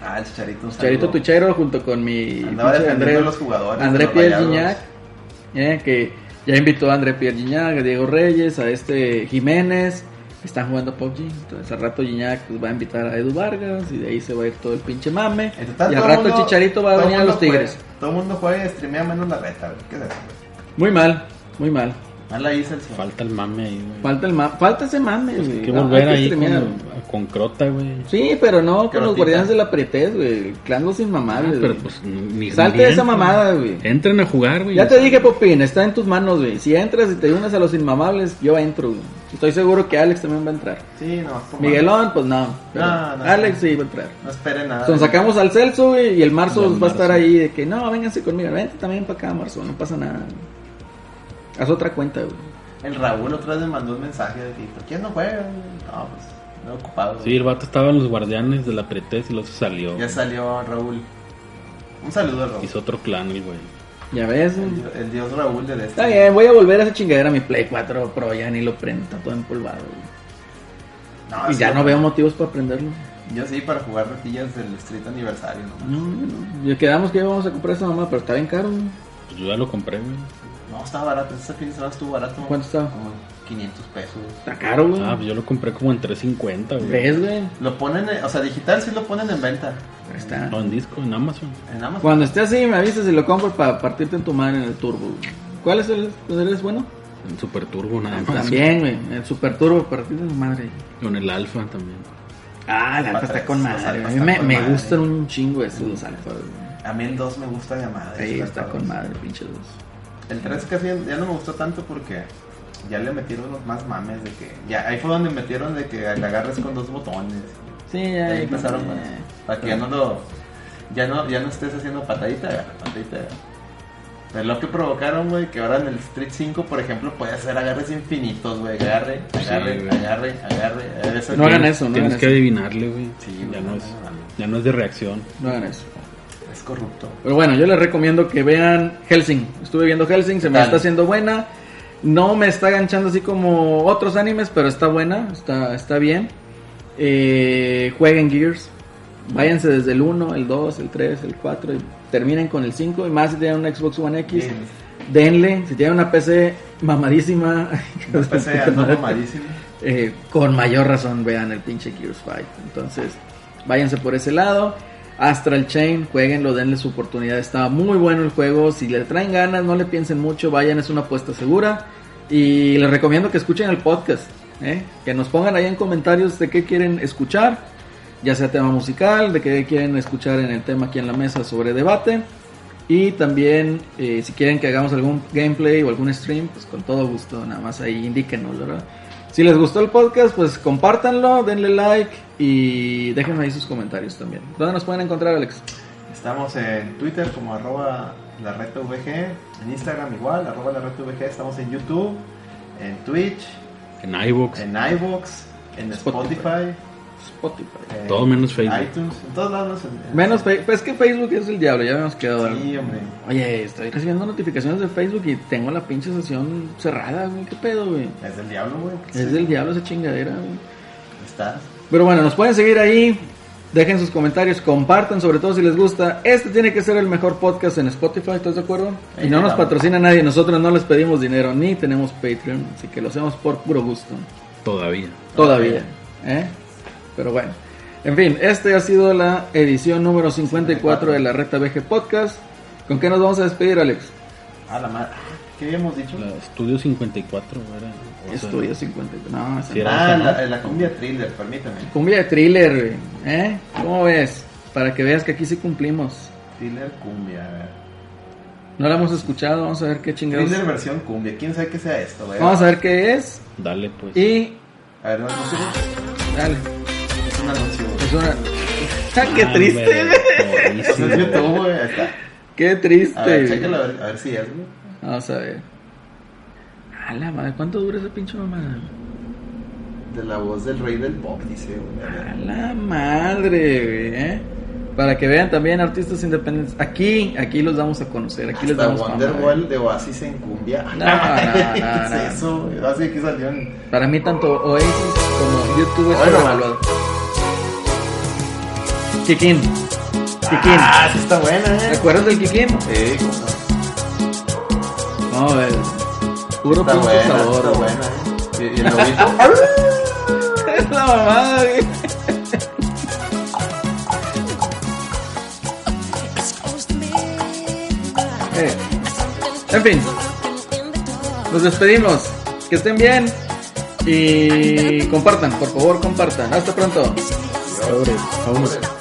Speaker 2: Ah, el chicharito, un
Speaker 1: Chicharito
Speaker 2: saludo.
Speaker 1: Tuchero junto con mi
Speaker 2: Andaba
Speaker 1: pinche
Speaker 2: defendiendo a los jugadores
Speaker 1: André
Speaker 2: de los
Speaker 1: Pierre
Speaker 2: Rayados.
Speaker 1: Gignac, eh, que ya invitó a André Pierre Gignac, a Diego Reyes, a este Jiménez, que están jugando PUBG. Entonces al rato Gignac pues, va a invitar a Edu Vargas y de ahí se va a ir todo el pinche mame.
Speaker 2: En total,
Speaker 1: y al
Speaker 2: todo
Speaker 1: rato el
Speaker 2: mundo-
Speaker 1: Chicharito va a
Speaker 2: todo
Speaker 1: venir a
Speaker 2: mundo
Speaker 1: los Tigres.
Speaker 2: juega- todo el mundo juega y streamea menos la reta, güey. ¿Qué es eso? güey?
Speaker 1: Muy mal, muy mal.
Speaker 2: Mala hice el señor.
Speaker 3: Falta el mame ahí, güey.
Speaker 1: Falta, el ma- falta ese mame.
Speaker 3: Hay
Speaker 1: güey.
Speaker 3: Pues que
Speaker 1: No,
Speaker 3: volver
Speaker 1: hay que
Speaker 3: ahí
Speaker 1: streamear.
Speaker 3: con, con Crota, güey.
Speaker 1: Sí, pero no con los
Speaker 2: Crotita.
Speaker 1: guardianes de la pretez, güey. Clandos
Speaker 3: Ah,
Speaker 1: inmamables.
Speaker 3: pero
Speaker 1: güey.
Speaker 3: pues ni
Speaker 1: Salte de esa mamada, güey.
Speaker 3: Entren a jugar, güey.
Speaker 1: Ya te dije, Popín, está en tus manos, güey. Si entras y te unes a los inmamables, yo entro, güey. Estoy seguro que Alex también va a entrar.
Speaker 2: Sí, no, es por mal.
Speaker 1: Miguelón, pues no. pero
Speaker 2: No, no.
Speaker 1: Alex sí va a entrar.
Speaker 2: No espere nada.
Speaker 1: Entonces sacamos al Celso, güey, y el Marzo
Speaker 3: Del
Speaker 1: va a estar
Speaker 3: Marzo.
Speaker 1: ahí de que no, vénganse conmigo. Vente también para acá, Marzo, no pasa nada. güey. Haz otra cuenta, güey.
Speaker 2: El Raúl otra vez me mandó un mensaje de que, ¿por ¿quién no juega? No, pues, no ocupado.
Speaker 3: Sí, el vato estaba en los guardianes de la pretez y luego se salió.
Speaker 2: Ya salió Raúl. Un saludo a Raúl.
Speaker 3: Hizo otro clan, el güey.
Speaker 1: Ya ves, güey.
Speaker 2: El, di- el dios Raúl del este.
Speaker 1: Está bien, voy a volver a esa chingadera a mi Play 4 Pro, ya ni lo prendo, está todo empolvado, güey.
Speaker 2: No,
Speaker 1: Y
Speaker 2: Ah, sí,
Speaker 1: ya no veo motivos para prenderlo.
Speaker 2: Yo sí, para jugar retillas del Street Aniversario nomás.
Speaker 1: No, no. Y quedamos que íbamos a comprar esa mamá, pero está bien caro, güey.
Speaker 3: Pues yo ya lo compré, güey.
Speaker 2: No, estaba barato. Ese fin de semana estuvo barato.
Speaker 1: ¿Cuánto estaba?
Speaker 2: Como 500 pesos.
Speaker 1: Está caro, güey.
Speaker 3: Ah, pues yo lo compré como en 350, güey.
Speaker 1: ¿Ves, güey?
Speaker 2: Lo ponen, en- o sea, digital sí lo ponen en venta.
Speaker 1: Ahí está.
Speaker 3: No, en disco, en Amazon.
Speaker 2: En Amazon.
Speaker 1: Cuando esté así, me avisas y lo compro para partirte en tu madre en el turbo. güey. ¿Cuál es el? ¿Eres bueno?
Speaker 3: En Super Turbo,
Speaker 1: Ah,
Speaker 3: nada más.
Speaker 1: También, güey. En el super turbo, partirte en tu madre.
Speaker 3: Con el Alfa también.
Speaker 1: Ah, la alfa
Speaker 2: Para
Speaker 1: está con
Speaker 2: tres, los
Speaker 1: madre. güey. A mí
Speaker 2: alfa están
Speaker 1: me,
Speaker 2: con
Speaker 1: me
Speaker 2: madre.
Speaker 1: gustan un chingo esos los alfas, güey.
Speaker 2: A mí el 2 me gusta de madre.
Speaker 1: Ahí
Speaker 2: Super
Speaker 1: está
Speaker 2: Todos.
Speaker 1: con madre, pinche dos.
Speaker 2: El 3 casi ya no me gustó tanto porque ya le metieron los más mames de que. Ya, ahí fue donde metieron de que le agarres con dos botones.
Speaker 1: Sí,
Speaker 2: Ahí,
Speaker 1: ya. ya,
Speaker 2: empezaron
Speaker 1: ya.
Speaker 2: con eso. Para que ya no lo. Ya no, ya no estés haciendo patadita, agarra, patadita. agarra. Pero lo que provocaron, güey, que ahora en el Street 5, por ejemplo, puedes hacer agarres infinitos, güey. Agarre, agarre,
Speaker 3: güey.
Speaker 2: agarre, agarre. agarre, ese-
Speaker 1: No hagan
Speaker 3: Tienes-
Speaker 1: eso, no
Speaker 3: Tienes
Speaker 1: hagan
Speaker 3: que
Speaker 1: eso.
Speaker 3: adivinarle, güey.
Speaker 2: Sí,
Speaker 3: ya
Speaker 2: güey,
Speaker 3: no,
Speaker 2: no,
Speaker 3: es,
Speaker 2: no, no.
Speaker 3: ya no es de reacción.
Speaker 1: No hagan eso.
Speaker 2: Es corrupto.
Speaker 1: Pero bueno, yo les recomiendo que vean Helsing. Estuve viendo Helsing, se me
Speaker 2: Dale.
Speaker 1: está haciendo buena. No me está ganchando así como otros animes, pero está buena, está, está bien. Eh, jueguen Gears. Váyanse desde el 1, el 2, el 3, el 4 y terminen con el 5 y más si tienen una Xbox One X,
Speaker 2: Bien.
Speaker 1: denle, si tienen una PC mamadísima,
Speaker 2: Empecé a andar mamadísimo.
Speaker 1: eh, con mayor razón vean el pinche Gears 5. Entonces, váyanse por ese lado. Astral Chain, jueguenlo, denle su oportunidad. Está muy bueno el juego. Si le traen ganas, no le piensen mucho, vayan, es una apuesta segura. Y les recomiendo que escuchen el podcast. ¿eh? Que nos pongan ahí en comentarios de qué quieren escuchar, ya sea tema musical, de qué quieren escuchar en el tema aquí en la mesa sobre debate. Y también, eh, si quieren que hagamos algún gameplay o algún stream, pues con todo gusto, nada más ahí indíquenos, ¿verdad? Si les gustó el podcast, pues compártanlo, denle like y déjenme ahí sus comentarios también. ¿Dónde nos pueden encontrar, Alex?
Speaker 2: Estamos en Twitter como arroba la reta VG, en Instagram igual, arroba la reta VG, estamos en YouTube, en Twitch,
Speaker 3: En iVoox,
Speaker 2: en iVoox, en
Speaker 1: Spotify.
Speaker 2: Spotify,
Speaker 1: Spotify.
Speaker 2: en
Speaker 3: Todo menos Facebook.
Speaker 2: iTunes, en todos lados. en- en-
Speaker 1: Menos Facebook, es que Facebook es el diablo, ya habíamos quedado. ¿verdad?
Speaker 2: Sí, hombre.
Speaker 1: Oye, estoy recibiendo notificaciones de Facebook y tengo la pinche sesión cerrada, güey, qué pedo, güey.
Speaker 2: Es del diablo, güey.
Speaker 1: Es del diablo esa chingadera, güey.
Speaker 2: Estás.
Speaker 1: Pero bueno, nos pueden seguir ahí. Dejen sus comentarios, compartan sobre todo si les gusta. Este tiene que ser el mejor podcast en Spotify, ¿estás de acuerdo?
Speaker 2: Ahí
Speaker 1: Y no nos
Speaker 2: llegamos.
Speaker 1: patrocina nadie, nosotros no les pedimos dinero ni tenemos Patreon, así que lo hacemos por puro gusto,
Speaker 3: todavía.
Speaker 1: todavía. ¿eh? Pero bueno, en fin, este ha sido la edición número 54 de la Reta BG Podcast. ¿Con qué nos vamos a despedir, Alex?
Speaker 2: A Ah, la madre. ¿Qué habíamos dicho? Ah,
Speaker 3: La Estudio 54, era. o sea,
Speaker 1: Estudio 54. No, esa
Speaker 3: Sí,
Speaker 1: no.
Speaker 2: ah,
Speaker 3: era esa, ¿no?
Speaker 2: la, la cumbia thriller, permítame.
Speaker 1: Cumbia de thriller, güey, ¿eh? ¿Cómo ves? Para que veas que aquí sí cumplimos.
Speaker 2: Thriller cumbia, a ver.
Speaker 1: No la hemos escuchado, vamos a ver qué chingados.
Speaker 2: Thriller versión cumbia, quién sabe qué sea esto, güey.
Speaker 1: Vamos a ver qué es.
Speaker 3: Dale, pues.
Speaker 1: Y.
Speaker 2: A ver, no, no sé.
Speaker 1: Dale.
Speaker 2: un anuncio, güey.
Speaker 1: Es una... ¡Qué triste!
Speaker 3: güey.
Speaker 2: Es en
Speaker 3: Pobrecito.
Speaker 2: YouTube, güey. ahí está.
Speaker 1: ¡Qué
Speaker 2: A
Speaker 1: triste!
Speaker 2: ver,
Speaker 1: güey.
Speaker 2: chécalo, a ver, a ver si es, güey.
Speaker 1: Vamos a ver. A la madre, ¿cuánto dura esa pinche mamada?
Speaker 2: De la voz del rey del pop, dice, güey. A
Speaker 1: A
Speaker 2: ver.
Speaker 1: la madre, güey. ¿eh? Para que vean también artistas independientes. Aquí, aquí los damos a conocer. Aquí les
Speaker 2: Hasta
Speaker 1: damos fama, güey.
Speaker 2: Wonderwall de Oasis en cumbia. Ah,
Speaker 1: No,
Speaker 2: ¿Qué
Speaker 1: no, no, no.
Speaker 2: es eso, güey? Oasis aquí salió en...
Speaker 1: Para mí tanto Oasis como YouTube es
Speaker 2: Bueno,
Speaker 1: sobrevaluado. Kikín. Kikín.
Speaker 2: Ah, sí está buena,
Speaker 1: ¿Te
Speaker 2: eh.
Speaker 1: acuerdas del Kikín?
Speaker 2: Sí, cómo no.
Speaker 1: No, güey. Puro
Speaker 2: Está
Speaker 1: pinche
Speaker 2: buena,
Speaker 1: sabor.
Speaker 2: está
Speaker 1: güey.
Speaker 2: buena, eh. Y, y el lobito.
Speaker 1: Es la mamada, güey. Eh, En fin, nos despedimos. Que estén bien. Y compartan, por favor, compartan. Hasta pronto.
Speaker 3: Sobre. Vámonos.
Speaker 2: Sobre.